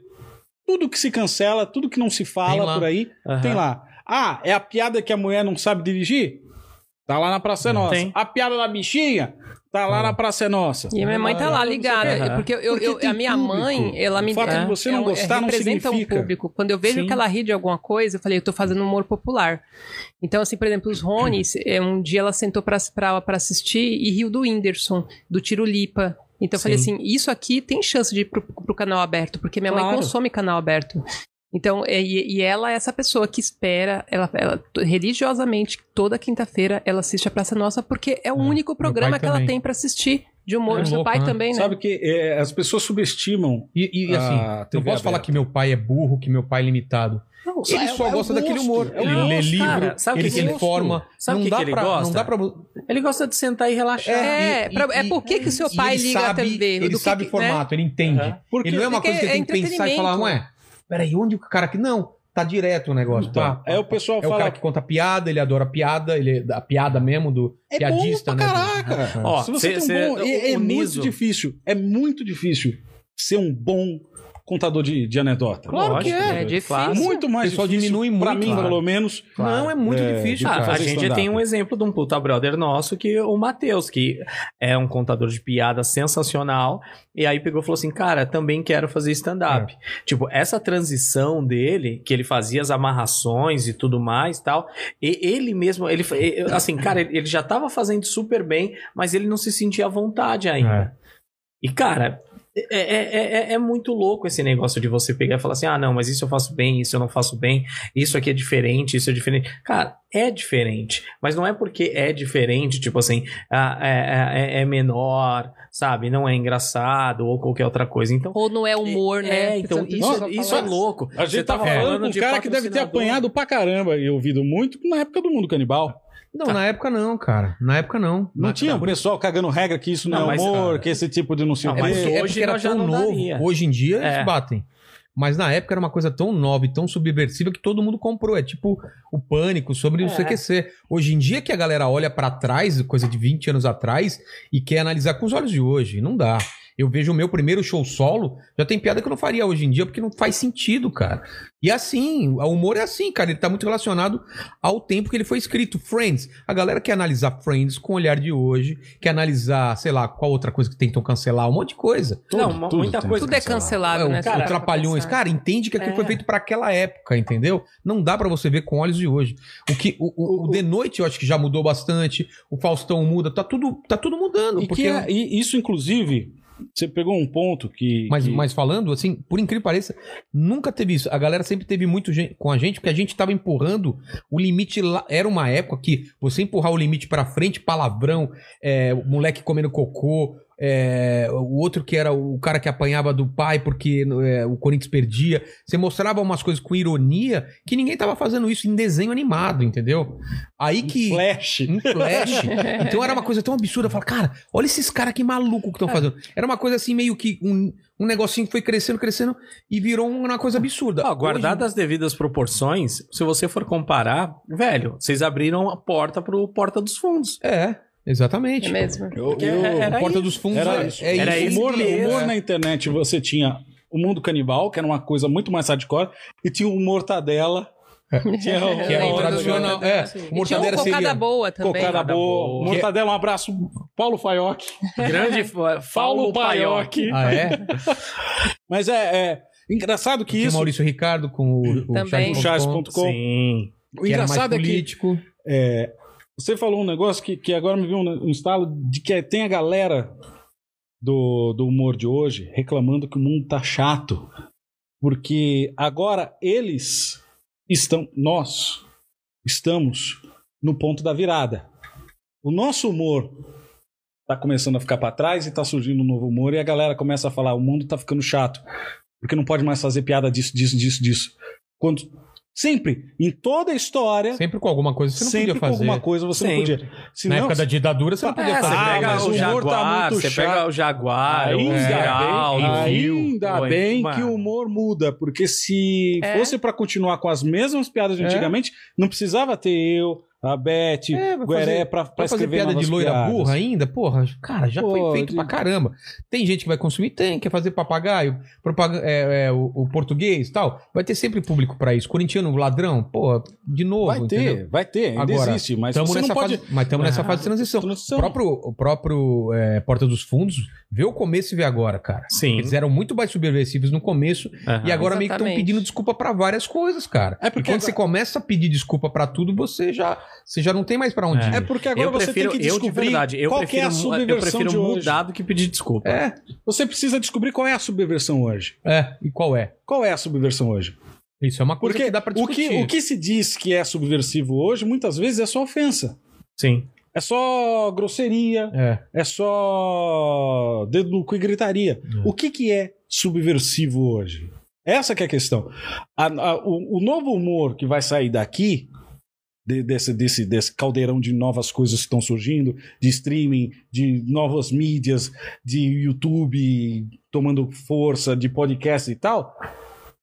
S2: tudo que se cancela, tudo que não se
S1: Tem
S2: fala
S1: lá.
S2: por aí,
S3: Aham.
S2: tem lá. Ah, é a piada que a mulher não sabe dirigir? Tá lá na Praça é Nossa.
S3: Tem.
S2: A piada da bichinha? Tá lá
S1: Tá.
S2: na Praça é Nossa.
S4: E a minha mãe tá lá ligada.
S3: Aham.
S4: Porque, eu, eu-
S2: Porque
S4: eu-
S2: tem
S4: a minha
S2: público.
S4: mãe, ela me
S2: O fato de você não
S4: é um- é-
S2: gostar não
S4: representa
S2: significa.
S4: um público. Quando eu vejo
S3: Sim.
S4: que ela ri de alguma coisa, eu falei, eu tô fazendo humor popular. Então, assim, por exemplo, os Ronis, é, um dia ela sentou pra, pra, pra assistir e riu do Whindersson, do Tiro Lipa. Então eu falei assim, isso aqui tem chance de ir pro, pro canal aberto, porque minha mãe
S2: Claro.
S4: consome canal aberto. Então, é, e, e ela é essa pessoa que espera, ela, ela t- religiosamente, toda quinta-feira, ela assiste a Praça Nossa, porque é o
S1: É,
S4: único programa
S1: pai
S4: que ela
S1: também.
S4: tem pra assistir de humor.
S1: É
S4: Seu
S1: louco,
S4: pai
S1: né?
S4: também, né?
S2: Sabe que é, as pessoas subestimam.
S1: E, e, assim,
S2: Ah,
S1: não
S2: TV
S1: posso falar
S2: aberta.
S1: que meu pai é burro, que meu pai é limitado.
S2: Não,
S1: Ele só gosta daquele humor.
S2: é o
S1: ele
S2: gosto.
S1: lê livro,
S3: cara. Sabe o
S1: ele
S3: que
S1: se
S3: que ele-
S1: informa.
S3: Sabe o
S1: não,
S3: que
S1: dá
S3: que ele
S1: pra,
S3: gosta?
S1: não dá pra.
S3: Ele gosta de sentar e relaxar.
S4: É,
S1: e- e-
S4: pra- é
S1: e-
S4: por que que o seu
S1: e
S4: pai
S1: ele
S4: liga a
S1: sabe-
S4: TV? Do
S1: Ele
S4: que
S1: sabe o
S4: que-
S1: formato, ele entende.
S3: Aham.
S2: Porque
S1: Ele não é uma
S4: Porque
S1: coisa que ele
S4: é
S1: tem que pensar e falar,
S4: entretenimento.
S1: ué, peraí, onde o cara que. Não, tá direto o negócio.
S2: Então,
S1: pá, pá,
S2: é o pessoal
S1: É o
S2: fala.
S1: cara que conta piada, ele adora piada, ele é a piada mesmo do
S2: É
S1: piadista,
S2: bom pra
S1: né?
S2: caraca.
S3: Ó,
S2: Se você
S3: cê-
S2: tem um
S3: cê-
S2: bom, é, é
S3: o- o
S2: muito
S3: Niso-
S2: difícil. É muito difícil ser um bom contador de, de anedota.
S3: Claro
S2: Lógico,
S3: que é,
S2: velho.
S3: é difícil.
S2: Muito mais
S1: O pessoal
S2: difícil,
S1: diminui
S2: Pra
S1: muito,
S2: mim,
S1: claro.
S2: pelo menos.
S1: Não, é muito
S2: É,
S1: difícil,
S2: de
S3: Ah,
S1: cara.
S3: a
S2: fazer
S3: gente
S2: stand-up.
S3: tem um exemplo de um puta brother nosso que é o Matheus, que é um contador de piada sensacional. E aí pegou e falou assim: Cara, também quero fazer stand-up.
S2: É.
S3: Tipo, essa transição dele, que ele fazia as amarrações e tudo mais tal. E ele mesmo, ele fa- e- assim, cara, ele ele já tava fazendo super bem, mas ele não se sentia à vontade
S1: É.
S2: É.
S3: ainda. E, cara. É, é- é- é muito louco esse negócio de você pegar e falar assim: ah, não, mas isso eu faço bem, isso eu não faço bem, isso aqui é diferente, isso é diferente. Cara, é diferente. Mas não é porque é diferente, tipo assim, ah, é, é- é- é menor, sabe? Não é engraçado ou qualquer outra coisa. Então.
S4: Ou não é humor,
S3: é,
S4: né?
S3: É, então
S4: Pessoa-
S3: isso,
S4: Nossa,
S3: isso é
S4: falar isso.
S3: louco. tá
S2: A gente tava falando com um cara que deve ter apanhado pra caramba e ouvido muito na época do mundo canibal.
S1: Não, na época não, cara. Na época não.
S2: Não
S1: Na-
S2: tinha o
S1: na-
S2: pessoal cagando regra que isso não,
S3: Não,
S2: é
S3: mas,
S2: humor,
S3: cara,
S2: que esse tipo de não sei o
S3: não,
S2: quê.
S3: mas
S1: É,
S3: hoje
S1: é porque era
S3: nós já
S1: tão
S3: não
S1: novo.
S3: daria.
S1: Hoje em dia
S3: É.
S1: eles batem. Mas na época era uma coisa tão nova e tão subversiva que todo mundo comprou. É tipo o pânico sobre
S3: É.
S1: o CQC. Hoje em dia que a galera olha pra trás, coisa de 20 anos atrás, e quer analisar com os olhos de hoje. Não dá. Eu vejo o meu primeiro show solo, já tem piada que eu não faria hoje em dia, porque não faz sentido, cara. E assim, o humor é assim, cara. Ele tá muito relacionado ao tempo que ele foi escrito. Friends. A galera quer analisar Friends com o olhar de hoje, quer analisar, sei lá, qual outra coisa que tentam cancelar, um monte de coisa.
S3: Não, mu- muita
S2: tem
S3: coisa-
S4: Tudo é
S1: É,
S4: cancelável,
S1: o
S4: né?
S1: cara,
S4: se você for
S1: trapalhões.
S4: pensar.
S1: Cara, entende que aquilo
S3: É.
S1: foi feito pra aquela época, entendeu? Não dá pra você ver com olhos de hoje. O que o, o- o de noite eu acho que já mudou bastante. O Faustão muda, tá tudo, tá tudo mudando.
S2: E,
S1: porque
S2: que é- e isso, inclusive, você pegou um ponto que.
S1: mas,
S2: que-
S1: mas falando assim, por incrível que pareça, nunca teve isso. A galera sempre teve muito gen- com a gente, porque a gente tava empurrando o limite lá. Era uma época que você empurrar o limite pra frente, palavrão, é, o moleque comendo cocô, é, o outro que era o cara que apanhava do pai porque é, o Corinthians perdia. Você mostrava umas coisas com ironia que ninguém tava fazendo isso em desenho animado, entendeu? Aí que.
S2: Flash.
S1: Um flash. Então era uma coisa tão absurda. Eu falava, cara, olha esses caras que maluco que estão fazendo. Era uma coisa assim, meio que um, um negocinho que foi crescendo, crescendo e virou um, uma coisa absurda.
S3: Ó, guardado as devidas proporções, se você for comparar, velho, vocês abriram a porta pro Porta dos Fundos.
S1: Hoje- é, exatamente.
S4: É mesmo?
S2: Eu-
S3: Porque
S2: eu-
S3: era-
S1: Porta dos Fundos
S2: Era
S1: é-
S2: isso.
S1: é
S3: Era
S1: isso.
S3: isso
S2: humor,
S3: que era.
S2: humor né? na internet você tinha o mundo canibal, que era uma coisa muito mais hardcore, e tinha o mortadela. Tinha o,
S1: Que é
S2: o-
S1: o tradicional. É, o
S4: E tinha
S1: mortadela
S4: uma cocada
S1: seria.
S4: boa também.
S2: Cocada boa.
S3: boa.
S2: Mortadela, um abraço. Paulo Faioc.
S3: Grande fa-
S2: Paulo
S3: Paulo Paioc.
S2: Paioc.
S1: Ah, é?
S2: Mas é, é engraçado que
S1: Tinha
S2: isso.
S1: Maurício Ricardo com o, o
S4: Também.
S2: o
S1: Charles.com.
S2: Charles.com.
S3: Sim.
S2: O
S1: que era mais
S2: engraçado é que
S1: político.
S2: É, você falou um negócio que, que agora me viu um, um estalo de que tem a galera do, do humor de hoje reclamando que o mundo tá chato. Porque agora eles estão, nós estamos no ponto da virada. O nosso humor tá começando a ficar para trás e tá surgindo um novo humor e a galera começa a falar: o mundo tá ficando chato. Porque não pode mais fazer piada disso, disso, disso, disso. Quando, sempre, em toda a história,
S1: Sempre com alguma coisa que você não
S2: sempre
S1: podia
S2: com
S1: fazer.
S2: alguma coisa você
S3: Sempre.
S2: não podia. Se
S1: Na
S2: não,
S1: época da ditadura você não podia
S3: É, você
S1: fazer.
S2: Ah,
S3: pega
S2: mas
S3: o
S2: o humor tá
S3: Jaguar,
S2: muito
S3: você
S2: chato.
S3: pega o Jaguar, o
S1: É.
S3: Geral,
S2: ainda
S1: né?
S3: o Rio.
S2: bem, ainda
S3: Pô,
S2: bem
S3: mano.
S2: que o humor muda, porque se
S4: É.
S2: fosse pra continuar com as mesmas piadas de
S1: É.
S2: antigamente, não precisava ter eu, a Beth,
S1: É, vai
S2: Gueré
S1: fazer-
S2: pra, pra
S1: Vai fazer
S2: escrever
S1: piada de
S2: novas
S1: loira
S2: piadas.
S1: burra ainda? Porra, cara, já
S2: Pô,
S1: foi feito
S2: de-
S1: pra caramba. Tem gente que vai consumir? Tem. Quer fazer papagaio? Propaga- é, é, o, o português e tal? Vai ter sempre público pra isso. Corintiano, ladrão? Porra, de novo,
S2: Vai ter,
S1: entendeu?
S2: vai ter, ainda
S1: Agora, então
S2: existe, mas
S1: Tamo
S2: você não
S1: nessa
S2: pode. Ah,
S1: fase, mas estamos nessa fase de transição. O
S2: Transição.
S1: próprio, o próprio é, Porta dos Fundos vê o começo e vê agora, cara.
S3: Sim.
S1: Eles eram muito mais subversivos no começo
S3: Aham.
S1: E agora meio que estão
S4: Exatamente.
S1: pedindo desculpa pra várias coisas, cara.
S2: Ah, É porque
S1: E quando você começa a pedir desculpa pra tudo, você já, você já não tem mais pra onde
S2: É
S1: ir.
S2: porque agora
S3: eu
S2: você
S3: prefiro,
S2: tem que
S3: eu de
S2: descobrir
S3: verdade, eu
S2: qual que é
S3: prefiro,
S2: a
S3: mu-
S2: subversão
S3: eu prefiro
S2: de hoje.
S3: mudar do que pedir desculpa.
S1: É,
S2: Você precisa descobrir qual é a subversão hoje.
S1: é. E qual é?
S2: Qual é a subversão hoje?
S1: Isso é uma coisa
S2: Porque
S1: que dá pra
S2: o,
S1: discutir.
S2: que, o que se diz que é subversivo hoje, muitas vezes é só ofensa.
S3: Sim.
S2: É só grosseria,
S1: É.
S2: é só dedo no cu e gritaria. O que, que é subversivo hoje? Essa que é a questão. A- a- o, o novo humor que vai sair daqui, de- desse, desse, desse caldeirão de novas coisas que estão surgindo, de streaming, de novas mídias, de YouTube tomando força, de podcast e tal,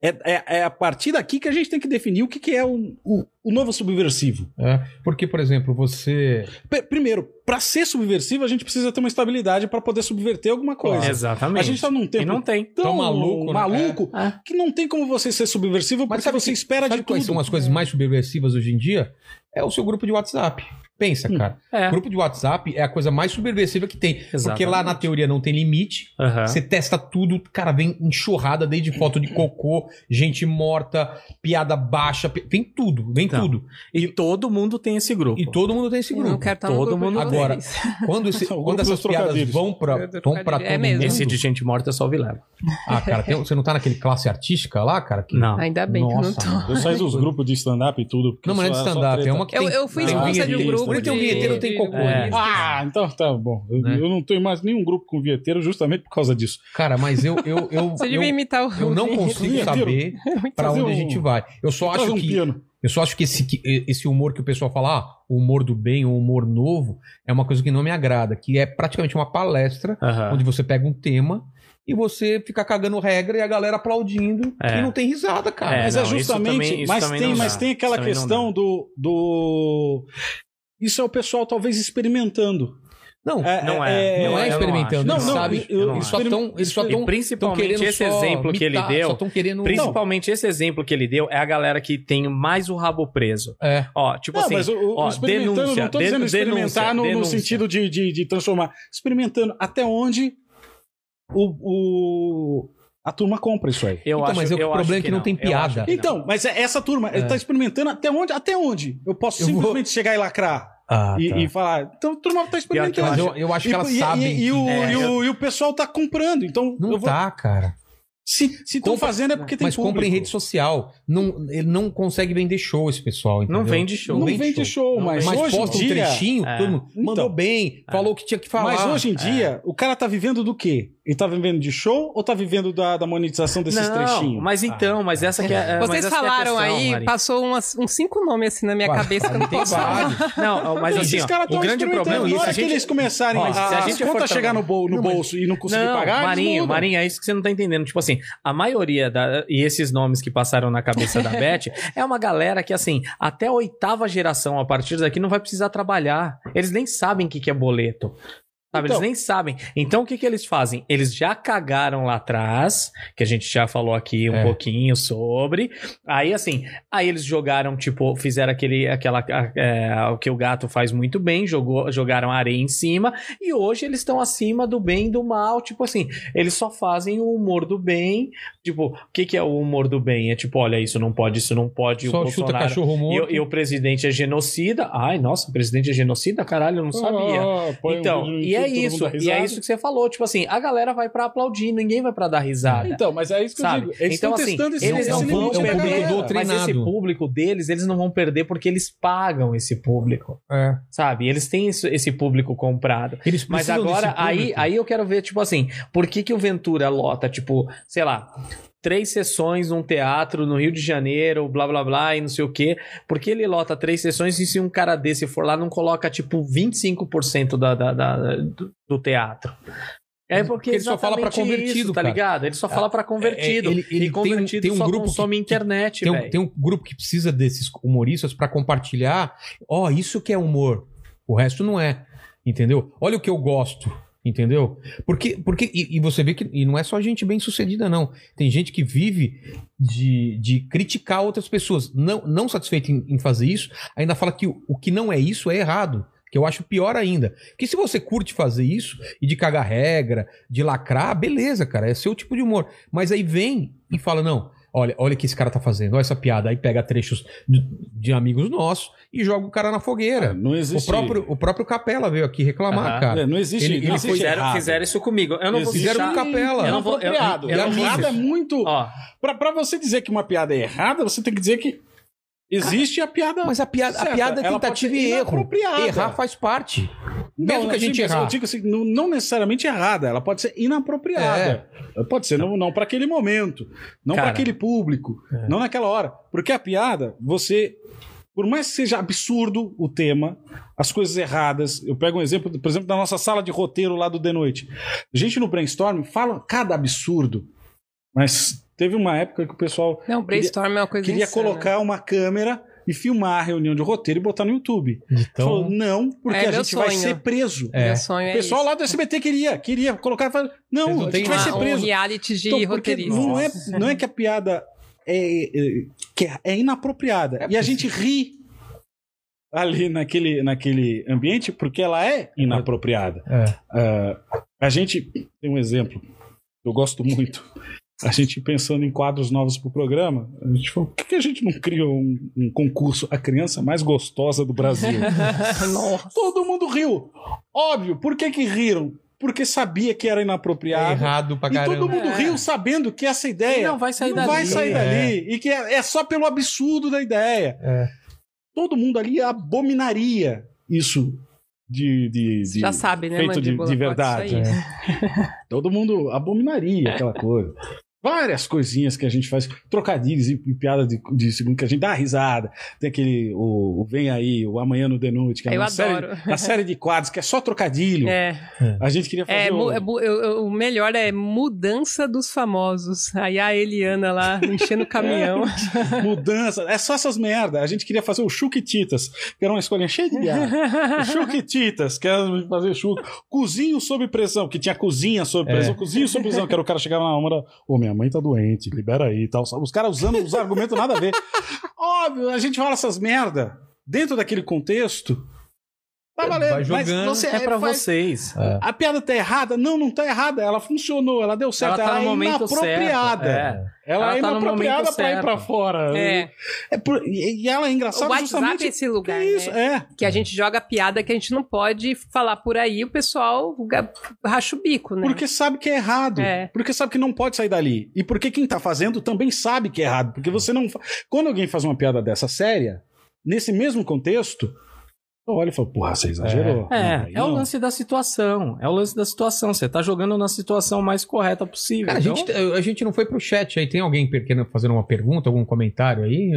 S2: é, é- é a partir daqui que a gente tem que definir o que, que é o- o- o novo subversivo.
S1: É. Porque, por exemplo, você.
S2: P- Primeiro, para ser subversivo, a gente precisa ter uma estabilidade para poder subverter alguma coisa.
S3: Exatamente.
S2: A gente tá num
S3: E
S2: tempo
S3: não tem.
S2: tão,
S1: Tão
S2: maluco,
S1: maluco, né?
S4: É.
S2: que não tem como você ser subversivo
S1: Mas
S2: porque
S1: sabe
S2: você
S1: que-
S2: espera de
S1: Sabe quais
S2: tudo.
S1: são as coisas mais subversivas hoje em dia? É o seu grupo de WhatsApp. Pensa,
S2: Hum.
S1: cara.
S3: É.
S1: Grupo de WhatsApp é a coisa mais subversiva que tem. Porque
S3: Exatamente. É.
S1: lá na teoria não tem limite.
S3: Aham.
S1: Você testa tudo, cara, vem enxurrada desde foto de cocô, gente morta, piada baixa, pi- vem tudo, vem
S3: Então,
S1: tudo.
S3: E todo mundo tem esse grupo.
S1: E todo mundo tem esse
S4: Eu
S1: grupo.
S4: não quero estar no
S3: Todo
S4: grupo de
S3: mundo
S1: agora.
S4: vocês.
S1: Quando, esse-
S2: O grupo
S1: quando essas
S2: dos
S1: piadas
S2: trocadilhos.
S1: vão pra,
S4: É, do
S1: vão pra
S4: trocadilho.
S1: todo
S4: É mesmo.
S1: mundo...
S3: Esse de gente morta é só o Vilela.
S1: Ah, cara, tem- você não tá naquele classe artística lá, cara? que-
S3: Não.
S4: Ainda bem
S1: Nossa,
S4: que eu não tô.
S2: Eu saí dos grupos de stand-up e tudo. porque
S1: Não, mas não é de
S2: só- só
S1: stand-up,
S2: treta.
S1: é uma que
S4: Eu,
S1: tem...
S4: eu fui
S2: Tem
S4: expulsa de um
S2: vinheteiro,
S4: grupo
S2: tem
S4: de...
S2: um
S1: vinheteiro, tem cocô.
S4: É.
S2: Ah, então tá bom. Eu,
S1: Né?
S2: eu não tenho mais nenhum grupo com vieteiro justamente por causa disso.
S1: Cara, mas eu... Eu, eu,
S4: Você
S1: eu-
S4: devia imitar o...
S1: eu não consigo
S2: Vinheteiro.
S1: saber pra
S2: Fazer
S1: onde a
S2: um-
S1: gente vai. Eu só
S2: Traz
S1: acho
S2: um
S1: que...
S2: piano.
S1: Eu só acho que esse, que- esse humor que o pessoal fala, ah, o humor do bem, o humor novo, é uma coisa que não me agrada, que é praticamente uma palestra
S3: Aham.
S1: onde você pega um tema e você fica cagando regra e a galera aplaudindo
S3: É.
S1: e não tem risada, cara.
S3: É,
S2: mas é
S3: não, isso
S2: justamente.
S3: também- isso
S2: mas,
S3: também
S2: tem,
S3: não
S2: mas
S3: dá.
S2: tem aquela
S3: Isso também não
S2: questão do, do. Isso é o pessoal talvez experimentando.
S1: Não,
S3: Não é.
S1: não é
S3: eu
S1: experimentando,
S3: não
S2: não,
S1: eles
S3: acho, eu
S1: sabem.
S3: eu não é.
S2: eu-
S1: eles
S3: acho.
S1: só tão- eles só
S2: E
S1: estão
S3: Principalmente esse exemplo que ele
S1: Só
S3: deu.
S1: estão querendo.
S3: Principalmente esse exemplo que ele deu é a galera que tem mais o rabo preso.
S1: É.
S3: Ó, tipo
S2: não,
S3: assim,
S2: mas o, o
S3: ó,
S2: experimentando,
S3: denúncia,
S2: não tô
S3: de-
S2: dizendo experimentar
S3: denúncia,
S2: no, no
S3: denúncia.
S2: sentido de, de, de transformar. Experimentando até onde o, o- a turma compra isso aí.
S3: eu
S1: Então,
S3: acho,
S1: mas é o
S3: eu
S1: problema
S3: acho
S1: é que não tem
S3: eu acho
S1: piada.
S3: que não.
S2: Então, mas é essa turma está experimentando até onde? Até onde? Eu posso
S1: Eu vou-
S2: simplesmente chegar e lacrar
S1: Ah,
S2: e,
S1: tá.
S2: e falar. Então, a turma está
S3: Pior que eu
S2: experimentando.
S1: Mas eu, eu acho que elas
S2: e,
S1: sabem.
S2: e- e o,
S1: que-
S3: É,
S2: e, o, e o pessoal tá comprando. Então,
S1: Não
S2: eu vou-
S1: tá, cara.
S2: Se estão
S1: Compra-
S2: fazendo é porque tem
S1: Mas
S2: público.
S1: compra em rede social. Não, ele não consegue vender show esse pessoal, entendeu?
S3: Não vende show.
S2: Não
S1: vende
S2: vende show,
S3: Não
S2: mas,
S1: Mas
S2: hoje
S1: posta
S2: em dia...
S1: um trechinho,
S3: é.
S1: todo mundo mandou
S2: Então,
S1: bem, falou o que tinha que falar.
S2: Mas hoje em dia, o cara tá vivendo do quê? Ele tá vivendo de show ou tá vivendo da, da monetização desses
S3: não,
S2: trechinhos?
S3: mas então, mas essa
S1: Ah.
S3: que é... mas
S4: Vocês
S3: essa que é a
S4: falaram
S3: questão,
S4: aí,
S3: Mari.
S4: passou umas- uns cinco nomes assim na minha
S1: Ué,
S4: cabeça que eu não
S1: tem
S4: posso falar.
S1: vários.
S3: Não, mas assim,
S2: esses
S3: ó,
S2: caras
S3: o
S2: estão
S3: grande problema é
S2: Na
S3: isso.
S2: hora
S3: A
S2: que
S3: gente...
S2: eles começarem
S3: Ó,
S2: a,
S3: se a
S2: as
S3: gente for
S2: contas
S3: tra-
S2: chegar no, bol, no bolso e não conseguir
S3: não,
S2: pagar, eles
S3: Marinho,
S2: mudam.
S3: Marinho, é isso que você não tá entendendo. Tipo assim, a maioria da, e esses nomes que passaram na cabeça da Beth é uma galera que, assim, até a oitava geração a partir daqui não vai precisar trabalhar. Eles nem sabem o que, que é boleto. Sabe?
S2: Então.
S3: eles nem sabem. Então, o que, que eles fazem? Eles já cagaram lá atrás, que a gente já falou aqui um
S1: É.
S3: pouquinho sobre. Aí, assim, aí eles jogaram, tipo, fizeram aquele, aquela, a- é, o que o gato faz muito bem, jogou, jogaram areia em cima, e hoje eles estão acima do bem e do mal, tipo assim, eles só fazem o humor do bem, tipo, o que, que é o humor do bem? É tipo, olha, isso não pode, isso não pode,
S1: Só
S3: o
S1: chuta
S3: Bolsonaro...
S1: cachorro
S3: E,
S1: morto.
S3: o- e o presidente é genocida. Ai, nossa, o presidente é genocida? Caralho, eu não sabia.
S2: Ah, põe um
S3: Então,
S2: vídeo no
S3: e
S2: YouTube, todo mundo
S3: é isso,
S2: dá
S3: e é
S2: risada.
S3: isso que você falou, tipo assim, a galera vai pra aplaudir, ninguém vai pra dar risada.
S2: Então, mas é isso que
S3: Sabe?
S2: eu digo. Eles
S3: então,
S2: estão
S3: assim,
S2: testando esse,
S3: eles
S2: esse
S3: não vão
S2: limite da
S1: é um
S3: perder,
S1: público
S2: galera.
S1: do-
S3: mas
S1: doutrinado.
S3: esse público deles, eles não vão perder porque eles pagam esse público,
S1: É.
S3: sabe? Eles têm isso- esse público comprado.
S1: Eles
S3: Mas
S1: precisam
S3: agora,
S1: desse
S3: aí,
S1: público. é.
S3: aí eu quero ver, tipo assim, por que, que o Ventura lota, tipo, sei lá, três sessões num teatro no Rio de Janeiro, blá blá blá, e não sei o quê. Por que ele lota três sessões e se um cara desse for lá, não coloca, tipo, 25% da, da, da- do, do teatro? É porque,
S1: ele só fala pra
S3: exatamente
S1: convertido,
S3: isso, tá
S1: cara.
S3: ligado? Ele só fala pra convertido.
S1: É, ele- ele tem
S3: e
S1: um-
S3: convertido
S1: tem um
S3: só
S1: grupo que-
S3: consome internet,
S1: Tem um,
S3: velho.
S1: tem um grupo que precisa desses humoristas pra compartilhar. Ó, isso que é humor. O resto não é. Entendeu? Olha o que eu gosto. Entendeu? Porque, porque e, e você vê que e não é só gente bem sucedida, não. Tem gente que vive de, de criticar outras pessoas. Não, não satisfeito em, em fazer isso, ainda fala que o, o que não é isso é errado. Que eu acho pior ainda. Que se você curte fazer isso e de cagar regra, de lacrar, beleza, cara. É seu tipo de humor. Mas aí vem e fala: não, olha, olha o que esse cara tá fazendo, olha essa piada. Aí pega trechos de, de amigos nossos e joga o cara na
S2: É,
S1: fogueira.
S2: Não
S1: o,
S2: existe.
S1: próprio, o próprio Capela veio aqui reclamar,
S3: Aham.
S1: cara.
S2: É, Não existe.
S1: Ele-
S2: não
S1: ele
S2: existe
S3: Fizeram,
S2: errado.
S3: fizeram isso comigo. Eu não vou
S2: Existe-
S1: Fizeram
S3: deixar...
S1: com Capela.
S3: Eu não vou-
S2: Apropriado.
S3: eu- eu-
S2: Errado é muito.
S3: Ó,
S2: Pra, pra você dizer que uma piada é errada, você tem que dizer que existe a piada.
S1: Mas a piada, a
S2: certa.
S1: piada é
S2: Ela pode
S1: tentativa
S2: ser
S1: e erro.
S2: inapropriada.
S1: Errar faz parte. Mesmo
S2: Não,
S1: que a gente
S2: sim, mas
S1: errar.
S2: Eu digo assim, não, não necessariamente errada, ela pode ser inapropriada.
S1: É.
S2: Ela Pode ser não, não para aquele momento, não para
S3: Cara.
S2: aquele público,
S1: É.
S2: não naquela hora. Porque a piada, você. Por mais que seja absurdo o tema, as coisas erradas. Eu pego um exemplo, por exemplo, da nossa sala de roteiro lá do The Noite. A gente no brainstorm fala cada absurdo, mas teve uma época que o pessoal
S4: Não, brainstorm é uma coisa
S1: né?
S2: queria
S4: insana.
S2: colocar uma câmera e filmar a reunião de roteiro e botar no YouTube. Falou,
S1: Então,
S2: não, porque
S4: É
S2: a
S4: meu
S2: gente vai
S4: sonho.
S2: ser preso.
S1: É.
S4: Meu sonho
S2: O
S4: é
S2: pessoal
S4: isso.
S2: lá do SBT queria, queria colocar e falar,
S1: Vocês
S2: não,
S1: não
S2: a
S1: têm
S2: gente vai
S4: Uma-
S2: ser
S4: Um
S2: preso.
S4: reality de
S2: Então, porque
S4: roteirista.
S2: não é, não é que a piada é, é- que é- é inapropriada. e a gente ri ali naquele, naquele ambiente porque ela é inapropriada.
S1: é.
S2: Ah, a gente tem um exemplo que eu gosto muito. A gente pensando em quadros novos pro programa, a gente falou, por que, que a gente não cria um, um concurso A Criança Mais Gostosa do Brasil? Todo mundo riu. Óbvio, por que que riram? Porque sabia que era
S1: É
S2: inapropriado.
S1: errado pra
S2: e
S1: caramba.
S2: todo mundo
S3: É.
S2: riu sabendo que essa
S3: ele
S2: ideia
S3: É, não vai sair
S2: não
S3: dali.
S2: vai sair
S1: É.
S2: dali. E que é, é só pelo absurdo da ideia.
S1: É.
S2: Todo mundo ali abominaria isso de. de, de-
S4: Já sabe, né,
S2: feito de-
S4: mandíbula?
S2: de
S4: Pode
S2: verdade,
S4: sair.
S2: Todo mundo abominaria aquela coisa. Várias coisinhas que a gente faz, trocadilhos e, e piada de, de segundo que a gente dá risada. Tem aquele. O, o Vem aí, o Amanhã no The Noite, que é
S4: Eu
S2: uma
S4: adoro.
S2: série. A série de quadros que é só trocadilho.
S4: É.
S2: A gente queria fazer. um
S4: É,
S2: o-
S4: mu- é mu- eu- eu- o melhor é mudança dos famosos. Aí a Eliana lá enchendo o caminhão.
S2: Mudança. É só essas merda. A gente queria fazer o Chuquititas, que era uma escolha cheia de guerra. O Chuquititas, que era fazer chuco. Cozinho sob pressão, que tinha cozinha
S3: É.
S2: sob pressão. Cozinho sob pressão, que era o cara chegar na hora, ô, minha mãe tá doente, libera aí e tal. Os caras usando os argumentos nada a ver. Óbvio, a gente fala essas merda dentro daquele contexto. Tá valendo.
S1: Vai
S2: mas
S1: jogando.
S2: você,
S3: É pra
S2: faz-
S3: vocês.
S2: A piada tá errada? Não, não tá errada. Ela funcionou, ela deu certo.
S3: Ela
S2: Ela,
S3: tá no
S2: é
S3: momento certo,
S2: inapropriada.
S3: é.
S2: Ela,
S3: Ela
S2: é
S3: tá no
S2: inapropriada
S3: momento
S2: pra ir
S3: certo.
S2: pra fora.
S4: É,
S2: É por- e, e ela é
S4: o
S2: engraçada
S4: WhatsApp
S2: justamente.
S4: é esse lugar,
S2: é isso,
S4: né?
S2: é.
S4: Que a gente joga piada que a gente não pode falar por aí, o pessoal ga- racha o bico, né?
S2: Porque sabe que é errado.
S4: É.
S2: Porque sabe que não pode sair dali. E porque quem tá fazendo também sabe que é errado. Porque você não. fa- Quando alguém faz uma piada dessa séria, nesse mesmo contexto, eu olho e falo, porra, você exagerou. Não,
S3: É,
S2: aí
S3: é o
S2: não.
S3: lance da situação. É o lance da situação. Você tá jogando na situação mais correta possível.
S1: Cara, a
S3: Então,
S1: gente, a gente não foi pro chat aí. Tem alguém querendo fazendo uma pergunta, algum comentário aí?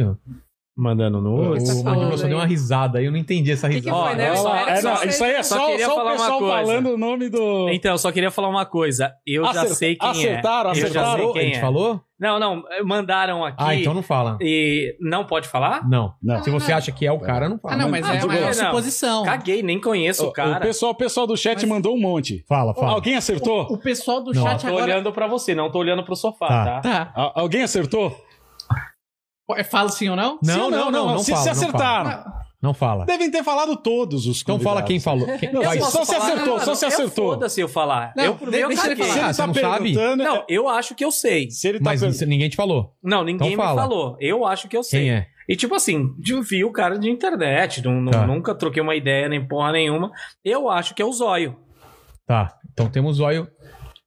S3: mandando no.
S1: O
S4: tá falando
S1: Mandíbula só
S4: aí?
S1: deu uma risada aí. Eu não entendi essa
S4: que
S1: risada.
S4: foi, né? Eu
S2: Olha lá,
S4: espero que
S2: é, não,
S4: vocês-
S2: isso aí é
S3: Só
S2: só,
S3: queria
S2: só
S3: falar
S2: o
S3: uma
S2: pessoal
S3: coisa.
S2: falando o nome do.
S3: Então, eu só queria falar uma coisa. Eu já
S2: Acerta-
S3: sei quem
S2: acertaram,
S3: é. Eu já
S2: acertaram.
S3: sei
S1: a
S3: quem
S1: gente
S3: é.
S1: falou?
S3: Não, não. Mandaram aqui.
S1: Ah, então não fala.
S3: E não pode falar?
S1: Não.
S2: Não.
S1: Se você acha que é o cara, não fala.
S5: Ah, não, mas
S3: Ah,
S5: é
S3: de
S5: uma
S3: boa.
S5: suposição.
S3: Caguei, nem conheço o
S2: O, o
S3: cara.
S2: pessoal, o pessoal do chat mandou um monte.
S1: Fala, fala.
S2: Alguém acertou?
S5: O pessoal do
S1: Não,
S5: chat
S3: Tô
S5: agora.
S3: olhando pra você, não tô olhando pro sofá, tá?
S1: Tá.
S5: Tá.
S2: Al- alguém acertou?
S5: É, Fala sim ou não?
S2: Sim
S1: Não,
S2: ou
S1: não, não, não,
S2: se,
S1: fala,
S2: se
S1: não
S2: acertaram.
S1: fala. Não fala.
S2: Devem ter falado todos os
S1: Então fala
S2: convidados.
S1: quem falou. Quem-
S2: Não,
S1: Vai,
S2: só- só se
S3: falar
S2: acertou,
S3: nada,
S2: só se
S3: eu
S2: acertou.
S3: Foda-se eu falar.
S5: Não,
S3: eu, eu
S5: deixa ele
S3: caguei.
S5: falar.
S1: Ah,
S2: Se
S1: você
S2: ele
S1: não
S2: tá
S1: sabe?
S2: perguntando.
S3: Não, eu acho que eu sei.
S2: Se ele tá
S1: Mas
S2: perguntando.
S1: ninguém te falou.
S3: Não, ninguém
S1: Então
S3: me
S1: fala.
S3: falou. Eu acho que eu sei.
S1: Quem é?
S3: E tipo assim, eu vi o cara de internet, não- não-
S1: Tá.
S3: nunca troquei uma ideia nem porra nenhuma. Eu acho que é o zóio.
S1: Tá. Então temos óleo.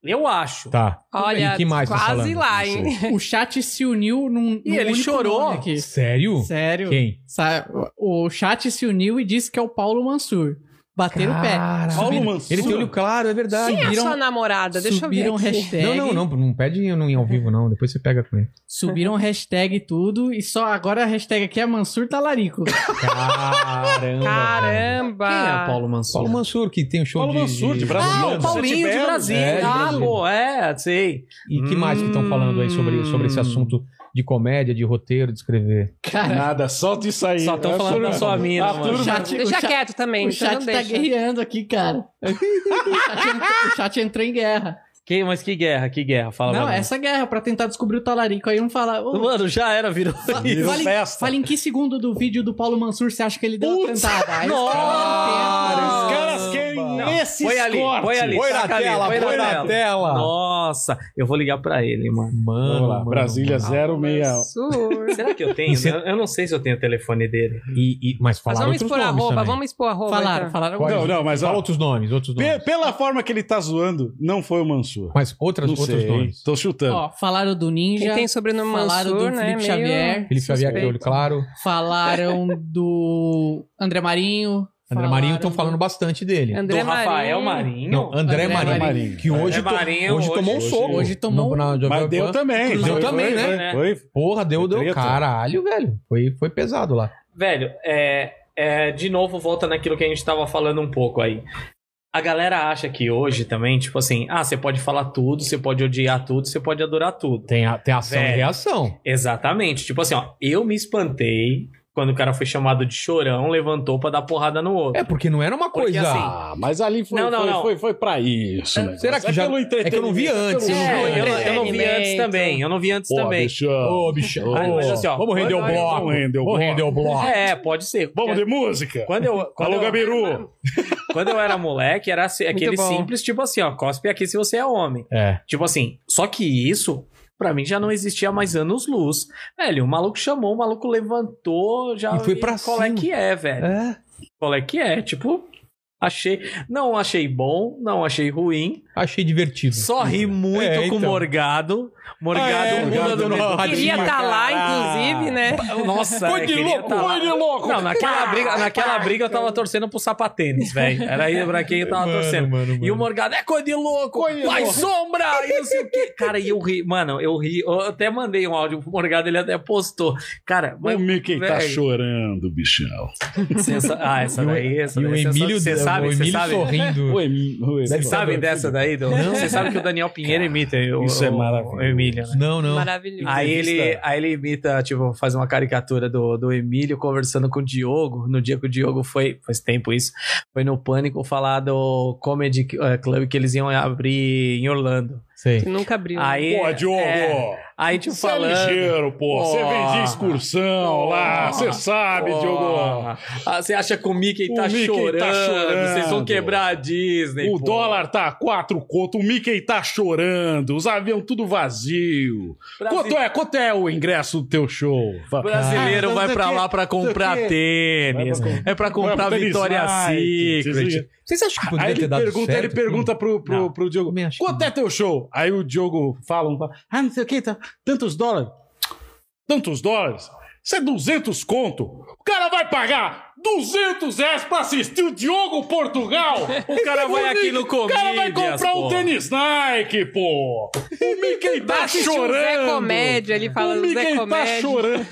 S3: Eu acho.
S1: Tá.
S4: Olha,
S1: E que mais tá
S4: quase
S1: falando?
S4: lá, hein?
S5: O chat se uniu num.
S3: Ih,
S5: num
S3: ele
S5: único
S3: chorou.
S5: nome Aqui.
S1: Sério?
S5: Sério.
S1: Quem?
S5: Sa- O chat se uniu e disse que é o Paulo Mansur. Bateram o pé.
S1: Cara.
S2: Paulo
S5: Subiram-
S2: Mansur.
S1: Ele tem olho claro, é verdade.
S4: Quem é a
S5: Ah, Viram-
S4: sua namorada? Deixa eu ver
S5: Subiram
S4: aqui.
S5: hashtag.
S1: Não, não, não, não pede eu não ir ao vivo, não. Depois você pega com ele.
S5: Subiram hashtag tudo e só agora a hashtag aqui é Mansur Talarico.
S1: Caramba. velho.
S4: Caramba!
S3: Quem é Paulo Mansur?
S1: Paulo Mansur, que tem um show
S2: Paulo
S1: de...
S2: Mansur, de Brasil.
S3: Ah,
S2: Brasileiro,
S3: o Paulinho de
S2: Sete
S3: Brasília.
S1: Belos. É, de
S3: ah,
S1: Brasília.
S3: pô, é, sei.
S1: E que mais que estão falando aí sobre, sobre esse assunto de comédia, de roteiro, de escrever?
S5: Cara,
S2: Nada, solta isso aí.
S3: Só tão
S2: É a
S3: falando
S2: turma-
S3: da sua mina,
S2: a
S3: mano.
S2: turma-
S5: o chat, o
S4: Deixa
S5: chat-
S4: quieto também,
S5: o
S4: então
S5: chat
S4: não
S5: tá
S4: deixa.
S5: guerreando aqui, cara. o, chat entrou, o chat entrou em guerra.
S3: Quem, mas que guerra, que guerra? Fala
S5: não,
S3: pra
S1: é
S3: mim.
S5: essa guerra é pra tentar descobrir o talarico. Aí um fala. "Ô,
S3: Mano, já era, virou.
S2: Virou
S5: fala, em,
S2: festa.
S5: fala em que segundo do vídeo do Paulo Mansur você acha que ele deu uma
S2: Putz,
S5: cantada? Aí os
S3: nossa.
S5: caras
S2: Os
S5: tentam.
S2: caras querem
S3: Não,
S2: esse
S3: põe ali, põe ali.
S1: Põe na
S3: saca ali,
S1: tela,
S3: põe na
S1: põe na
S3: tela.
S1: tela.
S3: Nossa, eu vou ligar pra ele, mano.
S1: Mano,
S2: Vamos lá,
S1: mano,
S2: Brasília
S1: mano.
S2: 061.
S4: Absurdo.
S3: Será que eu tenho?
S1: Você-
S3: Eu, eu não sei se eu tenho o telefone dele.
S1: E, e, mas
S4: Mas
S1: falaram
S4: vamos
S1: outros
S4: expor
S1: nomes
S4: a roupa,
S1: também.
S4: vamos expor a roupa.
S5: Falaram,
S4: então.
S5: falaram.
S1: Qual-
S2: Não, não, mas
S1: Fala
S2: ó,
S1: outros nomes, outros
S2: pe-
S1: nomes.
S2: pela forma que ele tá zoando, não foi o Mansur.
S1: Mas outras,
S2: Não
S1: outros
S2: sei,
S1: nomes.
S2: tô chutando.
S5: Ó, falaram do Ninja.
S4: Quem tem sobrenome
S5: falaram
S4: Mansur,
S5: do
S4: né?
S5: Felipe
S4: meio-
S5: Xavier.
S1: Felipe Xavier, que é olho claro.
S5: Falaram do André Marinho.
S1: André Marinho estão
S5: falaram
S1: falando bastante dele.
S4: André
S3: Do Rafael
S4: Marinho.
S3: Marinho.
S1: Não, André,
S5: André
S1: Marinho,
S2: Marinho.
S1: Que hoje,
S3: André
S1: to-
S3: Marinho,
S1: hoje tomou um
S3: hoje-
S1: soco.
S5: hoje tomou
S1: No- na Jovem
S2: Mas deu
S1: Pan.
S2: também.
S1: Deu
S2: Foi-
S1: também,
S2: foi-
S1: né?
S2: foi- Foi,
S1: Porra, deu, deu.
S2: Treta.
S1: Caralho, velho. Foi, foi pesado lá.
S3: Velho, é, é, de novo volta naquilo que a gente tava falando um pouco aí. A galera acha que hoje também, tipo assim, ah, você pode falar tudo, você pode odiar tudo, você pode adorar tudo.
S1: Tem, a, tem ação
S3: Velho.
S1: e reação.
S3: Exatamente. Tipo assim, ó, eu me espantei quando o cara foi chamado de chorão, levantou pra dar porrada no outro.
S1: É, porque não era uma
S3: Porque,
S1: coisa.
S3: assim,
S2: Ah, mas ali foi,
S3: Não, não,
S2: foi,
S3: não.
S2: foi, foi pra isso. né?
S1: será que
S2: é
S1: já-
S2: pelo
S1: é que eu não vi
S2: entretenimento,
S1: antes,
S2: pelo-
S1: não
S3: É, eu, eu não vi antes
S4: entretenimento.
S3: também, eu não vi antes
S2: Pô,
S3: também.
S2: bicho.
S1: Ô, bicho.
S3: Ah,
S1: ô,
S3: mas assim, ó,
S1: oh, vamos render o
S3: quando-
S1: bloco.
S2: Vamos render o
S1: Vamos
S2: bloco.
S1: render o bloco.
S3: É, pode ser.
S2: Vamos de música?
S3: Quando eu, quando
S2: Alô,
S3: eu-
S2: Gabiru.
S3: Quando eu era moleque, era assim, aquele
S4: bom.
S3: simples, tipo assim, ó, cospe aqui se você é homem.
S1: É.
S3: Tipo assim, só que isso, pra mim, já não existia mais anos-luz. Velho, o maluco chamou, o maluco levantou, já.
S1: E foi pra cima.
S3: que é, velho? Qual é que é? Tipo, achei. Não achei bom, não achei ruim.
S1: Achei divertido.
S3: Só ri muito
S1: É, então.
S3: com o Morgado. Morgado,
S1: Ah, é,
S3: muda
S1: Morgado
S3: do
S1: não
S3: meio.
S1: roda.
S4: Queria estar lá, inclusive, né?
S3: Nossa,
S1: Foi
S3: né,
S1: de
S3: queria
S1: louco,
S3: tá lá.
S1: foi de louco.
S3: Não, naquela briga, naquela briga eu tava torcendo pro sapatênis, velho. Era aí pra quem eu
S1: tá
S3: tava torcendo.
S1: mano,
S3: E o Morgado é coisa de louco, vai sombra! E não sei o quê. Cara, e eu ri, mano, eu ri. Eu até mandei um áudio pro Morgado, ele até postou. Cara,
S2: O Mickey tá
S3: Véi.
S2: chorando, bichão.
S3: sensa... Ah, essa
S1: E o-
S3: daí, essa
S1: E
S3: daí.
S1: o
S3: sensa-
S1: Emílio,
S3: Você sabe,
S1: o
S3: você
S1: Emílio
S3: sabe.
S1: sorrindo.
S3: Você sabe dessa daí? Do...
S1: Não.
S3: Você sabe que o Daniel Pinheiro imita o,
S2: Isso é
S3: o-
S2: maravilhoso.
S3: o Emílio, né?
S1: Não, não.
S4: Maravilhoso.
S3: Aí ele,
S2: Entrevista.
S3: aí ele imita, tipo, faz uma caricatura do, do Emílio conversando com o Diogo, no dia que o Diogo foi, faz tempo isso, foi no Pânico falar do Comedy eh, Club que eles iam abrir em Orlando.
S1: Sei.
S4: Que nunca abriu. né?
S3: Aí,
S2: Pô, é Diogo!
S3: é, Aí, tipo,
S2: Você
S3: falando.
S2: é ligeiro, pô. Você
S3: Porra.
S2: vendia excursão lá. Você sabe,
S3: Porra.
S2: Diogo.
S3: Ah, Você acha que o Mickey,
S2: O
S3: tá,
S2: Mickey tá
S3: chorando,
S2: chorando.
S3: Vocês vão quebrar a Disney.
S2: O
S3: pô.
S2: dólar tá a quatro conto, o Mickey tá chorando, os aviões tudo vazio.
S3: Brasi-
S2: Quanto é? Quanto é o ingresso do teu show?
S3: Brasileiro
S2: Ah,
S3: vai pra
S2: daqui-
S3: lá pra comprar
S2: daqui-
S3: tênis.
S2: Vai
S3: É pra
S2: Vai
S3: comprar
S2: pro
S3: Vitória
S2: Tennis Night,
S3: Secret.
S1: Vocês acham que
S2: Aí
S1: poderia
S2: ele
S1: ter dado
S2: pergunta,
S1: certo?
S2: ele pergunta pro, pro,
S1: Não.
S2: pro Diogo,
S1: Também acho que
S2: quanto é teu show? Aí o Diogo fala, um, fala, ah, não sei o que, tá, tantos dólares. Tantos dólares? Isso é 200 conto. O cara vai pagar 200 reais pra assistir o Diogo Portugal. O
S3: cara vai aqui no
S2: O cara vai
S3: Comedians,
S2: comprar
S3: pô.
S2: um tênis Nike, pô. O Mickey tá
S4: Assistiu o
S2: chorando.
S4: Zé Comédia, ele fala
S2: o
S4: do Zé
S2: Mickey tá
S4: Comédia.
S2: chorando.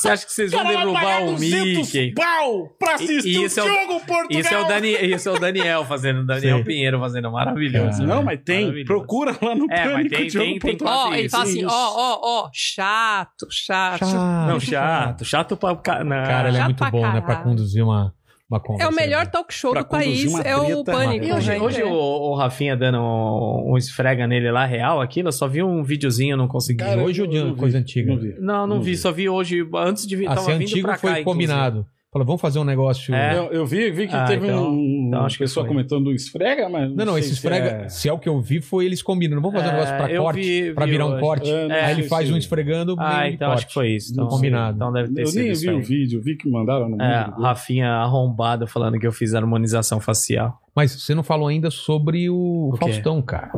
S3: Você acha que vocês
S2: O
S3: vão
S2: cara vai
S3: é derrubar
S2: pagar
S3: o
S2: 200
S3: Mickey?
S2: pau pra
S3: E-
S2: assistir
S3: e
S2: o
S3: esse é o-
S2: Diogo Portugal.
S3: Isso é, o Dani, isso é o Daniel fazendo, o Daniel
S1: Sim.
S3: Pinheiro fazendo, maravilhoso.
S2: Não, mas tem.
S3: Maravilhoso.
S2: Procura lá no
S3: É, mas
S2: Pânico um
S3: tem-
S2: Diogo
S3: tem- tem
S2: Portugal.
S4: Ó,
S3: Quase
S4: ele
S3: isso.
S4: fala assim, ó,
S2: Isso.
S4: ó, ó, chato, chato.
S1: tá? Chato.
S3: Não, chato, chato pra ca- não.
S1: Cara, ele é
S4: Chato
S1: muito
S4: pra
S1: bom, né? Pra
S4: caralho.
S1: conduzir uma, uma
S4: É
S1: conversa. né?
S4: o melhor talk show
S2: Pra
S4: do país,
S2: conduzir uma
S4: é o
S2: treta,
S4: Pânico.
S3: E hoje,
S4: né?
S3: hoje o, o Rafinha dando um, um esfrega nele lá, real, aquilo, eu só vi um videozinho, não consegui.
S2: Cara,
S1: hoje ou de
S2: eu não vi,
S1: coisa antiga?
S2: Não vi.
S3: não, não,
S2: não
S3: vi,
S2: vi.
S3: só vi hoje, antes de vir,
S1: Ah,
S3: tava
S1: se é
S3: vindo
S1: antigo
S3: pra cá.
S1: foi
S3: inclusive.
S1: combinado. Falou, vamos fazer um negócio.
S3: É.
S2: Eu, eu vi, vi que
S3: Ah,
S2: teve
S3: então-
S2: um,
S3: então acho que
S2: pessoa
S3: foi.
S2: comentando um esfrega, mas.
S1: Não, não,
S2: sei
S1: esse
S2: se
S1: esfrega.
S2: é-
S1: Se é o que eu vi, foi eles combinam. Não vamos fazer um
S3: É,
S1: negócio pra
S3: eu
S1: corte,
S3: vi-
S1: pra
S3: vi
S1: virar um
S3: hoje.
S1: corte.
S2: É, não
S1: Aí ele
S2: sei
S1: faz
S2: se-
S1: um esfregando,
S3: Ah,
S1: meio de
S3: então
S1: corte.
S3: acho que foi isso.
S1: Não
S3: Então,
S1: combinado.
S3: Então deve ter
S2: Eu
S3: sido
S2: nem
S3: isso
S2: vi o
S3: aí.
S2: vídeo, vi que mandaram no
S3: É,
S2: mundo.
S3: Rafinha arrombado falando que eu fiz harmonização facial.
S1: Mas você não falou ainda sobre o,
S3: O quê?
S1: Faustão, cara.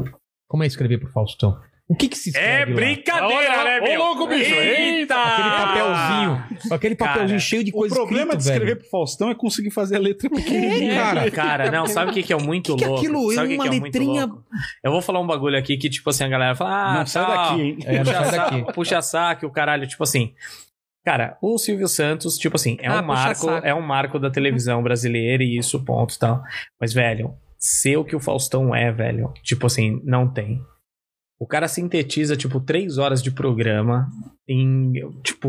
S1: Como é escrever pro Faustão? O que que se escreve
S3: É
S1: lá?
S2: Olha, é Ô, louco, bicho! Eita!
S1: Aquele papelzinho. Aquele papelzinho
S3: Cara,
S1: cheio de
S2: O
S1: coisa
S2: problema
S1: escrita,
S2: de escrever
S1: velho.
S2: pro Faustão é conseguir fazer a letra pequenininha.
S3: Cara, cara, não, sabe o que, que é muito
S1: Que que é
S3: louco?
S1: aquilo? É
S3: sabe o que
S1: uma
S3: que é muito
S1: letrinha-
S3: louco? Eu vou falar um bagulho aqui que, tipo assim, a galera fala, ah,
S2: não sai
S3: tal,
S2: daqui, hein?
S1: É, não
S3: puxa,
S1: sai
S3: sa
S1: daqui.
S3: puxa saco, o caralho, tipo assim. Cara, o Silvio Santos, tipo assim, é
S4: Ah, puxa
S3: um marco,
S4: saco.
S3: é um marco da televisão brasileira e isso ponto, e tal. Mas velho, ser o que o Faustão é, velho, tipo assim, não tem. O cara sintetiza, tipo, três horas de programa em, tipo,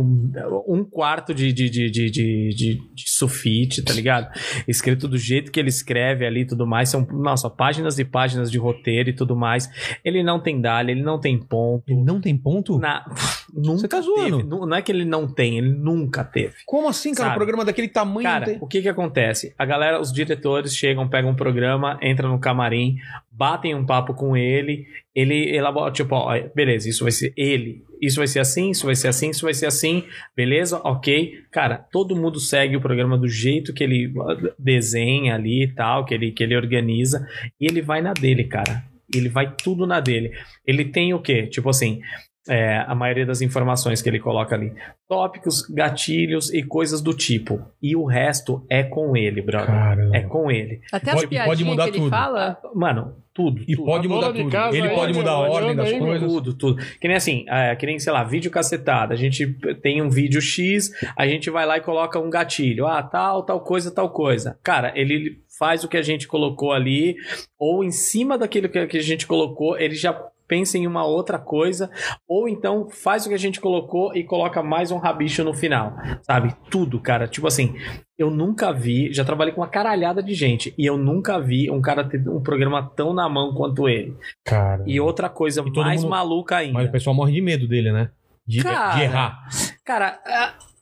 S3: um quarto de, de, de, de, de, de- de sufite, tá ligado? Escrito do jeito que ele escreve ali e tudo mais. São, nossa, páginas e páginas de roteiro e tudo mais. Ele não tem dália, ele não tem ponto.
S1: Ele não tem ponto?
S3: Na- nunca
S1: tá zoando?
S3: teve. Nu- Não é que ele não tem, ele nunca teve.
S1: Como assim, cara?
S3: Sabe?
S1: Um programa daquele tamanho não
S3: Cara,
S1: tem...
S3: o que que acontece? A galera, os diretores chegam, pegam um programa, entram no camarim, batem um papo com ele, ele elabora, tipo, ó, beleza, isso vai ser ele, isso vai ser assim, isso vai ser assim, isso vai ser assim, beleza? Ok. Cara, todo mundo segue o programa do jeito que ele ah, desenha ali e tal, que ele, que ele organiza, e ele vai na dele, cara. Ele vai tudo na dele. Ele tem o quê? Tipo assim, é, a maioria das informações que ele coloca ali tópicos, gatilhos e coisas do tipo. E o resto é com ele, brother.
S1: Caramba.
S3: É com ele.
S4: Até
S1: Pode-
S4: as
S1: pode
S4: piadinhas
S1: mudar
S4: que ele
S1: tudo.
S4: fala,
S3: Mano, tudo.
S1: E
S3: tudo.
S1: pode
S2: dona
S1: mudar
S2: de
S1: tudo.
S2: casa
S1: Ele
S3: é
S2: aí,
S1: pode
S2: meu,
S1: mudar a
S2: olhando
S1: ordem das
S2: aí, meu.
S1: coisas.
S3: Tudo, tudo. Que nem assim, é, que nem, sei lá, vídeo cacetada. A gente tem um vídeo X, a gente vai lá e coloca um gatilho. Ah, tal, tal coisa, tal coisa. Cara, ele faz o que a gente colocou ali, ou em cima daquilo que que a gente colocou, ele já pensa em uma outra coisa, ou então faz o que a gente colocou e coloca mais um rabicho no final, sabe? Tudo, cara. Tipo assim, eu nunca vi, já trabalhei com uma caralhada de gente, e eu nunca vi um cara ter um programa tão na mão quanto ele.
S1: Cara.
S3: E outra coisa
S1: E todo
S3: mais
S1: mundo-
S3: maluca ainda.
S1: Mas o pessoal morre de medo dele, né? De,
S3: Cara.
S1: de errar.
S3: Cara,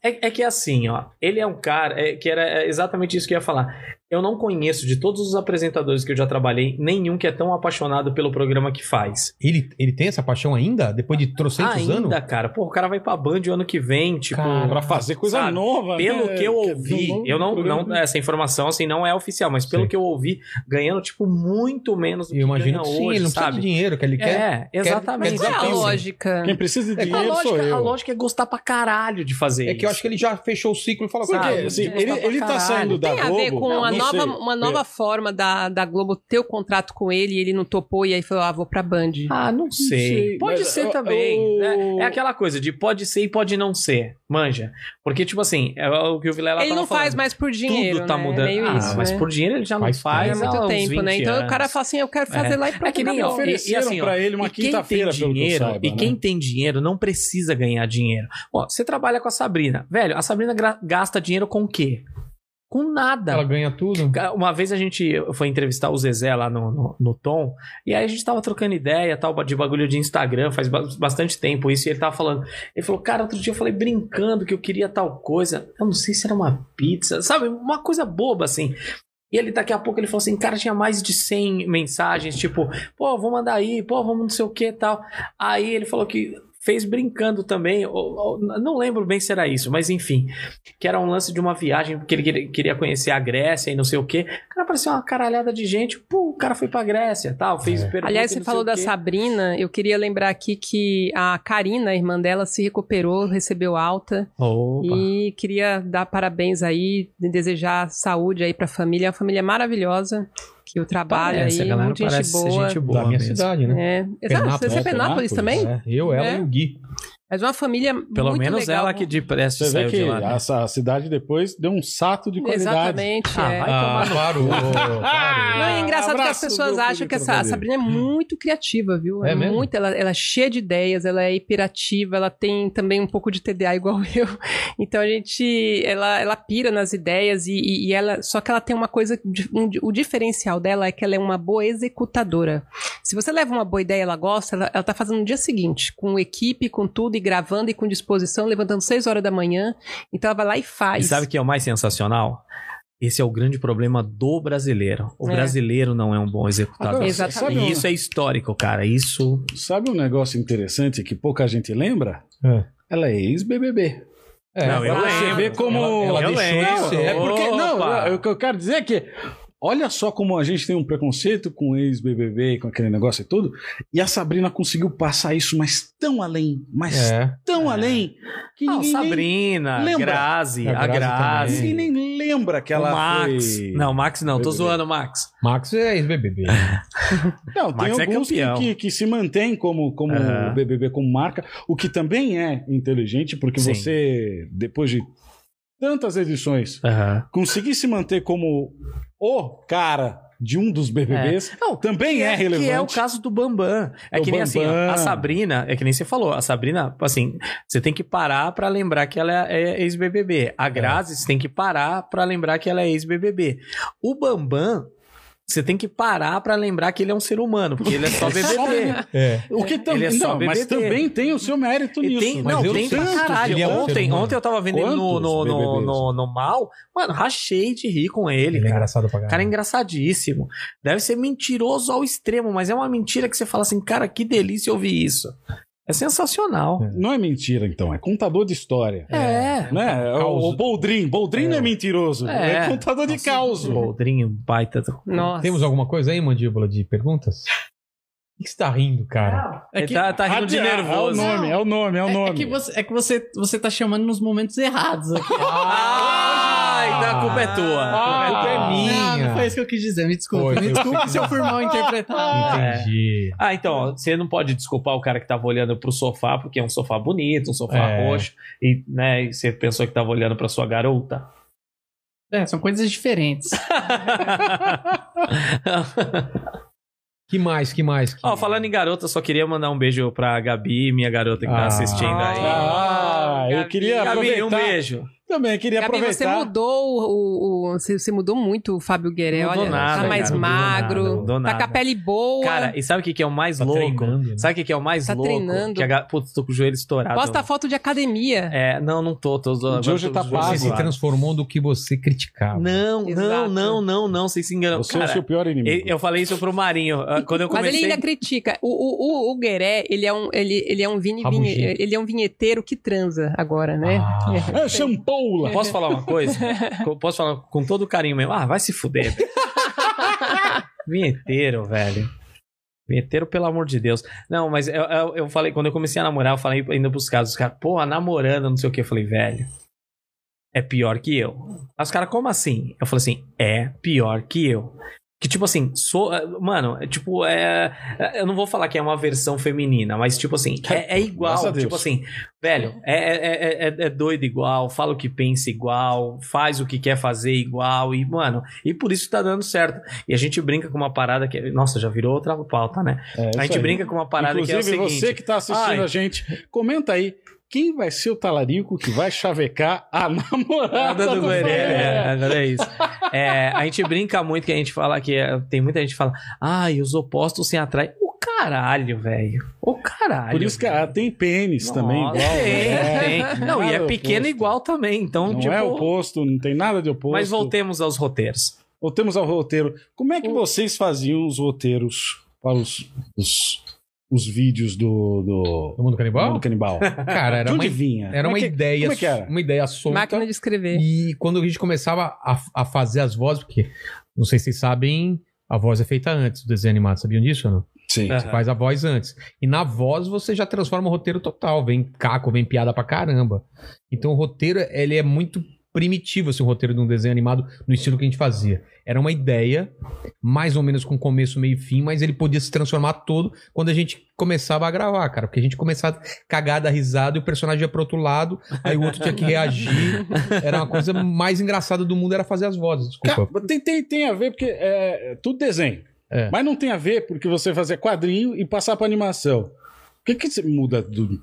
S3: é, é que é assim, ó. Ele é um cara é, que era é exatamente isso que eu ia falar. Eu não conheço de todos os apresentadores que eu já trabalhei, nenhum que é tão apaixonado pelo programa que faz.
S1: Ele, ele tem essa paixão ainda? Depois de trocentos anos?
S3: Ainda, cara. Pô, o cara vai pra Band o ano que vem, tipo.
S1: Cara,
S2: Pra fazer é coisa
S3: Sabe,
S2: nova.
S3: Pelo
S2: né?
S3: que eu ouvi,
S2: novo
S3: eu não,
S2: programa.
S3: não essa informação assim não é oficial, mas pelo
S1: Sim.
S3: que eu ouvi, ganhando tipo muito menos do
S1: Eu imagino
S3: ganha
S1: que sim,
S3: hoje,
S1: ele não precisa
S3: sabe?
S1: de dinheiro, que ele quer.
S3: é, exatamente.
S4: qual é a
S1: Então, assim,
S4: lógica?
S2: Quem precisa de
S3: a,
S2: dinheiro sou
S3: lógica,
S2: eu.
S3: a lógica é gostar pra caralho de
S1: É
S3: fazer isso.
S1: que eu acho que ele já fechou o ciclo e falou, "Ah,
S2: Porque,
S1: cara,
S2: assim,
S3: Gostar
S2: ele,
S3: pra
S2: ele tá
S3: caralho.
S2: saindo da
S4: Tem a
S2: Globo.
S4: ver com
S2: não
S4: uma nova,
S2: sei.
S4: uma nova forma da, da Globo ter o contrato com ele e ele não topou e aí falou, ah, vou pra Band.
S3: Ah, não sei.
S2: sei,
S3: Pode
S2: mas
S3: ser
S2: eu-
S3: também.
S2: eu-
S3: É, é aquela coisa de pode ser e pode não ser. Manja. Porque, tipo assim, é o que o Vilela
S4: ele
S3: tava
S4: não faz
S3: falando.
S4: mais por dinheiro,
S3: Tudo tá
S4: né? É
S3: mudando.
S4: meio
S3: ah,
S4: isso,
S3: mas
S4: né?
S3: por dinheiro ele já não
S1: Faz
S3: faz,
S4: É
S3: há
S4: muito
S3: uns
S4: tempo, né?
S3: 20
S4: Então o
S3: anos.
S4: cara fala assim, eu quero fazer
S3: É.
S4: lá e pra
S3: É que nem
S4: acabou.
S3: ó,
S2: Ofereceram
S3: e assim, ó,
S2: pra ele uma
S3: e quem
S2: quinta-feira,
S3: tem
S2: pelo que eu
S3: dinheiro,
S2: saiba,
S3: E
S2: né?
S3: quem tem dinheiro não precisa ganhar dinheiro. Ó, você trabalha com a Sabrina. Velho, a Sabrina gra- gasta dinheiro com o quê? Com nada.
S7: Ela ganha tudo.
S3: Cara, Uma vez a gente foi entrevistar o Zezé lá no, no, no Tom, e aí a gente tava trocando ideia, tal, de bagulho de Instagram, faz ba- bastante tempo isso, e ele tava falando. Ele falou, cara, outro dia eu falei brincando que eu queria tal coisa. Eu não sei se era uma pizza, sabe? Uma coisa boba, assim. E ele, daqui a pouco, ele falou assim, cara, tinha mais de 100 mensagens, tipo, pô, vou mandar aí, pô, vamos não sei o que tal. Aí ele falou que fez brincando também, ou- ou- não lembro bem se era isso, mas enfim que era um lance de uma viagem, porque ele queria- queria conhecer a Grécia e não sei o quê. Cara, apareceu uma caralhada de gente, pô, o cara foi pra Grécia tal, fez pergunta
S4: Aliás,
S3: e
S4: você
S3: não sei
S4: falou
S3: o
S4: da
S3: quê.
S4: Sabrina, eu queria lembrar aqui que a Karina, a irmã dela, se recuperou, recebeu alta
S3: Opa.
S4: e queria dar parabéns aí, desejar saúde aí pra família, é uma família maravilhosa que o trabalho
S3: Parece, a
S4: aí,
S3: É, galera
S4: muita gente
S3: parece ser
S4: boa.
S3: gente boa
S7: Da minha
S3: mesmo.
S7: cidade, né?
S4: É, exato, você é Penápolis também?
S2: É.
S7: Eu, ela
S4: É.
S7: e o Gui.
S4: Mas uma família
S3: Pelo
S4: é muito
S3: menos
S4: legal.
S3: ela que depressa
S2: Você vê
S3: saiu
S2: que
S3: de lá. né?
S2: essa cidade depois deu um salto de qualidade. Ah,
S4: Exatamente,
S3: Ah,
S4: é.
S3: vai tomar no-
S7: claro.
S4: Não, é engraçado que as
S2: Abraço,
S4: pessoas
S2: grupo de
S4: acham que essa a
S2: trocadeiro.
S4: Sabrina é muito criativa, viu?
S7: É mesmo?
S4: muito, ela, ela é cheia de ideias, ela é hiperativa, ela tem também um pouco de TDA igual eu. Então a gente, ela, ela pira nas ideias e, e- e ela, só que ela tem uma coisa, di- um di- o diferencial dela é que ela é uma boa executadora. Se você leva uma boa ideia, ela gosta, ela, ela tá fazendo no dia seguinte, com equipe, com tudo e gravando e com disposição, levantando 6 horas da manhã. Então ela vai lá e
S3: E
S4: faz.
S3: sabe o que é o mais sensacional? Esse é o grande problema do brasileiro. O
S4: É.
S3: brasileiro não é um bom executador.
S4: Agora, Exatamente.
S2: Sabe um,
S3: E isso é histórico, cara. Isso.
S2: sabe um negócio interessante que pouca gente lembra?
S7: É.
S2: Ela é ex-BBB.
S7: É,
S3: Não, eu
S2: Pra Você
S3: lembro.
S2: vê como...
S7: Ela, ela
S3: Eu
S7: deixou
S3: lembro.
S7: de ser.
S2: É porque,
S3: Opa!
S2: não, o que eu quero dizer é que olha só como a gente tem um preconceito com ex-BBB, com aquele negócio e tudo, e a Sabrina conseguiu passar isso, mas tão além, mas
S7: É.
S2: tão
S3: É.
S2: além, que
S3: Ah, o
S2: ninguém, nem,
S3: Sabrina,
S2: lembra.
S3: Grazi,
S7: A
S3: a
S7: É, Grazi
S3: Grazi.
S7: também.
S2: ninguém nem lembra que ela
S3: o Max.
S2: foi...
S3: Não, Max não, tô
S2: BBB.
S3: zoando o Max.
S7: Max é ex-BBB.
S2: Não, tem
S3: Max é
S2: alguns que-
S3: campeão.
S2: que, que se mantém como, como
S3: Aham.
S2: o BBB, como marca, o que também é inteligente, porque
S3: Sim.
S2: você, depois de tantas edições,
S3: Aham.
S2: conseguir se manter como o cara de um dos BBBs,
S3: Não,
S2: também é, relevante.
S3: Que é o caso do Bambam. É
S2: Do
S3: que nem assim, ó,
S2: Bambam.
S3: a Sabrina, é que nem você falou, a Sabrina, assim, você tem que parar pra lembrar que ela é ex-BBB. A Grazi, você tem que parar pra lembrar que ela é ex-BBB. O Bambam, você tem que parar pra lembrar que ele é um ser humano, porque ele é só BBB.
S7: É.
S2: O que também,
S3: Ele é só
S2: Então, não, mas
S3: BBB.
S2: também tem o seu mérito
S3: E
S2: nisso.
S3: tem,
S7: Mas
S3: não,
S7: eu
S3: tem pra
S7: tanto
S3: caralho. é
S2: é
S7: queria um ser
S3: Ontem,
S7: humano.
S3: ontem eu tava vendo ele no,
S2: Quantos
S3: no, no,
S2: BBBs?
S3: no, no mal. Mano, rachei de rir com ele,
S7: Ele é
S3: cara.
S7: engraçado pra
S3: O
S7: caralho.
S3: cara é engraçadíssimo. Deve ser mentiroso ao extremo, mas é uma mentira que você fala assim, cara, que delícia ouvir isso. É sensacional.
S2: Não é mentira, então, é contador de história.
S3: É.
S2: Né? É O, o Boldrin, Boldrin não é mentiroso,
S3: É.
S2: é, contador de caos.
S3: Boldrinho, baita. do-
S4: Nossa.
S7: Temos alguma coisa aí, mandíbula, de perguntas? O que você tá rindo, cara?
S5: É
S3: Ele
S5: que,
S3: tá, tá rindo de
S2: Ah,
S3: nervoso.
S2: É o nome, é o nome, é o
S5: é- é
S2: nome.
S5: que você, é que você, você tá chamando nos momentos errados aqui.
S3: Ah, então a culpa é tua.
S7: Ah,
S3: A culpa é
S7: é
S3: minha.
S7: minha.
S5: Não, não foi isso que eu quis dizer. Me desculpa.
S7: Foi,
S5: me
S7: eu
S5: desculpe
S7: sei.
S5: se eu for mal interpretado.
S7: Entendi.
S3: Ah, então, você não pode desculpar o cara que tava olhando pro sofá, porque é um sofá bonito, um sofá
S7: É.
S3: roxo, e, né, e você pensou que tava olhando pra sua garota.
S5: É, são coisas diferentes.
S7: Que mais, que mais? Que...
S3: Ó, falando em garota, só queria mandar um beijo pra Gabi, minha garota que tá
S7: Ah.
S3: assistindo aí.
S2: Ah, eu
S4: Gabi.
S2: queria
S3: Gabi,
S2: aproveitar.
S3: um beijo.
S2: Também queria
S4: Gabi, você
S2: aproveitar.
S4: mudou o, o- o- você, você mudou muito o Fábio Gueré.
S3: Mudou
S4: Olha,
S3: nada,
S4: tá mais
S3: cara, mudou
S4: magro,
S3: nada, mudou
S4: tá
S3: nada.
S4: com a pele boa.
S3: Cara, e sabe o que, que é o mais
S7: Tá
S3: louco?
S7: treinando, né?
S3: Sabe o que, que é o mais
S4: Tá
S3: louco?
S4: treinando.
S3: Que a Gabi... Putz, tô com o joelho estourado.
S4: posta foto de academia.
S3: então, É, não, não tô. tô
S2: O de hoje tá
S7: Você
S2: pago.
S7: se transformou do que você
S1: Ah,
S7: criticava.
S3: Não, não,
S4: Exato.
S3: não, não, não. Vocês se enganaram.
S2: Você é o
S3: Cara,
S2: seu pior
S3: eu
S2: inimigo.
S3: eu falei isso pro Marinho. ah, Quando eu
S4: Mas
S3: comecei...
S4: ele ainda critica. O, o, o, o Gueré, ele é um, ele, ele é um vini, vini-
S7: Rabugento.
S4: ele é um vinheteiro que transa agora, né?
S7: Ah.
S4: É.
S2: É Champoula.
S3: Posso falar uma coisa? Co- Posso falar com todo carinho mesmo? Ah, vai se fuder. velho. Vinheteiro, velho. Vinheteiro, pelo amor de Deus. Não, mas eu, eu, eu falei, quando eu comecei a namorar, eu falei ainda pros caras, os caras, pô, namorando, não sei o que. Eu falei, velho, é pior que eu. Aí os caras, como assim? Eu falei assim, é pior que eu. Que tipo assim, sou. eh, Mano, é tipo, é. é, Eu não vou falar que é uma versão feminina, mas tipo assim, é, é
S2: Graças a
S3: igual.
S2: Deus.
S3: Tipo assim, velho, é, é, é, é- é doido igual, fala o que pensa igual, faz o que quer fazer igual, e, mano, e por isso tá dando certo. E a gente brinca com uma parada que. Nossa, já virou outra pauta, né?
S2: É, isso
S3: a gente
S2: aí.
S3: brinca com uma parada
S2: Inclusive,
S3: que é o seguinte.
S2: você que está assistindo
S3: Ai.
S2: a gente, comenta aí. quem vai ser o talarico que vai chavecar a namorada
S3: Nada do Guerreiro. É,
S2: Guerreiro?
S3: agora é isso. É, a gente brinca muito que a gente fala que é, tem muita gente que fala, ai, os opostos se atraem. O caralho, velho. O caralho.
S2: Por isso que ah, tem pênis
S3: Nossa,
S2: também. Igual,
S3: Tem,
S2: né?
S3: tem. Não, e
S2: nada
S3: é pequeno
S2: oposto.
S3: igual também. Então,
S2: Não
S3: tipo.
S2: é oposto, não tem nada de oposto.
S3: mas voltemos aos roteiros.
S2: Voltemos ao roteiro. Como é que vocês faziam os roteiros para os, os, os vídeos do, do,
S1: No mundo
S2: do
S1: canibal?
S2: canibal?
S1: Cara,
S2: De
S1: era uma,
S2: onde vinha?
S1: era
S2: Como
S1: uma
S2: é que-
S1: ideia.
S2: como é que era?
S1: Uma ideia solta.
S4: Máquina de escrever.
S1: E quando a gente começava a, a fazer as vozes, porque não sei se vocês sabem, a voz é feita antes do desenho animado, sabiam disso ou não?
S2: Sim.
S3: É.
S1: Você faz a voz antes. E na voz você já transforma o roteiro total. Vem caco, vem piada pra caramba. Então o roteiro, ele é muito primitivo, assim, o roteiro de um desenho animado no estilo que a gente fazia. Era uma ideia, mais ou menos com começo, meio e fim, mas ele podia se transformar todo quando a gente começava a gravar, cara. Porque a gente começava a cagar da risada e o personagem ia pro outro lado, aí o outro tinha que reagir. Era uma coisa mais engraçada do mundo, era fazer as vozes, desculpa.
S2: Ca- Tem, tem, tem a ver porque é é tudo desenho.
S1: É.
S2: Mas não tem a ver porque você fazer quadrinho e passar para animação. O que, que você muda do,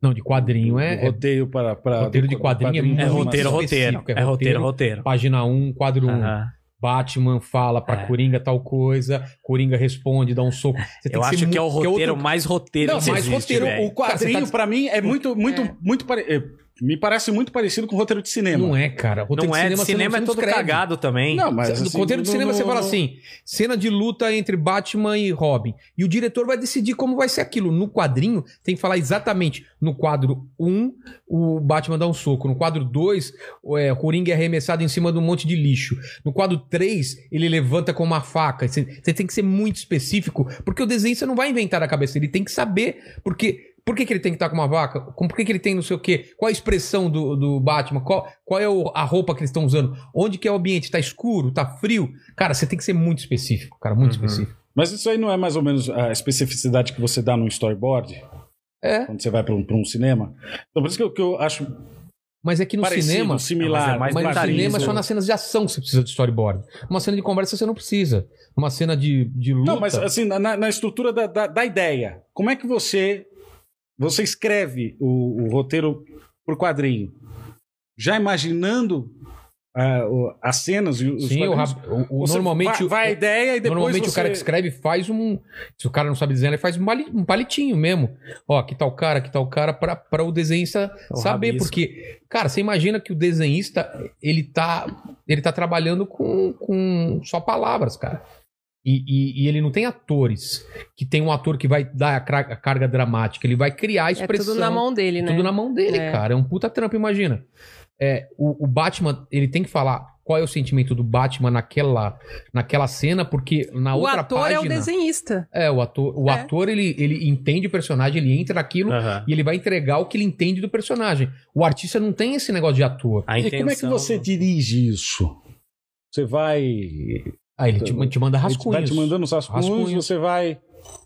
S1: Não, de quadrinho
S2: do
S1: é... é
S2: roteiro para. para
S1: roteiro de quadrinho é muito
S3: É
S1: Não,
S3: roteiro,
S1: mas
S3: roteiro.
S1: específico, é
S3: É roteiro,
S1: roteiro.
S3: roteiro.
S1: Página 1, quadro 1.
S3: Aham.
S1: Batman fala pra
S3: É.
S1: Coringa tal coisa, Coringa responde, dá um soco. Você tem
S3: Eu acho
S1: ser
S3: que é o
S1: mu-
S3: roteiro
S1: outro-
S3: mais roteiro
S2: Não,
S3: que
S2: mas
S3: existe,
S2: roteiro.
S3: velho. tá
S2: O quadrinho,
S1: Cara, você tá
S2: para mim, é muito, muito, muito. pare- é, Me parece muito parecido com roteiro de cinema.
S1: Não é, cara. Roteiro
S3: Não
S1: de
S3: é,
S1: cinema,
S3: cinema,
S1: você
S3: cinema
S1: não-
S3: é
S1: você não
S3: todo
S1: escreve.
S3: cagado também.
S2: Não, mas.
S1: Cê-
S2: assim,
S1: no roteiro de
S2: não-
S1: cinema,
S2: não-
S1: você fala
S2: não-
S1: assim: cena de luta entre Batman e Robin. E o diretor vai decidir como vai ser aquilo. No quadrinho, tem que falar exatamente. No quadro 1, o Batman dá um soco. No quadro 2, o é, o Coringa é arremessado em cima de um monte de lixo. No quadro 3, ele levanta com uma faca. Você você tem que ser muito específico, porque o desenho você não vai inventar na cabeça. Ele tem que saber, porque. Por que, que ele tem que estar com uma vaca? Com, por que, que ele tem não sei o quê? Qual a expressão do, do Batman? Qual, qual é o- a roupa que eles estão usando? Onde que é o ambiente? Tá escuro? Tá frio? Cara, você tem que ser muito específico, cara, muito
S3: Uhum.
S1: específico.
S2: Mas isso aí não é mais ou menos a especificidade que você dá num storyboard?
S1: É.
S2: Quando você vai para um, pra um cinema? Então, por isso que eu, que eu acho
S1: Mas é que no
S2: parecido,
S1: cinema,
S2: similar.
S3: Mas é
S1: Mas
S3: mais
S1: no
S3: Comentarismo.
S1: cinema é só nas cenas de ação que você precisa de storyboard. Uma cena de conversa você não precisa. Uma cena de, de luta.
S2: Não, mas assim, na- na, na estrutura da, da, da ideia, como é que você você escreve o, o roteiro por quadrinho? Já imaginando ah, o- as cenas e os
S1: Sim, o,
S2: quadrinhos?
S1: rap- o- o-
S2: Você
S1: normalmente.
S2: vai,
S1: o-
S2: vai a ideia e depois
S1: Normalmente
S2: você...
S1: o cara que escreve faz um. Se o cara não sabe desenhar, ele faz um mali- um palitinho mesmo. Ó, que tal cara, que tal cara, pra, pra o desenhista
S3: É o
S1: saber.
S3: rabisco.
S1: Porque, cara, você imagina que o desenhista, ele tá, ele tá trabalhando com, com só palavras, cara. E, e- e ele não tem atores. Que tem um ator que vai dar a, cra- a carga dramática, ele vai criar a
S4: É
S1: expressão.
S4: tudo na mão dele, né?
S1: Tudo na mão dele,
S4: É.
S1: cara. É um puta trampo, imagina. É, o, o Batman, ele tem que falar qual é o sentimento do Batman naquela, naquela cena, porque na
S4: O
S1: outra
S4: ator
S1: página...
S4: é o desenhista.
S1: É, o ator, o
S4: É.
S1: ator ele, ele entende o personagem, ele entra naquilo
S2: É.
S3: Aham.
S1: e ele vai entregar o que ele entende do personagem. O artista não tem esse negócio de ator.
S3: A
S2: E como é que
S3: intenção-
S2: você dirige isso? Você vai... ele
S1: Ah, ele te, te manda rascunhos.
S2: vai Então, te mandando os rascunhos,
S1: Rascunhos.
S2: você vai...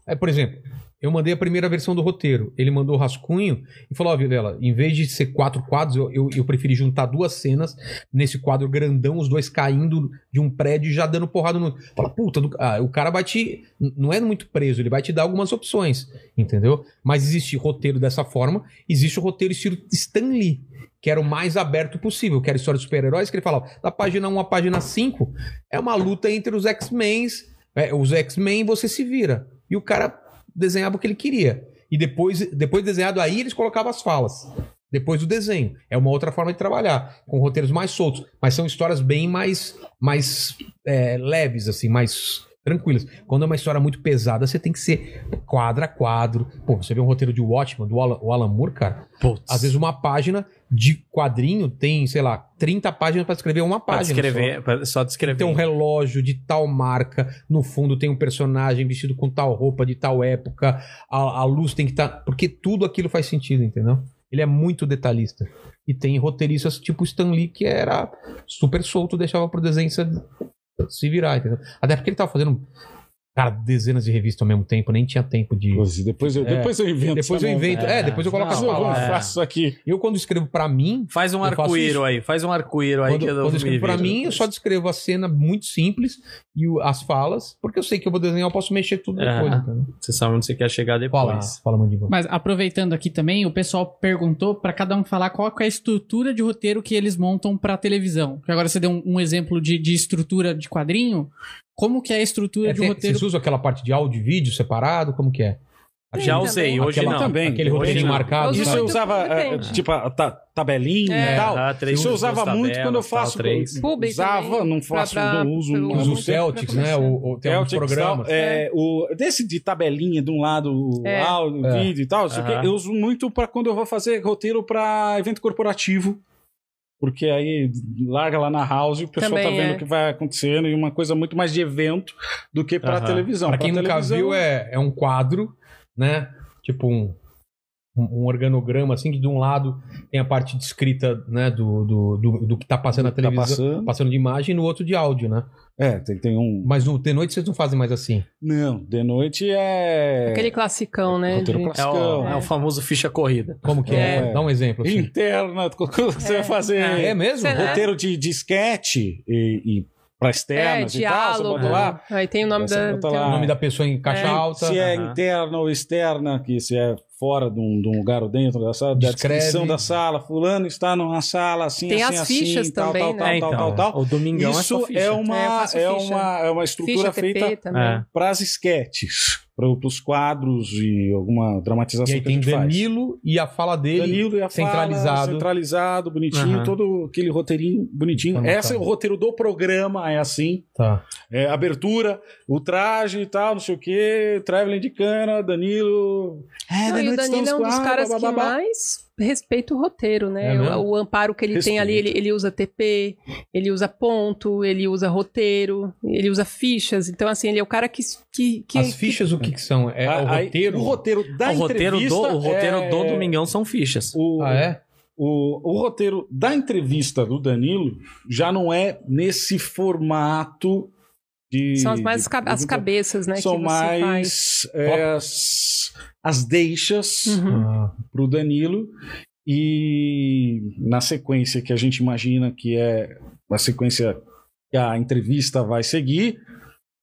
S1: É, por exemplo, eu mandei a primeira versão do roteiro. Ele mandou o rascunho e falou: Ó, Vilela, em vez de ser quatro quadros, eu, eu, eu preferi juntar duas cenas nesse quadro grandão, os dois caindo de um prédio e já dando porrada no. Fala, puta, do- ah, o cara vai te. n- Não é muito preso, ele vai te dar algumas opções, entendeu? Mas existe roteiro dessa forma, existe o roteiro estilo Stan Lee. Que era o mais aberto possível, que era a história de super-heróis, que ele fala, ó, da página 1 à página 5, é uma luta entre os X-Men, é, os X-Men você se vira. E o cara desenhava o que ele queria. E depois, depois desenhado aí, eles colocavam as falas. Depois do desenho. É uma outra forma de trabalhar, com roteiros mais soltos. Mas são histórias bem mais, mais é, leves, assim, mais tranquilas. Quando é uma história muito pesada, você tem que ser quadro a quadro. Pô, você vê um roteiro de Watchman, do Alan, o Alan Moore, cara.
S3: Putz.
S1: Às vezes uma página de quadrinho tem, sei lá, 30 páginas pra escrever uma
S3: Pra
S1: página. só.
S3: descrever, pra- só descrever.
S1: Tem um relógio de tal marca, no fundo tem um personagem vestido com tal roupa de tal época, a, a luz tem que estar. porque tudo aquilo faz sentido, entendeu? Ele é muito detalhista. E tem roteiristas tipo Stan Lee, que era super solto, deixava pro desenho se virar, entendeu? Até porque ele tava fazendo Cara, dezenas de revistas ao mesmo tempo, nem tinha tempo de.
S2: Pois, depois, eu,
S1: É.
S2: depois eu invento
S1: Depois
S2: essa
S1: eu invento.
S3: montanha.
S1: É, depois eu coloco
S2: monta-
S1: as
S2: Eu um não é.
S1: palavras.
S2: faço aqui.
S1: Eu, quando escrevo pra mim,
S3: Faz um
S1: Eu faço
S3: arco-íro
S1: isso.
S3: aí, faz um arco-íro aí
S1: quando,
S3: que eu
S1: quando eu
S3: me
S1: escrevo pra
S3: viro.
S1: mim, eu só descrevo a cena muito simples e o- as falas, porque eu sei que eu vou desenhar, eu posso mexer tudo
S3: É.
S1: depois. entendeu?
S3: Você sabe onde você quer chegar
S1: Fala,
S3: depois.
S1: fala, Mandíbula.
S5: Mas aproveitando aqui também, o pessoal perguntou pra cada um falar qual que é a estrutura de roteiro que eles montam pra televisão. Que agora você deu um, um exemplo de, de estrutura de quadrinho. Como que é a estrutura
S1: É,
S5: de
S1: tem-
S5: roteiro?
S1: Vocês usam aquela parte de áudio e vídeo separado? Como que é?
S3: Já
S4: Sim,
S3: usei,
S4: também.
S3: hoje
S1: Aquela-
S3: não.
S2: também.
S1: Aquele
S3: Hoje
S1: roteirinho
S3: não.
S1: marcado. né?
S4: Hoje
S2: Isso
S1: sabe?
S4: não.
S2: eu usava, eh,
S4: Depende.
S2: tipo, a ta- tabelinha
S4: É.
S2: e tal.
S3: Dá Tá, três,
S2: Isso eu
S3: duas
S2: usava muito
S3: tabelas,
S2: quando eu
S3: tal,
S2: faço.
S3: tá três.
S4: Publi
S2: usava,
S4: também,
S2: não faço,
S4: pra- pra-
S2: não uso.
S4: pelo-
S2: não
S1: Usa
S2: uso
S1: o
S4: Muito
S1: Celtics,
S4: pra
S1: né?
S4: começar.
S1: O, o- tem alguns
S2: Celtics,
S1: programas.
S2: tal, é, o, desse de tabelinha de um lado, o
S4: É.
S2: áudio, o
S1: É.
S2: vídeo e tal, não sei o quê,
S3: Aham.
S2: eu uso muito para quando eu vou fazer roteiro para evento corporativo. Porque aí larga lá na house e o pessoal tá
S4: Também
S2: vendo
S4: é.
S2: o que vai acontecendo e uma coisa muito mais de evento do que para
S3: Aham.
S2: televisão.
S1: Pra quem nunca
S2: televisão,
S1: viu, é, é um quadro, né? Tipo um, um um organograma, assim, que de um lado tem a parte de escrita, né, do, do, do, do que tá passando na
S2: tá
S1: televisão, passando.
S2: passando.
S1: de imagem, e no outro de áudio, né?
S2: É, tem, tem um.
S1: Mas no de noite vocês não fazem mais assim.
S2: Não, de noite é.
S4: Aquele classicão, né? né?
S2: roteiro
S4: de-
S3: É o,
S2: classicão.
S3: é o famoso ficha corrida.
S1: Como que é?
S2: É.
S1: Dá um exemplo. Assim.
S2: Interna, quando você vai fazer.
S1: É, mesmo?
S4: Sei lá.
S2: roteiro de, de sketch e, e para
S4: É,
S2: externas e tal, você
S4: diálogo.
S2: bota lá.
S4: Aí tem o nome
S2: Você
S4: da.
S2: bota
S4: tem
S1: O
S4: um-
S2: lá.
S1: nome da pessoa em caixa
S4: É.
S1: alta.
S2: Se é
S3: Aham.
S2: interna ou externa, que se é fora de um, de um lugar ou dentro da sala, da
S1: Descreve.
S2: descrição da sala, fulano está numa sala assim,
S4: Tem
S2: assim,
S4: as
S2: assim,
S4: fichas
S2: tal,
S4: também,
S2: tal,
S4: né?
S2: tal,
S3: É,
S2: tal, tal,
S3: então,
S2: tal.
S3: O Domingão é,
S2: Isso
S3: só ficha.
S2: é
S4: É, eu
S2: uma,
S4: faço
S2: é,
S4: ficha.
S2: uma, é uma estrutura
S4: Ficha PP
S2: feita
S4: também.
S3: É.
S2: para as esquetes, para os quadros e alguma
S1: E
S2: dramatização
S1: aí
S2: que a
S1: tem
S2: gente faz.
S1: Danilo e a fala dele.
S2: Danilo e a fala,
S1: centralizado.
S2: centralizado, bonitinho,
S3: Aham.
S2: todo aquele roteirinho bonitinho.
S1: Tá
S2: Esse
S1: anotado.
S2: é o roteiro do programa, é assim.
S1: Tá.
S2: É, abertura, o traje e tal, não sei o quê, traveling de cana, Danilo. É,
S4: Não, e o Danilo é um dos caras que mais respeita o roteiro, né?
S1: É
S4: O-
S1: mesmo?
S4: o, amparo que ele tem ali, ele, ele usa TP, ele usa ponto, ele usa roteiro, ele usa fichas. Então, assim, ele é o cara que. que, que
S1: As fichas, o que, que são? É o roteiro?
S2: Ah, o roteiro da
S3: Ah, o roteiro, do,
S2: entrevista.
S3: o roteiro
S2: é-
S3: do Domingão são fichas.
S2: O,
S1: Ah, é?
S2: o, o roteiro da entrevista do Danilo já não é nesse formato de.
S4: são as mais
S2: de-
S4: ca- as cabeças, né?
S2: São
S4: que você faz.
S2: mais é, as, as deixas.
S4: Uhum.
S1: Ah,
S2: para o Danilo. E na sequência que a gente imagina que é a sequência que a entrevista vai seguir,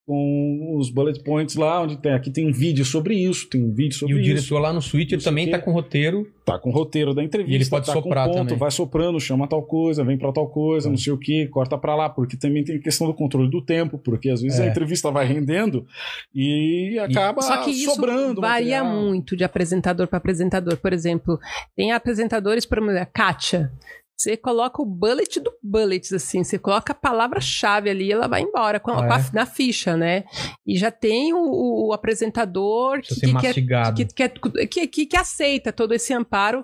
S2: com os bullet points lá, onde tem aqui tem um vídeo sobre isso, tem um vídeo
S1: e
S2: sobre
S1: o
S2: isso.
S1: diretor lá no Switch ele
S2: Isso
S1: também
S2: aqui.
S1: tá com roteiro.
S2: Tá com o roteiro da entrevista,
S1: E ele pode
S2: tá
S1: soprar
S2: com ponto,
S1: também.
S2: vai soprando, chama tal coisa, vem para tal coisa,
S1: Tá.
S2: não sei o que, corta para lá, porque também tem questão do controle do tempo, porque às vezes
S1: É.
S2: a entrevista vai rendendo e acaba
S4: Só que isso
S2: sobrando.
S4: varia
S2: material.
S4: muito de apresentador para apresentador. Por exemplo, tem apresentadores, por exemplo, a Kátia. Você coloca o bullet do bullets, assim, você coloca a palavra-chave ali e ela vai embora com a-
S1: Ah,
S4: com a-
S1: é?
S4: na ficha, né? E já tem o, o- o apresentador que,
S1: Precisa ser
S4: que quer-
S1: mastigado.
S4: que, que- que- que- que aceita todo esse amparo.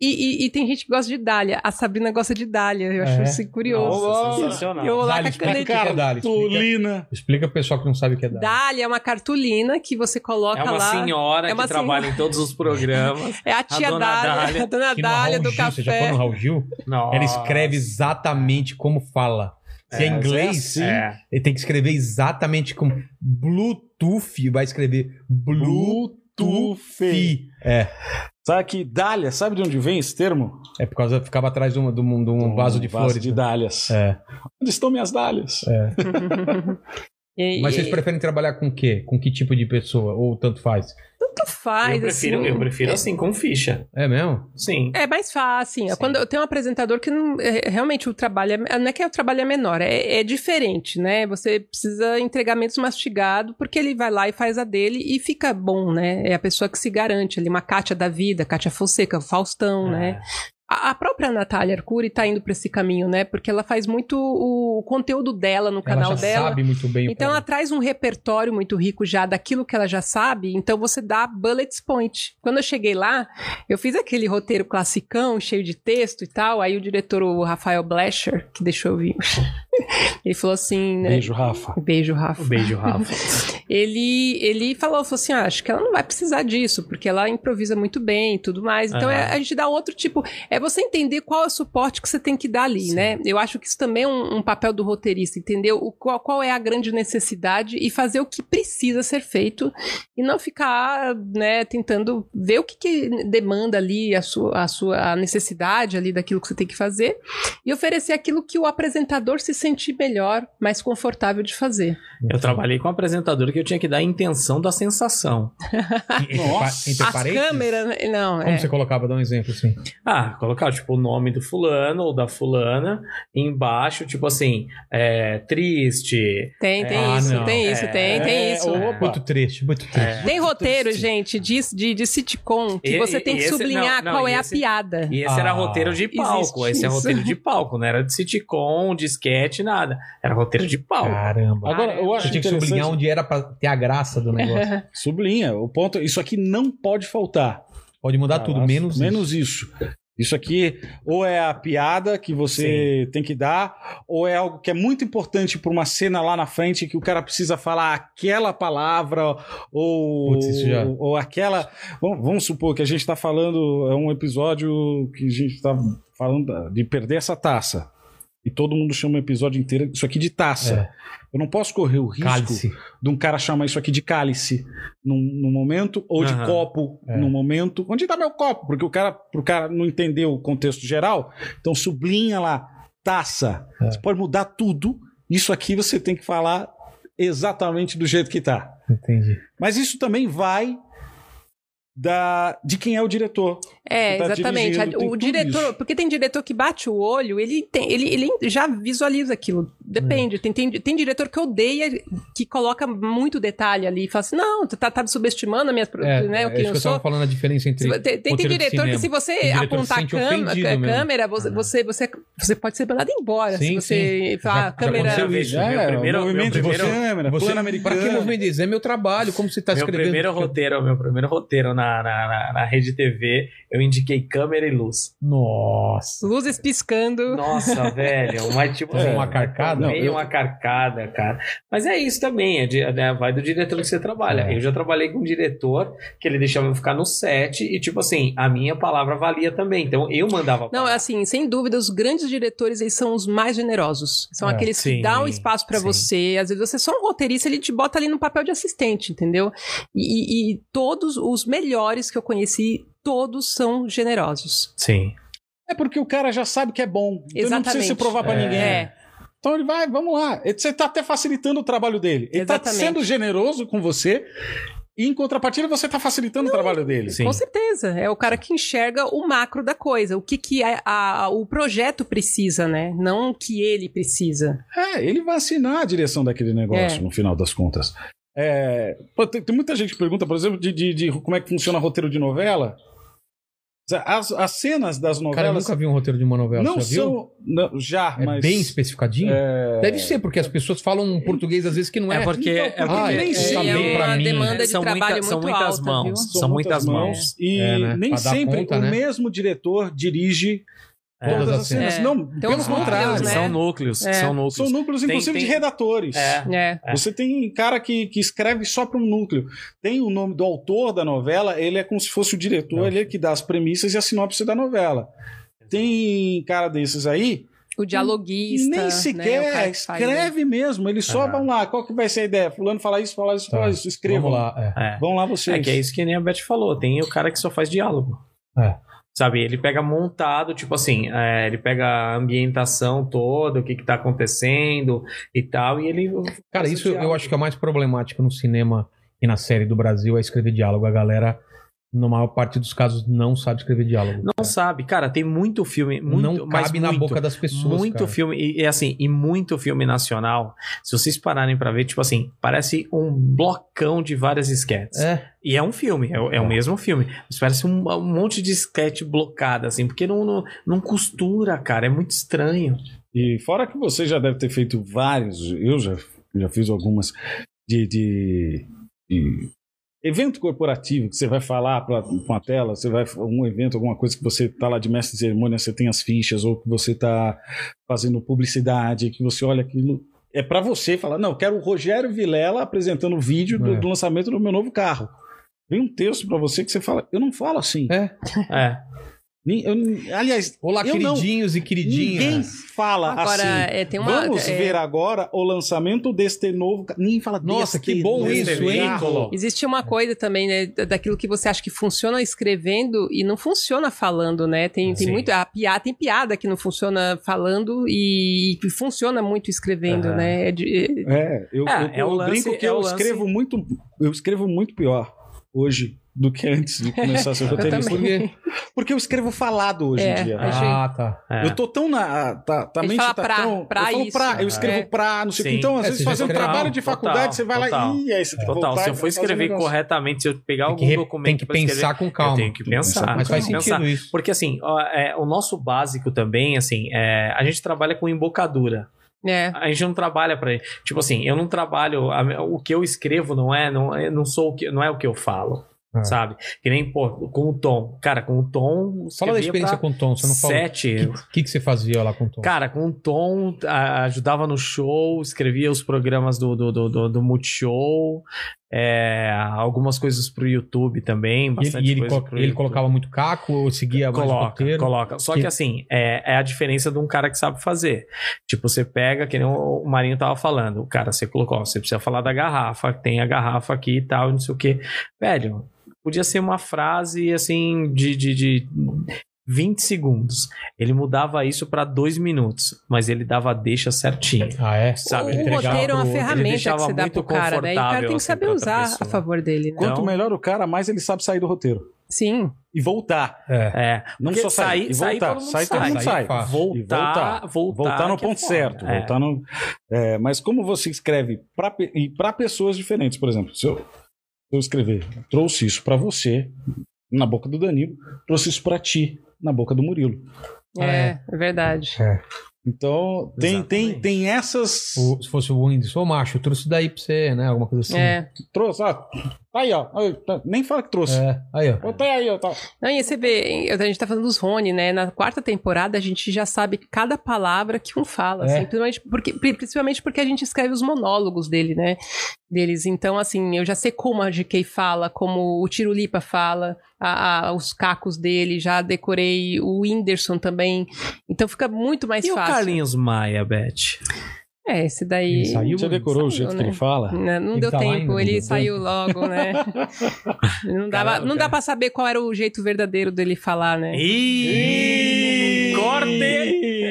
S4: E, e- e tem gente que gosta de Dália. A Sabrina gosta de Dália. Eu acho
S1: É.
S4: isso curioso.
S3: Nossa,
S2: Olá.
S3: sensacional.
S4: Eu vou lá
S1: Dália,
S4: com a
S1: explica o que
S4: canetinha.
S1: é Dália. Explica,
S2: Cartolina.
S1: explica pro pessoal que não sabe o que é Dália.
S4: Dália é uma cartolina que você coloca
S3: É uma
S4: lá.
S3: senhora
S4: É uma
S3: que
S4: senhora.
S3: trabalha em todos os programas.
S4: É a tia
S3: dona
S4: Dália,
S3: Dália.
S4: a dona
S1: Que no
S4: Dália
S1: Raul
S4: do
S1: Gil,
S4: café.
S1: Você já foi no Raul Gil? Ela escreve exatamente como fala. Se é,
S2: É, mas é
S1: inglês,
S2: assim.
S3: É.
S1: ele tem que escrever exatamente como. Bluetooth, vai escrever Bluetooth.
S2: Bluetooth.
S1: É,
S2: Sabe que dália, sabe de onde vem esse termo?
S1: é por causa. Ficava atrás de um, de um- de um vaso de flores.
S2: de
S1: né?
S2: dálias.
S1: É.
S2: Onde estão minhas dálias?
S4: E-
S1: Mas
S4: e-
S1: vocês preferem trabalhar com o quê? Com que tipo de pessoa? Ou tanto faz?
S4: tanto faz,
S3: eu, prefiro,
S4: assim.
S3: eu prefiro assim, com ficha.
S1: É mesmo?
S3: Sim.
S4: É mais fácil.
S3: Sim.
S4: Quando eu tenho um apresentador que não- é, realmente o trabalho é, não é que o trabalho é menor, é, é diferente, né? Você precisa entregar menos mastigado, porque ele vai lá e faz a dele e fica bom, né? É a pessoa que se garante ali, uma Cátia da vida, Cátia Fonseca,
S3: É,
S4: Faustão,
S1: É.
S4: né? A a própria Natália Arcuri tá indo para esse caminho, né? Porque ela faz muito o conteúdo dela no
S1: Ela
S4: canal
S1: já
S4: dela.
S1: sabe muito bem
S4: Então
S1: o
S4: ela traz um repertório muito rico já daquilo que ela já sabe, então você dá bullet point. Quando eu cheguei lá, eu fiz aquele roteiro classicão, cheio de texto e tal, aí o diretor, o Rafael Blecher, que deixou eu vir, Ele falou assim, né?
S2: Beijo, Rafa.
S4: Beijo, Rafa.
S3: É. Um Beijo, Rafa.
S4: Ele, ele falou, falou assim, ah, acho que ela não vai precisar disso, porque ela improvisa muito bem e tudo mais. Então,
S3: Aham.
S4: é- a gente dá outro tipo... É você entender qual é o suporte que você tem que dar ali, né? Eu acho que isso também é um, um papel do roteirista, entender o, qual, qual é a grande necessidade e fazer o que precisa ser feito e não ficar, né, tentando ver o que, que demanda ali a sua, a sua a necessidade ali daquilo que você tem que fazer e oferecer aquilo que o apresentador se sentir melhor, mais confortável de fazer.
S3: Eu trabalhei com um apresentador que eu tinha que dar a intenção da sensação.
S1: é Entre,
S2: Nossa.
S1: pa- entre
S4: As
S1: parênteses?
S4: câmeras, né? não,
S1: Como
S4: é.
S1: você colocava? Dá um exemplo assim.
S3: Ah, colocar, tipo, o nome do fulano ou da fulana e embaixo, tipo assim, é, triste.
S4: Tem, tem
S1: Ah,
S4: isso,
S1: não.
S4: tem isso,
S3: É,
S4: tem, tem isso.
S1: Muito triste, muito triste.
S4: Tem roteiro, gente, de, de, de sitcom que
S3: E-
S4: você tem
S3: e
S4: que
S3: esse-
S4: sublinhar
S3: não, não,
S4: qual
S3: e
S4: é
S3: esse-
S4: a piada.
S3: E esse era
S1: Ah,
S3: roteiro de palco.
S4: existe
S3: Esse é
S4: isso.
S3: roteiro de palco, não era de sitcom, de sketch, nada. Era roteiro de palco.
S1: Caramba.
S2: Agora, eu acho
S1: Você tinha que
S2: interessante-
S1: sublinhar um- onde era pra ter a graça do negócio.
S2: Sublinha, o ponto, isso aqui não pode faltar.
S1: Pode mudar tudo,
S2: Caraca,
S1: menos,
S2: Ah, menos isso. Isso aqui ou é a piada que você tem que dar, ou é algo que é muito importante para uma cena lá na frente que o cara precisa falar aquela palavra ou
S1: Putz, isso já-
S2: ou aquela. Vamos, vamos supor que a gente está falando é um episódio que a gente está falando da- de perder essa taça. E todo mundo chama o episódio inteiro isso aqui de taça.
S1: É.
S2: Eu não posso correr o risco
S1: cálice.
S2: de um cara chamar isso aqui de cálice num, num momento, ou de
S3: Aham.
S2: copo
S1: É.
S2: num momento. Onde tá meu copo? Porque o cara, pro cara não entender o contexto geral, então sublinha lá, taça.
S1: É.
S2: Você pode mudar tudo. Isso aqui você tem que falar exatamente do jeito que tá.
S1: Entendi.
S2: Mas isso também vai da, de quem é o diretor.
S4: É,
S2: Você tá
S4: exatamente.
S2: dirigindo, tem
S4: o
S2: tudo
S4: diretor,
S2: isso.
S4: porque tem diretor que bate o olho, ele, tem, ele, ele já visualiza aquilo.
S1: Hum.
S4: Depende. Tem, tem, tem diretor que odeia, que coloca muito detalhe ali e fala assim: não, tu tá, tá me subestimando a minha, pro-
S1: É,
S4: né,
S1: é
S4: o que
S1: isso
S4: eu
S1: que eu
S4: sou.
S1: tava falando a diferença entre.
S4: Se- Tem, tem, tem
S1: roteiro de
S4: diretor
S1: cinema.
S4: que se você
S1: Tem diretor que
S4: apontar
S1: se
S4: a
S1: sente
S4: câmera,
S1: ofendido
S4: a
S1: mesmo.
S4: câmera você,
S3: Ah.
S4: você, você, você pode ser mandado embora.
S1: Sim,
S4: se você falar,
S1: Já-
S4: a
S1: já
S4: câmera.
S1: aconteceu isso.
S3: Meu
S2: o
S3: primeiro-
S2: movimento
S3: meu
S2: de
S3: primeiro-
S2: câmera,
S1: Você,
S2: plano americano.
S1: pra que movimento disso? É meu trabalho, como você tá
S3: meu
S1: escrevendo.
S3: primeiro roteiro, meu primeiro roteiro na, na, na, na Rede TV, eu indiquei câmera e luz.
S1: Nossa.
S4: Luzes piscando.
S3: Nossa, velho. Mas, tipo,
S1: Tomou uma carcada?
S3: Tomei
S2: Não, eu-
S3: uma carcada, cara. Mas é isso também. É de- né, vai do diretor que você trabalha.
S1: É.
S3: Eu já trabalhei com um diretor que ele deixava eu ficar no set e, tipo assim, a minha palavra valia também. Então eu mandava.
S4: Não,
S3: palavra.
S4: assim, sem dúvida, os grandes diretores, eles são os mais generosos. São
S1: É,
S4: aqueles
S3: sim,
S4: que dão espaço pra
S3: sim.
S4: você. Às vezes você é só um roteirista, ele te bota ali no papel de assistente, entendeu? E, e- e todos os melhores que eu conheci, todos são generosos.
S3: Sim.
S2: É porque o cara já sabe que é bom. Então ele não precisa
S4: Exatamente.
S2: se provar pra
S1: É.
S2: ninguém.
S4: É,
S2: Então ele vai, vamos lá. Ele- Você está até facilitando o trabalho dele. Ele está
S4: Exatamente.
S2: sendo generoso com você e, em contrapartida, você está facilitando o trabalho dele.
S3: Sim.
S4: com certeza. É o cara que enxerga o macro da coisa, o que, que a- a- o projeto precisa, né? Não o que ele precisa.
S2: É, ele vai assinar a direção daquele negócio,
S4: É.
S2: no final das contas. É, pô, tem, tem muita gente que pergunta, por exemplo, de, de- de como é que funciona roteiro de novela. As, as cenas das
S1: Cara, eu
S2: novelas
S1: nunca vi um roteiro de uma novela.
S2: assim. não
S1: você já viu?
S2: são. não, já,
S1: É
S2: mas.
S1: bem especificadinho?
S2: é,
S1: Deve ser, porque as pessoas falam um português às vezes que não é.
S3: É porque.
S2: então,
S3: é
S2: porque
S3: porque
S2: nem
S3: é-
S2: sempre-
S3: é-
S1: Tá bem
S4: é
S1: pra
S4: uma
S1: mim, né?
S4: demanda de
S3: São muita-
S4: trabalho é
S3: são
S4: muito
S3: muitas
S4: alta,
S3: mãos.
S4: viu?
S3: São muitas mãos.
S2: E
S1: É, né?
S2: nem
S1: Pra dar
S2: sempre
S1: conta,
S2: o
S1: né?
S2: mesmo diretor dirige
S3: é,
S2: todas
S1: Todas
S2: as
S1: as
S2: cenas.
S4: cenas.
S2: Não, pelo
S4: uns
S2: contrário.
S4: núcleos, né?
S3: São núcleos.
S4: É.
S3: São
S2: São
S3: núcleos.
S2: núcleos,
S3: Tem-
S2: inclusive,
S3: tem-
S2: de redatores.
S3: É.
S4: É.
S2: Você tem cara que, que escreve só para um núcleo. Tem o nome do autor da novela, ele é como se fosse o diretor, ele é que dá as premissas e a sinopse da novela. Tem cara desses aí
S4: O
S2: que
S4: dialoguista.
S2: nem sequer
S4: né? O cara que faz-
S2: escreve mesmo. Eles só
S3: Ah.
S2: vão lá. Qual que vai ser a ideia? Fulano fala isso, fala isso,
S1: Tá.
S2: fala isso. Escrevam.
S1: Vamos lá. é.
S3: É.
S2: Vão lá vocês.
S3: É que é isso que nem a Beth falou, tem o cara que só faz diálogo.
S1: É.
S3: Sabe, ele pega montado, tipo assim, é, ele pega a ambientação toda, o que que tá acontecendo e tal, e ele...
S1: Cara, isso eu acho que é o mais problemático no cinema e na série do Brasil é escrever diálogo. A galera, na maior parte dos casos, não sabe escrever diálogo.
S3: Não sabe, cara, tem muito filme, muito,
S1: não
S3: mas
S1: cabe na
S3: muito,
S1: boca das pessoas.
S3: Muito
S1: cara.
S3: filme, e e assim, e muito filme nacional, se vocês pararem pra ver, tipo assim, parece um blocão de várias esquetes.
S1: É.
S3: E é um filme, é, o- é o mesmo filme. Mas parece um, um monte de esquete blocada, assim, porque não, não, não costura, cara, é muito estranho.
S2: E fora que você já deve ter feito vários, eu já, já fiz algumas de, de, de Evento corporativo, que você vai falar pra, com a tela, você vai um evento, alguma coisa que você tá lá de mestre de cerimônia, você tem as fichas, ou que você tá fazendo publicidade, que você olha aquilo. É pra você falar, não, eu quero o Rogério Vilela apresentando o vídeo do,
S1: É.
S2: do lançamento do meu novo carro. Vem um texto pra você que você fala, eu não falo assim.
S3: É.
S2: Nem- eu- aliás,
S1: Olá,
S2: Eu não.
S1: queridinhos e queridinhas.
S2: ninguém fala
S4: Agora,
S2: assim.
S4: é, tem uma.
S2: Vamos
S4: é,
S2: ver agora o lançamento deste novo. ca- Nem fala
S1: Nossa,
S2: deste
S1: que bom
S2: novo
S1: isso, hein?
S2: carro.
S4: Existe uma coisa também, né, da- daquilo que você acha que funciona escrevendo e não funciona falando, né? Tem, tem
S3: Sim.
S4: muito a piada, tem piada que não funciona falando e que funciona muito escrevendo,
S3: Aham.
S4: né? É de-
S2: É, eu,
S3: Ah,
S2: eu-
S3: é o
S2: eu
S3: lance-
S2: brinco que
S3: é
S2: eu
S3: o lance-
S2: escrevo muito, eu escrevo muito pior hoje do que antes de começar a ser roteirista.
S4: também.
S2: Porque, porque eu escrevo falado hoje
S4: É.
S2: em dia.
S1: Ah, tá.
S3: é.
S2: Eu tô tão na. Tá, tá, a
S4: Ele
S2: mente
S4: fala
S2: tá
S4: pra-
S2: tão.
S4: pra
S2: eu falo
S4: isso.
S2: pra, eu escrevo
S4: É.
S2: pra, não sei o que.
S3: Sim.
S2: Então, às
S1: É,
S2: vezes,
S1: você já
S2: fazer um
S1: escreve-
S2: trabalho de
S3: Total,
S2: faculdade, você vai lá
S3: total.
S2: e aí você tem que
S3: Total,
S2: voltar
S3: se
S2: e
S3: eu for
S2: fazer um
S3: escrever
S2: negócio.
S3: corretamente, se eu pegar
S1: É. Tem
S3: algum
S1: que, re-
S3: documento
S1: tem que
S3: pra escrever,
S1: pensar com
S3: Eu
S1: calma.
S3: tenho que pensar.
S1: Mas faz
S3: tem que
S1: sentido
S3: pensar.
S1: isso.
S3: Porque assim, ó, é, o nosso básico também, assim, é, a gente trabalha com embocadura.
S4: é.
S3: A gente não trabalha para tipo assim, eu não trabalho a- o que eu escrevo não é, não, é- não sou o que, não é o que eu falo.
S1: É.
S3: Sabe? Que nem, pô, com o tom. Cara, com o tom.
S1: Fala da
S3: escrevia
S1: experiência
S3: pra
S1: com o Tom, Então, você não falou.
S3: Sete.
S1: O que, que você fazia lá com o Tom?
S3: Cara, com o Tom, a- ajudava no show, escrevia os programas do, do, do, do, do Multishow, é, algumas coisas pro YouTube também,
S1: E ele-
S3: bastante
S1: e ele,
S3: coisa
S1: co-
S3: pro
S1: ele
S3: YouTube.
S1: colocava muito caco ou seguia mais É o
S3: Coloca,
S1: roteiro?
S3: coloca. Só
S1: Que-
S3: que, assim, é, é a diferença de um cara que sabe fazer. Tipo, você pega, que nem o o Marinho tava falando, o cara, você colocou, ó, você precisa falar da garrafa, tem a garrafa aqui e tal, não sei o quê. Velho, podia ser uma frase, assim, de... de, de 20 segundos. Ele mudava isso pra dois minutos, mas ele dava a deixa certinho.
S1: Ah, é?
S3: Sabe,
S4: o
S1: entregava
S4: roteiro é
S1: pro
S4: uma
S1: outro.
S3: Ele
S4: ferramenta que
S3: deixava
S4: você dá pro
S3: muito
S4: cara, né? E o cara tem
S3: confortável,
S4: que saber
S3: assim, pra outra
S4: usar a
S3: pessoa.
S4: favor dele, né?
S3: Com-
S2: Quanto
S3: Então-
S2: melhor o cara, mais ele sabe sair do roteiro.
S4: Sim.
S2: E voltar.
S1: É.
S3: É,
S2: Não
S3: Porque
S2: só sair.
S3: sair-
S2: e
S3: sair
S2: voltar.
S3: todo mundo
S2: Sair todo
S3: sai.
S2: mundo
S1: Sair
S2: sai.
S1: é fácil.
S3: voltar,
S2: E
S3: voltar,
S2: voltar no
S3: que é
S2: ponto
S3: foda.
S2: certo.
S3: É.
S2: Voltar no, é, mas como você escreve pra, pe- e para pessoas diferentes, por exemplo, se eu, se eu escrever, trouxe isso pra você na boca do Danilo, trouxe isso pra ti na boca do Murilo.
S1: Ah,
S4: É, é verdade.
S2: Então tem tem
S3: Exatamente.
S2: tem essas
S1: O- se fosse o Windows, ô macho, eu trouxe isso daí pra você, né? Alguma coisa assim.
S4: É.
S2: trouxe, ó, tá aí ó, Aí, tá- nem fala que trouxe.
S1: É. Aí, ó.
S2: Ó, tá aí, ó, tá.
S4: Não, e você vê, hein, a gente tá falando dos Rony, né? Na quarta temporada a gente já sabe cada palavra que um fala,
S1: É.
S4: assim, principalmente, porque, pri- principalmente porque a gente escreve os monólogos dele, né? Deles. Então, assim, eu já sei como a GK fala, como o Tirulipa fala, a- a- os cacos dele, já decorei o Whindersson também. Então fica muito mais
S3: E o
S4: fácil.
S3: Carlinhos Maia, Beth?
S4: É, esse
S1: Ele
S4: daí.
S1: saiu,
S2: Já decorou o jeito
S4: né?
S2: que ele fala?
S4: Né, Não
S1: Ele
S4: deu
S1: tá lá ainda,
S4: tempo,
S1: não
S4: ele
S1: deu
S4: saiu logo, né? não dava,
S3: Caramba,
S4: não dá
S3: cara.
S4: pra saber qual era o jeito verdadeiro dele falar, né?
S3: Ih! Corte!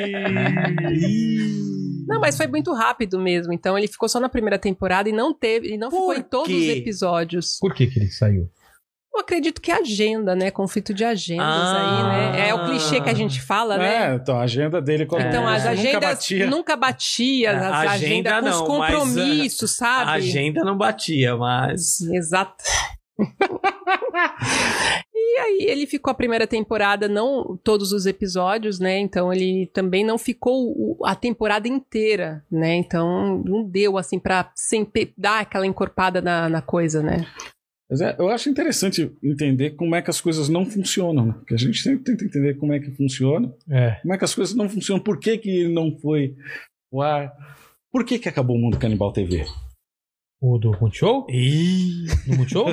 S4: Não, mas foi muito rápido mesmo. Então ele ficou só na primeira temporada e não teve, e não ficou em todos os
S3: quê?
S4: episódios.
S1: Por que que ele saiu?
S4: Eu acredito que é agenda, né? Conflito de agendas
S3: Ah.
S4: aí, né? É o clichê que a gente fala, né?
S2: É, então a agenda dele quando
S4: Então
S2: é,
S4: as agendas
S2: nunca batia.
S4: nunca batia,
S3: É,
S4: as
S3: agenda
S4: agendas com os
S3: não, mas,
S4: compromissos, sabe?
S3: A agenda não batia, mas.
S4: Exato. e aí ele ficou a primeira temporada, não todos os episódios, né? Então ele também não ficou o- a temporada inteira, né? Então não deu assim pra sempre dar aquela encorpada na, na coisa, né?
S2: Mas é, eu acho interessante entender como é que as coisas não funcionam, né? Porque a gente sempre tenta entender como é que funciona,
S1: É.
S2: como é que as coisas não funcionam, por que, que ele não foi o ar, por que, que acabou o Mundo Canibal TV?
S1: O do Multishow?
S3: Ih!
S1: Do Multishow?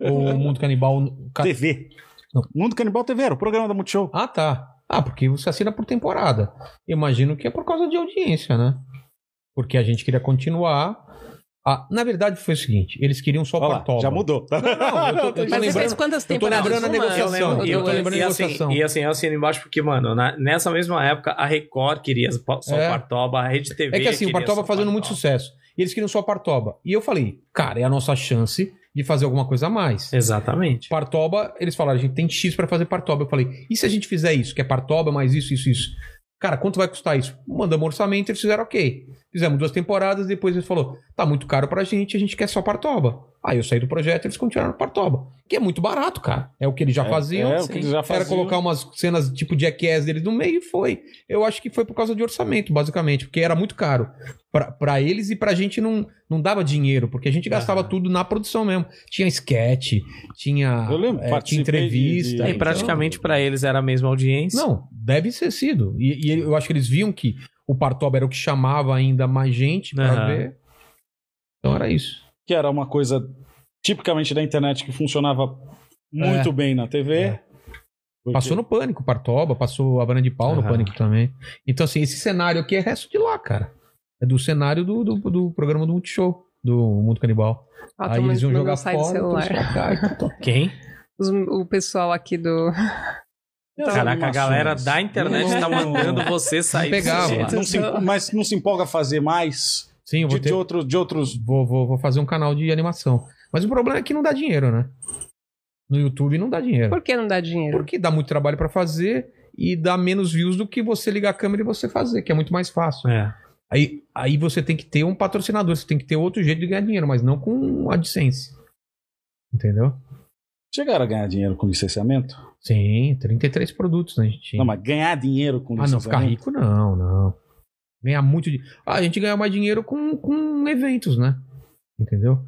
S1: Ou o Mundo Canibal? Ca-
S2: TV.
S1: Não.
S2: Mundo Canibal TV era o programa da Multishow.
S1: Ah, tá. Ah, porque você assina por temporada. Imagino que é por causa de audiência, né? Porque a gente queria continuar. Ah, na verdade, foi o seguinte: eles queriam só
S2: Olha
S1: o
S2: lá,
S1: Partoba.
S2: já mudou.
S1: Não, eu tô- eu tô
S2: Mas é
S4: Mas
S1: lembrando-
S4: você fez quantas
S1: eu tô
S4: temporadas?
S1: lembrando a
S4: Uma?
S1: negociação.
S3: Eu lembro-
S1: eu tô
S3: eu-
S1: lembrando
S3: e,
S1: a
S3: assim,
S1: negociação.
S3: e assim, eu assino embaixo porque, mano, na- nessa mesma época, a Record queria só
S1: É.
S3: o Partoba, a Rede TV.
S1: É que assim, o
S3: queria
S1: Partoba
S3: só o
S1: fazendo muito
S3: Partoba.
S1: sucesso. E eles queriam só o Partoba. E eu falei, cara, é a nossa chance de fazer alguma coisa a mais.
S3: Exatamente.
S1: Partoba, eles falaram, a gente tem X pra fazer Partoba. Eu falei, e se a gente fizer isso? Que é Partoba, mais isso, isso, isso. Cara, quanto vai custar isso? Mandamos um orçamento, eles fizeram ok. Fizemos duas temporadas, depois eles falou tá muito caro pra gente, a gente quer só Partoba. Aí eu saí do projeto, eles continuaram Partoba. Que é muito barato, cara. É o que eles já
S2: É,
S1: faziam.
S2: é o que eles já
S1: Era
S2: faziam.
S1: colocar umas cenas tipo Jackass deles no meio e foi. Eu acho que foi por causa de orçamento, basicamente, porque era muito caro Pra- pra eles e pra gente não, não dava dinheiro, porque a gente
S2: É.
S1: gastava tudo na produção mesmo. Tinha sketch, tinha,
S2: Eu lembro,
S1: é, tinha
S2: participei de-
S1: entrevista.
S2: de-
S3: E
S2: então-
S3: É, praticamente pra eles era a mesma audiência.
S1: Não, deve ser sido. E, e eu acho que eles viam que o Partoba era o que chamava ainda mais gente pra
S3: Aham.
S1: ver. Então era isso.
S2: que era uma coisa tipicamente da internet que funcionava muito bem na TV.
S1: É.
S2: Porque-
S1: Passou no Pânico, Partoba, passou a Bana de Pau no
S3: Aham.
S1: Pânico também. Então, assim, esse cenário aqui é resto de lá, cara. É do cenário do, do, do programa do Multishow, do Mundo Canibal.
S4: Ó,
S1: Aí
S4: todo
S1: eles iam
S4: mundo
S1: jogar
S4: sai do
S1: fora,
S4: celular.
S1: trouxe pra cá e tal, tal.
S3: Quem?
S4: Os- o pessoal aqui do. Então,
S2: As
S3: Caraca, a galera
S2: animações.
S3: da internet
S2: Não-
S3: tá mandando você sair. desse
S1: Pegava.
S3: jeito.
S2: Não se, mas não se empolga a fazer mais
S1: Sim, eu
S2: de,
S1: vou,
S2: de
S1: ter,
S2: outros, de outros.
S1: vou, vou, vou fazer um canal de animação. Mas o problema é que não dá dinheiro, né? No YouTube não dá dinheiro.
S4: Por que não dá dinheiro?
S1: Porque dá muito trabalho pra fazer e dá menos views do que você ligar a câmera e você fazer, que é muito mais fácil.
S3: É.
S1: Aí, aí você tem que ter um patrocinador, você tem que ter outro jeito de ganhar dinheiro, mas não com AdSense. Entendeu?
S2: Chegaram a ganhar dinheiro com licenciamento?
S1: Sim, 33 produtos, né, gente?
S2: Não, mas ganhar dinheiro com
S1: ah, não, ficar
S2: licenciamento.
S1: rico não, não. Ganhar muito dinheiro. Ah, a gente ganha mais dinheiro com, com eventos, né? Entendeu?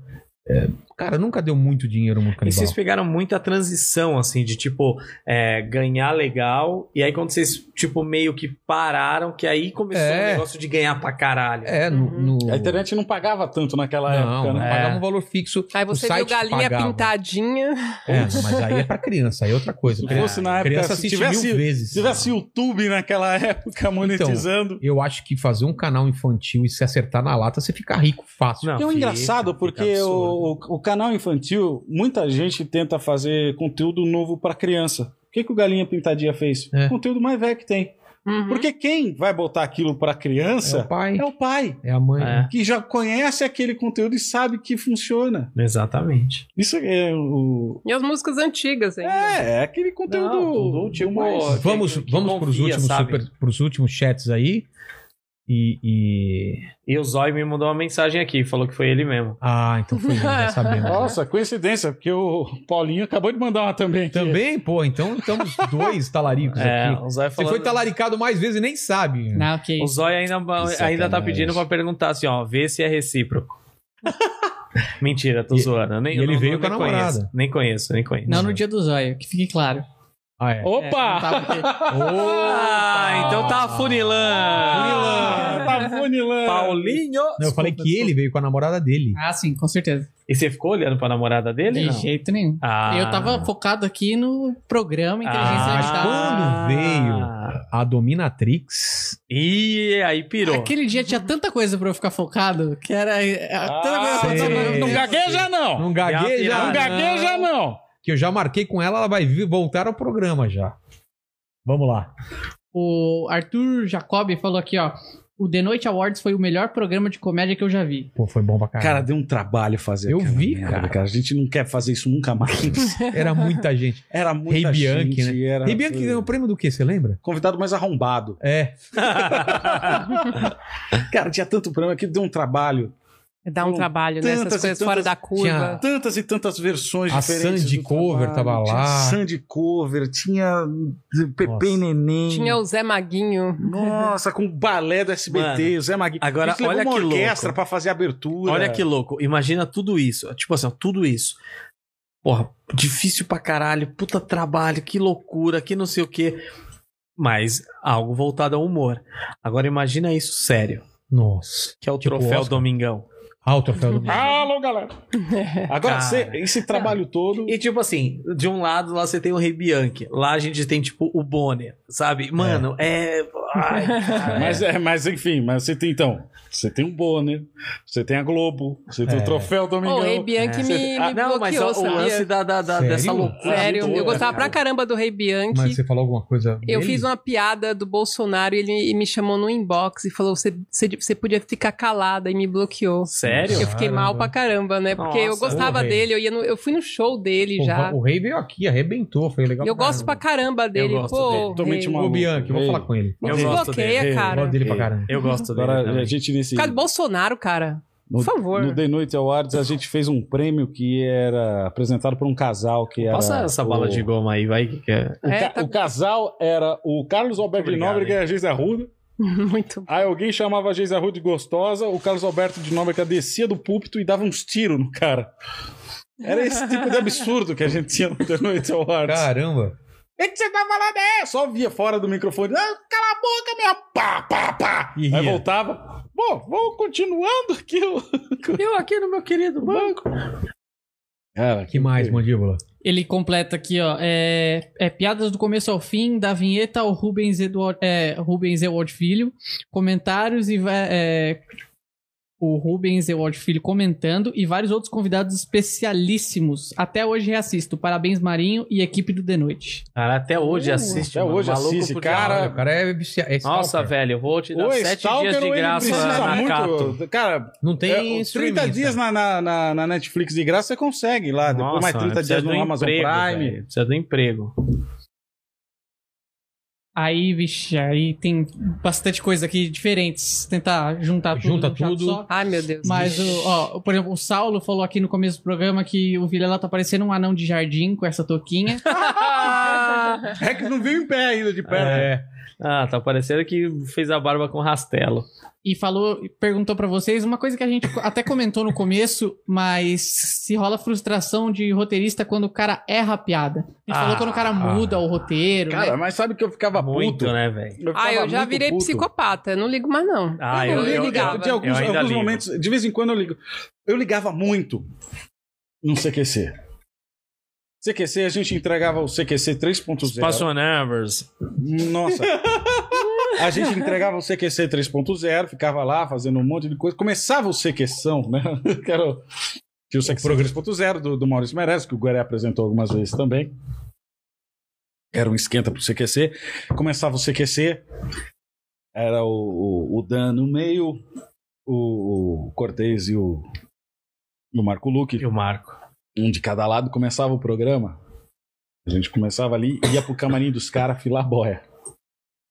S1: É, cara, nunca deu muito dinheiro no
S3: E
S1: canibal.
S3: vocês pegaram muito a transição, assim, de tipo, é, ganhar legal, e aí quando vocês, tipo, meio que pararam, que aí começou
S1: É.
S3: o negócio de ganhar pra caralho.
S1: É, no,
S4: Uhum.
S1: no...
S2: A internet não pagava tanto naquela
S1: não,
S2: época,
S1: não
S2: né?
S1: pagava um valor fixo.
S4: Aí você
S1: o
S4: viu
S1: site
S4: galinha
S1: pagava.
S4: pintadinha.
S1: É, mas aí é pra criança, aí é outra coisa.
S2: Se fosse na época,
S1: criança
S2: se
S1: assiste
S2: tivesse,
S1: mil vezes.
S2: se tivesse YouTube naquela época monetizando.
S1: Eu acho que fazer um canal infantil e se acertar na lata, você fica rico fácil.
S3: Não,
S2: é um
S3: fica,
S2: engraçado
S3: fica
S2: porque
S3: absurdo.
S2: o, o- o canal infantil, muita gente tenta fazer conteúdo novo pra criança. O que, que o Galinha Pintadinha fez?
S1: É.
S2: Conteúdo mais velho que tem.
S4: Uhum.
S2: Porque quem vai botar aquilo pra
S1: É o
S2: criança
S1: pai,
S2: é o pai,
S1: é a mãe.
S3: É.
S2: que já conhece aquele conteúdo e sabe que funciona.
S3: Exatamente.
S2: Isso é o.
S4: E as músicas antigas, hein?
S2: É, é aquele conteúdo.
S3: tudo, tipo,
S2: mais-
S1: Vamos,
S3: Que- que
S1: vamos pros,
S3: confia,
S1: últimos
S3: sabe?
S1: super- pros últimos chats aí. E, e-
S3: E o Zói me mandou uma mensagem aqui, falou que foi ele mesmo.
S1: Ah, então foi essa mesmo.
S2: Nossa, coincidência, porque o Paulinho acabou de mandar uma também. aqui.
S1: Também, pô, então estamos dois talaricos
S3: É,
S1: aqui.
S3: o Zói
S1: Você
S3: falou.
S1: foi talaricado mais vezes e nem sabe.
S5: Não, ok.
S3: O Zói ainda,
S2: Que
S3: ainda tá
S2: sacanagem.
S3: pedindo pra perguntar assim, ó, vê se é recíproco. Mentira, tô
S1: E-
S3: zoando. Eu nem,
S1: e
S3: eu
S1: ele
S3: não-
S1: veio
S3: não-
S1: com a
S3: nem
S1: namorada.
S3: Conheço, nem conheço, nem conheço.
S5: Não no dia do zóio, que fique claro.
S1: Ah,
S2: Oh,
S1: é.
S5: É, não
S2: Opa!
S5: tá, porque-
S3: Ah, então tá funilando.
S2: Ah, tá funilando.
S3: Paulinho!
S1: Não, eu falei que ele veio com a namorada dele.
S5: Ah, sim, com certeza.
S3: E você ficou olhando pra namorada dele?
S5: De
S3: não?
S5: jeito nenhum.
S3: Ah.
S5: Eu tava focado aqui no programa Inteligência
S3: Ah,
S5: Limitada.
S1: Quando veio a Dominatrix,
S3: E aí pirou.
S5: Aquele dia tinha tanta coisa pra eu ficar focado que era.
S3: Ah,
S5: era tanta coisa pra
S1: sei.
S5: eu ficar focado.
S2: tá Não gagueja, não!
S1: Não
S3: E a
S1: gagueja,
S3: pirada?
S2: Não
S1: não.
S2: gagueja, não!
S1: Que eu já marquei com ela, ela vai vir voltar ao programa já. Vamos lá.
S5: O Arthur Jacob falou aqui, ó. O The Noite Awards foi o melhor programa de comédia que eu já vi.
S1: Pô, foi bom pra
S2: Cara,
S1: caralho.
S2: deu um trabalho fazer
S1: Eu
S2: aquela
S1: vi,
S2: merda,
S1: cara.
S2: A gente não quer fazer isso nunca mais.
S1: era muita gente.
S2: Era muita
S1: Rei
S2: gente.
S1: Bianchi, é um
S2: Era
S1: E Bianca ganhou o prêmio do quê? Você lembra?
S2: Convidado mais arrombado.
S1: É.
S2: Cara, tinha tanto problema que deu um trabalho.
S4: Dá um
S2: Pô,
S4: trabalho, né?
S2: tantas
S4: Essas
S2: e
S4: coisas
S2: tantas-
S4: fora da curva.
S2: Tantas e tantas versões
S1: Ah. A
S2: diferentes.
S1: Sandy
S2: do
S1: Cover
S2: trabalho.
S1: tava
S2: Tinha
S1: lá.
S2: Sandy Cover, tinha Pepe e
S1: Nossa.
S2: Neném.
S4: Tinha o Zé Maguinho.
S2: Nossa, com o balé do SBT,
S3: Mano,
S2: o Zé Magui.
S3: agora,
S2: a gente levou
S3: olha
S2: uma
S3: que louco.
S2: orquestra pra fazer a abertura.
S3: Olha que louco. Imagina tudo isso. Tipo assim, ó, tudo isso. Porra, difícil pra caralho, puta trabalho, que loucura, que não sei o quê. Mas algo voltado ao humor. Agora imagina isso sério,
S1: Nossa.
S3: que é o
S1: Tipo
S3: troféu
S1: Oscar.
S3: Domingão.
S1: Alto troféu do
S2: Alô, galera! Agora,
S3: Cara.
S2: cê- esse trabalho todo.
S3: E tipo assim, de um lado lá você tem o Rei Bianchi, lá a gente tem tipo o Bonner, sabe? Mano, é. Ai, cara,
S2: Mas, é, mas enfim, mas você tem então. Você tem o Bonner, você tem a Globo, você tem
S1: É.
S2: o Troféu
S4: Ô, o
S2: Domingão.
S4: Rei Bianchi me,
S3: É.
S2: Cê-
S4: me
S2: Ah,
S3: Não, mas
S4: bloqueou,
S3: ó, o
S4: sabia?
S3: lance da, da- da-
S1: Sério?
S3: dessa loucura. né?
S4: Sério,
S3: toda,
S4: eu gostava pra
S3: cara.
S4: caramba do Rei Bianchi.
S1: Mas você falou alguma coisa
S4: Eu
S1: dele?
S4: fiz um uma piada do Bolsonaro e ele me chamou no inbox e falou: você você podia ficar calada e me bloqueou.
S3: Sério?
S4: Eu fiquei mal pra caramba, né? Porque eu
S3: Nossa,
S4: gostava
S1: porra.
S4: dele, eu, ia no- eu fui no show dele
S1: Pô,
S4: já.
S1: O rei veio aqui, arrebentou, foi legal.
S4: E eu gosto pra caramba dele.
S3: Eu gosto
S4: Pô,
S3: dele.
S4: Rei.
S2: Totalmente maluco.
S1: O Bianchi, vou
S2: Rei.
S1: falar com ele.
S3: Eu Eu
S2: dele.
S3: gosto
S4: Bloqueia,
S3: dele.
S4: cara.
S7: Gosto dele pra caramba.
S3: Eu gosto dele.
S2: Agora,
S3: também.
S2: a gente nesse.
S4: Por causa do Bolsonaro, cara.
S2: No,
S4: Por favor.
S2: No The Noite Awards, a gente fez um prêmio que era apresentado por um casal que era.
S3: Passa essa bala
S2: o-
S3: de goma aí, vai que é.
S2: O, ca-
S4: É, tá-
S2: o casal era o Carlos Alberto de
S3: Obrigado,
S2: Nóbrega e a Geisa Ruda.
S4: Muito.
S2: Aí alguém chamava a Geisa Ruda de gostosa, o Carlos Alberto de Nóbrega descia do púlpito e dava uns tiros no cara. Era esse tipo de absurdo que a gente tinha no The Noite Awards.
S7: Caramba.
S2: O que que você tá falando é? Só via fora do microfone. Ah, cala a boca, minha pá, pá, pá.
S7: E
S2: Aí
S7: ria.
S2: voltava. Bom, vou continuando aqui.
S3: Eu aqui no meu querido banco.
S2: Cara,
S7: Que mais, mandíbula?
S5: Ele completa aqui, ó. É, é piadas do começo ao fim, da vinheta ao Rubens Eduardo, é, Rubens Eduardo Filho. Comentários e va- é, o Rubens Eduardo Filho comentando e vários outros convidados especialíssimos. Até hoje reassisto. Parabéns, Marinho e equipe do The Noite.
S3: Cara, até
S4: Hum,
S3: hoje assiste.
S2: até
S3: mano,
S2: hoje
S3: maluco
S2: assiste,
S3: por
S2: cara.
S3: diabo.
S7: Olha, o cara é viciado. É
S3: Nossa,
S7: stalker.
S3: velho, eu vou te dar
S2: O
S3: sete dias
S2: Stalker,
S3: de
S2: ele
S3: graça
S2: precisa
S3: na Cato.
S2: muito. Cara,
S7: Não tem
S2: é, os 30
S7: streaming,
S2: dias
S1: né?
S7: tá?
S2: na, na, na- na Netflix de graça você consegue lá. Ah, Depois mais 30 dias no Amazon Prime.
S3: um Velho, precisa do emprego.
S5: Aí, vixe, aí tem bastante coisa aqui diferentes. Tentar juntar tudo.
S7: Junta
S5: num prato
S7: tudo.
S5: só.
S4: Ai, meu Deus.
S5: Mas, o, ó, por exemplo, o Saulo falou aqui no começo do programa que o Vilela tá parecendo um anão de jardim com essa touquinha.
S3: ah,
S2: É que não veio em pé ainda de perto.
S7: É.
S3: tá parecendo que fez a barba com rastelo.
S5: e falou, perguntou pra vocês uma coisa que a gente até comentou no começo, mas se rola frustração de roteirista quando o cara erra a piada. A gente
S3: Ah.
S5: falou quando o cara muda o roteiro,
S2: Cara,
S5: né?
S2: mas sabe que eu ficava
S3: Muito,
S2: puto?
S3: né, velho?
S2: Eu ficava
S4: Ah, eu já
S2: muito
S4: virei
S2: puto.
S4: psicopata. Eu não ligo mais, não.
S3: Ah, eu-
S4: não
S3: eu-
S4: ligava.
S2: tinha alguns,
S3: ainda
S2: alguns
S3: ligo.
S2: momentos, de vez em quando eu ligo. Eu ligava muito no CQC. CQC, a gente entregava o CQC 3.0.
S3: Espaço Nevers.
S2: Nossa. A gente entregava o CQC 3.0, ficava lá fazendo um monte de coisa. Começava o CQção, né? Que era o, tinha o CQC 3.0 do, do Maurício Meirelles, que o Guaré apresentou algumas vezes também. Era um esquenta pro CQC. Começava o CQC, era o, o, o Dan no meio, o, o Cortez e o, e o Marco Luque
S3: E o Marco.
S2: um de cada lado, começava o programa. A gente começava ali, ia pro camarim dos caras filar boia.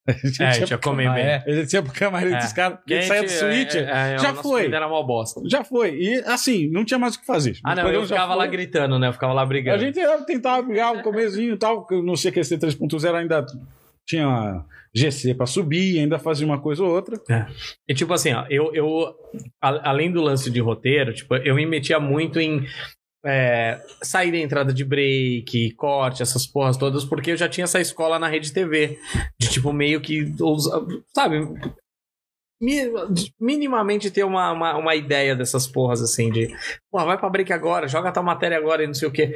S2: A gente
S3: É,
S2: ia
S3: já
S2: pro
S3: comi
S2: camarim-
S3: bem.
S7: é?
S2: A gente ia pro camarim
S3: É.
S2: dos caras, porque a gente saía do suíte,
S3: é, é,
S2: já
S3: o nosso
S2: foi.
S3: comida Era mal bosta.
S2: já foi. E assim, não tinha mais o que fazer.
S3: Ah,
S2: O
S3: não,
S2: programa
S3: eu
S2: já
S3: ficava
S2: foi.
S3: lá gritando, né? Eu ficava lá brigando.
S2: A gente ia tentar brigar o comezinho e tal, que no CQC 3.0 ainda tinha GC pra subir, ainda fazia uma coisa ou outra.
S3: E tipo assim, ó, eu, eu a- além do lance de roteiro, tipo, eu me metia muito em é, sair da entrada de break, corte, essas porras todas, porque eu já tinha essa escola na rede TV. De tipo, meio que. ousa- Sabe? mi- Minimamente ter uma, uma, uma ideia dessas porras assim, de pô, vai pra break agora, joga tal matéria agora e não sei o quê.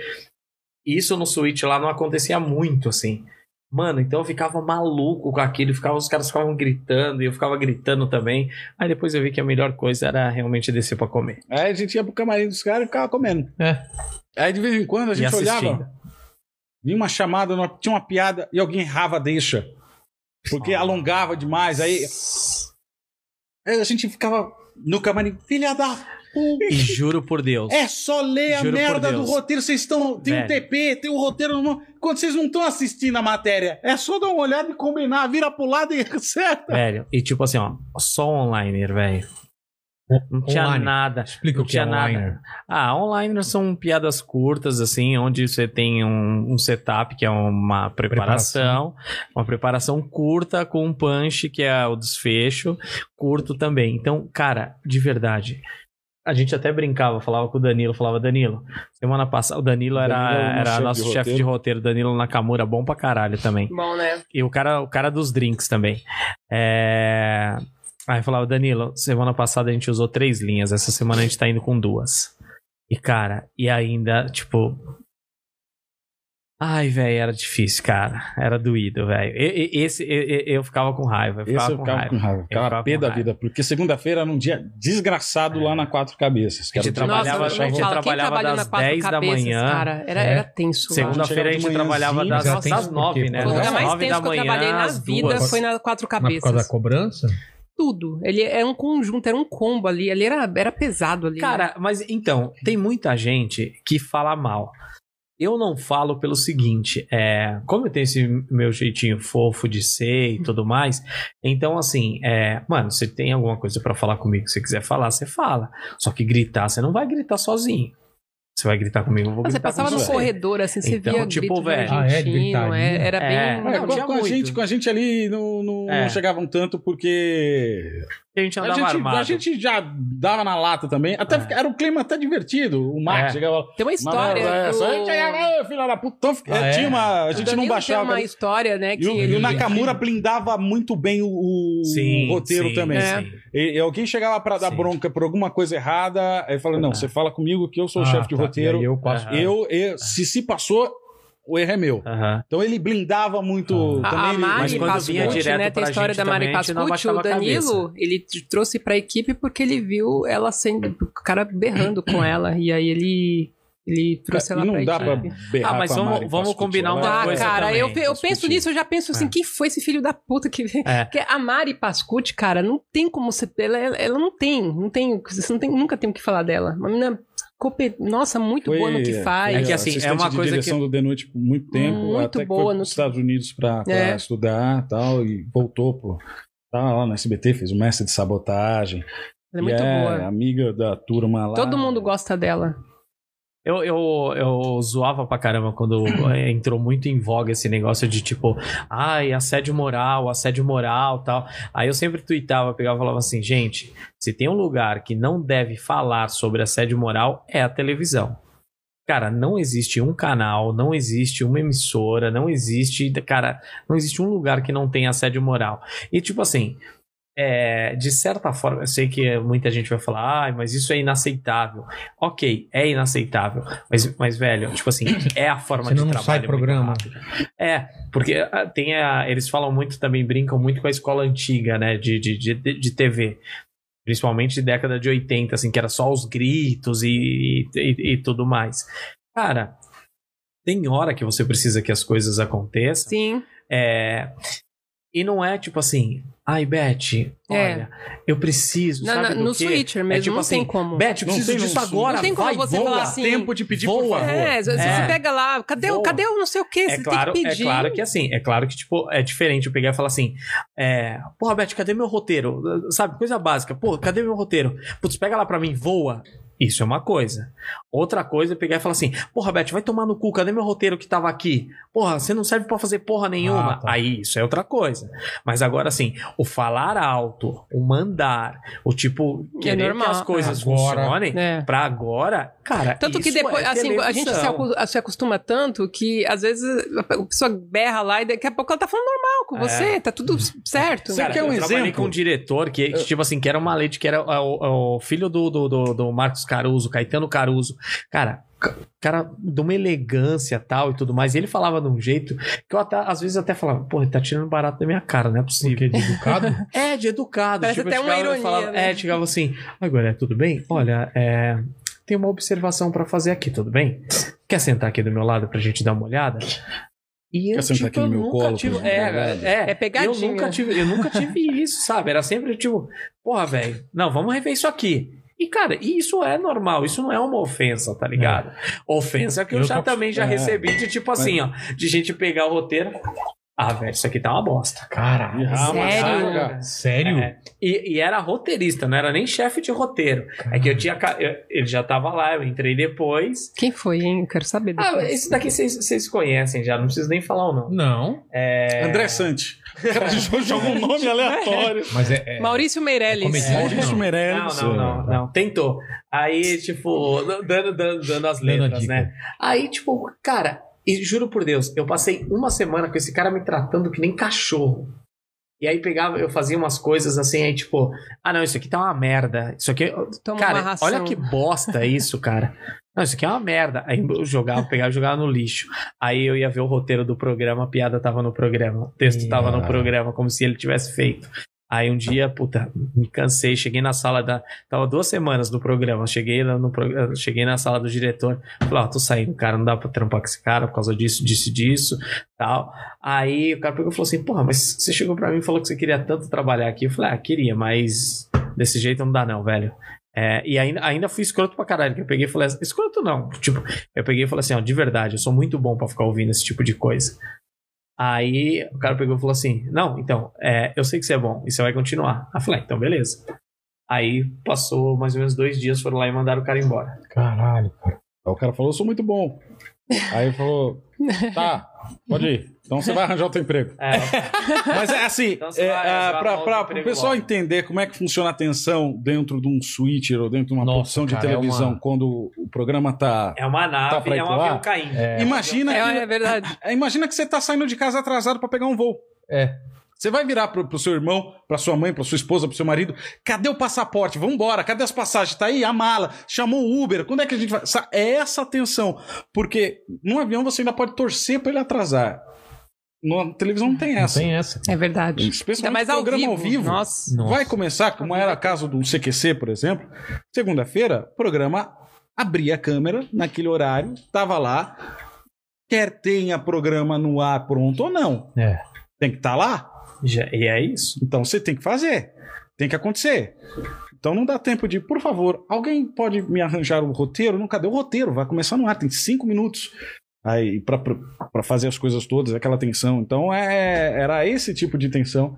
S3: Isso no Switch lá não acontecia muito, assim. Mano, então eu ficava maluco com aquilo, ficava, os caras ficavam gritando e eu ficava gritando também. Aí depois eu vi que a melhor coisa era realmente descer pra comer.
S2: Aí a gente ia pro camarim dos caras e ficava comendo.
S3: É.
S2: Aí de vez em quando a
S3: E
S2: gente
S3: assistindo.
S2: olhava, vinha uma chamada, uma- tinha uma piada e alguém errava a deixa. Porque
S3: Ah.
S2: alongava demais. Aí, aí a gente ficava no camarim, filha da puta.
S3: E juro por Deus.
S2: É só ler a
S3: Juro por
S2: merda do
S3: Deus.
S2: roteiro. Vocês estão. Tem um
S3: Velho.
S2: TP, tem um roteiro. no- Quando vocês não estão assistindo a matéria, é só dar uma olhada e combinar, vira pro lado e acerta.
S7: É.
S3: Velho, e tipo assim, ó, só online, velho. Não tinha
S7: online.
S3: nada.
S7: Explica
S3: Não
S7: o que é
S3: tinha nada.
S7: online.
S3: Ah, online são piadas curtas, assim, onde você tem um, um setup, que é uma preparação, uma preparação curta com um punch, que é o desfecho, curto também. Então, cara, de verdade. A gente até brincava, falava com o Danilo, falava, Danilo, semana passada, o Danilo era,
S2: Danilo é o
S3: era
S2: chefe de
S3: nosso chefe de roteiro, Danilo Nakamura, bom pra caralho também.
S4: Bom, né?
S3: E o cara, o cara dos drinks também. É... Aí eu falava, Danilo, semana passada a gente usou três linhas, essa semana a gente tá indo com duas. E cara, e ainda, tipo. Ai, velho, era difícil, cara. Era doído, velho. E- e- Esse e- e- eu ficava com raiva. Eu ficava
S2: Esse eu
S3: com
S2: ficava
S3: raiva.
S2: com raiva, ficava
S3: ficava
S2: pé
S3: com
S2: da
S3: raiva. É.
S2: vida, porque segunda-feira era um dia desgraçado lá na Quatro Cabeças. que
S3: A
S2: era
S3: gente
S2: o dia mais
S3: trabalhava-
S4: Nossa,
S2: relaxado.
S4: eu
S3: gente
S4: não falo. Quem
S3: trabalhava
S4: trabalhou
S3: das
S4: na quatro
S3: 10 da
S4: cabeças,
S3: manhã.
S4: Cara, era,
S7: É.
S4: era tenso. lá.
S3: Segunda-feira a gente
S2: Chegava de
S3: trabalhava
S2: manhãzinha,
S3: das,
S7: já tem
S3: das
S7: isso,
S3: nove,
S7: porque-
S3: né?
S4: O lugar
S3: Das
S4: mais
S3: nove da
S4: tenso que eu
S3: manhã
S4: trabalhei na
S3: às
S4: vida
S3: duas.
S4: foi na Quatro
S7: Mas por causa da
S4: Cabeças.
S7: cobrança?
S4: Tudo. Ele era um conjunto, era um combo ali. Ali era, era pesado ali. né?
S3: Cara, mas então, tem muita gente que fala mal. Eu não falo pelo seguinte, é, como eu tenho esse meu jeitinho fofo de ser e tudo mais, então assim, é, mano, você tem alguma coisa pra falar comigo, se você quiser falar, você fala. Só que gritar, você não vai gritar sozinho. Você vai gritar comigo, eu vou
S4: Você
S3: gritar
S4: passava
S3: tá com
S4: no
S3: você.
S4: corredor, assim, você
S3: Então,
S4: via grito
S3: tipo,
S4: de
S3: velho,
S1: ah, é,
S4: argentino,
S1: gritaria.
S4: é, era bem...
S3: É.
S4: Não,
S3: É,
S2: com,
S3: tinha
S2: com a
S3: muito.
S2: gente, com a gente ali não, não-
S3: É.
S2: não chegavam tanto porque
S3: A gente
S2: a
S3: andava
S2: gente,
S3: armado.
S2: a gente já dava na lata também. Até
S3: É.
S2: fica- era um clima até divertido. O Marcos
S3: É.
S2: chegava lá.
S4: Tem uma história...
S2: "Manoel, é,
S4: do-
S2: só a gente aí, "Ah, filha da puta. Então, fica-
S1: Ah, é?
S2: tinha uma, a gente
S4: Danilo
S2: não baixava.
S4: Tem uma história, né, que
S2: E o, e
S4: ele...
S2: o Nakamura blindava muito bem o, o
S3: Sim,
S2: roteiro
S3: sim,
S2: também.
S4: É.
S3: sim.
S2: E, e alguém chegava pra dar
S3: Sim.
S2: bronca por alguma coisa errada, aí falava: Não, você fala comigo que eu sou o
S1: Ah,
S2: chefe de
S1: tá. E aí
S2: roteiro.
S1: eu passo.
S3: Aham.
S2: Eu, eu- se se passou, o erro é meu.
S3: Aham.
S2: Então ele blindava muito.
S1: Ah.
S4: A-
S2: também
S4: A
S2: ele-
S3: mas
S4: Mari
S3: quando vinha
S4: Pascucci,
S3: direto
S4: né? Tem
S3: pra
S4: a história
S3: gente
S4: da Mari
S3: também, a gente não
S4: Pascucci,
S3: abaixava
S4: o
S3: a cabeça.
S4: Danilo, ele t- trouxe pra equipe porque ele viu ela sendo, o cara berrando com ela, e aí ele, ele trouxe ela
S2: não
S4: pra
S2: dá
S4: equipe.
S2: pra berrar
S3: Ah, mas
S2: com a
S3: vamos-
S2: Mari
S3: vamos
S2: Pascucci.
S3: combinar um uma
S2: Ela- é
S4: Ah,
S3: coisa
S4: cara,
S3: também,
S4: eu, eu
S2: Pascucci.
S4: penso nisso, eu já penso assim,
S3: É.
S4: quem foi esse filho da puta que...
S3: É.
S4: Porque a Mari Pascucci, cara, não tem como você... Ela, ela- ela não tem, não tem, você não tem, nunca tem o que falar dela. Uma menina, cope- nossa, muito
S2: Foi-
S4: boa no que faz. Hum.
S3: É que assim,
S2: assistente
S3: é uma
S2: de
S3: coisa
S2: direção do The Noite por muito tempo.
S4: Muito
S2: até que
S4: boa
S2: foi
S4: no-
S2: nos Estados Unidos pra, pra
S4: É.
S2: estudar e tal, e voltou pro. Tá lá no SBT, fez o mestre de sabotagem.
S4: Ela é
S2: E
S4: muito boa.
S2: amiga da turma lá.
S4: Todo mundo gosta dela.
S3: Eu, eu, eu zoava pra caramba quando eh, entrou muito em voga esse negócio de tipo, ai, assédio moral, assédio moral tal. Aí eu sempre tweetava, pegava e falava assim, gente, se tem um lugar que não deve falar sobre assédio moral, é a televisão. Cara, não existe um canal, não existe uma emissora, não existe, cara, não existe um lugar que não tenha assédio moral. E tipo assim, é, de certa forma, eu sei que muita gente vai falar, ai, mas isso é inaceitável. Ok, é inaceitável. Mas, mas velho, tipo assim, é a forma
S1: Senão
S3: de
S1: não
S3: trabalho.
S1: sai
S3: muito
S1: programa.
S3: rápido. É, porque ah, tem a, eles falam muito também, brincam muito com a escola antiga, né, de, de, de, de TV. Principalmente de década de 80, assim, que era só os gritos e, e, e tudo mais. Cara, tem hora que você precisa que as coisas aconteçam.
S4: Sim.
S3: É, e não é tipo assim, ai, Beth,
S4: É.
S3: olha, eu preciso.
S4: Na-
S3: sabe
S4: na-
S3: do
S4: no
S3: quê?
S4: Switcher mesmo,
S3: É tipo
S4: não tem
S3: assim,
S4: como.
S3: Beth, eu
S2: Não
S3: preciso
S2: tem
S3: disso
S2: um
S3: agora.
S4: Não tem como
S3: vai,
S4: você
S3: voa.
S4: falar assim.
S2: Tempo de pedir por
S3: Voa.
S2: favor.
S4: É, você
S3: É.
S4: pega lá, cadê, o,
S3: Boa.
S4: cadê o não sei o que? Você
S3: É claro,
S4: tem que
S3: é
S4: pedir.
S3: claro que assim, é claro que tipo, é diferente eu pegar e falar assim, é, porra, Beth, cadê meu roteiro? Sabe, coisa básica. Pô, cadê meu roteiro? Putz, pega lá pra mim, voa. Isso é uma coisa. Outra coisa é pegar e falar assim, porra, Beth, vai tomar no cu, cadê meu roteiro que tava aqui? Porra, você não serve pra fazer porra nenhuma.
S1: Ah, tá.
S3: Aí, isso é outra coisa. Mas agora, assim, o falar alto, o mandar, o tipo,
S4: É
S3: querer
S4: normal,
S3: que as coisas
S1: Agora.
S3: funcionem,
S4: É.
S3: pra agora, cara,
S4: Tanto que
S3: isso é
S4: depois, assim, a gente se
S3: televisão.
S4: acu- se acostuma tanto que às vezes a pessoa berra lá e daqui a pouco ela tá falando normal com
S3: É.
S4: você, tá tudo certo.
S2: Você
S3: Cara,
S2: quer um
S3: eu trabalhei
S2: exemplo?
S3: com um diretor que, que, tipo assim, que era uma leite, que era ah, o, o filho do, do, do, do Marcos Caruso, Caetano Caruso. Cara, ca- cara de uma elegância tal e tudo mais. E ele falava de um jeito que eu até, às vezes até falava, pô, ele tá tirando barato da minha cara, não é possível.
S1: Porque de educado?
S3: É, de educado.
S4: Parece
S3: eu
S4: até uma
S3: chegava e
S4: ironia,
S3: falava-
S4: né?
S3: É, chegava assim, agora é tudo bem? Olha, é, tem uma observação pra fazer aqui, tudo bem? Quer sentar aqui do meu lado pra gente dar uma olhada? E eu, tipo,
S2: Quer sentar aqui
S3: eu
S2: no meu
S3: nunca
S2: colo
S3: tive-
S2: pra gente dar uma
S3: é,
S2: olhada?
S3: é,
S4: É pegadinha.
S3: Eu nunca, tive, eu nunca tive isso, sabe? Era sempre tipo, porra, velho, não, vamos rever isso aqui. E, cara, e isso é normal, isso não é uma ofensa, tá ligado?
S4: É.
S3: Ofensa que eu,
S1: Eu
S3: já
S1: tô-
S3: também já
S2: é.
S3: recebi de tipo assim, ó, de gente pegar o roteiro. Ah, velho, isso aqui tá uma bosta.
S1: Caralho.
S2: Ah, mas
S4: Sério?
S2: saca.
S1: Sério?
S3: É. E, e era roteirista, não era nem chefe de roteiro. É que eu tinha. ca- eu- ele já tava lá, eu entrei depois.
S4: Quem foi, hein? Eu quero saber depois.
S3: Ah, esse daqui vocês- vocês conhecem já, não preciso nem falar o nome.
S1: Não,
S3: É...
S2: André Sante. O cara jogou um nome aleatório.
S1: mas é. é-
S4: Maurício Meirelles.
S1: comediante.
S2: Maurício
S1: Não.
S2: Meirelles. É.
S3: Não, não, não, não. Tentou. Aí, tipo, dando, dando, dando as
S1: Dando a
S3: letras,
S1: dica.
S3: né? Aí, tipo, cara, e juro por Deus, eu passei uma semana com esse cara me tratando que nem cachorro. E aí pegava, eu fazia umas coisas assim, aí tipo, ah não, isso aqui tá uma merda. Isso aqui.
S4: É, Toma uma
S3: cara,
S4: ração.
S3: olha que bosta isso, cara. Não, isso aqui é uma merda. Aí eu jogava, pegava e jogava no lixo. Aí eu ia ver o roteiro do programa, a piada tava no programa, o texto tava no
S2: Ah.
S3: programa, como se ele tivesse feito. Aí um dia, puta, me cansei, cheguei na sala da. Tava duas semanas no programa, cheguei, lá no, pro- cheguei na sala do diretor, falei, ó, tô saindo, cara, não dá pra trampar com esse cara por causa disso, disso, e disso, tal. Aí o cara pegou e falou assim, porra, mas você chegou pra mim e falou que você queria tanto trabalhar aqui. Eu falei, ah, queria, mas desse jeito não dá não, velho. É, e ainda, ainda fui escroto pra caralho, que eu peguei e falei assim, escroto não. Tipo, eu peguei e falei assim, ó, de verdade, eu sou muito bom pra ficar ouvindo esse tipo de coisa. Aí o cara pegou e falou assim, não, então, é, eu sei que você é bom, e você vai continuar. Aí eu falei, ah, então beleza. Aí passou mais ou menos dois dias, foram lá e mandaram o cara embora.
S2: Caralho, cara. Aí o cara falou, eu sou muito bom. Aí ele falou, tá, pode ir. Então você vai arranjar o teu emprego.
S3: É,
S2: Mas é assim,
S3: Então você
S2: é,
S3: vai arranjar outro
S2: para o
S3: emprego
S2: pessoal
S3: logo.
S2: entender como é que funciona a tensão dentro de um switcher ou dentro de uma
S7: Nossa,
S2: produção de
S7: cara, é
S2: televisão
S7: uma-
S2: quando o programa tá...
S3: é uma
S2: Tá
S3: nave,
S2: pra ir
S3: é um
S2: pro ar?
S3: avião caindo.
S2: Imagina,
S3: né?
S4: É,
S2: que-
S4: é verdade.
S2: É, Imagina que você tá saindo de casa atrasado pra pegar um voo.
S7: É.
S2: Você vai virar pro, pro seu irmão, pra sua mãe, pra sua esposa, pro seu marido. Cadê o passaporte? Vambora, cadê as passagens? Tá aí, a mala. Chamou o Uber. Quando é que a gente vai. Sa- É essa a tensão. Porque num avião você ainda pode torcer pra ele atrasar. Na televisão não tem essa.
S7: Tem essa.
S4: É verdade.
S2: Especialmente
S4: Ainda mais ao
S2: programa ao
S4: vivo.
S2: vivo.
S4: Nossa.
S7: Nossa.
S2: Vai começar, como era o caso do CQC, por exemplo. Segunda-feira, o programa abria a câmera naquele horário, tava lá. Quer tenha programa no ar pronto ou não.
S7: É.
S2: Tem que estar lá.
S3: Já- e é isso.
S2: Então você tem que fazer. Tem que acontecer. Então não dá tempo de, por favor, alguém pode me arranjar o roteiro? Não, cadê o roteiro? Vai começar no ar, tem cinco minutos. Aí, pra, pra, pra fazer as coisas todas, aquela tensão. Então, é, era esse tipo de tensão.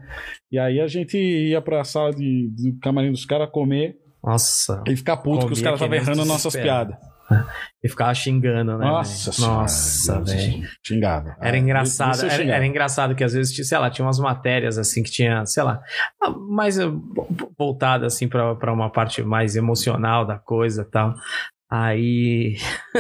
S2: E aí a gente ia pra sala de, do camarim dos caras comer
S3: Nossa.
S2: e ficar puto que os
S3: Comia
S2: caras
S3: que
S2: estavam
S3: nem um
S2: errando nossas
S3: desesperado.
S2: piadas.
S3: E ficava xingando, né?
S2: Nossa
S3: velho?
S2: senhora.
S3: Nossa, velho.
S2: Xingava.
S3: Era
S2: Ah,
S3: engraçado,
S2: isso eu
S3: era,
S2: xingava.
S3: era engraçado que às vezes, tinha, sei lá, tinha umas matérias assim que tinha, sei lá, mais eh, vo- voltada assim pra pra uma parte mais emocional da coisa e tal. Aí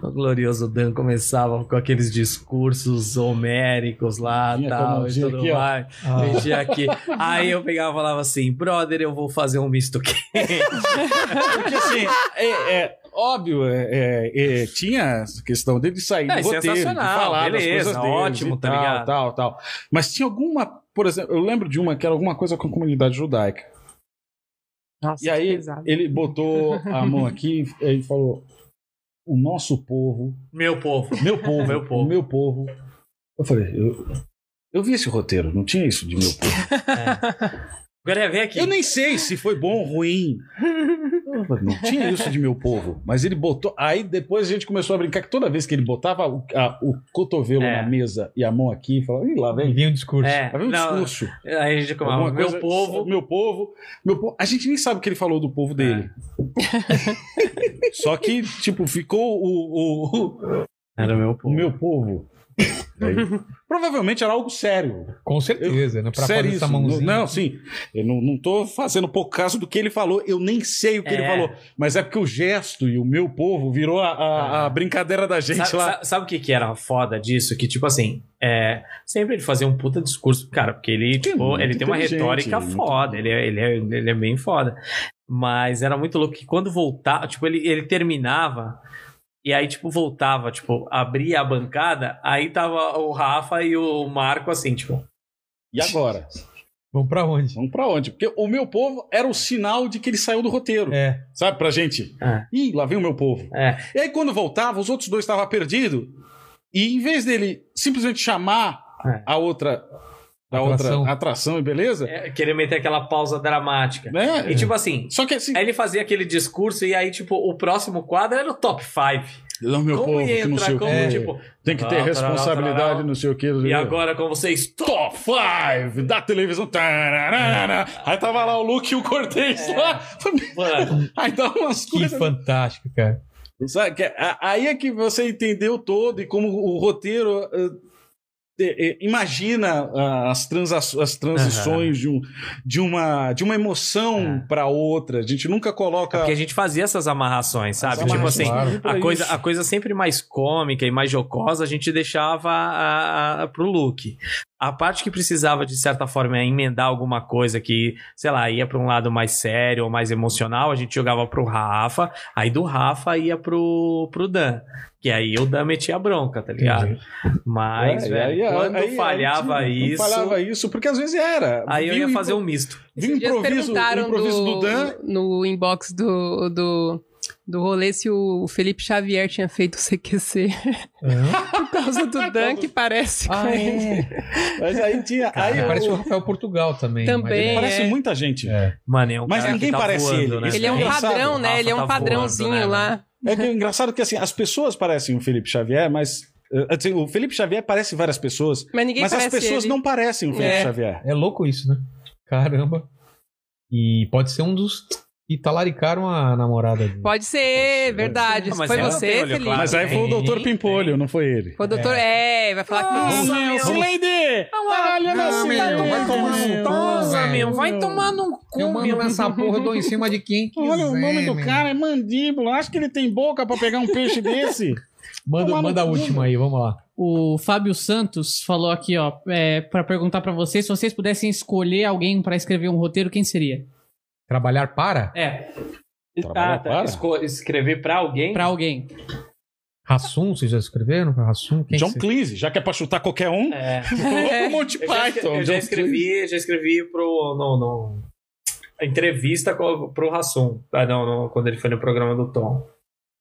S3: o glorioso Dan começava com aqueles discursos homéricos lá,
S2: Vinha com a
S3: tal, e
S2: mãozinha
S3: tudo
S2: aqui, ó.
S3: mais.
S7: Ah.
S3: Mexia aqui. Aí eu pegava e falava assim, brother, eu vou fazer um misto quente.
S2: Porque assim, é, é óbvio, é, é, é, tinha essa questão dele de sair
S3: É,
S2: do roteiro, de
S3: sensacional,
S2: falar das
S3: beleza,
S2: coisas deles
S3: ótimo,
S2: e
S3: tá
S2: tal,
S3: ligado?
S2: tal, tal. Mas tinha alguma, por exemplo, eu lembro de uma que era alguma coisa com a comunidade judaica.
S4: Nossa,
S2: E aí
S4: pesado.
S2: ele botou a mão aqui e falou: "O nosso povo,
S3: Meu povo.
S2: meu povo,
S3: Meu
S2: meu
S3: povo.
S2: povo, meu povo". Eu falei: eu, eu vi esse roteiro, não tinha isso de meu povo.
S3: Agora vem aqui.
S2: Eu nem sei se foi bom ou ruim. Eu falei, Não tinha isso de meu povo. Mas ele botou. Aí depois a gente começou a brincar que toda vez que ele botava o, a- o cotovelo
S3: É.
S2: na mesa e a mão aqui, falava, ih, lá vem.
S7: Vinha um discurso.
S3: É,
S2: Lá vem um
S3: não,
S2: discurso.
S3: Aí a gente
S2: Alguma
S3: comava, meu
S2: coisa-
S3: povo.
S2: Meu povo. Meu povo. A gente nem sabe o que ele falou do povo dele.
S3: É.
S2: Só que, tipo, ficou o, o-
S3: Era meu
S2: o meu povo. Aí, provavelmente era algo sério.
S7: Com certeza, né? Pra fazer
S2: Sério
S7: essa
S2: isso?
S7: mãozinha.
S2: Não, não, sim. Eu não, não tô fazendo pouco caso do que ele falou. Eu nem sei o que
S3: É.
S2: ele falou. Mas é porque o gesto e o meu povo virou a, a- a brincadeira da gente
S3: É. Sabe,
S2: lá.
S3: sa- sabe o que, que era foda disso? Que, tipo assim, é, sempre ele fazia um puta discurso, cara, porque ele, tipo,
S2: é muito
S3: ele tem uma
S2: inteligente,
S3: retórica
S2: muito-
S3: foda, ele é, ele, é, ele é bem foda. Mas era muito louco que quando voltava, tipo, ele, ele terminava. E aí, tipo, voltava, tipo, abria a bancada, aí tava o Rafa e o Marco, assim, tipo,
S2: E agora?
S7: Vamos pra onde?
S2: Vamos pra onde? Porque o meu povo era o sinal de que ele saiu do roteiro.
S7: É.
S2: Sabe, pra gente?
S3: É.
S2: Ih, lá vem o meu povo.
S3: É.
S2: E aí, quando voltava, os outros dois estavam perdidos. E em vez dele simplesmente chamar
S3: É.
S2: a outra. A
S7: Atração.
S2: outra atração e beleza?
S3: é, querer meter aquela pausa dramática.
S2: Né?
S3: E, tipo, assim,
S2: Só que assim.
S3: aí ele fazia aquele discurso, e aí, tipo, o próximo quadro era o top 5.
S2: Não, meu Tipo, povo,
S3: como ia
S2: que não
S3: entrar,
S2: sei o
S3: como,
S2: quê. É.
S3: tipo,
S2: Tem que ter
S3: Tararau,
S2: responsabilidade,
S3: tararau.
S2: não sei o que.
S3: E agora com vocês,
S2: Top 5 da televisão. Tararara.
S3: É.
S2: Aí tava lá o Luke e o Cortez lá.
S3: mano.
S2: Aí dá umas
S7: Que
S2: coisas.
S7: fantástico, cara.
S2: Sabe, que a- Aí é que você entendeu todo e como o roteiro. eh, eh, Imagina ah, as, transa as transições de, um, de, uma, de uma emoção
S3: É.
S2: pra outra. A gente nunca coloca.
S3: Porque a gente fazia essas amarrações, sabe?
S2: As
S3: tipo
S2: amarrações.
S3: assim,
S7: Claro.
S2: pra
S3: a coisa,
S2: isso.
S3: a coisa sempre mais cômica e mais jocosa a gente deixava a, a, pro Luke. A parte que precisava, de certa forma, é emendar alguma coisa que, sei lá, ia pra um lado mais sério ou mais emocional, a gente jogava pro Rafa, aí do Rafa ia pro, pro Dan. Que aí o Dan metia a bronca, tá ligado? Mas,
S2: É, e aí-
S3: velho,
S2: aí-
S3: quando
S2: aí- aí
S3: falhava
S2: não
S3: isso,
S2: Falhava isso, porque às vezes era.
S3: aí eu
S2: Viu
S3: ia
S2: e-
S3: fazer um misto.
S2: Viu o
S4: Esses dias
S2: improviso, o
S4: perguntaram
S2: improviso do Dan
S4: no inbox do, do do rolê se o Felipe Xavier tinha feito o CQC. Por causa do Dan, que parece com
S5: Ah,
S4: ele.
S5: é.
S2: Mas aí tinha. aí
S7: Ele
S2: eu-
S7: parece o Rafael Portugal também.
S4: Também.
S7: mas ele-
S2: parece
S4: é.
S2: muita gente.
S3: Mano, é um
S2: Mas
S3: cara
S2: ninguém
S3: que tá
S2: parece
S3: voando,
S2: ele.
S3: Né?
S4: Ele é um
S2: É engraçado,
S4: padrão,
S3: o
S4: né?
S3: Rafa
S4: Ele é um
S3: tá
S4: padrãozinho
S3: voando, né,
S4: lá.
S2: É que é engraçado que assim, as pessoas parecem o Felipe Xavier, mas. eh, assim, o Felipe Xavier parece várias pessoas,
S4: Mas ninguém
S2: mas as
S4: parece
S2: pessoas
S4: ele.
S2: não parecem o Felipe
S4: É.
S2: Xavier.
S7: É louco isso, né? Caramba. E pode ser um dos que talaricaram a namorada dele.
S4: Pode ser, verdade.
S3: Ah, mas
S4: foi
S3: ela
S4: você,
S3: tem olho
S4: Felipe.
S3: claro.
S2: Mas aí foi o
S7: Tem,
S2: Dr. Pimpolho, não foi ele.
S4: Foi o doutor... É, vai falar
S2: Ah,
S4: que...
S7: Nossa,
S4: Nossa,
S7: meu.
S2: Lady! Olha
S7: Não, meu, vai tomar no
S3: Nossa,
S7: cu,
S3: meu,
S7: velho.
S3: vai tomar no
S7: Eu
S3: cu,
S7: mando
S3: meu.
S7: nessa porra, eu dou em cima de quem quiser. meu.
S2: é mandíbula. Acho que ele tem boca pra pegar um peixe desse.
S7: Manda,
S2: Tomar no
S7: manda a
S2: cu.
S7: última aí, vamos lá.
S5: O Fábio Santos falou aqui, ó, é, para perguntar pra vocês, se vocês pudessem escolher alguém pra escrever um roteiro, quem seria?
S7: Trabalhar para?
S5: É,
S2: Trabalha para?
S3: Esco- Escrever pra alguém?
S5: pra alguém.
S7: Rassum, vocês já escreveram? Rassum, quem
S2: John
S7: que-
S2: Cleese, já que é pra chutar qualquer um.
S3: É.
S2: Coloca o Monty
S3: Eu já,
S2: Python.
S3: eu já
S2: John
S3: escrevi, já escrevi pro. No, no, a entrevista com, pro Rassum. Ah, não, não, quando ele foi no programa do Tom.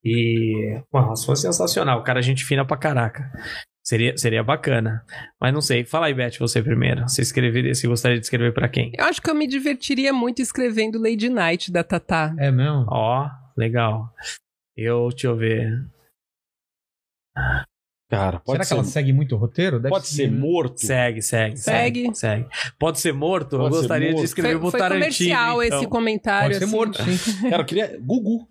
S3: E. Mano, o Rassum é sensacional. O cara, é gente fina pra caraca. Seria, seria bacana. Mas não sei. Fala aí, Beth, você primeiro. Você escreveria, se gostaria de escrever pra quem?
S4: Eu acho que eu me divertiria muito escrevendo Lady Night da Tatá.
S7: É mesmo?
S3: Ó, legal. Eu, deixa eu ver.
S2: Cara,
S7: Será
S2: pode
S7: que ela
S2: ser,
S7: segue muito o roteiro? Deve
S2: pode ser
S7: né?
S2: morto.
S3: Segue, segue, segue.
S4: Segue.
S3: segue. Pode ser morto?
S2: Pode
S3: eu
S2: ser
S3: gostaria
S2: morto.
S3: de escrever
S4: foi,
S3: pro
S4: foi
S3: Tarantino.
S4: comercial
S3: então.
S4: esse comentário.
S7: Pode ser
S4: assim.
S7: morto, sim.
S2: Cara, eu queria. Gugu.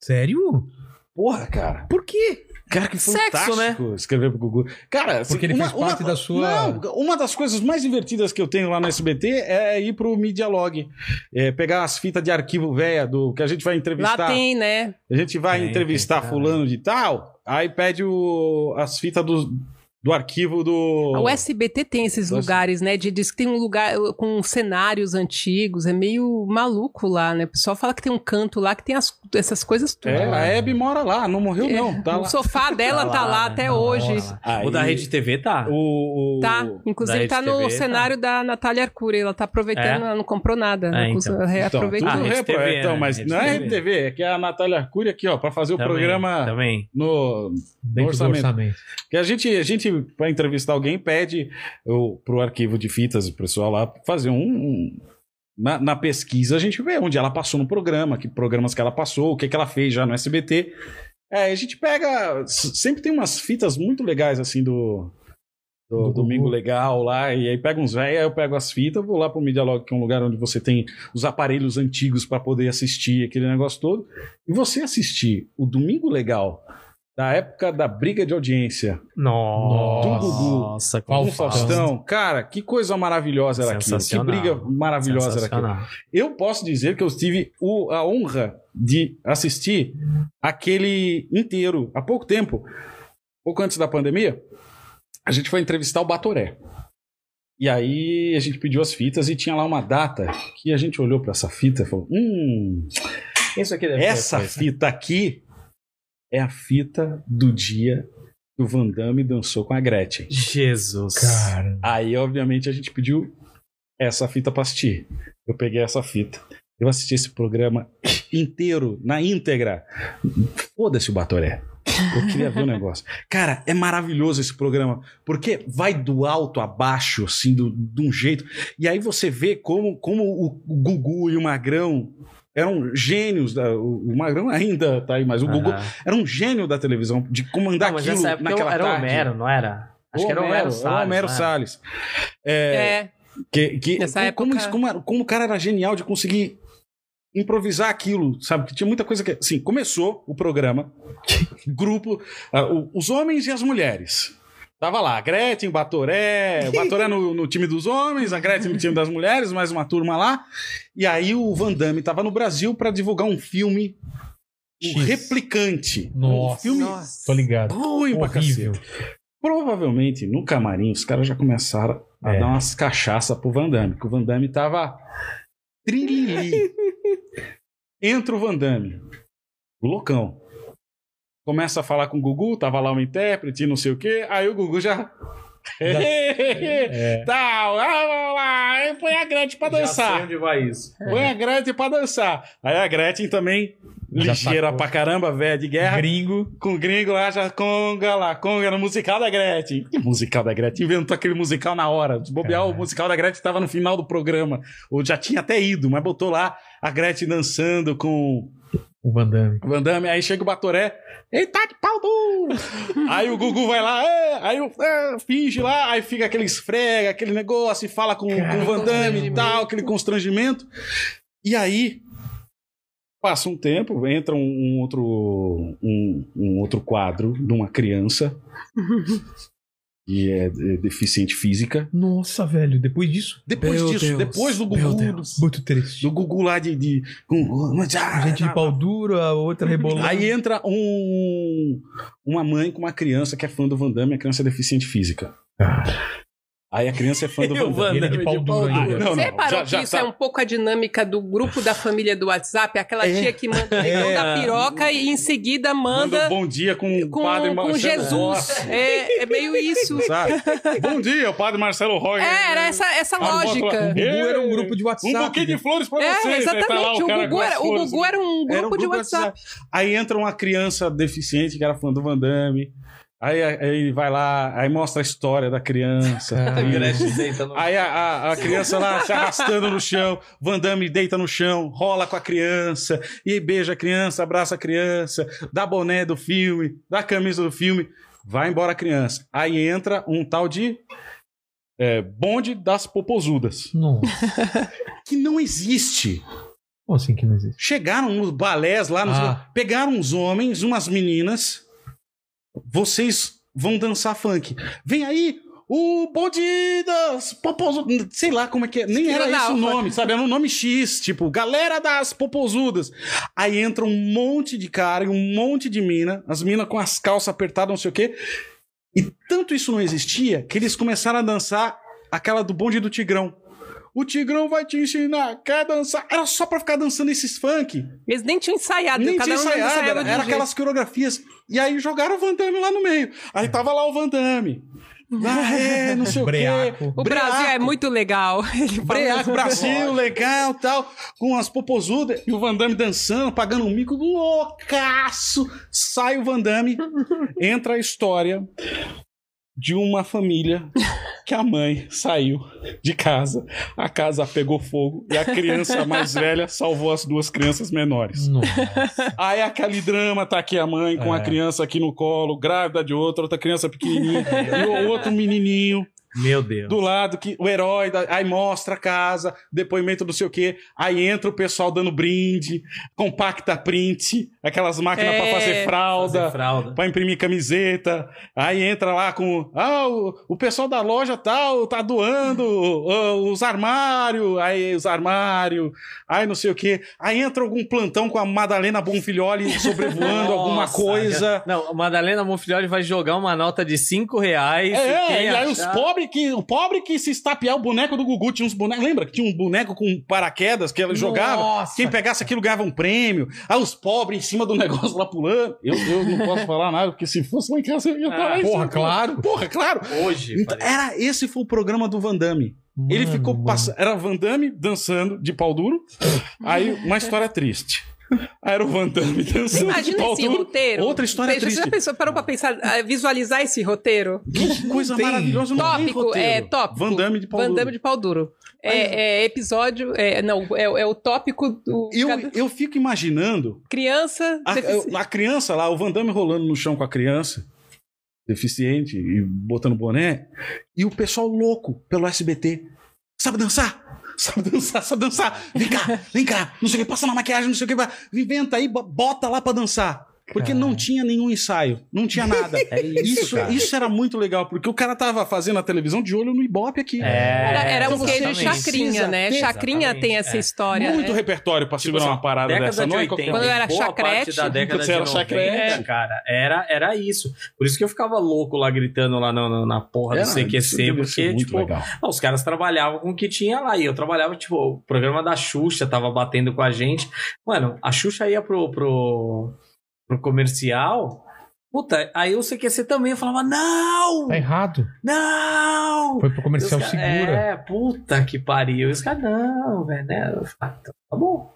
S7: Sério?
S2: Porra, cara.
S7: Por quê?
S2: Cara, que
S3: Sexo,
S4: né?
S2: fantástico escrever pro Gugu. Cara, assim,
S7: Porque ele fez parte da sua-
S2: Não, uma das coisas mais divertidas que eu tenho lá no SBT é ir pro Media Log. É, pegar as fitas de arquivo velha do que a gente vai
S4: Lá
S2: entrevistar.
S4: tem, né?
S2: A gente vai
S3: Tem,
S2: entrevistar
S3: tem, cara.
S2: fulano de tal, aí pede o- as fitas do, do arquivo do.
S4: O SBT tem esses
S2: Nossa.
S4: lugares, né? De, diz que tem um lugar eh, com cenários antigos, é meio maluco lá, né? O pessoal fala que tem um canto lá que tem as- essas coisas tudo.
S2: É, a Hebe mora lá, não morreu
S4: É,
S2: não. Tá
S4: o
S2: lá.
S4: sofá dela tá lá,
S3: né?
S4: até
S3: Tá lá,
S4: hoje.
S3: tá lá. O da
S2: Aí-
S3: Rede TV tá.
S2: O, o-
S4: Tá,
S3: Da
S4: inclusive tá no
S3: RedeTV, tá.
S4: cenário da Natália Arcuri, ela tá aproveitando,
S3: É?
S4: ela não comprou nada, né? ela
S3: É, então.
S2: Então, tudo
S4: eh, reaproveitou.
S3: Ah, Rede
S2: repro-
S3: TV,
S2: então,
S3: né?
S2: mas
S3: Rede
S2: não é
S3: TV.
S2: RedeTV, é que é a Natália Arcuri aqui, ó, pra fazer o
S3: Também,
S2: programa
S3: Também.
S2: no.
S7: Dentro
S2: orçamento.
S7: do orçamento.
S2: Que a gente, a gente para entrevistar alguém, pede o, pro arquivo de fitas, o pessoal lá, fazer um. um- na, na pesquisa a gente vê onde ela passou no programa, que programas que ela passou, o que, que ela fez já no SBT. É, a gente pega. s- Sempre tem umas fitas muito legais assim do. do
S7: Do
S2: domingo
S7: Gugu.
S2: legal lá, e aí pega uns velhos, aí eu pego as fitas, vou lá pro Media Log, que é um lugar onde você tem os aparelhos antigos para poder assistir aquele negócio todo. E você assistir o Domingo Legal da época da briga de audiência
S3: Nossa,
S2: Do Gugu.
S3: Nossa,
S7: Qual
S2: com
S3: como
S2: o Faustão, cara, que coisa maravilhosa era aquilo. Que
S3: Sensacional.
S2: briga maravilhosa era aquilo.
S3: Sensacional.
S2: Eu posso dizer que eu tive o- a honra de assistir aquele inteiro há pouco tempo, pouco antes da pandemia. A gente foi entrevistar o Batoré. E aí a gente pediu as fitas e tinha lá uma data que a gente olhou pra essa fita e falou: "Hum,
S3: Isso aqui deve
S2: essa
S3: ser
S2: fita aqui é a fita do dia que o Van Damme dançou com a Gretchen.
S3: Jesus.
S7: Cara.
S2: Aí, obviamente, a gente pediu essa fita pra assistir. Eu peguei essa fita. Eu assisti esse programa inteiro, na íntegra. Foda-se o Batoré. Eu queria ver o negócio. Cara, é maravilhoso esse programa, porque vai do alto a baixo, assim, do, de um jeito. E aí você vê como, como o Gugu e o Magrão eram gênios. da- o, o Magrão ainda tá aí, mas o Gugu
S3: Aham.
S2: era um gênio da televisão, de comandar
S3: Não, mas
S2: aquilo
S3: nessa época
S2: naquela
S3: era o
S2: tarde.
S3: Homero, não era? Acho que era o Homero,
S2: Homero,
S3: Salles.
S2: era o Homero
S3: né?
S2: Salles. É,
S4: É,
S2: que, que-
S4: Nessa
S2: como,
S4: época-
S2: isso- como, era- como o cara era genial de conseguir improvisar aquilo, sabe? Que tinha muita coisa que. Assim, começou o programa, grupo, ah, o- os homens e as mulheres. Tava lá, a Gretchen, o Batoré, o Batoré no, no time dos homens, a Gretchen no time das mulheres, mais uma turma lá. E aí o Van Damme tava no Brasil para divulgar um filme, o
S7: X.
S2: Replicante. Um
S7: Nossa.
S2: filme
S7: Tô ligado.
S2: ruim pra cacete.
S7: Horrível.
S2: Provavelmente no camarim os caras já começaram a
S7: É.
S2: dar umas cachaça pro Van Damme, que o Van Damme tava trilili. Entra o Van Damme, o loucão. Começa a falar com o Gugu, tava lá um intérprete, não sei o quê, aí o Gugu já.
S7: É.
S2: Tá, lá, lá, lá, aí põe a Gretchen pra
S3: Já sei
S2: dançar.
S3: onde vai isso.
S2: Põe a Gretchen pra dançar. Aí a Gretchen também Ligeira pra caramba, velha de guerra.
S7: Gringo.
S2: Com gringo, acha conga lá. Conga no musical da Gretchen. Que musical da Gretchen? Inventou aquele musical na hora. Se bobear, o musical da Gretchen tava no final do programa. Ou já tinha até ido, mas botou lá a Gretchen dançando com
S7: O Van Damme.
S2: o Van Damme. Aí chega o Batoré. Ele tá de pau duro. aí o Gugu vai lá. "É", aí o, é, finge lá. Aí fica aquele esfrega, aquele negócio. E fala com, com o Van Damme e tal. Aquele constrangimento. E aí... Passa um tempo, entra um, um outro um, um outro quadro de uma criança que é, é deficiente física.
S7: Nossa, velho, depois disso.
S8: Depois
S6: Meu
S8: disso,
S6: Deus.
S8: depois do
S6: Meu
S8: Gugu.
S6: Deus.
S7: Muito triste.
S2: Do Gugu lá de. de com,
S7: Gente de pau duro, a outra rebolando.
S2: Aí entra um, uma mãe com uma criança que é fã do Van Damme, a criança é deficiente física. Aí a criança é fã do Ah. Van Damme.
S7: Ele de pau duro
S2: Ah,
S7: ainda.
S2: não, não,
S4: Você reparou
S2: já-
S4: que
S2: já
S4: isso
S2: tá-
S4: é um pouco a dinâmica do grupo da família do WhatsApp? Aquela tia que manda o negão
S7: É.
S4: da piroca e em seguida
S2: Manda um
S4: manda,
S2: bom dia com o
S4: com,
S2: padre
S4: com
S2: Marcelo
S4: Jesus.
S2: Rossi,
S4: É, é meio isso.
S2: sabe? bom dia, o padre Marcelo Roy.
S4: É, era essa, essa
S2: Ah,
S4: lógica.
S7: O Gugu era um grupo de
S2: Um
S7: WhatsApp.
S2: buquê de flores pra vocês.
S4: É,
S2: Aí tá lá
S4: exatamente. O
S2: cara com
S4: Gugu,
S2: as
S4: era, o
S2: flores.
S4: Gugu era um grupo,
S2: Era um
S4: de WhatsApp.
S2: Aí entra uma criança deficiente que era fã do Van Damme. Aí, aí vai lá, aí mostra a história da criança.
S7: Ah.
S2: Isso.
S3: sentando.
S2: aí a, a- a criança lá se arrastando no chão, Van Damme deita no chão, rola com a criança, e aí beija a criança, abraça a criança, dá boné do filme, dá camisa do filme, vai embora a criança. Aí entra um tal de é, bonde das popozudas,
S7: Nossa,
S2: que não existe.
S7: como assim que não existe?
S2: Chegaram nos balés lá, nos-
S7: Ah.
S2: pegaram uns homens, umas meninas. Vocês vão dançar funk. Vem aí o bonde das popozudas. Sei lá como é que é. Nem era
S4: Esquina da
S2: esse o
S4: Alfa.
S2: nome, sabe? Era um nome X, tipo, galera das popozudas. Aí entra um monte de cara e um monte de mina, as minas com as calças apertadas, não sei o quê. E tanto isso não existia que eles começaram a dançar aquela do bonde do Tigrão. O Tigrão vai te ensinar, quer dançar. Era só pra ficar dançando esses funk.
S4: Eles nem tinham ensaiado.
S2: Nem
S4: cada
S2: tinha
S4: um
S2: ensaiado,
S4: ensaiava
S2: era,
S4: de um
S2: era
S4: jeito.
S2: aquelas coreografias. E aí jogaram o Van Damme lá no meio. Aí tava lá o Van Damme. Ah, é, não sei o quê.
S7: Breaco.
S4: O Brasil é muito legal. Ele fala-
S2: Breaco, Brasil, legal tal. Com as popozudas e o Van Damme dançando, pagando um mico loucaço. Sai o Van Damme, entra a história de uma família que a mãe saiu de casa, a casa pegou fogo e a criança mais velha salvou as duas crianças menores.
S7: Nossa.
S2: Aí aquele drama, tá aqui a mãe com a
S7: É.
S2: criança aqui no colo, grávida de outra, outra criança pequenininha, e o outro menininho
S3: Meu Deus.
S2: do lado, que o herói, da- aí mostra a casa, depoimento do sei o quê, aí entra o pessoal dando brinde, compacta print, aquelas máquinas
S4: É,
S2: pra fazer
S3: Fazer
S2: fralda,
S3: fralda.
S2: pra imprimir camiseta, aí entra lá com, ah, o, o pessoal da loja tal tá doando ah, os armários, aí os armários, aí não sei o que, aí entra algum plantão com a Madalena Bonfilholi sobrevoando alguma
S3: Nossa,
S2: coisa.
S3: cara. Não, a Madalena Monfilholi vai jogar uma nota de 5 reais. e
S2: É,
S3: quem
S2: e aí os
S3: achar-
S2: pobres que, o pobre que se estapear o boneco do Gugu, tinha uns bonecos, lembra que tinha um boneco com paraquedas que ela jogava?
S7: Nossa.
S2: Quem pegasse aquilo ganhava um prêmio. Aí os pobres em cima do negócio lá pulando. Eu, eu não posso falar nada, porque se fosse lá em casa eu ia estar lá em
S7: Ah, Porra,
S2: cima.
S7: claro.
S2: Porra, claro.
S3: Hoje.
S2: Então, era esse foi o programa do Van Damme. Ele
S7: Mano,
S2: ficou
S7: mano.
S2: passando, era Van Damme dançando de pau duro. Aí uma história triste. Aí era o Van Damme
S4: Você
S2: dançando de
S4: imagina
S2: pau
S4: esse
S2: duro.
S4: roteiro?
S2: Outra história
S4: Você já
S2: triste.
S4: pensou, parou pra pensar, ah, visualizar esse roteiro?
S2: Que coisa
S7: Tem
S2: maravilhosa, não tem
S4: Tópico,
S2: roteiro.
S4: é, tópico.
S2: Van Damme de pau
S4: Van
S2: duro.
S4: Damme de pau duro. É, é episódio, é, não, é, é o tópico do
S2: Eu,
S4: cada-
S2: eu fico imaginando
S4: criança.
S2: a,
S4: defici-
S2: a criança lá, o Van Damme rolando no chão com a criança, deficiente, e botando boné, e o pessoal louco pelo SBT. Sabe dançar? Sabe dançar, sabe dançar. Vem cá, vem cá. Não sei o que, passa na maquiagem, não sei o que. vai. Inventa aí, bo- bota lá pra dançar. Porque não tinha nenhum ensaio, não tinha nada.
S3: É isso,
S2: Isso,
S3: cara.
S2: isso era muito legal, porque o cara tava fazendo a televisão de olho no Ibope aqui.
S4: Era,
S3: É,
S4: era
S2: Então
S4: um queijo
S3: exatamente.
S4: chacrinha, né?
S2: Precisa ter-
S4: Chacrinha tem essa
S3: É.
S4: história.
S2: Muito
S4: né?
S2: repertório pra segurar
S3: assim,
S2: uma parada
S3: década
S2: dessa,
S3: de
S2: não é
S3: 80,
S2: qualquer
S4: Quando eu era
S3: boa
S4: chacrete.
S3: parte da década
S2: Quando você era
S3: de 90,
S2: chacrete.
S3: cara, era, era isso. Por isso que eu ficava louco lá gritando lá na, na, na porra
S2: Era,
S3: do
S2: É,
S1: é
S2: isso
S3: CQC,
S2: deve ser
S3: porque,
S2: muito
S3: tipo,
S2: legal.
S3: ah, os caras trabalhavam com o que tinha lá. E eu trabalhava, tipo, o programa da Xuxa tava batendo com a gente. Mano, a Xuxa ia pro, pro, pro comercial. Puta, aí o CQC também eu falava, não!
S7: Tá errado.
S3: Não!
S7: Foi pro comercial
S3: E os ca-
S7: segura.
S3: É, puta que pariu. E Os caras, não, velho, né? Eu falava, "Tá "Ah, bom.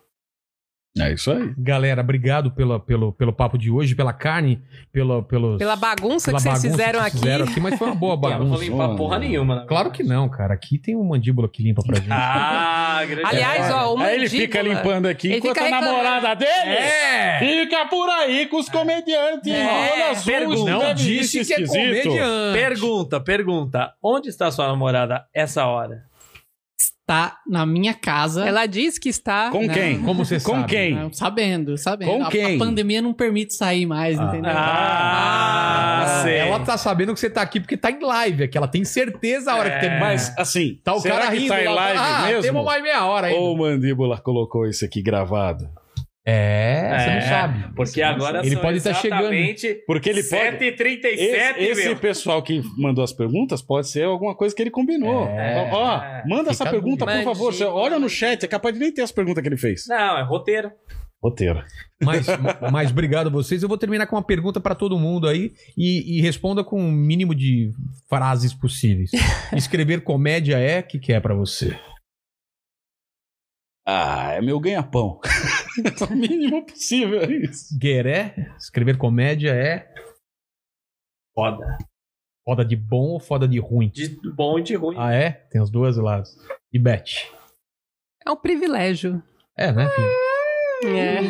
S2: É isso aí.
S1: Galera, obrigado pela, pelo, pelo papo de hoje, pela carne, pela, pelos,
S4: Pela bagunça
S1: pela
S4: que vocês
S1: bagunça que
S4: fizeram aqui.
S1: Mas foi uma boa
S3: Eu não vou
S1: bagunça.
S3: limpar porra nenhuma, né?
S1: Claro que não, cara. Aqui tem um mandíbula que limpa
S4: Então,
S1: pra gente.
S3: Ah, grande.
S4: Aliás, ó, o
S2: Aí ele
S4: É mandíbula-
S2: fica limpando aqui
S4: Ele
S2: enquanto
S4: fica
S2: a
S4: reclamando.
S2: namorada dele É. fica por aí com os comediantes.
S4: É,
S2: Olha só,
S3: pergunta.
S2: não
S1: Disse que é comediante.
S3: Pergunta, pergunta. Onde está sua namorada essa hora?
S5: Está Tá na minha casa.
S4: Ela diz que está.
S2: Com
S5: Não.
S2: quem?
S1: Como você
S2: Com
S1: sabe?
S2: quem?
S5: Não, sabendo, sabendo.
S2: Com
S5: A-
S2: quem?
S5: A, pandemia não permite sair mais,
S2: Ah.
S5: entendeu?
S3: Ah, sei.
S1: Ela tá sabendo que você tá aqui porque tá em live aqui. Ela tem certeza a hora que tem.
S2: Mas, assim,
S1: tá o
S2: É. será
S1: cara
S2: que
S1: rindo
S2: tá em
S1: lá,
S2: live
S1: ah,
S2: mesmo?
S1: Temos mais meia hora ainda.
S2: Ou o Mandíbula colocou isso aqui gravado?
S1: É, você
S3: É,
S1: não sabe.
S3: Porque agora
S1: Ele
S3: são
S1: pode estar chegando.
S3: exatamente
S2: Porque ele pode...
S3: 7h37,
S2: Esse, esse
S3: meu.
S2: pessoal que mandou as perguntas pode ser alguma coisa que ele combinou.
S1: É.
S2: Ó, ó,
S1: Fica
S2: manda essa
S1: a
S2: pergunta,
S4: dúvida.
S2: por favor. Você olha no chat, é capaz de nem ter as perguntas que ele fez.
S3: Não, é roteiro.
S2: Roteiro.
S1: Mas, mas obrigado a vocês. Eu vou terminar com uma pergunta pra todo mundo aí e, e responda com o mínimo de frases possíveis. Escrever comédia é o que, que é pra você?
S2: Ah, é meu ganha-pão. É o mínimo possível é isso.
S1: Gueré? é? Escrever comédia é
S3: Foda.
S1: foda de bom ou foda de ruim?
S3: De bom e de ruim.
S1: Ah, é? Tem os dois lados. E Beth?
S4: É um privilégio.
S1: É, né, filho?
S4: É.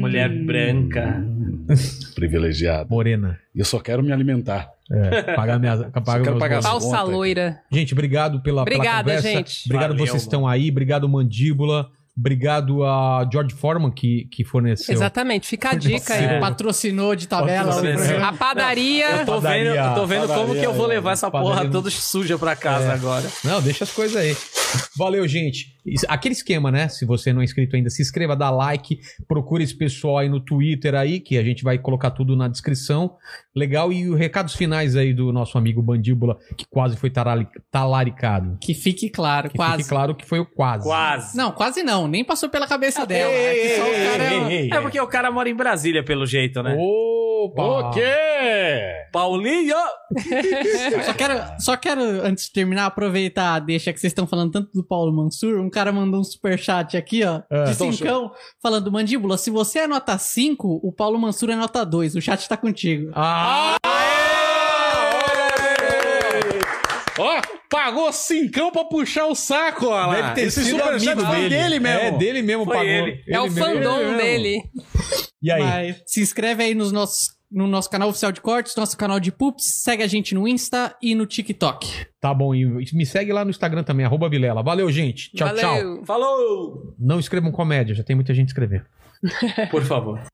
S3: Mulher branca.
S2: Hum, Privilegiado.
S1: Morena.
S2: Eu só quero me alimentar.
S1: É, pagar minha, pagar
S2: quero
S1: meus
S2: pagar
S1: boletos.
S2: as
S4: Falsa
S2: contas.
S4: loira.
S1: Gente, obrigado pela, pela
S4: Obrigada,
S1: conversa.
S4: gente.
S1: Obrigado
S3: Valeu,
S1: vocês que estão aí. Obrigado, Mandíbula. Obrigado a George Foreman que, que forneceu.
S4: Exatamente. Fica a dica aí.
S1: É.
S5: Patrocinou de tabela.
S3: Patrocinou.
S5: o programa.
S4: A padaria.
S3: Eu tô
S1: Padaria,
S3: vendo, eu tô vendo como
S2: padaria,
S3: que eu vou levar essa porra
S1: padaria.
S3: toda suja pra casa agora.
S1: Não, deixa as coisas aí. Valeu, gente. Isso- Aquele esquema, né? Se você não é inscrito ainda, se inscreva, dá like, procura esse pessoal aí no Twitter aí, que a gente vai colocar tudo na descrição. Legal. E os recados finais aí do nosso amigo Bandíbula, que quase foi tarali- talaricado.
S5: Que fique claro,
S1: Que
S5: quase.
S1: fique claro que foi o quase.
S3: Quase.
S5: Não, quase não. Nem passou pela cabeça
S1: Ei,
S5: dela. É que só
S1: ei,
S5: o cara é
S1: ei,
S5: um-
S1: ei, ei.
S3: É porque o cara mora em Brasília, pelo jeito, né?
S1: Opa!
S2: O quê?
S3: Paulinho!
S5: Só quero, só quero, antes de terminar, aproveitar a deixa que vocês estão falando tanto do Paulo Mansur. Um cara mandou um superchat aqui, ó,
S1: É.
S5: de
S1: Então,
S5: cincão, falando, Mandíbula, se você é nota 5, o Paulo Mansur é nota 2. O chat tá contigo.
S1: Ah!
S2: Ó, pagou cincão pra puxar o saco, ó lá.
S1: Deve ter
S2: Esse
S1: sido
S2: superchat
S1: amigo
S2: foi
S1: dele.
S2: dele mesmo.
S1: É dele mesmo,
S3: Foi
S1: pagou.
S3: ele.
S4: É o
S1: mesmo.
S4: fandom
S1: mesmo.
S4: dele.
S1: E aí?
S5: Mas se inscreve aí nos nossos, no nosso canal oficial de cortes, nosso canal de pups, segue a gente no Insta e no TikTok.
S1: Tá bom, e me segue lá no Instagram também, arroba Vilela. Valeu, gente. Tchau, tchau.
S4: Valeu.
S3: Falou!
S1: Não escrevam comédia, já tem muita gente escrevendo.
S3: Por favor.